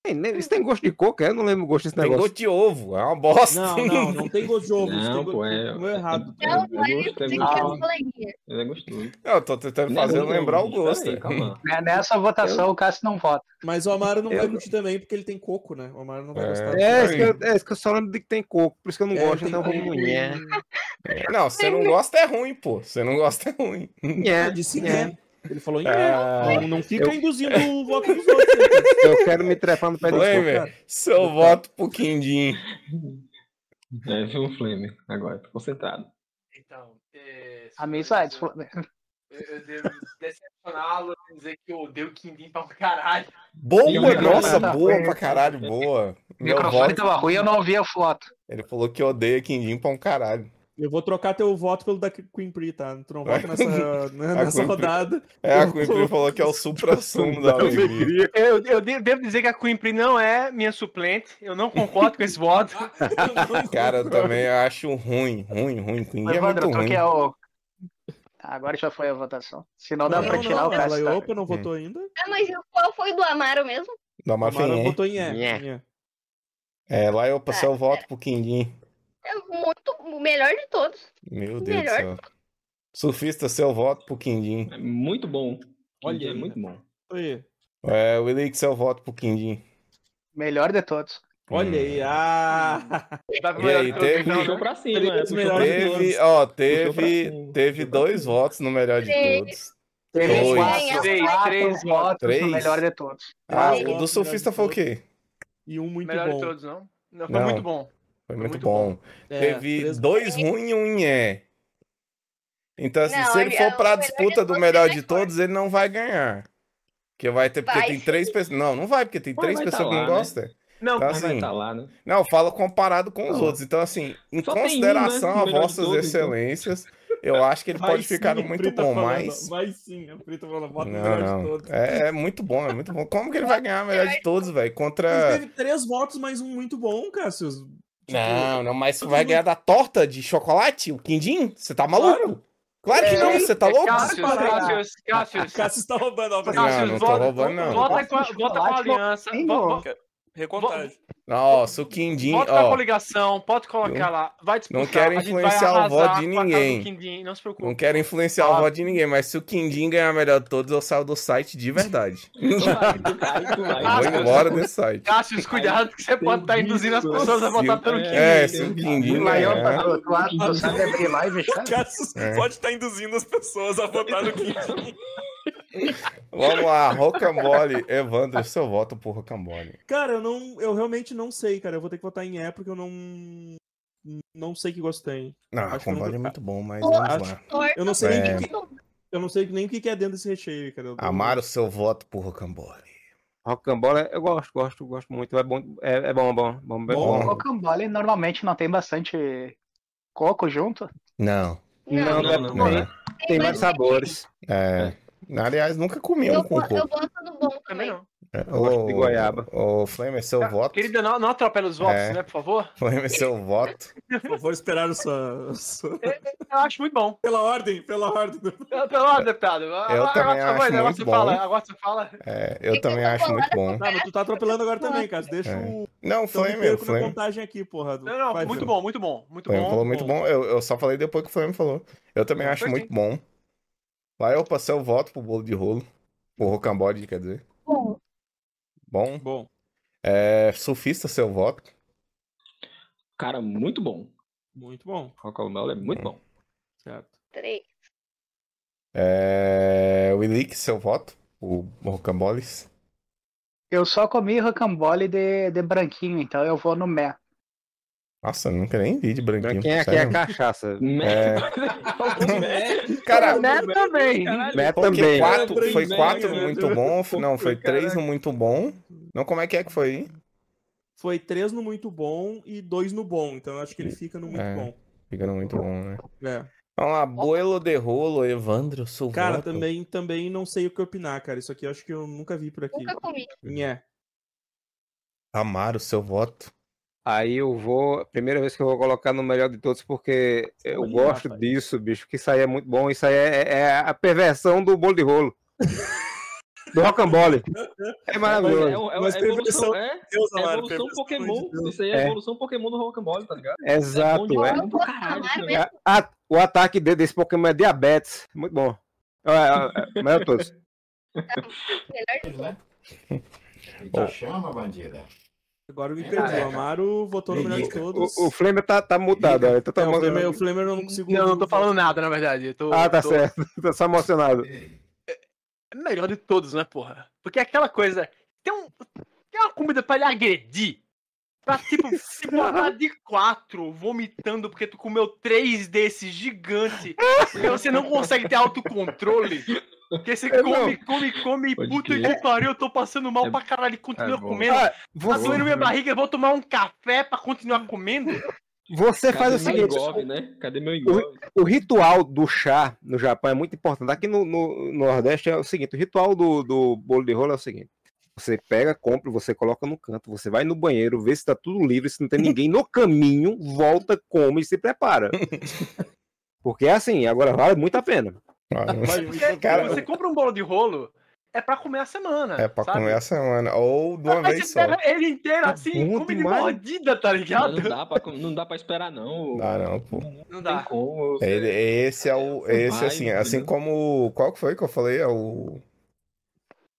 Speaker 6: Ei, nem- Isso tem gosto de coca? Eu não lembro o gosto desse
Speaker 2: Tem
Speaker 6: negócio.
Speaker 2: gosto de ovo, é uma bosta.
Speaker 1: Não, não, não tem gosto de ovo. isso tem
Speaker 7: Não,
Speaker 1: gosto
Speaker 7: pô,
Speaker 1: de-
Speaker 7: é.
Speaker 1: comeu errado.
Speaker 7: É, é,
Speaker 5: Não,
Speaker 7: é
Speaker 5: ele
Speaker 7: gosto, é
Speaker 5: Então, tem que
Speaker 7: gosto.
Speaker 5: ter coleguinha.
Speaker 7: Ele é gostoso.
Speaker 2: Eu tô tentando
Speaker 7: Não é
Speaker 2: fazer eu
Speaker 7: ruim, não,
Speaker 2: lembrar o
Speaker 7: gente.
Speaker 2: gosto.
Speaker 7: Peraí, calma.
Speaker 4: Né, Nessa votação, o Cássio não vota.
Speaker 1: Mas o Amaro não
Speaker 6: Eu-
Speaker 1: vai curtir também, porque ele tem coco, né? O Amaro não vai
Speaker 2: É.
Speaker 1: gostar.
Speaker 6: É, isso que eu, é isso que eu só lembro de que tem coco, por isso que eu não
Speaker 1: É,
Speaker 6: gosto,
Speaker 1: tem
Speaker 6: então eu vou
Speaker 1: coco.
Speaker 6: nhe.
Speaker 2: Não, você não gosta é ruim, pô. Você não gosta é ruim.
Speaker 1: Ele disse
Speaker 6: Nhe.
Speaker 1: né. Ele falou em é.
Speaker 2: Ah,
Speaker 1: Não, não fica
Speaker 6: Eu-
Speaker 1: induzindo o voto dos outros. hein, cara.
Speaker 6: Eu quero me trepar no pé de
Speaker 2: Oi,
Speaker 6: coco.
Speaker 2: velho. Seu voto pro Quindim.
Speaker 7: É, viu o Flame agora, tô concentrado.
Speaker 3: Então, é,
Speaker 4: Amizades.
Speaker 3: eu- Eu, eu devo decepcioná-lo e dizer que eu odeio o Quindim pra um caralho.
Speaker 7: E o
Speaker 2: Boa,
Speaker 7: microfone
Speaker 2: nossa,
Speaker 4: tá
Speaker 2: boa
Speaker 4: perto.
Speaker 2: pra caralho, boa.
Speaker 4: O
Speaker 2: Meu
Speaker 4: microfone
Speaker 2: voto.
Speaker 4: tá- tava ruim, eu não ouvi a foto.
Speaker 2: Ele falou que odeia Quindim pra um caralho.
Speaker 1: Eu vou trocar teu voto pelo da Queen Pri, tá? Tu não vota nessa, né,
Speaker 2: Ah, A
Speaker 1: nessa
Speaker 2: Queen Pri.
Speaker 1: rodada.
Speaker 2: É, a Quindim falou que é o supra-sumo da
Speaker 3: um
Speaker 2: alegria.
Speaker 3: Eu, eu de- devo dizer que a Queen Pri não é minha suplente. Eu não concordo com esse voto.
Speaker 2: Cara, eu também acho ruim, ruim, ruim. Quindim é
Speaker 4: Evandro,
Speaker 2: muito
Speaker 4: tu
Speaker 2: ruim.
Speaker 4: que é o. Tá, agora já foi a votação. Se não dá
Speaker 1: não,
Speaker 4: pra tirar
Speaker 1: não,
Speaker 4: o
Speaker 1: ela
Speaker 4: Cássio.
Speaker 1: e
Speaker 4: tá?
Speaker 1: Opa não votou ainda.
Speaker 5: Ah, mas qual foi do Amaro mesmo?
Speaker 2: Da
Speaker 1: A Mara
Speaker 2: Mafia.
Speaker 1: votou em E.
Speaker 6: Nhé.
Speaker 1: em E.
Speaker 2: É, lá eu passei o voto pro Quindim.
Speaker 5: É muito o melhor de todos.
Speaker 2: Meu Deus do
Speaker 5: Melhor.
Speaker 2: céu. Surfista, seu voto pro Quindim.
Speaker 7: É muito bom. Olha,
Speaker 1: Olha
Speaker 7: é
Speaker 1: aí.
Speaker 7: muito bom.
Speaker 1: Aí.
Speaker 2: É, Willick, seu voto pro Quindim.
Speaker 4: Melhor de todos.
Speaker 1: Olha aí. Ah!
Speaker 3: Dá pra
Speaker 2: E aí,
Speaker 3: melhorar-
Speaker 2: teve-
Speaker 3: Não,
Speaker 7: Puxou pra cima,
Speaker 1: Ele
Speaker 7: é,
Speaker 1: é dos
Speaker 7: puxou pra
Speaker 1: melhores.
Speaker 7: cima.
Speaker 2: Teve, ó,
Speaker 7: Puxou pra
Speaker 2: teve,
Speaker 7: cima.
Speaker 2: teve
Speaker 7: Puxou pra
Speaker 2: dois
Speaker 7: cima.
Speaker 2: votos no melhor de
Speaker 5: Três.
Speaker 2: todos.
Speaker 4: Teve
Speaker 2: Dois.
Speaker 4: quatro,
Speaker 3: Três,
Speaker 4: quatro
Speaker 3: três
Speaker 4: votos
Speaker 2: três.
Speaker 4: no melhor de todos.
Speaker 2: Ah,
Speaker 1: Três
Speaker 2: o do
Speaker 1: votos
Speaker 2: surfista
Speaker 1: no melhor de
Speaker 2: foi o quê?
Speaker 1: E um muito
Speaker 3: melhor de
Speaker 1: bom.
Speaker 3: todos, não? Não, foi
Speaker 2: Não.
Speaker 3: muito bom.
Speaker 2: Foi muito,
Speaker 3: muito
Speaker 2: bom.
Speaker 1: É,
Speaker 2: Teve
Speaker 1: três-
Speaker 2: dois ruins e um é. Então, assim,
Speaker 5: Não,
Speaker 2: se ele
Speaker 5: olha,
Speaker 2: for pra
Speaker 5: o melhor
Speaker 2: disputa
Speaker 5: de
Speaker 2: do
Speaker 5: todos
Speaker 2: melhor
Speaker 5: é
Speaker 2: de
Speaker 5: mais
Speaker 2: todos, ele não vai ganhar. Porque vai ter, porque
Speaker 5: Vai
Speaker 2: tem
Speaker 5: sim.
Speaker 2: três pessoas. Não, não vai, porque tem
Speaker 7: Mas
Speaker 2: três
Speaker 7: vai tá
Speaker 2: pessoas que não
Speaker 7: lá, né?
Speaker 2: gostam.
Speaker 3: Não,
Speaker 2: Então,
Speaker 7: Mas vai
Speaker 2: assim,
Speaker 7: tá lá, né?
Speaker 2: Não, eu falo comparado com os
Speaker 7: Fala.
Speaker 2: outros. Então, assim, em
Speaker 7: Só tem um, né,
Speaker 2: consideração
Speaker 7: no
Speaker 2: a
Speaker 7: melhor de
Speaker 2: vossas
Speaker 7: todos, então.
Speaker 2: excelências, eu acho que ele
Speaker 1: Vai
Speaker 2: pode
Speaker 1: sim,
Speaker 2: ficar
Speaker 1: a
Speaker 2: no muito
Speaker 1: Pri tá
Speaker 2: bom,
Speaker 1: falando,
Speaker 2: mas.
Speaker 1: Vai sim, a Prita falando, bota no melhor de
Speaker 2: Não, não.
Speaker 1: todos.
Speaker 2: É, é muito bom, é muito bom. Como que ele vai ganhar o melhor de todos,
Speaker 1: Mas
Speaker 2: velho? Contra.
Speaker 1: teve três votos, mas um muito bom, Cássio.
Speaker 2: Não, não, mas vai ganhar da torta de chocolate? O quindim? Você tá maluco? Claro que não, você tá
Speaker 3: É
Speaker 2: louco?
Speaker 3: Cássius, Cássius, Cássius.
Speaker 1: Cássio está tá roubando
Speaker 3: Ah,
Speaker 1: a
Speaker 2: Não, não tô
Speaker 3: vota-
Speaker 2: roubando, não.
Speaker 3: Vota com a, vota com a
Speaker 4: Chocolate,
Speaker 3: aliança.
Speaker 4: sim,
Speaker 3: vo-
Speaker 4: mano.
Speaker 3: vo-
Speaker 1: Recontagem.
Speaker 2: Nossa, o quindim,
Speaker 3: Vota com a
Speaker 2: ó.
Speaker 3: coligação, pode colocar lá. Vai disputar.
Speaker 2: quero
Speaker 3: a gente
Speaker 2: influenciar o
Speaker 3: vai arrasar
Speaker 2: voto de
Speaker 3: com a casa do
Speaker 2: ninguém.
Speaker 3: Quindim, não se preocupe.
Speaker 2: Não quero influenciar o
Speaker 3: Ah.
Speaker 2: voto de ninguém, mas se o quindim ganhar o melhor de todos, eu saio do site de verdade.
Speaker 7: Aí tu vai.
Speaker 2: Eu vou embora desse site.
Speaker 3: Cássio, cuidado que você pode estar induzindo as pessoas a
Speaker 2: Se o-
Speaker 3: votar pelo Kim.
Speaker 2: É, se o Quindim
Speaker 4: O maior
Speaker 2: ganhar.
Speaker 4: tá do outro lado, tu sabe abrir live, já?
Speaker 1: Cassius
Speaker 2: É.
Speaker 1: pode estar induzindo as pessoas a votar no Quindim.
Speaker 2: Vamos lá, Rocambole. Evandro, seu voto por Rocambole.
Speaker 1: Cara, eu não. Eu realmente não sei, cara. Eu vou ter que votar em E porque eu não. Não sei que gostei.
Speaker 2: Não,
Speaker 1: Acho que
Speaker 2: Rocambole
Speaker 1: não-
Speaker 2: é muito bom, mas
Speaker 5: Eu
Speaker 2: vamos
Speaker 1: acho-
Speaker 2: lá.
Speaker 1: Eu não sei
Speaker 2: É.
Speaker 1: nem o que, eu não sei nem o que que é dentro desse recheio, cara. Eu tô-
Speaker 2: Amaro, seu voto por Rocambole.
Speaker 6: Rocambole, eu gosto, gosto, gosto muito. É bom, é, é bom, bom, bom, é
Speaker 2: Bom.
Speaker 6: bom.
Speaker 4: Cocambole normalmente não tem bastante coco junto.
Speaker 2: Não,
Speaker 5: Não,
Speaker 6: Não, não, é-
Speaker 7: não,
Speaker 6: tem- Tem mais sabores.
Speaker 2: É. Aliás, nunca comi
Speaker 5: Eu,
Speaker 2: um
Speaker 5: go-
Speaker 2: com
Speaker 5: eu
Speaker 2: coco.
Speaker 5: gosto do bom
Speaker 3: Também
Speaker 2: É.
Speaker 5: também.
Speaker 3: não.
Speaker 6: Eu gosto de goiaba. Ah,
Speaker 2: Ô, Flamer, seu voto.
Speaker 3: Querida, não, não atropela os votos,
Speaker 2: É.
Speaker 3: né, por favor?
Speaker 2: Flamer, seu voto.
Speaker 1: Eu vou esperar a sua, a sua-
Speaker 3: Eu acho muito bom.
Speaker 1: Pela ordem, pela ordem. do-
Speaker 3: Eu- Pelo amor, deputado. Agora
Speaker 2: também
Speaker 3: você
Speaker 2: acho
Speaker 3: vai, agora
Speaker 2: muito
Speaker 3: você
Speaker 2: bom.
Speaker 3: fala, agora você fala.
Speaker 2: É, eu
Speaker 5: Fica
Speaker 2: também acho muito bom.
Speaker 1: Não, mas tu tá atropelando agora também, cara. Deixa
Speaker 2: É.
Speaker 1: o. Então
Speaker 2: Não,
Speaker 1: eu me
Speaker 2: Flamer,
Speaker 1: perco na
Speaker 2: Flamer.
Speaker 1: contagem aqui, porra. do-
Speaker 3: Não, não,
Speaker 1: Vai,
Speaker 3: muito
Speaker 1: Fran.
Speaker 3: bom, muito bom, muito
Speaker 2: Flamer
Speaker 3: bom.
Speaker 2: um- É, falou muito bom. Eu, eu só falei depois que o Flamer falou. Eu também
Speaker 3: Não,
Speaker 2: acho
Speaker 3: foi
Speaker 2: muito
Speaker 3: sim.
Speaker 2: bom. Vai, eu passei o voto pro bolo de rolo. O rocambode, quer dizer.
Speaker 5: Bom,
Speaker 2: Bom.
Speaker 1: Bom.
Speaker 2: É, surfista, seu voto.
Speaker 7: Cara, muito bom.
Speaker 1: Muito bom.
Speaker 7: Rocambole é muito bom.
Speaker 1: Certo.
Speaker 5: três.
Speaker 2: É, o Ilick, seu voto. O Rocamboles.
Speaker 4: Eu só comi rocambole de, de branquinho, então eu vou no mé.
Speaker 2: Nossa, eu nunca nem vi de branquinho.
Speaker 6: Branquinho é aqui
Speaker 2: sério.
Speaker 6: é cachaça.
Speaker 2: É. Cara,
Speaker 4: Mé também.
Speaker 6: Mé
Speaker 2: É Porque
Speaker 6: também.
Speaker 2: quatro-
Speaker 1: Branquinho,
Speaker 2: foi quatro
Speaker 1: né?
Speaker 2: muito bom, não, foi três no muito bom. Não, como é que é que foi? hein?
Speaker 1: Foi três no muito bom e dois no bom. Então eu acho que ele fica no muito
Speaker 2: É.
Speaker 1: bom.
Speaker 2: Fica no muito bom, né?
Speaker 1: É.
Speaker 2: Vamos lá, Boelo de Rolo, Evandro, seu
Speaker 1: Cara,
Speaker 2: voto.
Speaker 1: também, também não sei o que opinar, cara. Isso aqui eu acho que eu nunca vi por aqui.
Speaker 5: Nunca comi.
Speaker 1: Nhé.
Speaker 2: Amaro, seu voto.
Speaker 6: Aí eu vou. Primeira vez que eu vou colocar no melhor de todos, porque eu
Speaker 1: Olha,
Speaker 6: gosto
Speaker 1: rapaz.
Speaker 6: disso, bicho. Que isso aí é muito bom. Isso aí é, é a perversão do bolo de rolo. do rocambole. É
Speaker 7: É,
Speaker 6: maravilhoso.
Speaker 7: um- é,
Speaker 1: Mas
Speaker 7: é
Speaker 1: tem
Speaker 7: evolução,
Speaker 1: versão-
Speaker 7: é,
Speaker 1: Deus,
Speaker 7: é
Speaker 1: Amaro,
Speaker 7: evolução
Speaker 1: pelo amor
Speaker 7: Pokémon.
Speaker 1: de Deus.
Speaker 7: Isso aí é,
Speaker 6: É.
Speaker 7: evolução Pokémon do Rocambole, tá ligado? É bom
Speaker 6: Exato.
Speaker 7: demais.
Speaker 6: É.
Speaker 5: Não vou falar mesmo.
Speaker 6: É, a- o ataque de- desse Pokémon é diabetes. Muito bom. É, é, é, melhor de todos.
Speaker 5: Melhor de tudo.
Speaker 2: Bom.
Speaker 10: Então chama, bandida.
Speaker 1: Agora eu me perdi. O Amaro votou no melhor de
Speaker 10: Liga.
Speaker 1: todos.
Speaker 6: O, o Flamer tá, tá mutado. ó, Então tá
Speaker 1: É, o
Speaker 6: mo-
Speaker 1: Flamer, o Flamer eu não consigo.
Speaker 3: Não, eu não tô falando nada, na verdade. Eu tô,
Speaker 6: Ah, tá
Speaker 3: tô-
Speaker 6: certo. Tá só emocionado.
Speaker 3: É melhor de todos, né, porra? Porque é aquela coisa. Tem, um, tem uma comida pra ele agredir. Pra, tipo, se botar de quatro, vomitando, porque tu comeu três desses gigante. E você não consegue ter autocontrole. Porque você
Speaker 6: É,
Speaker 3: come, come, come, e
Speaker 7: Pode
Speaker 3: puta que
Speaker 7: crer.
Speaker 3: pariu, eu tô passando mal
Speaker 7: É-
Speaker 3: pra caralho, continua
Speaker 7: é bom.
Speaker 3: comendo.
Speaker 6: Ah,
Speaker 3: Tá
Speaker 6: você,
Speaker 3: doendo minha barriga, eu vou tomar um café pra continuar comendo.
Speaker 6: você faz o
Speaker 7: Cadê meu
Speaker 6: seguinte:
Speaker 7: engove, né? Cadê meu engove?
Speaker 6: o ritual do chá no Japão é muito importante. Aqui no, no- no Nordeste é o seguinte: o ritual do, do bolo de rolo é o seguinte. Você pega, compra, você coloca no canto, você vai no banheiro, vê se tá tudo livre, se não tem ninguém no caminho, volta, come e se prepara. Porque é assim, agora vale muito a pena.
Speaker 2: Ah,
Speaker 1: Vai,
Speaker 3: Porque
Speaker 2: Cara,
Speaker 3: você compra um bolo de rolo, é pra comer a semana.
Speaker 2: É pra
Speaker 3: sabe? é
Speaker 2: comer a semana. Ou de uma
Speaker 3: Mas
Speaker 2: vez
Speaker 3: você
Speaker 2: só. Tá
Speaker 3: pega ele inteiro assim,
Speaker 6: bom
Speaker 3: come de
Speaker 6: demais.
Speaker 3: mordida, tá
Speaker 7: Mas
Speaker 3: ligado?
Speaker 7: Não dá, pra, com- não dá pra esperar, não.
Speaker 2: Dá Ah, não, pô.
Speaker 3: Não
Speaker 7: Não tem
Speaker 3: dá.
Speaker 7: como.
Speaker 2: Ele- esse é o.
Speaker 7: Vai,
Speaker 2: Esse, assim,
Speaker 7: entendeu?
Speaker 2: assim como. Qual que foi que eu falei? É o.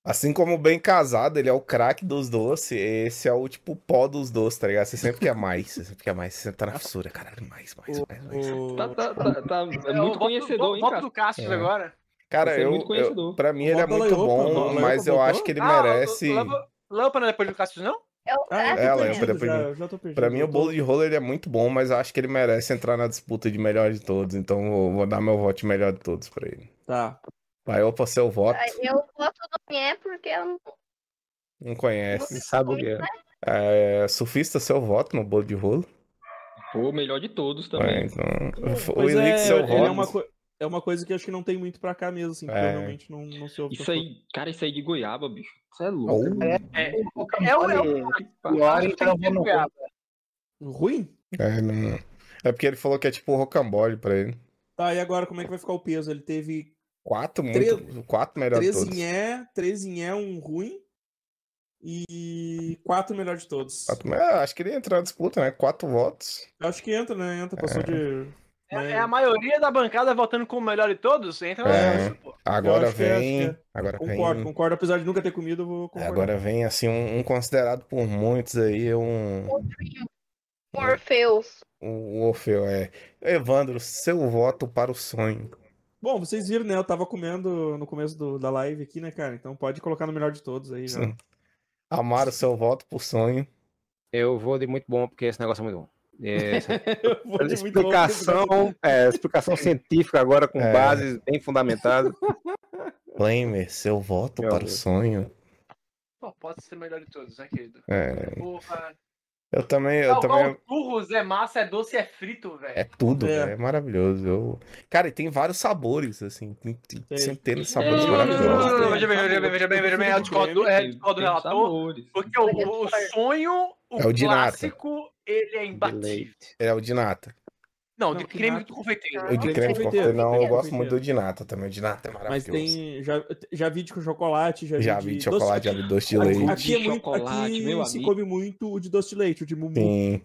Speaker 2: Assim como o bem casado, ele é o craque dos doces. Esse é o tipo pó dos doces, tá ligado? Você sempre quer mais, você sempre quer mais, você sempre tá na fissura, caralho, mais, mais, mais, mais.
Speaker 1: o-
Speaker 7: Tá, tá, tá, tá- é
Speaker 3: Eu
Speaker 7: muito
Speaker 3: voto-
Speaker 7: conhecedor,
Speaker 3: voto-
Speaker 7: hein,
Speaker 3: voto
Speaker 7: cara?
Speaker 3: do Cassius
Speaker 2: É.
Speaker 3: agora.
Speaker 2: Cara,
Speaker 7: Você é
Speaker 2: eu,
Speaker 7: muito
Speaker 2: eu.
Speaker 7: conhecedor.
Speaker 2: Pra mim ele é
Speaker 1: Volta
Speaker 2: muito
Speaker 1: lá, Iopa,
Speaker 2: bom,
Speaker 1: não, Iopa
Speaker 2: mas eu
Speaker 1: voltou?
Speaker 2: acho que ele
Speaker 3: Ah,
Speaker 2: merece.
Speaker 3: Lâmpa lâmpada depois do Cassius, não?
Speaker 5: Eu,
Speaker 1: Ah, eu tô
Speaker 2: Ela,
Speaker 1: perdido,
Speaker 2: eu tô
Speaker 1: já-
Speaker 2: perdido.
Speaker 1: já tô perdido,
Speaker 2: Pra mim,
Speaker 1: eu
Speaker 2: o
Speaker 1: tô-
Speaker 2: bolo de rolo ele é muito bom, mas eu acho que ele merece entrar na disputa de melhor de todos. Então, eu vou dar meu voto de melhor de todos pra ele.
Speaker 1: Tá.
Speaker 2: Vai, opa, seu voto.
Speaker 5: eu voto no Nhé porque eu não
Speaker 2: Não conhece.
Speaker 6: Sabe o que é?
Speaker 2: É, surfista, seu voto no bolo de rolo.
Speaker 7: Pô, o melhor de todos
Speaker 2: É,
Speaker 7: também.
Speaker 2: então, o
Speaker 1: Pois
Speaker 2: Elix,
Speaker 1: é,
Speaker 2: seu
Speaker 1: ele
Speaker 2: voto.
Speaker 1: é uma, co- é uma coisa que eu acho que não tem muito pra cá mesmo, assim, porque
Speaker 2: É.
Speaker 1: eu realmente não, não sei o que
Speaker 7: Isso aí, cara, isso aí é de goiaba, bicho. Isso é louco.
Speaker 2: Ou-
Speaker 3: É.
Speaker 4: O
Speaker 3: É o- é o-
Speaker 4: rocambole
Speaker 7: Opa.
Speaker 4: pior, então eu vou no
Speaker 3: Goiaba.
Speaker 4: rolo.
Speaker 1: Ruim?
Speaker 2: é, não- é porque ele falou que é tipo rocambole pra ele.
Speaker 1: Tá, e agora como é que vai ficar o peso? Ele teve
Speaker 2: Quatro, muito,
Speaker 1: Treze.
Speaker 2: quatro melhor de
Speaker 1: 13
Speaker 2: todos.
Speaker 1: em é, 13 em é, um ruim e quatro melhor de todos.
Speaker 2: Quatro, mas eu acho que ele ia entrar na disputa, né? Quatro votos.
Speaker 1: Eu acho que entra, né? Entra, passou de...
Speaker 3: É, é a maioria da bancada votando como o melhor de todos? Entra na
Speaker 2: É.
Speaker 3: disputa, pô.
Speaker 2: Agora
Speaker 1: acho que é,
Speaker 2: vem.
Speaker 1: acho
Speaker 2: Agora
Speaker 1: Concordo,
Speaker 2: vem.
Speaker 1: concordo. Apesar de nunca ter comido, eu vou concordar.
Speaker 2: É, Agora vem, assim, um, um considerado por muitos aí, um,
Speaker 5: Morpheus.
Speaker 2: um Orfeu, é. Evandro, seu voto para o sonho.
Speaker 1: Bom, vocês viram, né? Eu tava comendo no começo do- da live aqui, né, cara? Então pode colocar no melhor de todos aí, já.
Speaker 2: Amar o seu voto por sonho.
Speaker 6: Eu vou de muito bom, porque esse negócio é muito bom. É,
Speaker 1: Eu vou de muito bom, porque
Speaker 6: explicação, é, explicação científica agora com
Speaker 2: É.
Speaker 6: bases bem fundamentadas.
Speaker 2: Flamer, seu voto
Speaker 6: Meu
Speaker 2: para o
Speaker 6: Deus.
Speaker 2: sonho.
Speaker 3: Pô, ah, pode ser o melhor de todos, né, querido?
Speaker 2: É.
Speaker 3: Porra.
Speaker 2: Eu também, eu
Speaker 3: Não,
Speaker 2: também.
Speaker 3: não, churros é massa, é doce, é frito, velho.
Speaker 2: É tudo,
Speaker 1: É.
Speaker 2: velho, é maravilhoso. Eu- Cara, e tem vários sabores, assim, tem tem
Speaker 1: Tem.
Speaker 2: centenas de
Speaker 7: Não,
Speaker 2: sabores
Speaker 7: não, não, não,
Speaker 2: maravilhosos.
Speaker 7: não, não, não.
Speaker 3: Veja bem, veja bem, veja bem, veja bem. Eu discordo do- é, discordo do
Speaker 7: Tem os
Speaker 3: relator.
Speaker 7: sabores.
Speaker 3: Porque o, o sonho, o,
Speaker 2: É o de nata.
Speaker 3: clássico, ele é imbatível.
Speaker 2: É o de nata.
Speaker 3: Não,
Speaker 1: Não,
Speaker 3: de
Speaker 1: que
Speaker 3: creme
Speaker 1: nata.
Speaker 3: de confeiteiro.
Speaker 2: O de
Speaker 1: tem
Speaker 2: creme de
Speaker 1: confeiteiro,
Speaker 2: confeiteiro, não, eu
Speaker 1: confeiteiro,
Speaker 2: gosto muito
Speaker 1: confeiteiro.
Speaker 2: do de nata também. O de nata é
Speaker 1: Mas
Speaker 2: maravilhoso.
Speaker 1: tem. Já, já vi de com chocolate, já,
Speaker 2: Já
Speaker 1: vi
Speaker 2: vi de chocolate, já
Speaker 1: doce...
Speaker 2: vi doce de
Speaker 1: Aqui-
Speaker 2: leite.
Speaker 1: Aqui, é
Speaker 7: De
Speaker 1: muito,
Speaker 7: chocolate,
Speaker 1: aqui
Speaker 7: meu
Speaker 1: se
Speaker 7: amigo.
Speaker 1: come muito o de doce de leite, o de mumu.
Speaker 2: Sim.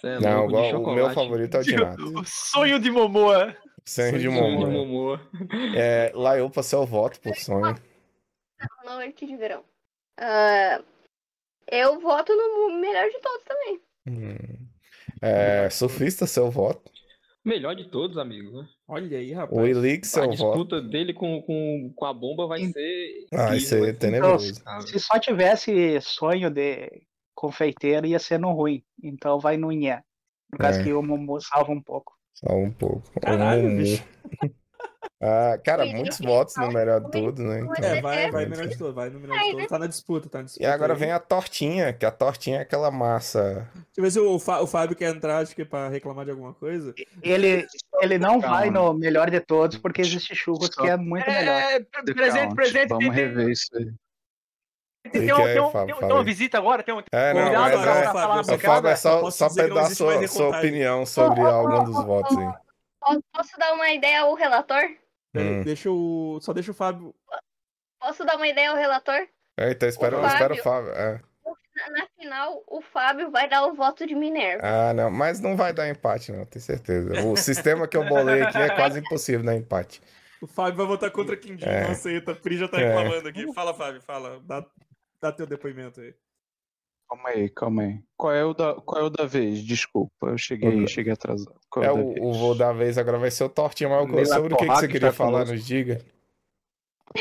Speaker 7: Cê é
Speaker 2: Não,
Speaker 7: louco
Speaker 2: igual-
Speaker 7: de
Speaker 2: o meu
Speaker 7: chocolate.
Speaker 2: favorito é o de nata.
Speaker 3: O sonho de Momoa.
Speaker 2: Sonho de
Speaker 7: Sonho
Speaker 2: Momo. né?
Speaker 7: Momoa.
Speaker 2: É, lá eu passei o voto por sonho.
Speaker 5: Noite de verão. Ah, eu voto no melhor de todos também.
Speaker 2: Hum. É, surfista, seu voto.
Speaker 7: Melhor de todos, amigo. né?
Speaker 1: Olha aí,
Speaker 2: O
Speaker 1: rapaz.
Speaker 2: Elix,
Speaker 7: a
Speaker 2: seu voto.
Speaker 7: disputa dele com, com, com a bomba vai
Speaker 4: Hum.
Speaker 7: ser.
Speaker 2: Ah, isso aí é tenebroso.
Speaker 7: Ah,
Speaker 4: Se só tivesse sonho de confeiteiro, ia ser no ruim. Então vai no Nhé. No caso
Speaker 2: É.
Speaker 4: que o Momo salva um pouco.
Speaker 2: Só um pouco.
Speaker 1: Caralho,
Speaker 2: Hum.
Speaker 1: bicho.
Speaker 2: Ah, cara,
Speaker 5: Sim,
Speaker 2: muitos
Speaker 5: sim.
Speaker 2: votos no melhor de tudo, né?
Speaker 5: Mas
Speaker 2: Então.
Speaker 1: É, vai, vai
Speaker 2: É.
Speaker 1: melhor de tudo, vai no melhor de
Speaker 7: né?
Speaker 1: tudo. Tá na disputa, tá na
Speaker 2: E
Speaker 1: disputa.
Speaker 2: agora
Speaker 1: aí.
Speaker 2: vem a tortinha, que a tortinha é aquela massa.
Speaker 1: Deixa eu ver se o, Fá- o Fábio quer entrar, acho que é pra reclamar de alguma coisa.
Speaker 4: Ele, ele não
Speaker 11: Calma.
Speaker 4: vai no melhor de todos, porque existe churros que é muito melhor.
Speaker 3: É, presente,
Speaker 11: Calma,
Speaker 3: presente.
Speaker 11: Vamos
Speaker 3: tem-
Speaker 11: rever isso aí.
Speaker 3: Tem,
Speaker 2: Fica
Speaker 3: tem,
Speaker 2: aí,
Speaker 3: tem, um-
Speaker 2: Fábio,
Speaker 3: tem
Speaker 2: fala
Speaker 3: um- tem uma
Speaker 2: aí.
Speaker 3: visita agora? Tem um...
Speaker 2: É, não,
Speaker 3: Cuidado,
Speaker 2: mas
Speaker 3: cara,
Speaker 2: é.
Speaker 3: tá lá na
Speaker 2: O Fábio é só,
Speaker 1: Posso
Speaker 2: só
Speaker 1: dizer
Speaker 2: pra
Speaker 1: que não
Speaker 2: dar
Speaker 1: existe mais
Speaker 2: sua, sua
Speaker 1: recontagem.
Speaker 2: opinião sobre algum dos votos aí.
Speaker 5: Posso- Posso dar uma ideia ao relator?
Speaker 1: Peraí,
Speaker 2: Hum.
Speaker 1: Deixa o. Só deixa o Fábio.
Speaker 5: Posso dar uma ideia ao relator?
Speaker 2: É, então espera,
Speaker 5: Fábio.
Speaker 2: espera o Fábio. é.
Speaker 5: Na, na final, o Fábio vai dar o voto de Minerva.
Speaker 2: Ah, não, mas não vai dar empate, não, tenho certeza. O sistema que eu bolei aqui é quase impossível dar empate.
Speaker 1: O Fábio vai votar contra quem diz.
Speaker 2: É.
Speaker 1: Não aceita. Pri já tá
Speaker 2: É.
Speaker 1: reclamando aqui. Fala, Fábio, fala. Dá, dá teu depoimento aí.
Speaker 11: Calma aí, calma aí. Qual é o da, qual é o da vez? Desculpa, eu cheguei,
Speaker 2: O da-
Speaker 11: cheguei atrasado. Qual
Speaker 2: É,
Speaker 11: da
Speaker 2: o,
Speaker 11: vez?
Speaker 2: o voo da vez agora vai ser o tortinho, mas
Speaker 11: Leila
Speaker 2: sobre o que, que
Speaker 11: Torraca
Speaker 2: você
Speaker 11: que
Speaker 2: queria
Speaker 11: tá
Speaker 2: falar,
Speaker 11: conosco.
Speaker 2: nos diga.
Speaker 4: Ah,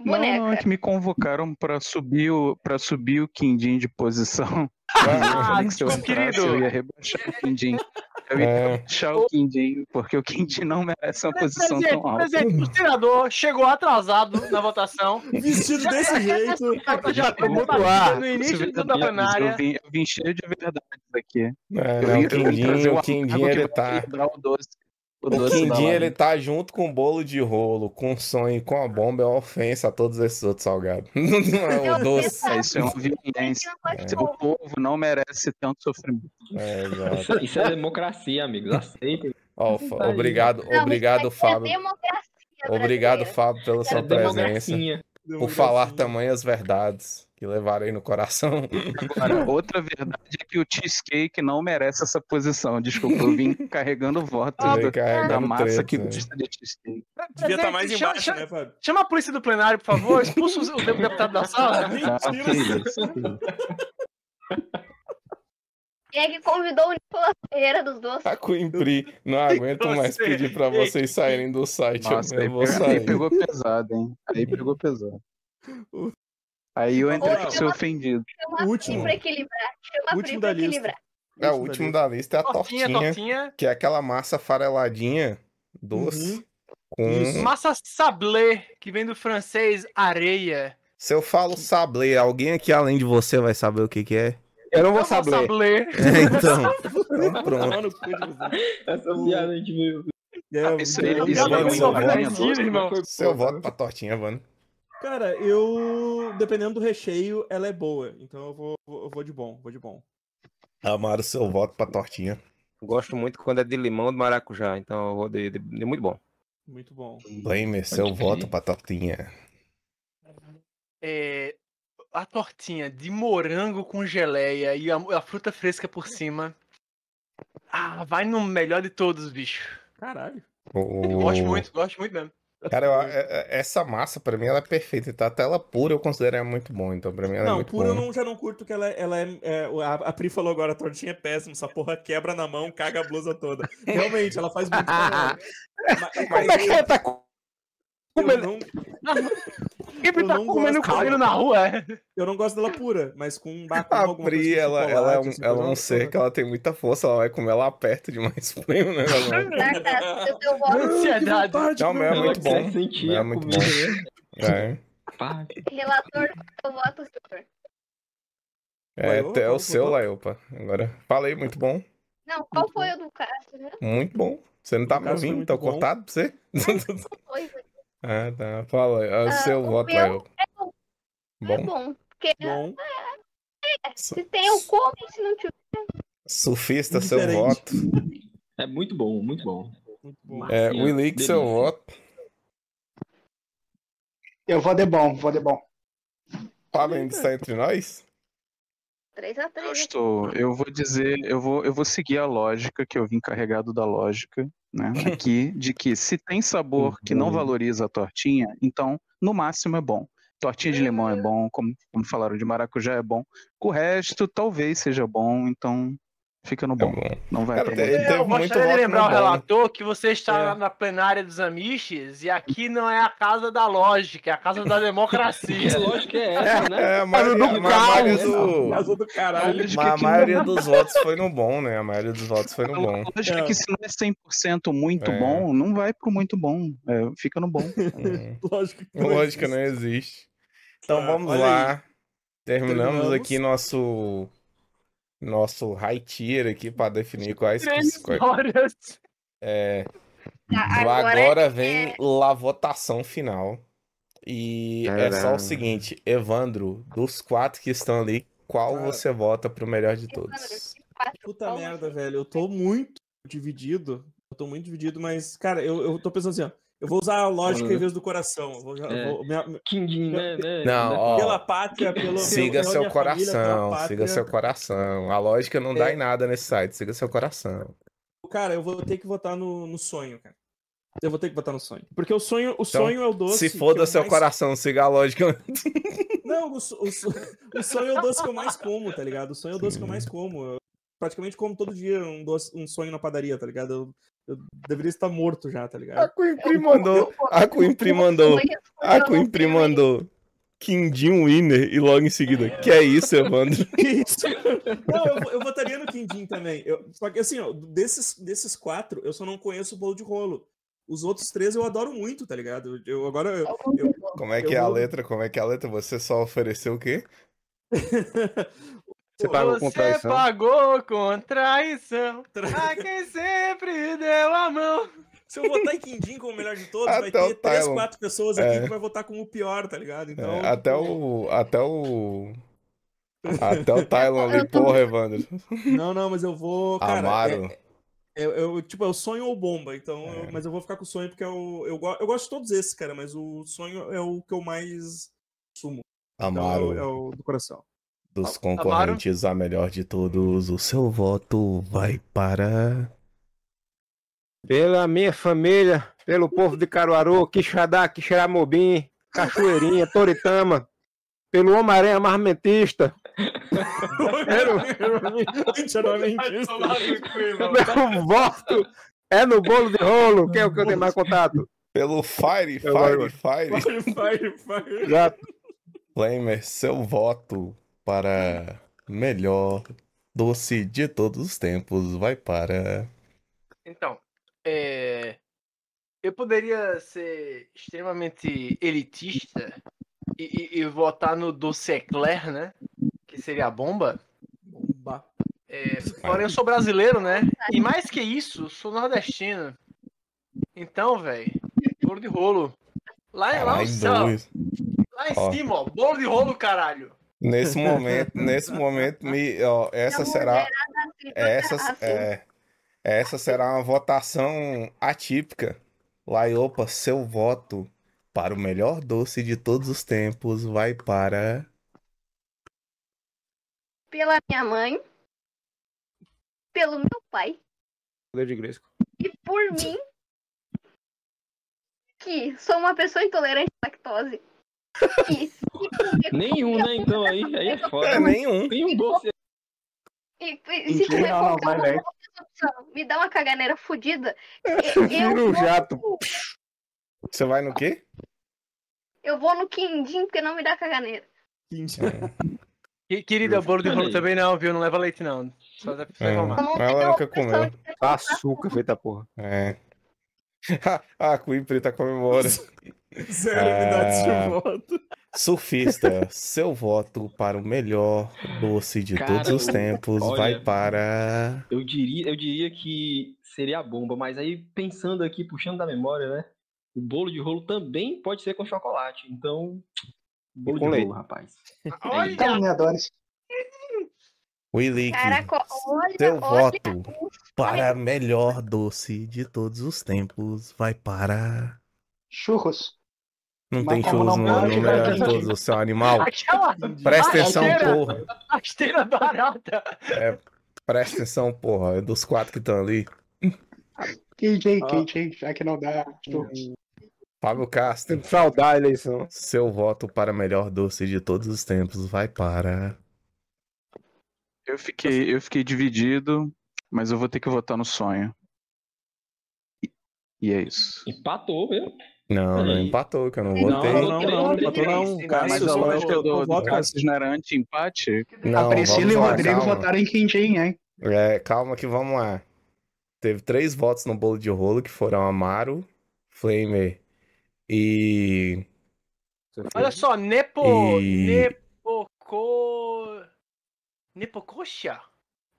Speaker 11: Não, não, é
Speaker 5: Boneca.
Speaker 11: que me convocaram pra subir o para subir o quindim de posição.
Speaker 2: Ah,
Speaker 11: eu falei que se eu
Speaker 3: desculpa,
Speaker 11: entrasse,
Speaker 3: querido.
Speaker 11: eu ia rebaixar o quindim. Eu ia
Speaker 2: É,
Speaker 11: rebaixar o quindim, porque o quindim não merece uma posição
Speaker 3: um Presente,
Speaker 11: tão alta.
Speaker 3: presente. O senador chegou atrasado na votação.
Speaker 1: Vestido desse jeito.
Speaker 4: Tá
Speaker 3: Já, já tô
Speaker 11: Desculpa. Isso
Speaker 3: no início de toda a
Speaker 11: verdade, Eu
Speaker 3: plenária.
Speaker 11: vim, eu vim cheio de verdades aqui.
Speaker 2: é,
Speaker 11: Eu
Speaker 2: não,
Speaker 11: vim-
Speaker 2: o
Speaker 11: eu vim trazer
Speaker 2: Quindim, o
Speaker 11: uma
Speaker 2: Quindim,
Speaker 11: água que
Speaker 2: ele
Speaker 11: vai
Speaker 2: tá.
Speaker 11: equilibrar O doce, o
Speaker 2: O
Speaker 11: doce da
Speaker 2: quindim,
Speaker 11: laranja.
Speaker 2: ele tá junto com o bolo de rolo, com o sonho e com a bomba, é uma ofensa a todos esses outros salgados. Não é o doce.
Speaker 11: É, isso é uma violência.
Speaker 4: é.
Speaker 11: O povo não merece tanto sofrimento.
Speaker 2: É, exato.
Speaker 7: Isso, isso é democracia, amigos. Aceitem.
Speaker 2: Ó, f-
Speaker 5: é
Speaker 2: obrigado, obrigado, Fábio.
Speaker 5: né,
Speaker 2: Obrigado, Fábio, pela
Speaker 7: É
Speaker 2: sua presença,
Speaker 7: democracia.
Speaker 2: por falar tamanhas verdades que levarei no coração.
Speaker 11: Agora, outra verdade é que o cheesecake não merece essa posição. Desculpa, eu vim carregando votos
Speaker 2: Ah,
Speaker 11: do- da
Speaker 2: carregando
Speaker 11: massa que
Speaker 2: treta, né?
Speaker 11: gosta de cheesecake.
Speaker 1: assim. Devia estar
Speaker 3: Presente,
Speaker 1: mais
Speaker 3: chama-
Speaker 1: embaixo,
Speaker 3: chama-
Speaker 1: né, Fábio?
Speaker 3: Chama a polícia do plenário, por favor. Expulsa o o deputado da sala.
Speaker 11: Ah, que isso, que isso.
Speaker 5: Quem é que convidou o Nicolas Ferreira dos doces?
Speaker 2: Tá com impri. Não aguento mais
Speaker 3: Você-
Speaker 2: pedir pra vocês saírem do site. eu-
Speaker 11: Nossa,
Speaker 2: eu
Speaker 11: aí,
Speaker 2: vou
Speaker 11: pegou- aí
Speaker 2: sair.
Speaker 11: pegou pesado, hein? Aí pegou pesado. Aí eu entrei pra ser ofendido.
Speaker 5: Chama
Speaker 1: O
Speaker 5: a
Speaker 1: último.
Speaker 5: Pri pra equilibrar. Chama a Pri
Speaker 1: Último
Speaker 5: pra
Speaker 1: da lista.
Speaker 5: equilibrar.
Speaker 2: É, o último da lista é a
Speaker 3: Tortinha,
Speaker 2: tortinha,
Speaker 3: tortinha.
Speaker 2: que é aquela massa fareladinha, doce,
Speaker 1: Uhum.
Speaker 2: com
Speaker 1: Isso.
Speaker 3: Massa sablé, que vem do francês areia.
Speaker 2: Se eu falo sablé, alguém aqui além de você vai saber o que que é?
Speaker 6: Eu não vou
Speaker 3: Massa
Speaker 6: saber.
Speaker 3: sablé.
Speaker 2: É, então. então pronto.
Speaker 1: Tomar no Tá cu de vocês.
Speaker 7: Essa piada a gente viu.
Speaker 1: É,
Speaker 11: Isso
Speaker 1: é,
Speaker 11: aí, isso aí,
Speaker 1: é, é,
Speaker 2: isso
Speaker 1: é,
Speaker 2: aí.
Speaker 3: irmão.
Speaker 11: é
Speaker 2: Seu voto pra tortinha, mano.
Speaker 1: Cara, eu. Dependendo do recheio, ela é boa. Então eu vou, vou- eu vou de bom, vou de bom.
Speaker 2: Amaro, seu voto pra tortinha.
Speaker 6: Gosto muito quando é de limão do maracujá, então eu vou de, de- de muito bom.
Speaker 1: Muito bom.
Speaker 2: Blamer, seu
Speaker 7: Pode
Speaker 2: voto
Speaker 7: crer.
Speaker 2: pra tortinha.
Speaker 3: É, a tortinha de morango com geleia e a, a fruta fresca por cima. Ah, vai no melhor de todos, bicho.
Speaker 1: Caralho.
Speaker 2: O-
Speaker 3: Gosto muito, gosto muito mesmo.
Speaker 2: Cara, eu- é- é- essa massa pra mim ela é perfeita. Então, até ela pura eu considero ela muito bom. Então pra mim ela é
Speaker 1: não,
Speaker 2: muito
Speaker 1: pura eu
Speaker 2: boa.
Speaker 1: não, já não curto que ela, é- ela é, é, o- A a Pri falou agora, a tortinha é péssima, essa porra quebra na mão, caga a blusa toda. Realmente, ela faz muito
Speaker 2: Ah,
Speaker 1: mal. Mas,
Speaker 6: Como é que ela tá co-
Speaker 1: eu, não,
Speaker 3: Sempre
Speaker 1: Eu
Speaker 3: tá
Speaker 1: não
Speaker 3: comendo
Speaker 1: gosto.
Speaker 3: comendo na rua, é.
Speaker 1: eu não gosto dela pura, mas com ba- com
Speaker 2: A
Speaker 1: alguma coisa
Speaker 2: Pri,
Speaker 1: com
Speaker 2: ela,
Speaker 1: chocolate,
Speaker 2: ela é um,
Speaker 1: assim,
Speaker 2: ela é
Speaker 1: coisa-
Speaker 2: um ser que ela tem muita força. Ela vai comer ela aperta demais. Foi um negócio.
Speaker 5: Tá, tá. Eu, eu voto
Speaker 3: Ansiedade.
Speaker 2: Não, mas é
Speaker 7: Ela
Speaker 2: muito
Speaker 7: quer
Speaker 2: bom.
Speaker 7: sentir
Speaker 2: É
Speaker 7: a
Speaker 2: muito
Speaker 7: comida, né?
Speaker 2: É.
Speaker 7: Pá,
Speaker 5: relator, eu voto relator.
Speaker 2: É,
Speaker 1: Laiopa,
Speaker 2: até o
Speaker 1: vamos
Speaker 2: seu,
Speaker 1: voltar?
Speaker 2: Laiopa. Agora, falei, muito bom.
Speaker 5: Não, qual foi o do Cássio, né?
Speaker 2: Muito bom. Você não tá
Speaker 1: No
Speaker 2: me
Speaker 1: caso, foi
Speaker 2: ouvindo?
Speaker 1: muito
Speaker 2: Tá
Speaker 1: bom.
Speaker 2: cortado pra você?
Speaker 5: Qual foi?
Speaker 2: ah, tá. Fala, é o
Speaker 5: Ah,
Speaker 2: seu
Speaker 5: o
Speaker 2: voto,
Speaker 5: meu
Speaker 2: Laiopa.
Speaker 5: bom. É
Speaker 2: Bom,
Speaker 5: bom. Porque
Speaker 1: Bom,
Speaker 5: se tem eu como, e se não tiver.
Speaker 2: surfista, seu
Speaker 1: Indiferente.
Speaker 2: voto.
Speaker 7: É muito bom, muito bom.
Speaker 1: muito bom.
Speaker 2: É,
Speaker 7: Marcinha,
Speaker 2: Willix, seu
Speaker 7: delícia.
Speaker 2: voto.
Speaker 4: Eu vou de bom, vou de bom.
Speaker 2: Fala, ainda está entre nós?
Speaker 5: 3x3.
Speaker 11: Eu
Speaker 5: né?
Speaker 11: estou. Eu vou dizer, eu vou, eu vou seguir a lógica que eu vim carregado da lógica, né? Aqui, de que se tem sabor que não valoriza a tortinha, então no máximo é bom. Tortinha de limão é bom, como, como falaram, de maracujá é bom. O resto talvez seja bom, então fica no
Speaker 1: Tá
Speaker 2: É
Speaker 11: bom.
Speaker 2: bom.
Speaker 11: Não vai
Speaker 2: Cara,
Speaker 11: pra
Speaker 2: tem-
Speaker 11: longe.
Speaker 2: Ele teve
Speaker 3: É, Eu
Speaker 2: muito
Speaker 3: gostaria de
Speaker 2: voto no
Speaker 3: lembrar o
Speaker 2: bom, né?
Speaker 3: relator que você está
Speaker 1: É.
Speaker 3: na plenária dos Amiches e aqui não é a casa da lógica, é a casa da Assim,
Speaker 7: E a
Speaker 3: democracia.
Speaker 7: lógica é essa, né?
Speaker 2: É, a maioria,
Speaker 6: no
Speaker 2: a maioria
Speaker 6: caos.
Speaker 2: do-
Speaker 1: Casa do caralho.
Speaker 11: Lógica
Speaker 2: Mas a
Speaker 11: que não-
Speaker 2: maioria dos votos foi no bom, né? A maioria dos votos foi no bom.
Speaker 11: Lógica
Speaker 1: É.
Speaker 11: que se não é 100% muito
Speaker 2: É.
Speaker 11: bom, não vai pro muito bom. É, fica no bom.
Speaker 2: Hum.
Speaker 1: Lógico que não
Speaker 2: Lógica
Speaker 1: existe.
Speaker 2: não existe. Então
Speaker 1: Tá,
Speaker 2: vamos
Speaker 1: olha
Speaker 2: lá.
Speaker 1: aí.
Speaker 2: Terminamos,
Speaker 1: Terminamos.
Speaker 2: aqui nosso nosso high tier aqui para definir quais que
Speaker 3: Três
Speaker 2: escolhe.
Speaker 3: horas.
Speaker 2: É,
Speaker 5: Tá,
Speaker 2: agora,
Speaker 5: agora
Speaker 1: é.
Speaker 2: vem lá a votação final. E é só o
Speaker 6: Caralho.
Speaker 2: seguinte, Evandro, dos quatro que estão ali, qual
Speaker 1: Cara.
Speaker 2: você vota pro melhor de todos?
Speaker 1: Puta merda, velho. Eu tô muito dividido. Eu tô muito dividido, mas, cara, eu, eu tô pensando assim, ó. Eu vou usar a lógica
Speaker 7: Uhum.
Speaker 1: em vez do coração. Eu vou- eu
Speaker 7: É.
Speaker 1: vou- minha- minha-
Speaker 7: Quindim, né? né?
Speaker 2: Não, ó.
Speaker 1: pela pátria, pelo.
Speaker 2: Siga
Speaker 1: pela
Speaker 2: seu
Speaker 1: minha família, pela
Speaker 2: coração, siga
Speaker 1: pátria.
Speaker 2: seu coração. A lógica não dá
Speaker 1: É.
Speaker 2: em nada nesse site, siga seu coração.
Speaker 1: Cara, eu vou ter que votar no, no sonho, cara. Eu vou ter que votar no sonho. Porque o sonho, o sonho é o doce.
Speaker 2: Então, Se
Speaker 1: que
Speaker 2: foda
Speaker 1: eu
Speaker 2: seu
Speaker 1: mais-
Speaker 2: coração, siga a lógica.
Speaker 1: Não, o, so- o so- o sonho é o doce que eu mais como, tá ligado? O sonho é o doce que eu mais como. Eu praticamente como todo dia um, doce, um sonho na padaria, tá ligado? Eu, eu deveria estar morto já, tá
Speaker 2: A
Speaker 1: ligando?
Speaker 2: Quimpri mandou, a Quimpri mandou.
Speaker 6: Ah,
Speaker 2: A Quimpri mandou Quindim Winner um e logo em seguida. Que é isso, Evandro?
Speaker 1: Que isso? Não, eu, eu votaria no Quindim também. Eu- só que assim, ó, desses, desses quatro, eu só não conheço o bolo de rolo. Os outros três eu adoro muito, tá ligado? Eu- Eu agora. eu- eu-
Speaker 2: Como é que
Speaker 1: Eu
Speaker 2: é a
Speaker 1: vou-
Speaker 2: letra? Como é que é a letra? Você só ofereceu o quê?
Speaker 6: Você pagou com
Speaker 1: é
Speaker 3: Você
Speaker 6: traição.
Speaker 3: pagou com traição a quem sempre deu a mão.
Speaker 1: Se eu votar em Quindim como o melhor de todos, vai
Speaker 2: Até o
Speaker 1: ter três,
Speaker 2: Tylon.
Speaker 1: quatro pessoas aqui
Speaker 2: então tá, É.
Speaker 1: que vai votar como o pior, tá ligado? Então,
Speaker 2: É, até o. Até o. Até o Tylon ali, porra, Evandro.
Speaker 1: Não, não, mas eu vou. Cara,
Speaker 2: Amaro.
Speaker 1: é- é- eu, tipo, é o sonho ou bomba, então.
Speaker 2: É.
Speaker 1: eu- mas eu vou ficar com o sonho porque eu, eu, go- eu gosto de todos esses, cara, mas o sonho é o que eu mais sumo. Então, é o- é
Speaker 2: Amaro.
Speaker 1: o do coração.
Speaker 2: Dos concorrentes, a melhor de todos. O seu voto vai para.
Speaker 6: Pela minha família, pelo povo de Caruaru, Quixadá, Quixeramobim, Cachoeirinha, Toritama, pelo Homem-Aranha Marmentista,
Speaker 1: Gente, eu não menti.
Speaker 6: meu voto é no bolo de rolo, que é o que eu tenho mais contato.
Speaker 2: Pelo Fire,
Speaker 6: Eu
Speaker 2: Fire,
Speaker 6: vou-
Speaker 2: Fire.
Speaker 1: Vai, vai, vai.
Speaker 6: Já
Speaker 2: Flamer, seu voto para melhor doce de todos os tempos vai para.
Speaker 3: Então, é, eu poderia ser extremamente elitista e, e- e votar no doce Eclair, né? Que seria a bomba.
Speaker 1: Bomba.
Speaker 3: É, porém, eu sou brasileiro, né? E mais que isso, eu sou nordestino. Então, velho, bolo de rolo. Lá, é lá, no
Speaker 2: Caralho,
Speaker 3: céu,
Speaker 2: dois.
Speaker 3: lá em
Speaker 2: Ó.
Speaker 3: cima, ó, bolo de rolo, caralho.
Speaker 2: Nesse momento, nesse momento, me, ó, essa será, essa, é, essa será uma votação atípica. Laiopa, seu voto para o melhor doce de todos os tempos vai para.
Speaker 5: Pela minha mãe, pelo meu pai
Speaker 6: poder de igreja.
Speaker 5: e por mim, que sou uma pessoa intolerante à lactose. E se comer
Speaker 7: Nenhum, né? Então aí, aí é
Speaker 2: É,
Speaker 7: foda.
Speaker 2: nenhum.
Speaker 7: Nenhum doce.
Speaker 5: E, e se
Speaker 4: Entendi,
Speaker 5: comer
Speaker 4: não, não,
Speaker 5: qualquer
Speaker 4: vai,
Speaker 5: uma
Speaker 2: é
Speaker 4: vai.
Speaker 5: outra opção, me dá uma caganeira fodida, eu,
Speaker 6: Vira um
Speaker 5: vou-
Speaker 6: jato.
Speaker 2: Você vai no quê?
Speaker 5: eu vou no quindim porque não me dá caganeira.
Speaker 1: Quindim.
Speaker 3: Que- Querida, bolo de rolo
Speaker 7: Olha aí.
Speaker 3: também não, viu? Não leva leite, não. Só deve
Speaker 2: É.
Speaker 3: reclamar.
Speaker 5: Não
Speaker 2: Ela
Speaker 5: tem
Speaker 2: nunca
Speaker 5: opção
Speaker 2: comeu.
Speaker 5: de ter
Speaker 6: Açúcar feita porra.
Speaker 2: É. ah, a Quipri tá comemorando.
Speaker 1: Zero unidades
Speaker 2: Ah.
Speaker 1: de voto.
Speaker 2: Surfista, seu voto para o melhor doce de
Speaker 7: Cara,
Speaker 2: todos os tempos
Speaker 7: olha.
Speaker 2: vai para.
Speaker 7: Eu diria, eu diria que seria a bomba, mas aí pensando aqui, puxando da memória, né? O bolo de rolo também pode ser com chocolate. Então, bolo
Speaker 6: com
Speaker 7: de
Speaker 6: leite.
Speaker 7: rolo, rapaz.
Speaker 3: Olha,
Speaker 4: Então, minha dona,
Speaker 2: Willy,
Speaker 5: Caraca, olha,
Speaker 2: seu
Speaker 5: olha.
Speaker 2: voto para melhor doce de todos os tempos vai para.
Speaker 4: churros.
Speaker 2: Não
Speaker 4: Mas
Speaker 2: tem
Speaker 4: como
Speaker 2: churros
Speaker 4: não
Speaker 2: no
Speaker 4: pode,
Speaker 2: no melhor
Speaker 4: vai
Speaker 2: de
Speaker 4: ter-
Speaker 2: todos, o seu animal.
Speaker 3: aquela
Speaker 2: Presta atenção,
Speaker 3: Rasteira.
Speaker 2: porra.
Speaker 3: rasteira barata.
Speaker 2: Presta atenção, porra. É dos quatro que estão ali.
Speaker 4: KJ, KJ, já que não dá churros.
Speaker 2: Fábio Castro,
Speaker 6: Tem que saudar a eleição.
Speaker 2: seu voto para melhor doce de todos os tempos vai para.
Speaker 11: Eu fiquei, eu fiquei dividido, mas eu vou ter que votar no sonho. E- E é isso.
Speaker 7: Empatou, viu?
Speaker 2: Não, não
Speaker 7: Peraí.
Speaker 2: empatou, que eu não
Speaker 5: Não,
Speaker 2: votei.
Speaker 1: Não, não, não,
Speaker 7: Três,
Speaker 1: empatou
Speaker 7: três,
Speaker 1: não.
Speaker 7: né?
Speaker 1: Cássio,
Speaker 11: Mas a
Speaker 1: só
Speaker 11: lógica
Speaker 1: eu,
Speaker 11: do,
Speaker 1: eu
Speaker 11: do
Speaker 1: voto, Cássio.
Speaker 6: né?
Speaker 11: Cássio não era anti-empate?
Speaker 2: Não,
Speaker 4: a Priscila e o
Speaker 2: Tá vamos lá,
Speaker 4: Rodrigo tá-
Speaker 2: calma.
Speaker 4: votaram em Quindim, hein?
Speaker 2: É, calma que vamos lá. Teve três votos no bolo de rolo, que foram Amaro, Flamer e.
Speaker 3: Olha só, Nepo.
Speaker 2: E-
Speaker 3: Nepoco. Nepocoxa?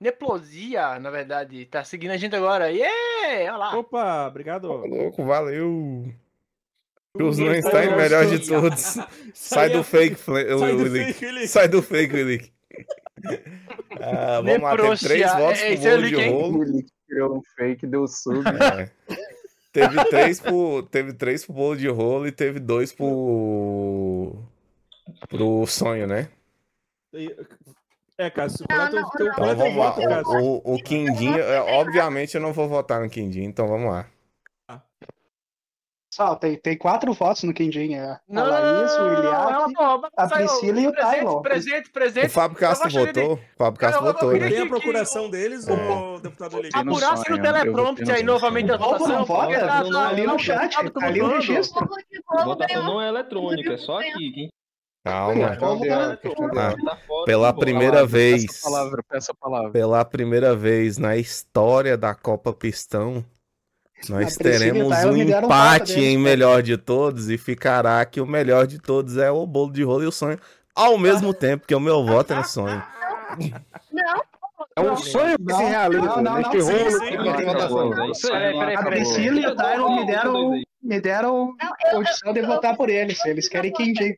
Speaker 3: Neplosia, na verdade. Tá seguindo a gente agora. Yeah! Olha lá.
Speaker 1: Opa, obrigado.
Speaker 2: Ô, louco, valeu! Os não
Speaker 1: está
Speaker 2: está em
Speaker 1: em
Speaker 2: melhor de
Speaker 1: Australina.
Speaker 2: todos. Sai do fake, Fla-
Speaker 1: Sai do
Speaker 2: Willick.
Speaker 1: fake, Willick.
Speaker 2: Sai do fake, Willick. Ah, vamos lá, teve três
Speaker 3: Neproxia.
Speaker 2: votos
Speaker 3: É,
Speaker 2: pro
Speaker 3: esse é
Speaker 2: bolo
Speaker 3: o
Speaker 2: de
Speaker 3: Willick, hein?
Speaker 2: rolo.
Speaker 11: Criou um fake, deu sub.
Speaker 2: É. Teve três pro, teve três pro bolo de rolo e teve dois pro pro sonho, né?
Speaker 1: É, Cássio,
Speaker 5: Não,
Speaker 1: completa
Speaker 5: não,
Speaker 1: o teu
Speaker 5: não.
Speaker 2: Então
Speaker 1: completa
Speaker 2: vamos
Speaker 1: o voto,
Speaker 2: lá.
Speaker 1: Cássio.
Speaker 2: O, o, o Quindim, é, obviamente eu não vou votar no Quindim, então vamos lá.
Speaker 4: Só, tem, tem quatro votos no Quindim. É a
Speaker 3: Não, é
Speaker 4: Laís, o Eliade, a
Speaker 3: saiu.
Speaker 4: Priscila e o Tylon.
Speaker 3: Presente, presente,
Speaker 2: O
Speaker 3: presente.
Speaker 2: Fábio Castro
Speaker 3: Eu gostaria de-
Speaker 2: votou. O Fábio Castro
Speaker 3: Eu- eu- eu
Speaker 2: votou,
Speaker 3: queria-
Speaker 2: né?
Speaker 1: Tem a
Speaker 3: que-
Speaker 1: procuração deles,
Speaker 2: É.
Speaker 1: ô deputado eleito?
Speaker 11: Eu não
Speaker 3: Apurasse
Speaker 11: sonho,
Speaker 3: no
Speaker 11: eu
Speaker 3: teleprompt
Speaker 11: votei no
Speaker 3: aí novamente a
Speaker 11: sonho.
Speaker 4: Ou
Speaker 3: votação.
Speaker 4: não
Speaker 3: porque
Speaker 4: vota,
Speaker 3: tá-
Speaker 7: não,
Speaker 3: tá-
Speaker 4: ali
Speaker 3: tá-
Speaker 4: no
Speaker 3: tá
Speaker 4: chat,
Speaker 3: todo
Speaker 4: ali no
Speaker 3: mundo.
Speaker 4: registro.
Speaker 5: Ovo de
Speaker 7: A
Speaker 5: rolo
Speaker 7: votação
Speaker 5: ganhou.
Speaker 7: não é eletrônica, é só aqui, hein?
Speaker 2: Calma.
Speaker 4: Questão de
Speaker 7: Tá
Speaker 11: né?
Speaker 4: ano, É questão de
Speaker 2: Ah,
Speaker 4: ano.
Speaker 7: fora tá do
Speaker 2: Pela
Speaker 7: bolo.
Speaker 2: primeira
Speaker 11: Peça
Speaker 2: vez,
Speaker 11: a palavra, peça a palavra.
Speaker 2: pela primeira vez na história da Copa Pistão, nós
Speaker 4: A Priscila e o
Speaker 2: teremos
Speaker 4: Tyler
Speaker 2: um
Speaker 4: me deram falta
Speaker 2: empate
Speaker 4: deles,
Speaker 2: em
Speaker 4: cara.
Speaker 2: melhor de todos e ficará que o melhor de todos é o bolo de rolo e o sonho ao mesmo tempo, que o meu voto é no sonho.
Speaker 5: Não,
Speaker 6: É um sonho que se realiza
Speaker 11: né?
Speaker 4: não, não,
Speaker 6: neste
Speaker 4: não, sim,
Speaker 6: rolo.
Speaker 1: sim,
Speaker 6: de
Speaker 7: Acabou,
Speaker 6: votação.
Speaker 7: acabou. É isso aí,
Speaker 11: Peraí, peraí,
Speaker 4: A
Speaker 11: peraí.
Speaker 4: Priscila e o Tyron me deram, me deram
Speaker 5: não, eu, eu,
Speaker 4: condição de
Speaker 5: eu-
Speaker 4: votar por eles. Eles querem Quindim.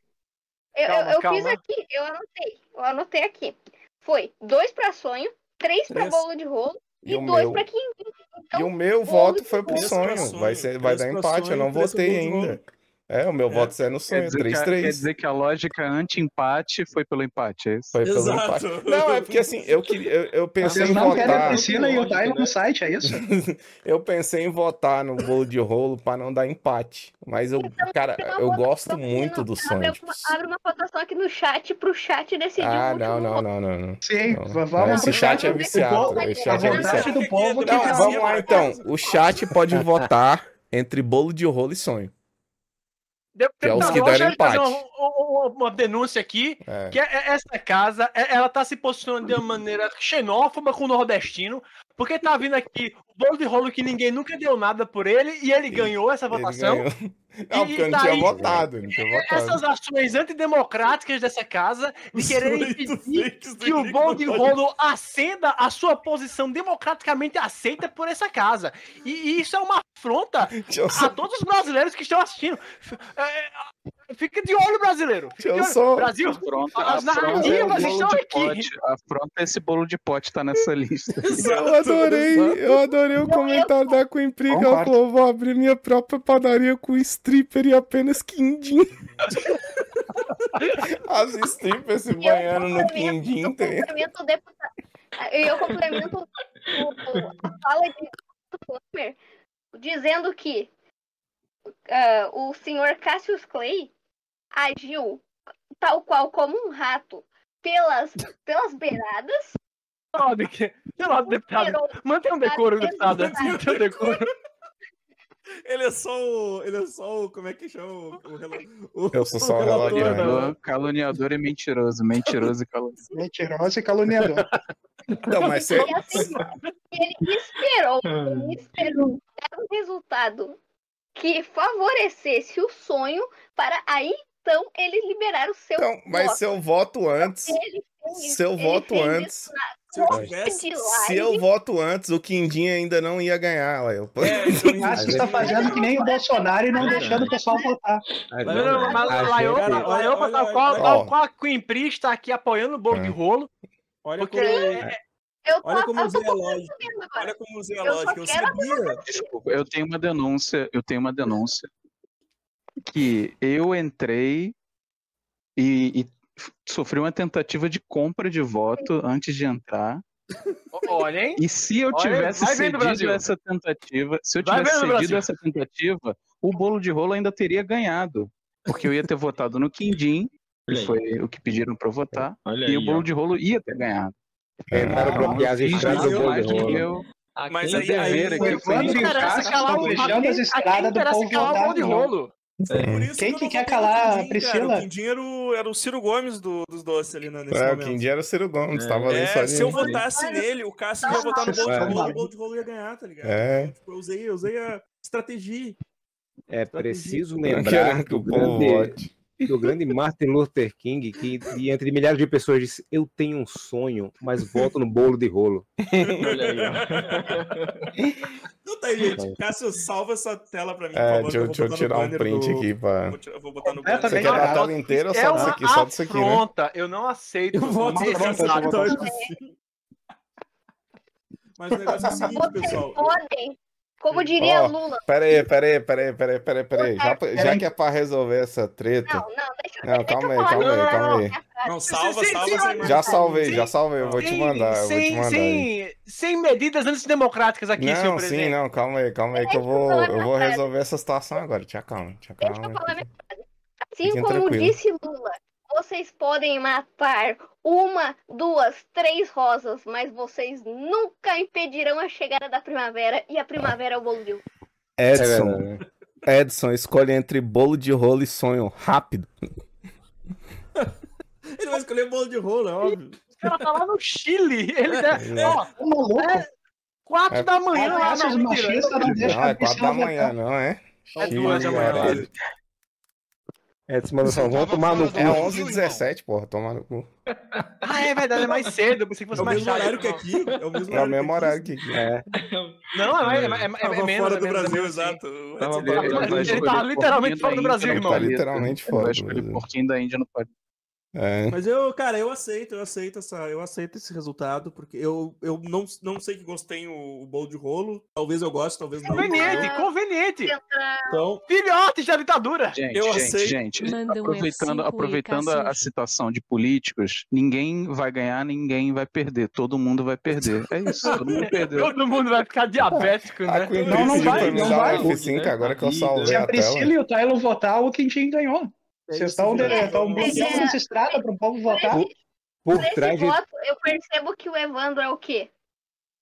Speaker 5: eu, eu,
Speaker 3: Calma,
Speaker 5: eu
Speaker 3: calma.
Speaker 5: fiz aqui, eu anotei. Eu anotei aqui. Foi dois pra sonho, três pra
Speaker 1: Três.
Speaker 5: bolo de rolo
Speaker 2: E
Speaker 5: e,
Speaker 2: o
Speaker 5: dois
Speaker 2: meu?
Speaker 5: pra Então, quem.
Speaker 2: E o meu
Speaker 5: Bolo
Speaker 2: voto
Speaker 5: de
Speaker 2: foi pro
Speaker 1: rolo.
Speaker 2: sonho.
Speaker 1: Três pra
Speaker 2: Vai,
Speaker 1: sonho,
Speaker 2: ser, vai
Speaker 1: três
Speaker 2: dar
Speaker 1: pra
Speaker 2: empate, eu
Speaker 1: sonho,
Speaker 2: não
Speaker 1: três pro
Speaker 2: votei
Speaker 1: bolo de rolo.
Speaker 2: ainda. É, o meu voto sai no
Speaker 11: Quer
Speaker 2: sonho,
Speaker 11: dizer, que a, quer
Speaker 2: 3-3.
Speaker 11: dizer que a lógica anti-empate foi pelo empate, é isso?
Speaker 2: Foi pelo empate.
Speaker 1: Exato.
Speaker 2: Não, é porque assim, eu, queria, eu, eu pensei
Speaker 4: Vocês
Speaker 2: em
Speaker 4: não querem a
Speaker 2: votar.
Speaker 4: Priscila e o
Speaker 7: Lógico,
Speaker 4: Tyron
Speaker 7: né?
Speaker 4: no site, é isso?
Speaker 2: Eu pensei em votar no bolo de rolo pra não dar empate. Mas eu, cara,
Speaker 5: Então, tem uma
Speaker 2: eu
Speaker 5: votação
Speaker 2: gosto
Speaker 5: aqui
Speaker 2: muito
Speaker 5: no-
Speaker 2: do
Speaker 5: Abre,
Speaker 2: sonho. tipo,
Speaker 5: uma, abre uma votação aqui no chat pro chat decidir
Speaker 2: Ah,
Speaker 5: o último
Speaker 2: não, não,
Speaker 5: voto.
Speaker 2: não, não, não.
Speaker 4: Sim,
Speaker 2: Não.
Speaker 4: vamos.
Speaker 2: Não, esse
Speaker 5: pro
Speaker 2: chat é
Speaker 5: voto.
Speaker 2: viciado. Esse
Speaker 5: A
Speaker 2: chat é
Speaker 4: vontade
Speaker 2: viciado.
Speaker 4: do povo que
Speaker 2: Não,
Speaker 4: tá
Speaker 2: vamos lá então. O chat pode votar entre bolo de rolo e sonho. Que é os
Speaker 3: Deputado
Speaker 2: que
Speaker 3: Rocha,
Speaker 2: deram
Speaker 3: ele faz
Speaker 2: empate.
Speaker 3: uma, uma- um, uma denúncia aqui,
Speaker 2: É.
Speaker 3: que é- é essa casa, é- ela tá se posicionando de uma maneira xenófoba com o nordestino, porque tá vindo aqui o bolo de rolo que ninguém nunca deu nada por ele, e ele ganhou essa
Speaker 2: Ele
Speaker 3: votação.
Speaker 2: ganhou. Não,
Speaker 3: E
Speaker 2: porque eu não
Speaker 3: tá
Speaker 2: tinha
Speaker 3: aí.
Speaker 2: votado. eu Não tinha votado.
Speaker 3: Essas ações antidemocráticas dessa casa, de querer impedir
Speaker 1: fakes
Speaker 3: que o bolo de rolo acenda a sua posição democraticamente aceita por essa casa. E, e isso é uma afronta
Speaker 2: Deixa eu
Speaker 3: a
Speaker 2: só-
Speaker 3: todos os brasileiros que estão assistindo. F- é, é, Fica de olho, brasileiro. Fica de
Speaker 2: Eu
Speaker 3: olho.
Speaker 2: sou-
Speaker 3: Brasil,
Speaker 11: Afronta,
Speaker 3: as
Speaker 11: afronta é o
Speaker 3: narrativas
Speaker 11: bolo
Speaker 3: estão
Speaker 11: de
Speaker 3: aqui.
Speaker 11: pote. Afronta esse bolo de pote tá nessa lista.
Speaker 2: Eu adorei, eu adorei o comentário da Queen Pri, que ela
Speaker 4: Concordo.
Speaker 2: falou, vou abrir minha própria padaria com stripper e apenas quindim. As strippers se banhando no
Speaker 5: complemento-
Speaker 2: quindim,
Speaker 5: eu
Speaker 2: tem.
Speaker 5: complemento o deputado. Eu complemento o- a fala de Plummer dizendo que ah, o senhor Cassius Clay agiu tal qual como um rato pelas, pelas beiradas,
Speaker 3: Sabe que- Sei lá, deputado.
Speaker 5: superou
Speaker 3: Mantém um decoro, deputado.
Speaker 5: Mantém um
Speaker 3: Mantém um decoro.
Speaker 1: Ele é só o. Ele é só o. Como é que chama? O, o, rela- o-
Speaker 2: Eu sou só o
Speaker 1: relator,
Speaker 2: relator,
Speaker 1: né?
Speaker 2: né?
Speaker 11: Caluniador, ah, caluniador e mentiroso. Mentiroso e caluniador.
Speaker 4: Mentiroso e caluniador.
Speaker 1: né?
Speaker 2: Não, mas você...
Speaker 5: e assim, ele esperou, ele esperou dar um resultado que favorecesse o sonho para aí Então, eles liberaram o seu
Speaker 2: Então, mas
Speaker 5: voto.
Speaker 2: se eu voto antes,
Speaker 5: Ele fez-
Speaker 2: se eu
Speaker 5: ele
Speaker 2: voto
Speaker 5: fez
Speaker 2: antes,
Speaker 5: isso na
Speaker 1: É, Se eu
Speaker 5: Nossa,
Speaker 1: tivesse.
Speaker 5: de
Speaker 2: se
Speaker 5: live.
Speaker 2: eu voto antes, o Quindim ainda não ia ganhar, Léo.
Speaker 1: É, então,
Speaker 4: O Cássio
Speaker 6: Mas
Speaker 4: tá
Speaker 6: é-
Speaker 4: fazendo que nem o Bolsonaro e não
Speaker 11: É.
Speaker 4: deixando o pessoal votar.
Speaker 6: Mas
Speaker 3: Não, não, mas
Speaker 6: a
Speaker 3: Laiopa,
Speaker 6: gente-
Speaker 3: Laiopa,
Speaker 1: Ah, olha, olha,
Speaker 3: qual,
Speaker 1: olha.
Speaker 3: qual, qual a Queen Pri está aqui apoiando o bolo
Speaker 2: É.
Speaker 3: de rolo?
Speaker 1: Olha
Speaker 3: Porque é,
Speaker 1: como,
Speaker 5: Eu tô,
Speaker 1: olha como
Speaker 5: eu tô
Speaker 1: usei a lógica.
Speaker 5: vendo agora.
Speaker 1: Olha como usei a
Speaker 5: Eu só
Speaker 1: lógica. Eu
Speaker 5: quero
Speaker 1: sabia.
Speaker 11: Desculpa, eu tenho uma denúncia, eu tenho uma denúncia que eu entrei e, e sofri uma tentativa de compra de voto antes de entrar.
Speaker 3: O- Olha, hein?
Speaker 11: E se eu
Speaker 3: Olha,
Speaker 11: tivesse
Speaker 3: vai vendo,
Speaker 11: cedido
Speaker 3: Brasil.
Speaker 11: essa tentativa, se eu
Speaker 3: Vai
Speaker 11: tivesse
Speaker 3: vendo,
Speaker 11: cedido
Speaker 3: Brasil.
Speaker 11: essa tentativa, o bolo de rolo ainda teria ganhado, porque eu ia ter votado no Quindim,
Speaker 7: Olha
Speaker 11: que
Speaker 7: aí,
Speaker 11: foi o que pediram para votar,
Speaker 7: olha
Speaker 11: e
Speaker 7: aí,
Speaker 11: o bolo
Speaker 7: ó. Tá
Speaker 11: de rolo ia ter ganhado.
Speaker 6: Tentaram
Speaker 11: Então,
Speaker 6: bloquear
Speaker 11: eu
Speaker 6: as
Speaker 11: fiz
Speaker 6: estradas
Speaker 7: é
Speaker 11: nada
Speaker 1: do bolo de
Speaker 11: mais que
Speaker 6: rolo.
Speaker 11: meu-
Speaker 7: A
Speaker 1: Mas
Speaker 7: quem-
Speaker 1: aí- aí-
Speaker 11: dever
Speaker 1: foi-
Speaker 11: aqui,
Speaker 4: foi-
Speaker 11: foi-
Speaker 4: foi-
Speaker 3: Interessa
Speaker 4: Cássio
Speaker 3: calar
Speaker 4: tá
Speaker 3: o
Speaker 4: deixando as
Speaker 3: a quem
Speaker 4: estradas do
Speaker 3: interessa
Speaker 4: povo
Speaker 3: calar o
Speaker 4: votar,
Speaker 3: bolo de
Speaker 4: não.
Speaker 3: rolo.
Speaker 2: É,
Speaker 1: Por isso
Speaker 4: Quem
Speaker 1: eu
Speaker 4: que
Speaker 1: não
Speaker 4: quer
Speaker 1: votei no
Speaker 4: calar a
Speaker 1: Quindim,
Speaker 4: Priscila?
Speaker 1: Cara. O Quindim era o, era o Ciro Gomes do- dos doces ali né, nesse
Speaker 2: É, o
Speaker 1: momento.
Speaker 2: Quindim era o Ciro Gomes,
Speaker 7: É.
Speaker 2: tava ali só
Speaker 1: É,
Speaker 2: de...
Speaker 1: se eu votasse nele, o Cássio
Speaker 4: tá
Speaker 1: ia votar no Bolt
Speaker 6: É.
Speaker 1: de Rolo, o Bolt de Rolo ia ganhar, tá ligado?
Speaker 2: É.
Speaker 1: Tipo, eu usei, eu usei a estratégia.
Speaker 6: É preciso
Speaker 2: Eu quero
Speaker 6: lembrar
Speaker 2: que
Speaker 6: do
Speaker 2: o povo
Speaker 6: grande,
Speaker 2: vote.
Speaker 6: do grande Martin Luther King, que de entre milhares de pessoas disse: Eu tenho um sonho, mas voto no bolo de rolo.
Speaker 7: Olha aí, ó.
Speaker 1: Então tá aí, gente. Cássio, salva essa tela pra mim,
Speaker 2: É,
Speaker 1: por favor.
Speaker 2: deixa, eu-
Speaker 1: que
Speaker 2: deixa
Speaker 1: vou botar
Speaker 2: eu
Speaker 1: no
Speaker 2: tirar um
Speaker 1: banner
Speaker 2: print
Speaker 1: do-
Speaker 2: aqui pra...
Speaker 1: Vou tirar- Eu vou botar no
Speaker 3: Eu
Speaker 2: Você
Speaker 3: também
Speaker 1: banner.
Speaker 2: quer dar a
Speaker 3: acho.
Speaker 2: tela inteira ou
Speaker 3: É
Speaker 2: só
Speaker 3: uma
Speaker 2: disso aqui? Só disso aqui, né?
Speaker 3: afronta, eu não aceito.
Speaker 1: Eu voto
Speaker 3: uma
Speaker 1: nesse
Speaker 3: afronta.
Speaker 1: episódio, sim. Mas o negócio é o seguinte, pessoal.
Speaker 5: Vocês podem. Como diria
Speaker 2: Hum, Ó,
Speaker 5: Lula.
Speaker 2: Pera aí, pera aí, pera aí, pera aí, pera aí, pera aí. Já, já que é pra resolver essa treta...
Speaker 5: Não, não, deixa eu
Speaker 2: Não,
Speaker 5: deixa eu
Speaker 2: calma aí,
Speaker 5: falar.
Speaker 2: calma aí, calma aí.
Speaker 1: Não, salva,
Speaker 3: Sim, sim,
Speaker 1: salva
Speaker 3: sim,
Speaker 1: essa
Speaker 3: sim.
Speaker 1: imagem.
Speaker 2: Já salvei, já salvei, eu
Speaker 1: Sim,
Speaker 2: vou te mandar, eu vou te
Speaker 3: Sem,
Speaker 2: mandar. aí.
Speaker 3: sem, sem medidas antidemocráticas aqui, senhor
Speaker 2: Não, sim,
Speaker 3: presidente.
Speaker 2: não, calma aí, calma aí que eu vou, eu vou resolver essa situação agora. Tinha calma, tinha
Speaker 5: Deixa eu
Speaker 2: calma.
Speaker 5: falar minha frase. Assim
Speaker 2: Fiquem
Speaker 5: como
Speaker 2: tranquilos.
Speaker 5: disse Lula, vocês podem matar uma, duas, três rosas, mas vocês nunca impedirão a chegada da primavera. E a primavera é o bolo de uva.
Speaker 2: Edson, É né? Edson, escolhe entre bolo de rolo e sonho. Rápido.
Speaker 1: Ele vai escolher bolo de rolo, é óbvio.
Speaker 3: O cara tá lá no Chile.
Speaker 1: É,
Speaker 3: Ele deve.
Speaker 2: Não.
Speaker 3: Ó,
Speaker 4: Ô, maluco,
Speaker 3: quatro
Speaker 2: É.
Speaker 3: da manhã lá
Speaker 4: Cássio
Speaker 3: na
Speaker 4: os
Speaker 3: Miranda.
Speaker 4: machistas não deixam
Speaker 2: Não,
Speaker 4: a
Speaker 2: é quatro
Speaker 4: Priscila
Speaker 2: da
Speaker 4: votar.
Speaker 2: manhã, não é?
Speaker 3: É
Speaker 2: Ih,
Speaker 3: duas da manhã.
Speaker 2: caralho.
Speaker 6: Edson manda só, vão tomar no cu.
Speaker 2: É 11 h 17 porra, tomar no cu.
Speaker 3: Ah, é verdade, é mais cedo. Eu pensei que
Speaker 1: É
Speaker 3: fosse
Speaker 1: o
Speaker 3: mais
Speaker 1: mesmo
Speaker 3: tarde.
Speaker 1: horário que aqui. É o mesmo
Speaker 2: É o mesmo
Speaker 1: que
Speaker 2: horário que aqui.
Speaker 6: É,
Speaker 3: Não, é, mais- é, mais- é,
Speaker 1: aqui.
Speaker 3: é, é
Speaker 1: Tava
Speaker 3: menos.
Speaker 1: fora
Speaker 3: é
Speaker 1: do
Speaker 3: menos,
Speaker 1: Brasil,
Speaker 3: é menos, sim.
Speaker 1: exato. O Edson
Speaker 11: Ele- ele
Speaker 1: tava fora do
Speaker 11: vai
Speaker 3: ele
Speaker 1: Brasil.
Speaker 3: tá
Speaker 11: escolher
Speaker 3: literalmente
Speaker 11: porquinho
Speaker 3: fora do
Speaker 11: da
Speaker 3: Brasil,
Speaker 11: Índia no
Speaker 3: irmão.
Speaker 2: Tá
Speaker 11: palito.
Speaker 2: literalmente
Speaker 11: Ele vai
Speaker 2: fora. do
Speaker 11: escolher
Speaker 1: é.
Speaker 2: Brasil.
Speaker 11: porquinho da Índia no palito.
Speaker 2: É.
Speaker 1: Mas eu, cara, eu aceito, eu aceito essa, eu aceito esse resultado, porque eu, eu não, não sei que gostei o, o bolo de rolo. Talvez eu goste, talvez não.
Speaker 3: Conveniente,
Speaker 4: É.
Speaker 3: conveniente.
Speaker 1: Então,
Speaker 3: Filhotes da ditadura.
Speaker 11: Gente,
Speaker 1: Eu aceito.
Speaker 11: gente, gente.
Speaker 12: Manda um
Speaker 11: Aproveitando,
Speaker 12: F5 e
Speaker 11: aproveitando
Speaker 12: caça
Speaker 11: a, a
Speaker 12: um-
Speaker 11: citação de políticos, ninguém vai ganhar, ninguém vai perder. Todo mundo vai perder. É isso, todo mundo perdeu.
Speaker 3: Todo mundo vai ficar diabético,
Speaker 2: A
Speaker 3: né?
Speaker 2: Queen
Speaker 4: Não, não
Speaker 2: pediu
Speaker 4: vai,
Speaker 2: pra me
Speaker 4: não
Speaker 2: dar
Speaker 4: vai.
Speaker 2: um F5 agora que eu
Speaker 4: Se
Speaker 2: salvei
Speaker 4: a
Speaker 2: a tela.
Speaker 4: Priscila e o Tyler votar, o Quintinho ganhou. Vocês estão
Speaker 1: É gente. é.
Speaker 4: estão bloqueando essa estrada para o povo votar.
Speaker 6: por
Speaker 5: Por esse
Speaker 6: trás de
Speaker 5: voto, eu percebo que o Evandro é o quê?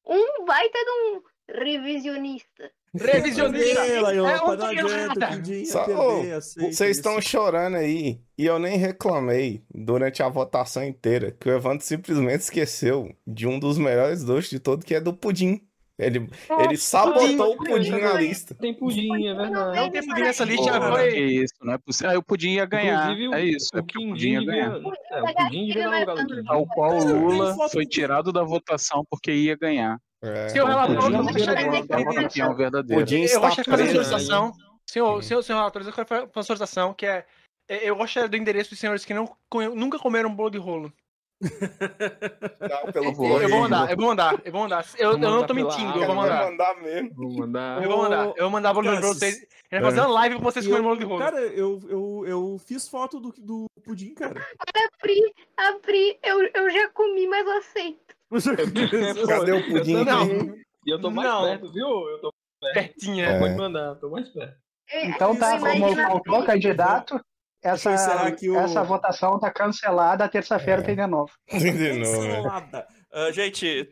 Speaker 5: Um baita de um revisionista.
Speaker 3: Revisionista.
Speaker 1: Ei, Laion,
Speaker 3: É um
Speaker 1: não adianta, o Quindim
Speaker 2: Só-
Speaker 1: ia perder, aceito
Speaker 2: Vocês
Speaker 1: isso.
Speaker 2: estão chorando aí, e eu nem reclamei durante a votação inteira que o Evandro simplesmente esqueceu de um dos melhores doces de todo, que é do pudim. Ele, ele sabotou o pudim na lista.
Speaker 7: Tem pudim, é verdade.
Speaker 3: Não tem pudim nessa lista,
Speaker 2: Porra.
Speaker 11: Porra, que
Speaker 3: foi.
Speaker 11: isso, não é possível. Ah, eu podia ganhar.
Speaker 7: Inclusive,
Speaker 11: é isso, é
Speaker 7: O
Speaker 11: porque eu podia
Speaker 7: Quindim
Speaker 11: ganhar.
Speaker 7: devia... É, o Quindim devia dar lugar do Quindim.
Speaker 11: Tal qual o
Speaker 1: tem
Speaker 11: Lula
Speaker 1: foto
Speaker 11: foi
Speaker 1: do-
Speaker 11: tirado da votação porque ia ganhar.
Speaker 2: É.
Speaker 3: Seu relator,
Speaker 11: Pudim
Speaker 3: eu
Speaker 11: não
Speaker 3: gostaria de
Speaker 11: é uma
Speaker 3: pedir.
Speaker 11: campeão verdadeira.
Speaker 2: Pudim
Speaker 3: Eu
Speaker 2: está
Speaker 3: gostaria de fazer uma
Speaker 7: preso,
Speaker 2: preso.
Speaker 3: solicitação.
Speaker 2: Hum.
Speaker 3: Senhor, senhor, senhor relator, eu quero fazer uma solicitação que é. é, Eu gostaria do endereço dos senhores que não, conhe- nunca comeram bolo de rolo.
Speaker 2: Tá, pelo
Speaker 3: Eu vou- eu vou
Speaker 2: correio.
Speaker 3: mandar, eu vou mandar, eu vou mandar. Eu, eu
Speaker 7: Vou
Speaker 3: não
Speaker 7: mandar
Speaker 3: tô
Speaker 7: pela
Speaker 3: mentindo, eu
Speaker 7: água,
Speaker 3: vou
Speaker 2: Cara, vai
Speaker 3: mandar.
Speaker 2: mandar mesmo.
Speaker 7: Vou mandar.
Speaker 3: Eu vou mandar, eu vou mandar bolo de rolo pra
Speaker 1: Cassius.
Speaker 3: vocês. Eu vou fazer uma live pra vocês
Speaker 1: E eu-
Speaker 3: comerem bolo de rolo.
Speaker 1: Cara, eu, eu, eu fiz foto do, do pudim, cara.
Speaker 5: A Pri, a Pri, eu, eu já comi, mas eu aceito.
Speaker 2: Cadê o pudim?
Speaker 3: Não.
Speaker 7: E eu tô mais
Speaker 3: Não.
Speaker 7: perto, viu? Eu tô...
Speaker 3: Pertinho,
Speaker 2: É.
Speaker 3: é.
Speaker 7: Pode mandar, tô mais perto.
Speaker 5: É,
Speaker 4: Então tá,
Speaker 1: Isso,
Speaker 4: como
Speaker 1: é, imagina-
Speaker 4: faltou candidato,
Speaker 1: Deixa
Speaker 4: essa,
Speaker 1: eu encerrar aqui o-
Speaker 4: essa votação tá cancelada, terça-feira
Speaker 2: É.
Speaker 4: tem de novo.
Speaker 2: De novo, né?
Speaker 1: Cancelada. Ah, gente,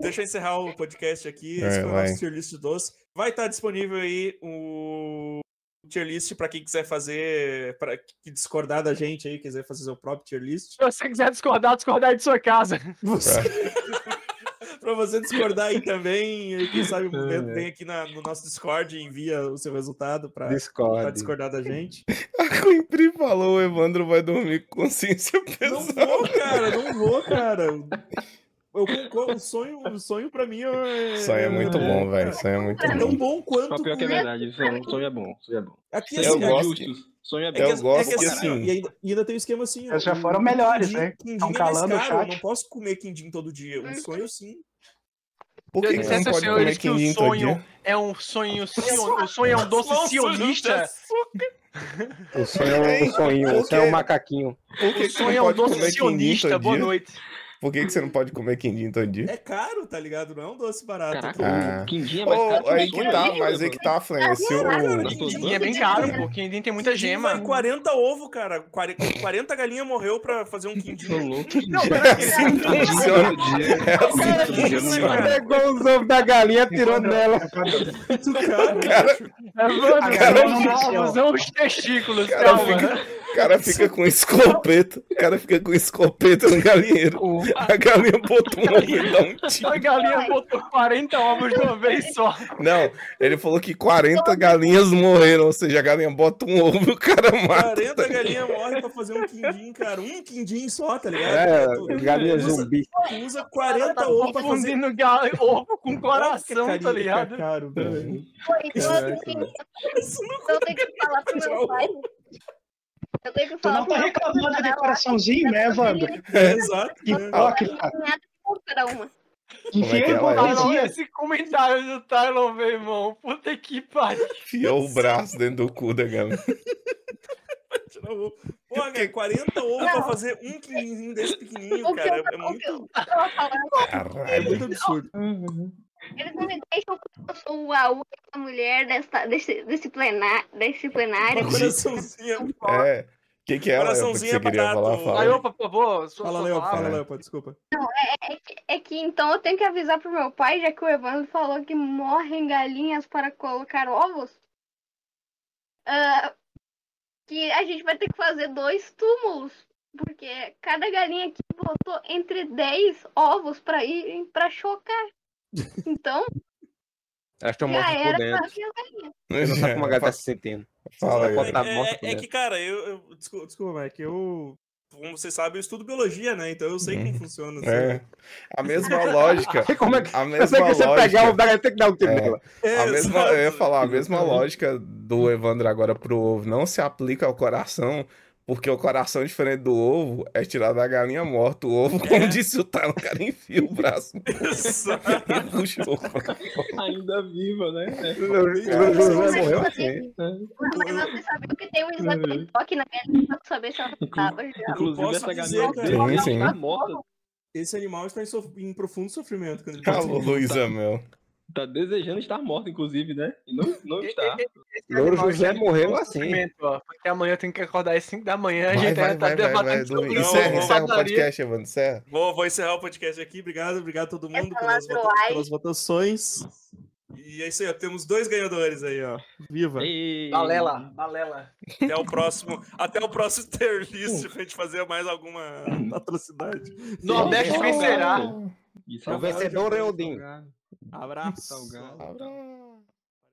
Speaker 1: deixa eu encerrar o podcast aqui.
Speaker 2: É,
Speaker 1: Esse foi o
Speaker 2: vai.
Speaker 1: nosso tier list de doce. Vai estar disponível aí o tier list para quem quiser fazer, para que discordar da gente aí, quiser fazer seu próprio tier list.
Speaker 3: Se você quiser discordar, discordar aí de sua casa.
Speaker 1: Para você discordar aí também, e quem sabe
Speaker 2: É,
Speaker 1: vem aqui na- no nosso Discord e envia o seu resultado para
Speaker 6: Discord.
Speaker 1: discordar da gente.
Speaker 2: o Impri falou, o Evandro vai dormir com consciência
Speaker 1: Não
Speaker 2: pesada.
Speaker 1: vou, cara, não vou, cara. Eu concordo, o sonho, o sonho pra mim é.
Speaker 2: Isso aí é muito bom, velho. Isso aí é muito
Speaker 1: É
Speaker 2: bom.
Speaker 1: tão bom
Speaker 7: Só
Speaker 1: quanto.
Speaker 7: pior que é
Speaker 1: com-
Speaker 7: verdade, sonho, sonho é bom, sonho é bom.
Speaker 1: Aqui,
Speaker 2: Eu
Speaker 1: assim,
Speaker 2: gosto.
Speaker 7: É justo, sonho é
Speaker 1: É
Speaker 7: bom.
Speaker 1: que,
Speaker 2: Eu
Speaker 1: assim-
Speaker 2: gosto
Speaker 1: é que
Speaker 2: que
Speaker 1: assim,
Speaker 2: assim-
Speaker 1: e ainda, e ainda tem o esquema assim.
Speaker 4: Eles já
Speaker 1: o-
Speaker 4: foram
Speaker 1: o
Speaker 4: melhores,
Speaker 1: quindim-
Speaker 4: né?
Speaker 1: Quindim
Speaker 4: Tão
Speaker 1: é mais
Speaker 4: calando o
Speaker 1: caro, eu
Speaker 4: chat.
Speaker 1: não posso comer quindim todo dia.
Speaker 7: Hum.
Speaker 1: Um sonho sim.
Speaker 2: Por que,
Speaker 3: Eu
Speaker 2: que
Speaker 3: disse
Speaker 2: não
Speaker 3: a
Speaker 2: pode
Speaker 3: senhores
Speaker 2: comer
Speaker 3: que o
Speaker 2: quindim todo dia?
Speaker 3: É um sonho, sion- o sonho é um doce sionista.
Speaker 6: O sonho é um sonhinho, o sonho é um macaquinho.
Speaker 2: Por que,
Speaker 3: O
Speaker 2: que você
Speaker 3: sonho é
Speaker 2: não
Speaker 3: um
Speaker 2: pode
Speaker 3: doce
Speaker 2: comer quindim
Speaker 3: sionista.
Speaker 2: todo
Speaker 3: Boa
Speaker 2: dia?
Speaker 3: noite.
Speaker 2: Por que, que você não pode comer quindim todo dia?
Speaker 1: É caro, tá ligado? Não é um doce barato.
Speaker 7: Caraca,
Speaker 2: Ah.
Speaker 7: o quindim é mais
Speaker 2: Ou
Speaker 7: caro o
Speaker 2: aí
Speaker 7: sonho,
Speaker 2: que tá,
Speaker 7: horrível,
Speaker 2: mas aí que tá a flanha. Se o-
Speaker 3: Quindim é bem caro, pô. Quindim tem muita
Speaker 1: Quindim
Speaker 3: gema.
Speaker 1: Vai 40 ovo, cara. 40, 40 galinhas morreu pra fazer um
Speaker 7: Tô
Speaker 1: quindim.
Speaker 7: louco.
Speaker 3: Não, peraí.
Speaker 2: funciona.
Speaker 13: dia.
Speaker 2: É assim
Speaker 3: Cara,
Speaker 2: que
Speaker 3: que
Speaker 2: funciona.
Speaker 3: isso, cara?
Speaker 6: Pegou os ovos da galinha, tirou nela.
Speaker 1: Muito caro.
Speaker 3: Mano,
Speaker 2: Cara,
Speaker 3: Tá são novos, são os testículos,
Speaker 2: Cara,
Speaker 3: calma.
Speaker 2: O cara fica com escopeta. O cara fica com escopeta no galinheiro. A galinha botou um ovo e dá um tiro.
Speaker 3: A galinha botou 40 ovos de uma vez só.
Speaker 2: Não, ele falou que 40 galinhas morreram. Ou seja, a galinha bota um ovo e o cara mata.
Speaker 1: 40 galinhas morrem pra fazer um quindim, cara. Um quindim só, tá
Speaker 6: É,
Speaker 1: ligado? Tu-
Speaker 6: galinha
Speaker 1: usa-
Speaker 6: zumbi.
Speaker 1: tu Usa 40 ovo pra fazer
Speaker 3: Confundindo gal... ovo com coração,
Speaker 1: Caraca,
Speaker 3: tá
Speaker 1: carinha,
Speaker 3: ligado?
Speaker 1: Caro, velho.
Speaker 5: Foi isso
Speaker 1: Caraca,
Speaker 5: que
Speaker 1: velho. Isso não
Speaker 5: eu tenho que falar pro meu pai. Eu tenho que
Speaker 4: Tu
Speaker 5: falar
Speaker 4: não tá
Speaker 5: pro meu pai.
Speaker 4: reclamando de coraçãozinho, né, Wanda?
Speaker 1: é exato,
Speaker 4: Que
Speaker 1: né?
Speaker 4: hipócrita.
Speaker 5: Nada contra uma.
Speaker 2: Como é
Speaker 4: Enfia
Speaker 2: que ela é?
Speaker 3: Tylon,
Speaker 4: hipocrisia.
Speaker 3: esse comentário do Tylon, meu irmão. Puta que pariu.
Speaker 2: Enfiou o braço dentro do cu da galinha.
Speaker 1: Tirar ovo. Porra, cara, 40 ovos pra fazer um quindim desse pequenininho,
Speaker 5: O que
Speaker 1: cara.
Speaker 5: eu
Speaker 1: É muito,
Speaker 5: eu tava falando,
Speaker 1: é muito
Speaker 2: Caralho.
Speaker 1: absurdo.
Speaker 5: eles não me deixam porque eu sou a única mulher desta, desse, desse, plená- desse plenário.
Speaker 1: Uma coraçãozinho.
Speaker 2: É. O que, que é, Léo, que
Speaker 1: Coraçãozinho
Speaker 2: você queria
Speaker 1: abacado.
Speaker 2: falar?
Speaker 3: Aí,
Speaker 2: Fala.
Speaker 3: opa, por favor, sua
Speaker 1: Fala,
Speaker 3: sua
Speaker 1: Léo,
Speaker 3: palavra.
Speaker 1: fala,
Speaker 2: É.
Speaker 1: Léo, pô, desculpa.
Speaker 5: É que então eu tenho que avisar pro meu pai, já que o Evandro falou que morrem galinhas para colocar ovos. ah, que a gente vai ter que fazer dois túmulos. Porque cada galinha aqui botou entre 10 ovos para ir para chocar. Então,
Speaker 6: Elas estão
Speaker 5: já
Speaker 6: mortas
Speaker 5: era
Speaker 6: por
Speaker 5: pra
Speaker 6: dentro.
Speaker 5: minha galinha.
Speaker 6: Eu não sabe como a
Speaker 2: É,
Speaker 6: galera tá se sentindo.
Speaker 2: assim, Fala
Speaker 6: Ela
Speaker 2: aí.
Speaker 6: pode
Speaker 1: É,
Speaker 6: estar morta por
Speaker 1: é- é
Speaker 6: dentro.
Speaker 1: que, cara, eu. eu desculpa, desculpa, mas é que eu. Como vocês sabem, eu estudo biologia, né? Então eu sei como funciona. assim,
Speaker 2: É.
Speaker 1: né?
Speaker 2: A mesma lógica.
Speaker 6: Como é que...
Speaker 2: A mesma
Speaker 6: Eu sei que você
Speaker 2: lógica.
Speaker 6: pegar o da tem que dar um tiro
Speaker 2: É.
Speaker 6: nela.
Speaker 1: É,
Speaker 2: A mesma,
Speaker 1: exato.
Speaker 2: eu ia falar, a mesma lógica do Evandro agora pro ovo não se aplica ao coração, porque o coração diferente do ovo é tirado da galinha morta. O ovo, como disse o Talo, o cara enfia o braço
Speaker 1: Exato.
Speaker 2: e puxa o ovo.
Speaker 7: Ainda viva, né? É.
Speaker 6: José
Speaker 5: Mas
Speaker 6: morreu
Speaker 5: você-
Speaker 6: assim.
Speaker 5: Mas você sabia que tem um exame de toque na galinha pra saber se ela tava já.
Speaker 7: Inclusive,
Speaker 1: posso
Speaker 7: essa
Speaker 1: dizer,
Speaker 7: galinha
Speaker 1: cara.
Speaker 7: dele
Speaker 2: Sim, sim.
Speaker 7: tá morta.
Speaker 1: Esse animal está em, sof- em profundo sofrimento quando ele passa
Speaker 2: Alô, Luísa Mel.
Speaker 7: Tá desejando estar morta, inclusive, né? E não, não está.
Speaker 3: Esse
Speaker 6: Louro
Speaker 3: animal
Speaker 6: José
Speaker 3: está em
Speaker 6: morreu
Speaker 3: todo
Speaker 6: assim.
Speaker 3: sofrimento, ó, Porque amanhã eu tenho que acordar às 5 da manhã. A
Speaker 2: Vai,
Speaker 3: gente
Speaker 2: vai,
Speaker 3: ainda tá
Speaker 2: vai, vai, vai,
Speaker 3: debatendo
Speaker 2: Edu.
Speaker 3: sobre
Speaker 2: Encerra,
Speaker 1: Não,
Speaker 2: encerra o
Speaker 3: sapataria.
Speaker 2: podcast, Evandro, encerra.
Speaker 1: Vou, vou encerrar o podcast aqui. Obrigado, obrigado a todo mundo
Speaker 5: Essa
Speaker 1: pelas, vota-
Speaker 5: ladroagem.
Speaker 1: pelas votações. E é isso aí, ó. Temos dois ganhadores aí, ó. Viva!
Speaker 7: Ei.
Speaker 3: Balela, balela.
Speaker 1: Até o próximo, até o próximo tier list pra gente fazer mais alguma atrocidade.
Speaker 3: Nordeste vencerá.
Speaker 7: Isso é
Speaker 6: O vencedor é Odin.
Speaker 1: Abraço.
Speaker 2: Abraço.